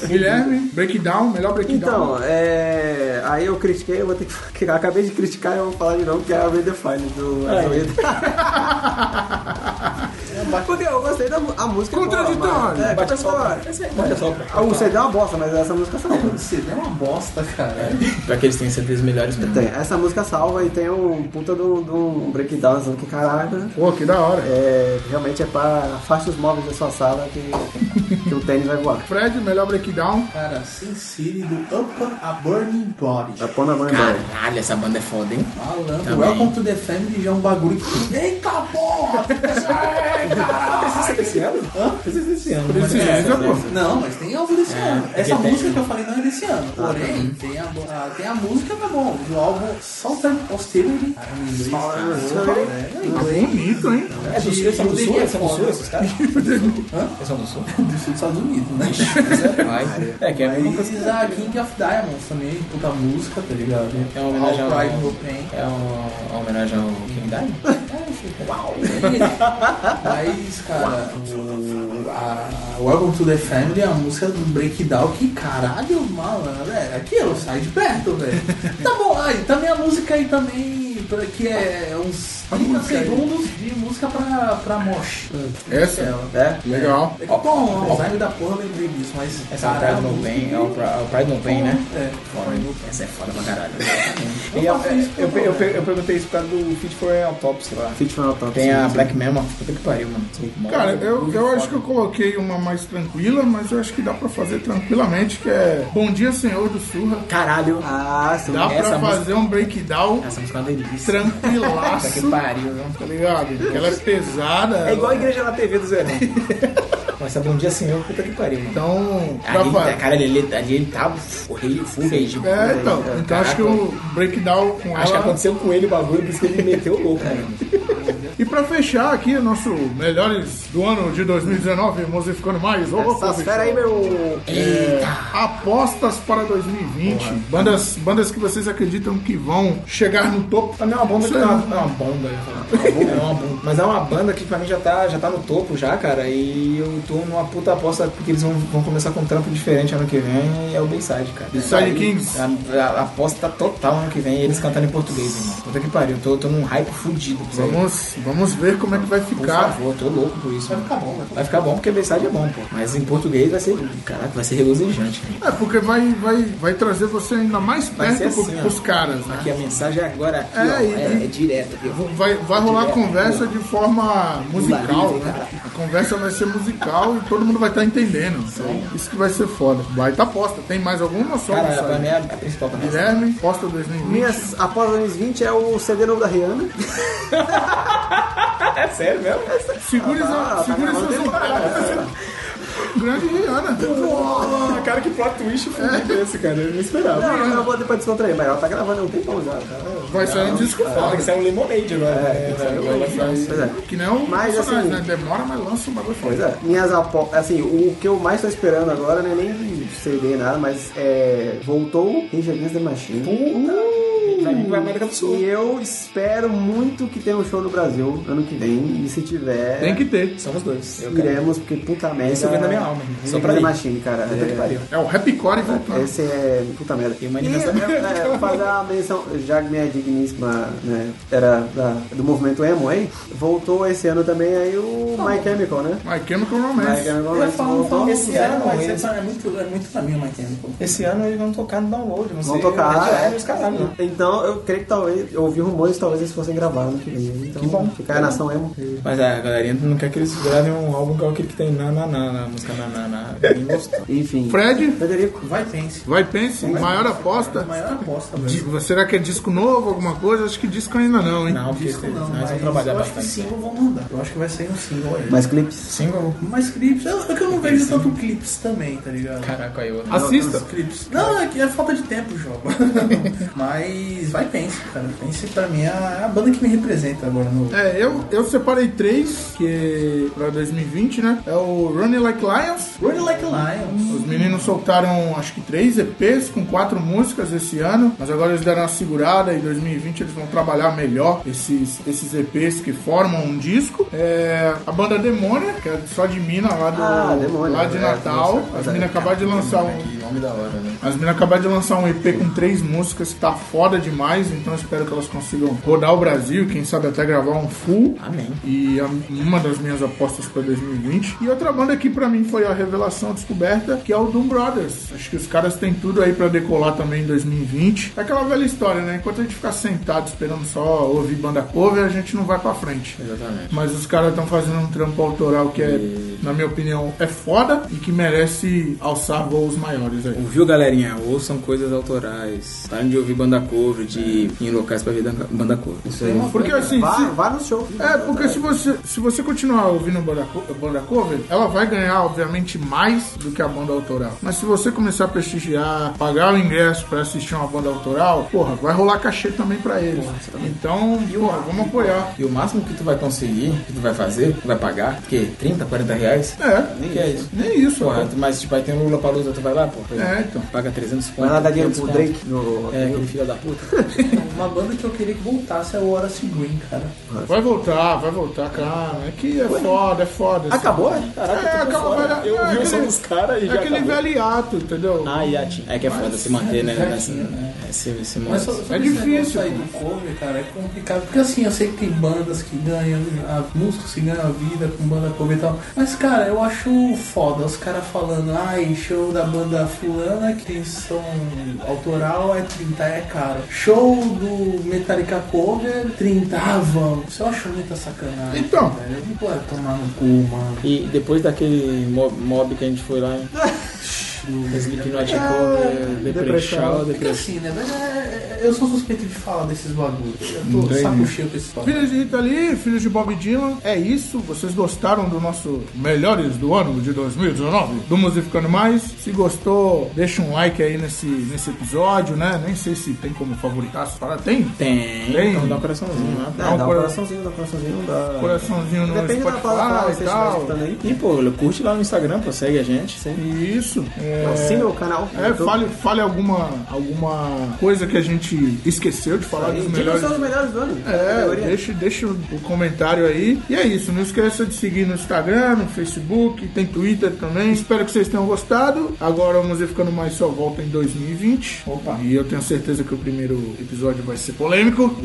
[SPEAKER 1] Guilherme, breakdown, melhor breakdown.
[SPEAKER 2] Então, é... aí eu critiquei, eu vou ter que. *laughs* eu Acabei de criticar e eu vou falar de novo, que é a Redefine do
[SPEAKER 3] *laughs*
[SPEAKER 2] Azoeda. Porque eu gostei da mu- a música. é boa,
[SPEAKER 1] Contraditório.
[SPEAKER 2] mas- É, contraditório. Ah, O CD é uma bosta, mas essa música salva.
[SPEAKER 8] Você é uma bosta, cara.
[SPEAKER 3] pra que eles tenham certeza melhores mesmo.
[SPEAKER 2] Tem, essa música salva e tem um puta do, do breakdown, assim, que caralho.
[SPEAKER 1] Pô, que da hora.
[SPEAKER 2] É, realmente é pra afasta os móveis da sua sala que, que o tênis vai voar.
[SPEAKER 1] Fred, melhor breakdown.
[SPEAKER 8] Cara, Sin City do Upon a Burning
[SPEAKER 3] Tá
[SPEAKER 8] Body.
[SPEAKER 2] Vai pôr na mãe dela.
[SPEAKER 3] Caralho, essa banda é foda, hein?
[SPEAKER 8] Malandro,
[SPEAKER 3] Também.
[SPEAKER 8] Welcome to the Family já é um bagulho que. Eita porra! Ei, caralho!
[SPEAKER 3] Esse ano? Hã? Esse ano.
[SPEAKER 1] Esse jeito, pô.
[SPEAKER 8] Não, mas tem álbum desse ano. Essa
[SPEAKER 3] É, tem- um Ah, tá
[SPEAKER 8] música que eu falei não é desse ano. Porém, tem a, a- tem a música, tá bom. Do álbum Southern Austerity. Cara, em inglês, cara. É, em inglês.
[SPEAKER 1] Bonito, hein?
[SPEAKER 3] É do Sul, são do Sul? Eles são do Sul, esses caras? Hã? Eles são do Sul?
[SPEAKER 8] Do sul é dos Estados Unidos, né?
[SPEAKER 3] É, que é a mesma coisa.
[SPEAKER 8] Mas a King of Diamonds também, puta música, tá ligado?
[SPEAKER 3] É uma homenagem
[SPEAKER 8] All
[SPEAKER 3] ao-
[SPEAKER 8] Pride No Pain.
[SPEAKER 3] É um- uma homenagem ao King Diamond?
[SPEAKER 8] Uau! É, Mas, cara, o, a Welcome to the Family é uma música do breakdown que caralho, malandro, é aquilo, sai de perto, velho. Tá bom, aí também a música aí também, pra- que é uns 30 segundos de música pra, pra mosh.
[SPEAKER 1] Essa?
[SPEAKER 2] É?
[SPEAKER 1] Legal.
[SPEAKER 8] É que, bom, o design da porra eu lembrei disso, mas.
[SPEAKER 3] Essa é o Pride No Pain, é o Pri- é o Pride No Pain, né?
[SPEAKER 8] É.
[SPEAKER 3] Foda, hein? Essa é foda pra caralho. E eu, eu, eu, eu, eu perguntei isso por causa do Fit for Autopsy lá.
[SPEAKER 2] Fit for Autopsy.
[SPEAKER 3] Tem a Black Mama, puta que pariu, mano.
[SPEAKER 1] Cara, eu, eu acho que eu coloquei uma mais tranquila, mas eu acho que dá pra fazer tranquilamente, que é Bom Dia Senhor do Surra.
[SPEAKER 3] Caralho!
[SPEAKER 2] Ah, sim.
[SPEAKER 1] Dá
[SPEAKER 3] Essa
[SPEAKER 1] pra fazer um breakdown
[SPEAKER 3] Essa música é uma delícia. *laughs* Puta que
[SPEAKER 1] tranquilaço,
[SPEAKER 3] pariu, viu?
[SPEAKER 1] tá ligado? Porque ela é pesada.
[SPEAKER 3] É igual a igreja na TV do Zerão. Nossa, bom um dia, senhor. Puta que pariu, mano.
[SPEAKER 1] Então, pra
[SPEAKER 3] Ali,
[SPEAKER 1] fazer.
[SPEAKER 3] cara, ele, ele- ali ele tá full rage, full rage.
[SPEAKER 1] É, então. Então acho que o breakdown com
[SPEAKER 3] Acho que
[SPEAKER 1] ela. É.
[SPEAKER 3] né? aconteceu com ele o bagulho, por isso que ele meteu o louco, mano.
[SPEAKER 1] E pra fechar aqui, o nosso melhores do ano de 2019, musificando mais. Ô, louco, bicho.
[SPEAKER 2] Espera aí, meu.
[SPEAKER 1] É, apostas para 2020. Bandas, bandas que vocês acreditam que vão chegar no topo.
[SPEAKER 3] Também é uma banda que
[SPEAKER 1] Sei
[SPEAKER 3] tá. É
[SPEAKER 1] lá.
[SPEAKER 3] uma banda, eu ia falar. *laughs* É uma banda. Mas é uma banda que pra mim já tá, já tá no topo, já, cara. E eu tô numa puta aposta porque eles vão, vão começar com um trampo diferente ano que vem. E é o Bayside, cara.
[SPEAKER 1] Bayside
[SPEAKER 3] Aí,
[SPEAKER 1] Kings.
[SPEAKER 3] A, a- a aposta tá total ano que vem. E eles cantando em português, irmão. Puta que pariu. Eu tô, tô num hype fudido pra isso aí.
[SPEAKER 1] Vamos, vamos ver como é que vai
[SPEAKER 3] Por
[SPEAKER 1] ficar.
[SPEAKER 3] favor, tô louco por isso. Vai ficar bom, Vai ficar bom porque Bayside é bom, pô. Mas em português vai ser. Caraca, vai ser regozijante, cara.
[SPEAKER 1] É, porque vai, vai, vai trazer você ainda mais
[SPEAKER 3] Vai
[SPEAKER 1] perto
[SPEAKER 3] ser
[SPEAKER 1] pro-
[SPEAKER 3] assim, ó.
[SPEAKER 1] pros caras, né?
[SPEAKER 3] Aqui a mensagem é agora aqui,
[SPEAKER 1] É,
[SPEAKER 3] ó.
[SPEAKER 1] e-
[SPEAKER 3] É, é direta. Eu vou
[SPEAKER 1] Vai, vai rolar a conversa de forma musical, né? A conversa vai ser musical e todo mundo vai estar entendendo. Então, isso que vai ser foda. Baita aposta. Tem mais alguma ou só?
[SPEAKER 3] Cara,
[SPEAKER 1] isso aí?
[SPEAKER 3] pra mim é a principal pra mim.
[SPEAKER 1] Guilherme, aposta 2020.
[SPEAKER 2] Minhas após 2020 é o CD novo da Rihanna.
[SPEAKER 3] É sério mesmo?
[SPEAKER 1] Segure,
[SPEAKER 2] tá,
[SPEAKER 1] segure
[SPEAKER 2] tá
[SPEAKER 1] seus
[SPEAKER 2] gravando.
[SPEAKER 1] ombros. Grande Rihanna.
[SPEAKER 3] Porra, cara, que plot twist foi esse, cara? Eu não esperava.
[SPEAKER 2] Não, eu vou ter pra descontrair, mas ela tá gravando há um tempão já. Tá?
[SPEAKER 1] Vai sair um disco
[SPEAKER 3] Fala que
[SPEAKER 1] foda.
[SPEAKER 3] isso é um lemonade agora. né?
[SPEAKER 2] Pois é.
[SPEAKER 1] Que nem o
[SPEAKER 2] Mas,
[SPEAKER 1] personagem,
[SPEAKER 2] assim,
[SPEAKER 1] né? Demora, mas lança um bagulho
[SPEAKER 2] Pois
[SPEAKER 1] foda.
[SPEAKER 2] é. Minhas apo... Assim, o que eu mais tô esperando agora não é nem CD, nada, mas é. Voltou Rage Against the Machine.
[SPEAKER 3] Vai vir pra América do Sul.
[SPEAKER 2] E eu espero muito que tenha um show no Brasil ano que vem. E se tiver,
[SPEAKER 1] Tem que ter.
[SPEAKER 3] Somos dois. Eu quero.
[SPEAKER 2] iremos, porque puta merda.
[SPEAKER 3] Isso vem da minha alma,
[SPEAKER 2] Rage
[SPEAKER 3] só
[SPEAKER 2] Against
[SPEAKER 3] pra
[SPEAKER 2] the
[SPEAKER 3] ir.
[SPEAKER 2] Machine, cara.
[SPEAKER 3] Puta que
[SPEAKER 2] é-
[SPEAKER 3] pariu.
[SPEAKER 1] É o rapcore voltando.
[SPEAKER 2] Esse é. Puta merda.
[SPEAKER 3] E uma animação-
[SPEAKER 2] E, é, vou fazer uma menção, já que minha digníssima né, era da- do movimento Emo, hein? Voltou esse ano também aí o My Chemical, né?
[SPEAKER 1] My Chemical
[SPEAKER 2] My
[SPEAKER 1] Romance.
[SPEAKER 3] é
[SPEAKER 2] Chemical Romance voltou.
[SPEAKER 3] esse ano,
[SPEAKER 8] mas
[SPEAKER 3] esse-
[SPEAKER 8] é muito, é muito pra mim, Mechanical.
[SPEAKER 3] Esse ano eles vão tocar no download. Vão,
[SPEAKER 2] Vão
[SPEAKER 3] ser-
[SPEAKER 2] tocar. é.
[SPEAKER 3] É, é, os caralho, né?
[SPEAKER 2] Então eu creio que talvez, eu ouvi rumores, talvez eles fossem gravar ano que vem. Então,
[SPEAKER 3] Que bom.
[SPEAKER 2] Ficar a nação Emo.
[SPEAKER 3] Mas é, a galerinha não quer que eles gravem um álbum igual aquele que tem na na na, na música na na *laughs* na. Bem gostoso.
[SPEAKER 2] Enfim.
[SPEAKER 1] Fred,
[SPEAKER 2] Frederico.
[SPEAKER 8] Vai, pense.
[SPEAKER 1] vai pense. Maior aposta.
[SPEAKER 8] Maior aposta,
[SPEAKER 1] Di-
[SPEAKER 8] é velho.
[SPEAKER 1] Será que é disco novo, alguma coisa? Acho que disco ainda não, hein?
[SPEAKER 3] Não, porque eles,
[SPEAKER 8] Não,
[SPEAKER 3] eles
[SPEAKER 8] mas
[SPEAKER 3] vão trabalhar
[SPEAKER 8] eu acho que
[SPEAKER 3] bastante.
[SPEAKER 8] single vão mandar. Eu acho que vai sair um single aí.
[SPEAKER 2] Mais clipes.
[SPEAKER 3] Single?
[SPEAKER 8] Mas clipes, eu- é que eu não vejo tanto clipes também, tá ligado?
[SPEAKER 3] Caraca, eu.
[SPEAKER 1] Assista.
[SPEAKER 8] Clipes. Não, é que é falta de tempo o jogo. *laughs* Mas vai Pense, cara. Pense pra mim é a banda que me representa agora no.
[SPEAKER 1] É, eu, eu separei três, que é pra 2020, né? É o Running Like Lions.
[SPEAKER 8] Running Like a Lion.
[SPEAKER 1] Os meninos soltaram, acho que três EPs com quatro músicas esse ano, mas agora eles deram uma segurada e em 2020 eles vão trabalhar melhor esses, esses EPs que formam um disco. É, a banda Demônia, que é só de mina lá, do,
[SPEAKER 2] Ah, Demônia,
[SPEAKER 1] lá de
[SPEAKER 2] é,
[SPEAKER 1] Natal.
[SPEAKER 2] nossa,
[SPEAKER 1] As
[SPEAKER 2] é,
[SPEAKER 1] minas acabaram de lançar um,
[SPEAKER 3] Que nome da hora, né?
[SPEAKER 1] As meninas acabaram de lançar um EP com três músicas que tá foda demais, então eu espero que elas consigam rodar o Brasil, quem sabe até gravar um full.
[SPEAKER 3] Amém.
[SPEAKER 1] E é uma das minhas apostas pra 2020. E outra banda que pra mim foi a revelação a descoberta, que é o Doom Brothers. Acho que os caras têm tudo aí pra decolar também em 2020. É aquela velha história, né? Enquanto a gente ficar sentado esperando só ouvir banda cover, a gente não vai pra frente.
[SPEAKER 3] Exatamente.
[SPEAKER 1] Mas os caras estão fazendo um trampo autoral que é, na minha opinião, é foda e que merece alçar voos maiores aí.
[SPEAKER 21] Ouviu, galerinha? Ouçam coisas autorais. Parem de ouvir banda cover, de ir em locais pra ver dan- banda cover. Isso aí.
[SPEAKER 1] Porque assim, se-
[SPEAKER 2] Vai, vai no show.
[SPEAKER 1] é porque se você, se você continuar ouvindo banda, co- banda cover, ela vai ganhar, obviamente, mais do que a banda autoral. Mas se você começar a prestigiar, pagar o ingresso pra assistir uma banda autoral, porra, vai rolar cachê também pra eles. Então, porra, vamos apoiar.
[SPEAKER 3] E o máximo que tu vai conseguir, que tu vai fazer, tu vai pagar, que 30, 40 reais?
[SPEAKER 1] É,
[SPEAKER 3] Nem que é isso.
[SPEAKER 1] nem isso, né?
[SPEAKER 3] Porra,
[SPEAKER 1] ó.
[SPEAKER 3] tu- mas tipo, aí tem o Lula Palusa, tu vai lá, pô.
[SPEAKER 1] É, então.
[SPEAKER 3] Paga 300 conto.
[SPEAKER 2] Vai lá dar dinheiro
[SPEAKER 3] 500
[SPEAKER 2] pro
[SPEAKER 3] conto.
[SPEAKER 2] Drake no.
[SPEAKER 3] É, aquele filho da puta.
[SPEAKER 8] Uma banda que eu queria que voltasse é o Horace Green, cara.
[SPEAKER 1] Vai voltar, vai voltar, cara. É que é foda, é foda. assim.
[SPEAKER 2] *laughs* Acabou? né?
[SPEAKER 1] É, acabou, velho.
[SPEAKER 3] Eu
[SPEAKER 1] é
[SPEAKER 3] ouvi o som
[SPEAKER 1] aquele-
[SPEAKER 3] dos caras e
[SPEAKER 1] É
[SPEAKER 3] já
[SPEAKER 1] aquele
[SPEAKER 3] acabou.
[SPEAKER 1] velho hiato, entendeu?
[SPEAKER 3] Ah, e a tia. É que é foda se manter, né? Nessa, é, se, se
[SPEAKER 8] Mas
[SPEAKER 3] manter.
[SPEAKER 8] só, só
[SPEAKER 1] É
[SPEAKER 8] que esse
[SPEAKER 1] difícil,
[SPEAKER 8] negócio aí do cover, cara, é complicado. Porque assim, eu sei que tem bandas que ganham, a, músicos que ganham a vida com banda cover e tal. Mas, cara, eu acho foda os caras falando, ai, show da banda fulana, que tem som autoral é 30, é caro. Show do Metallica cover, 30, ah, vamos. Isso eu acho muita sacanagem.
[SPEAKER 1] Então.
[SPEAKER 8] velho. Não pode tomar no cu, mano.
[SPEAKER 2] *laughs*
[SPEAKER 3] E depois daquele mo- mob que a gente foi lá,
[SPEAKER 8] do.
[SPEAKER 3] né? Slipknot
[SPEAKER 1] Ah,
[SPEAKER 8] É,
[SPEAKER 3] Cover,
[SPEAKER 2] Depressão.
[SPEAKER 3] Depressão,
[SPEAKER 8] É que
[SPEAKER 3] Depressão.
[SPEAKER 8] assim, né? Mas é- é- eu sou suspeito de falar desses bagulhos. Eu tô
[SPEAKER 3] Entendi.
[SPEAKER 8] saco cheio com esse bagulho.
[SPEAKER 1] Filhos de Rita Lee, filhos de Bob Dylan, é isso. Vocês gostaram do nosso Melhores do Ano de 2019? Do Musificando Mais? Se gostou, deixa um like aí nesse, nesse episódio, né? Nem sei se tem como favoritar essa parada. Tem?
[SPEAKER 22] Tem.
[SPEAKER 1] Tem.
[SPEAKER 22] Então dá um coraçãozinho lá.
[SPEAKER 1] Dá um
[SPEAKER 2] dá um
[SPEAKER 1] cora-
[SPEAKER 2] coraçãozinho, dá um coraçãozinho, dá.
[SPEAKER 1] Coraçãozinho no
[SPEAKER 2] Depende da
[SPEAKER 1] Spotify
[SPEAKER 2] palavra que você
[SPEAKER 1] e
[SPEAKER 2] estiver
[SPEAKER 1] tal.
[SPEAKER 2] escutando aí.
[SPEAKER 22] E, pô, curte lá no Instagram, pô, segue a gente.
[SPEAKER 1] Isso. É...
[SPEAKER 2] Assina o canal.
[SPEAKER 1] É, fale, fale alguma, alguma coisa que a gente esqueceu de falar dos
[SPEAKER 2] Diga
[SPEAKER 1] melhores.
[SPEAKER 2] são os melhores do ano.
[SPEAKER 1] É,
[SPEAKER 2] Categoria.
[SPEAKER 1] deixa, deixa o comentário aí. E é isso, não esqueça de seguir no Instagram, no Facebook, tem Twitter também. Espero que vocês tenham gostado. Agora o Museu Ficando Mais só volta em 2020. Opa. E eu tenho certeza que o primeiro episódio vai ser polêmico.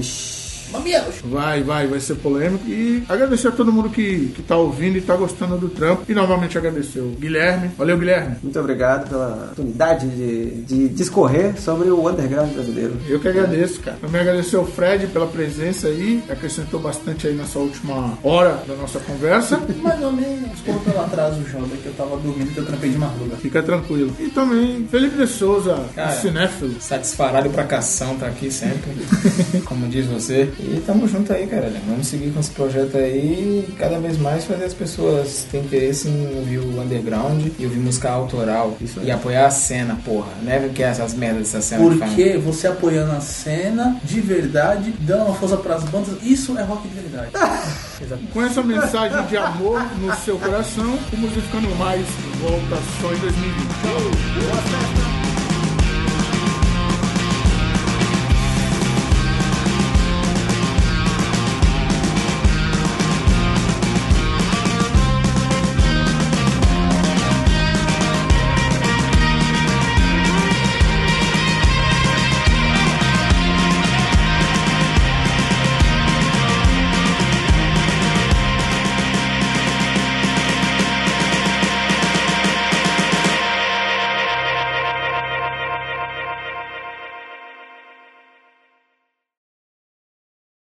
[SPEAKER 1] Vai, vai, vai ser polêmico. E agradecer a todo mundo que, que tá ouvindo e tá gostando do trampo. E novamente agradecer o Guilherme. Valeu, Guilherme.
[SPEAKER 2] Muito obrigado pela oportunidade de, de discorrer sobre o underground brasileiro.
[SPEAKER 1] Eu que agradeço, cara. Também agradecer ao Fred pela presença aí, acrescentou bastante aí nessa última hora da nossa conversa.
[SPEAKER 8] Mais ou menos, como pelo atraso, Jovem, que eu tava dormindo que eu trampei de madruga.
[SPEAKER 1] Fica tranquilo. E também Felipe de Souza,
[SPEAKER 3] Cara.
[SPEAKER 1] cinéfilo.
[SPEAKER 3] Satisfarado pra cação, tá aqui sempre, como diz você. E tamo junto aí, cara. Vamos seguir com esse projeto aí e cada vez mais fazer as pessoas terem interesse em ouvir o underground e ouvir música autoral. E apoiar a cena, porra. Leve que é essas merdas dessa cena que faz.
[SPEAKER 8] Porque você apoiando a cena de verdade, dando uma força pras bandas, isso é rock de verdade.
[SPEAKER 1] Com essa mensagem de amor no seu coração, o Musificando Mais volta só em 2020.
[SPEAKER 23] Você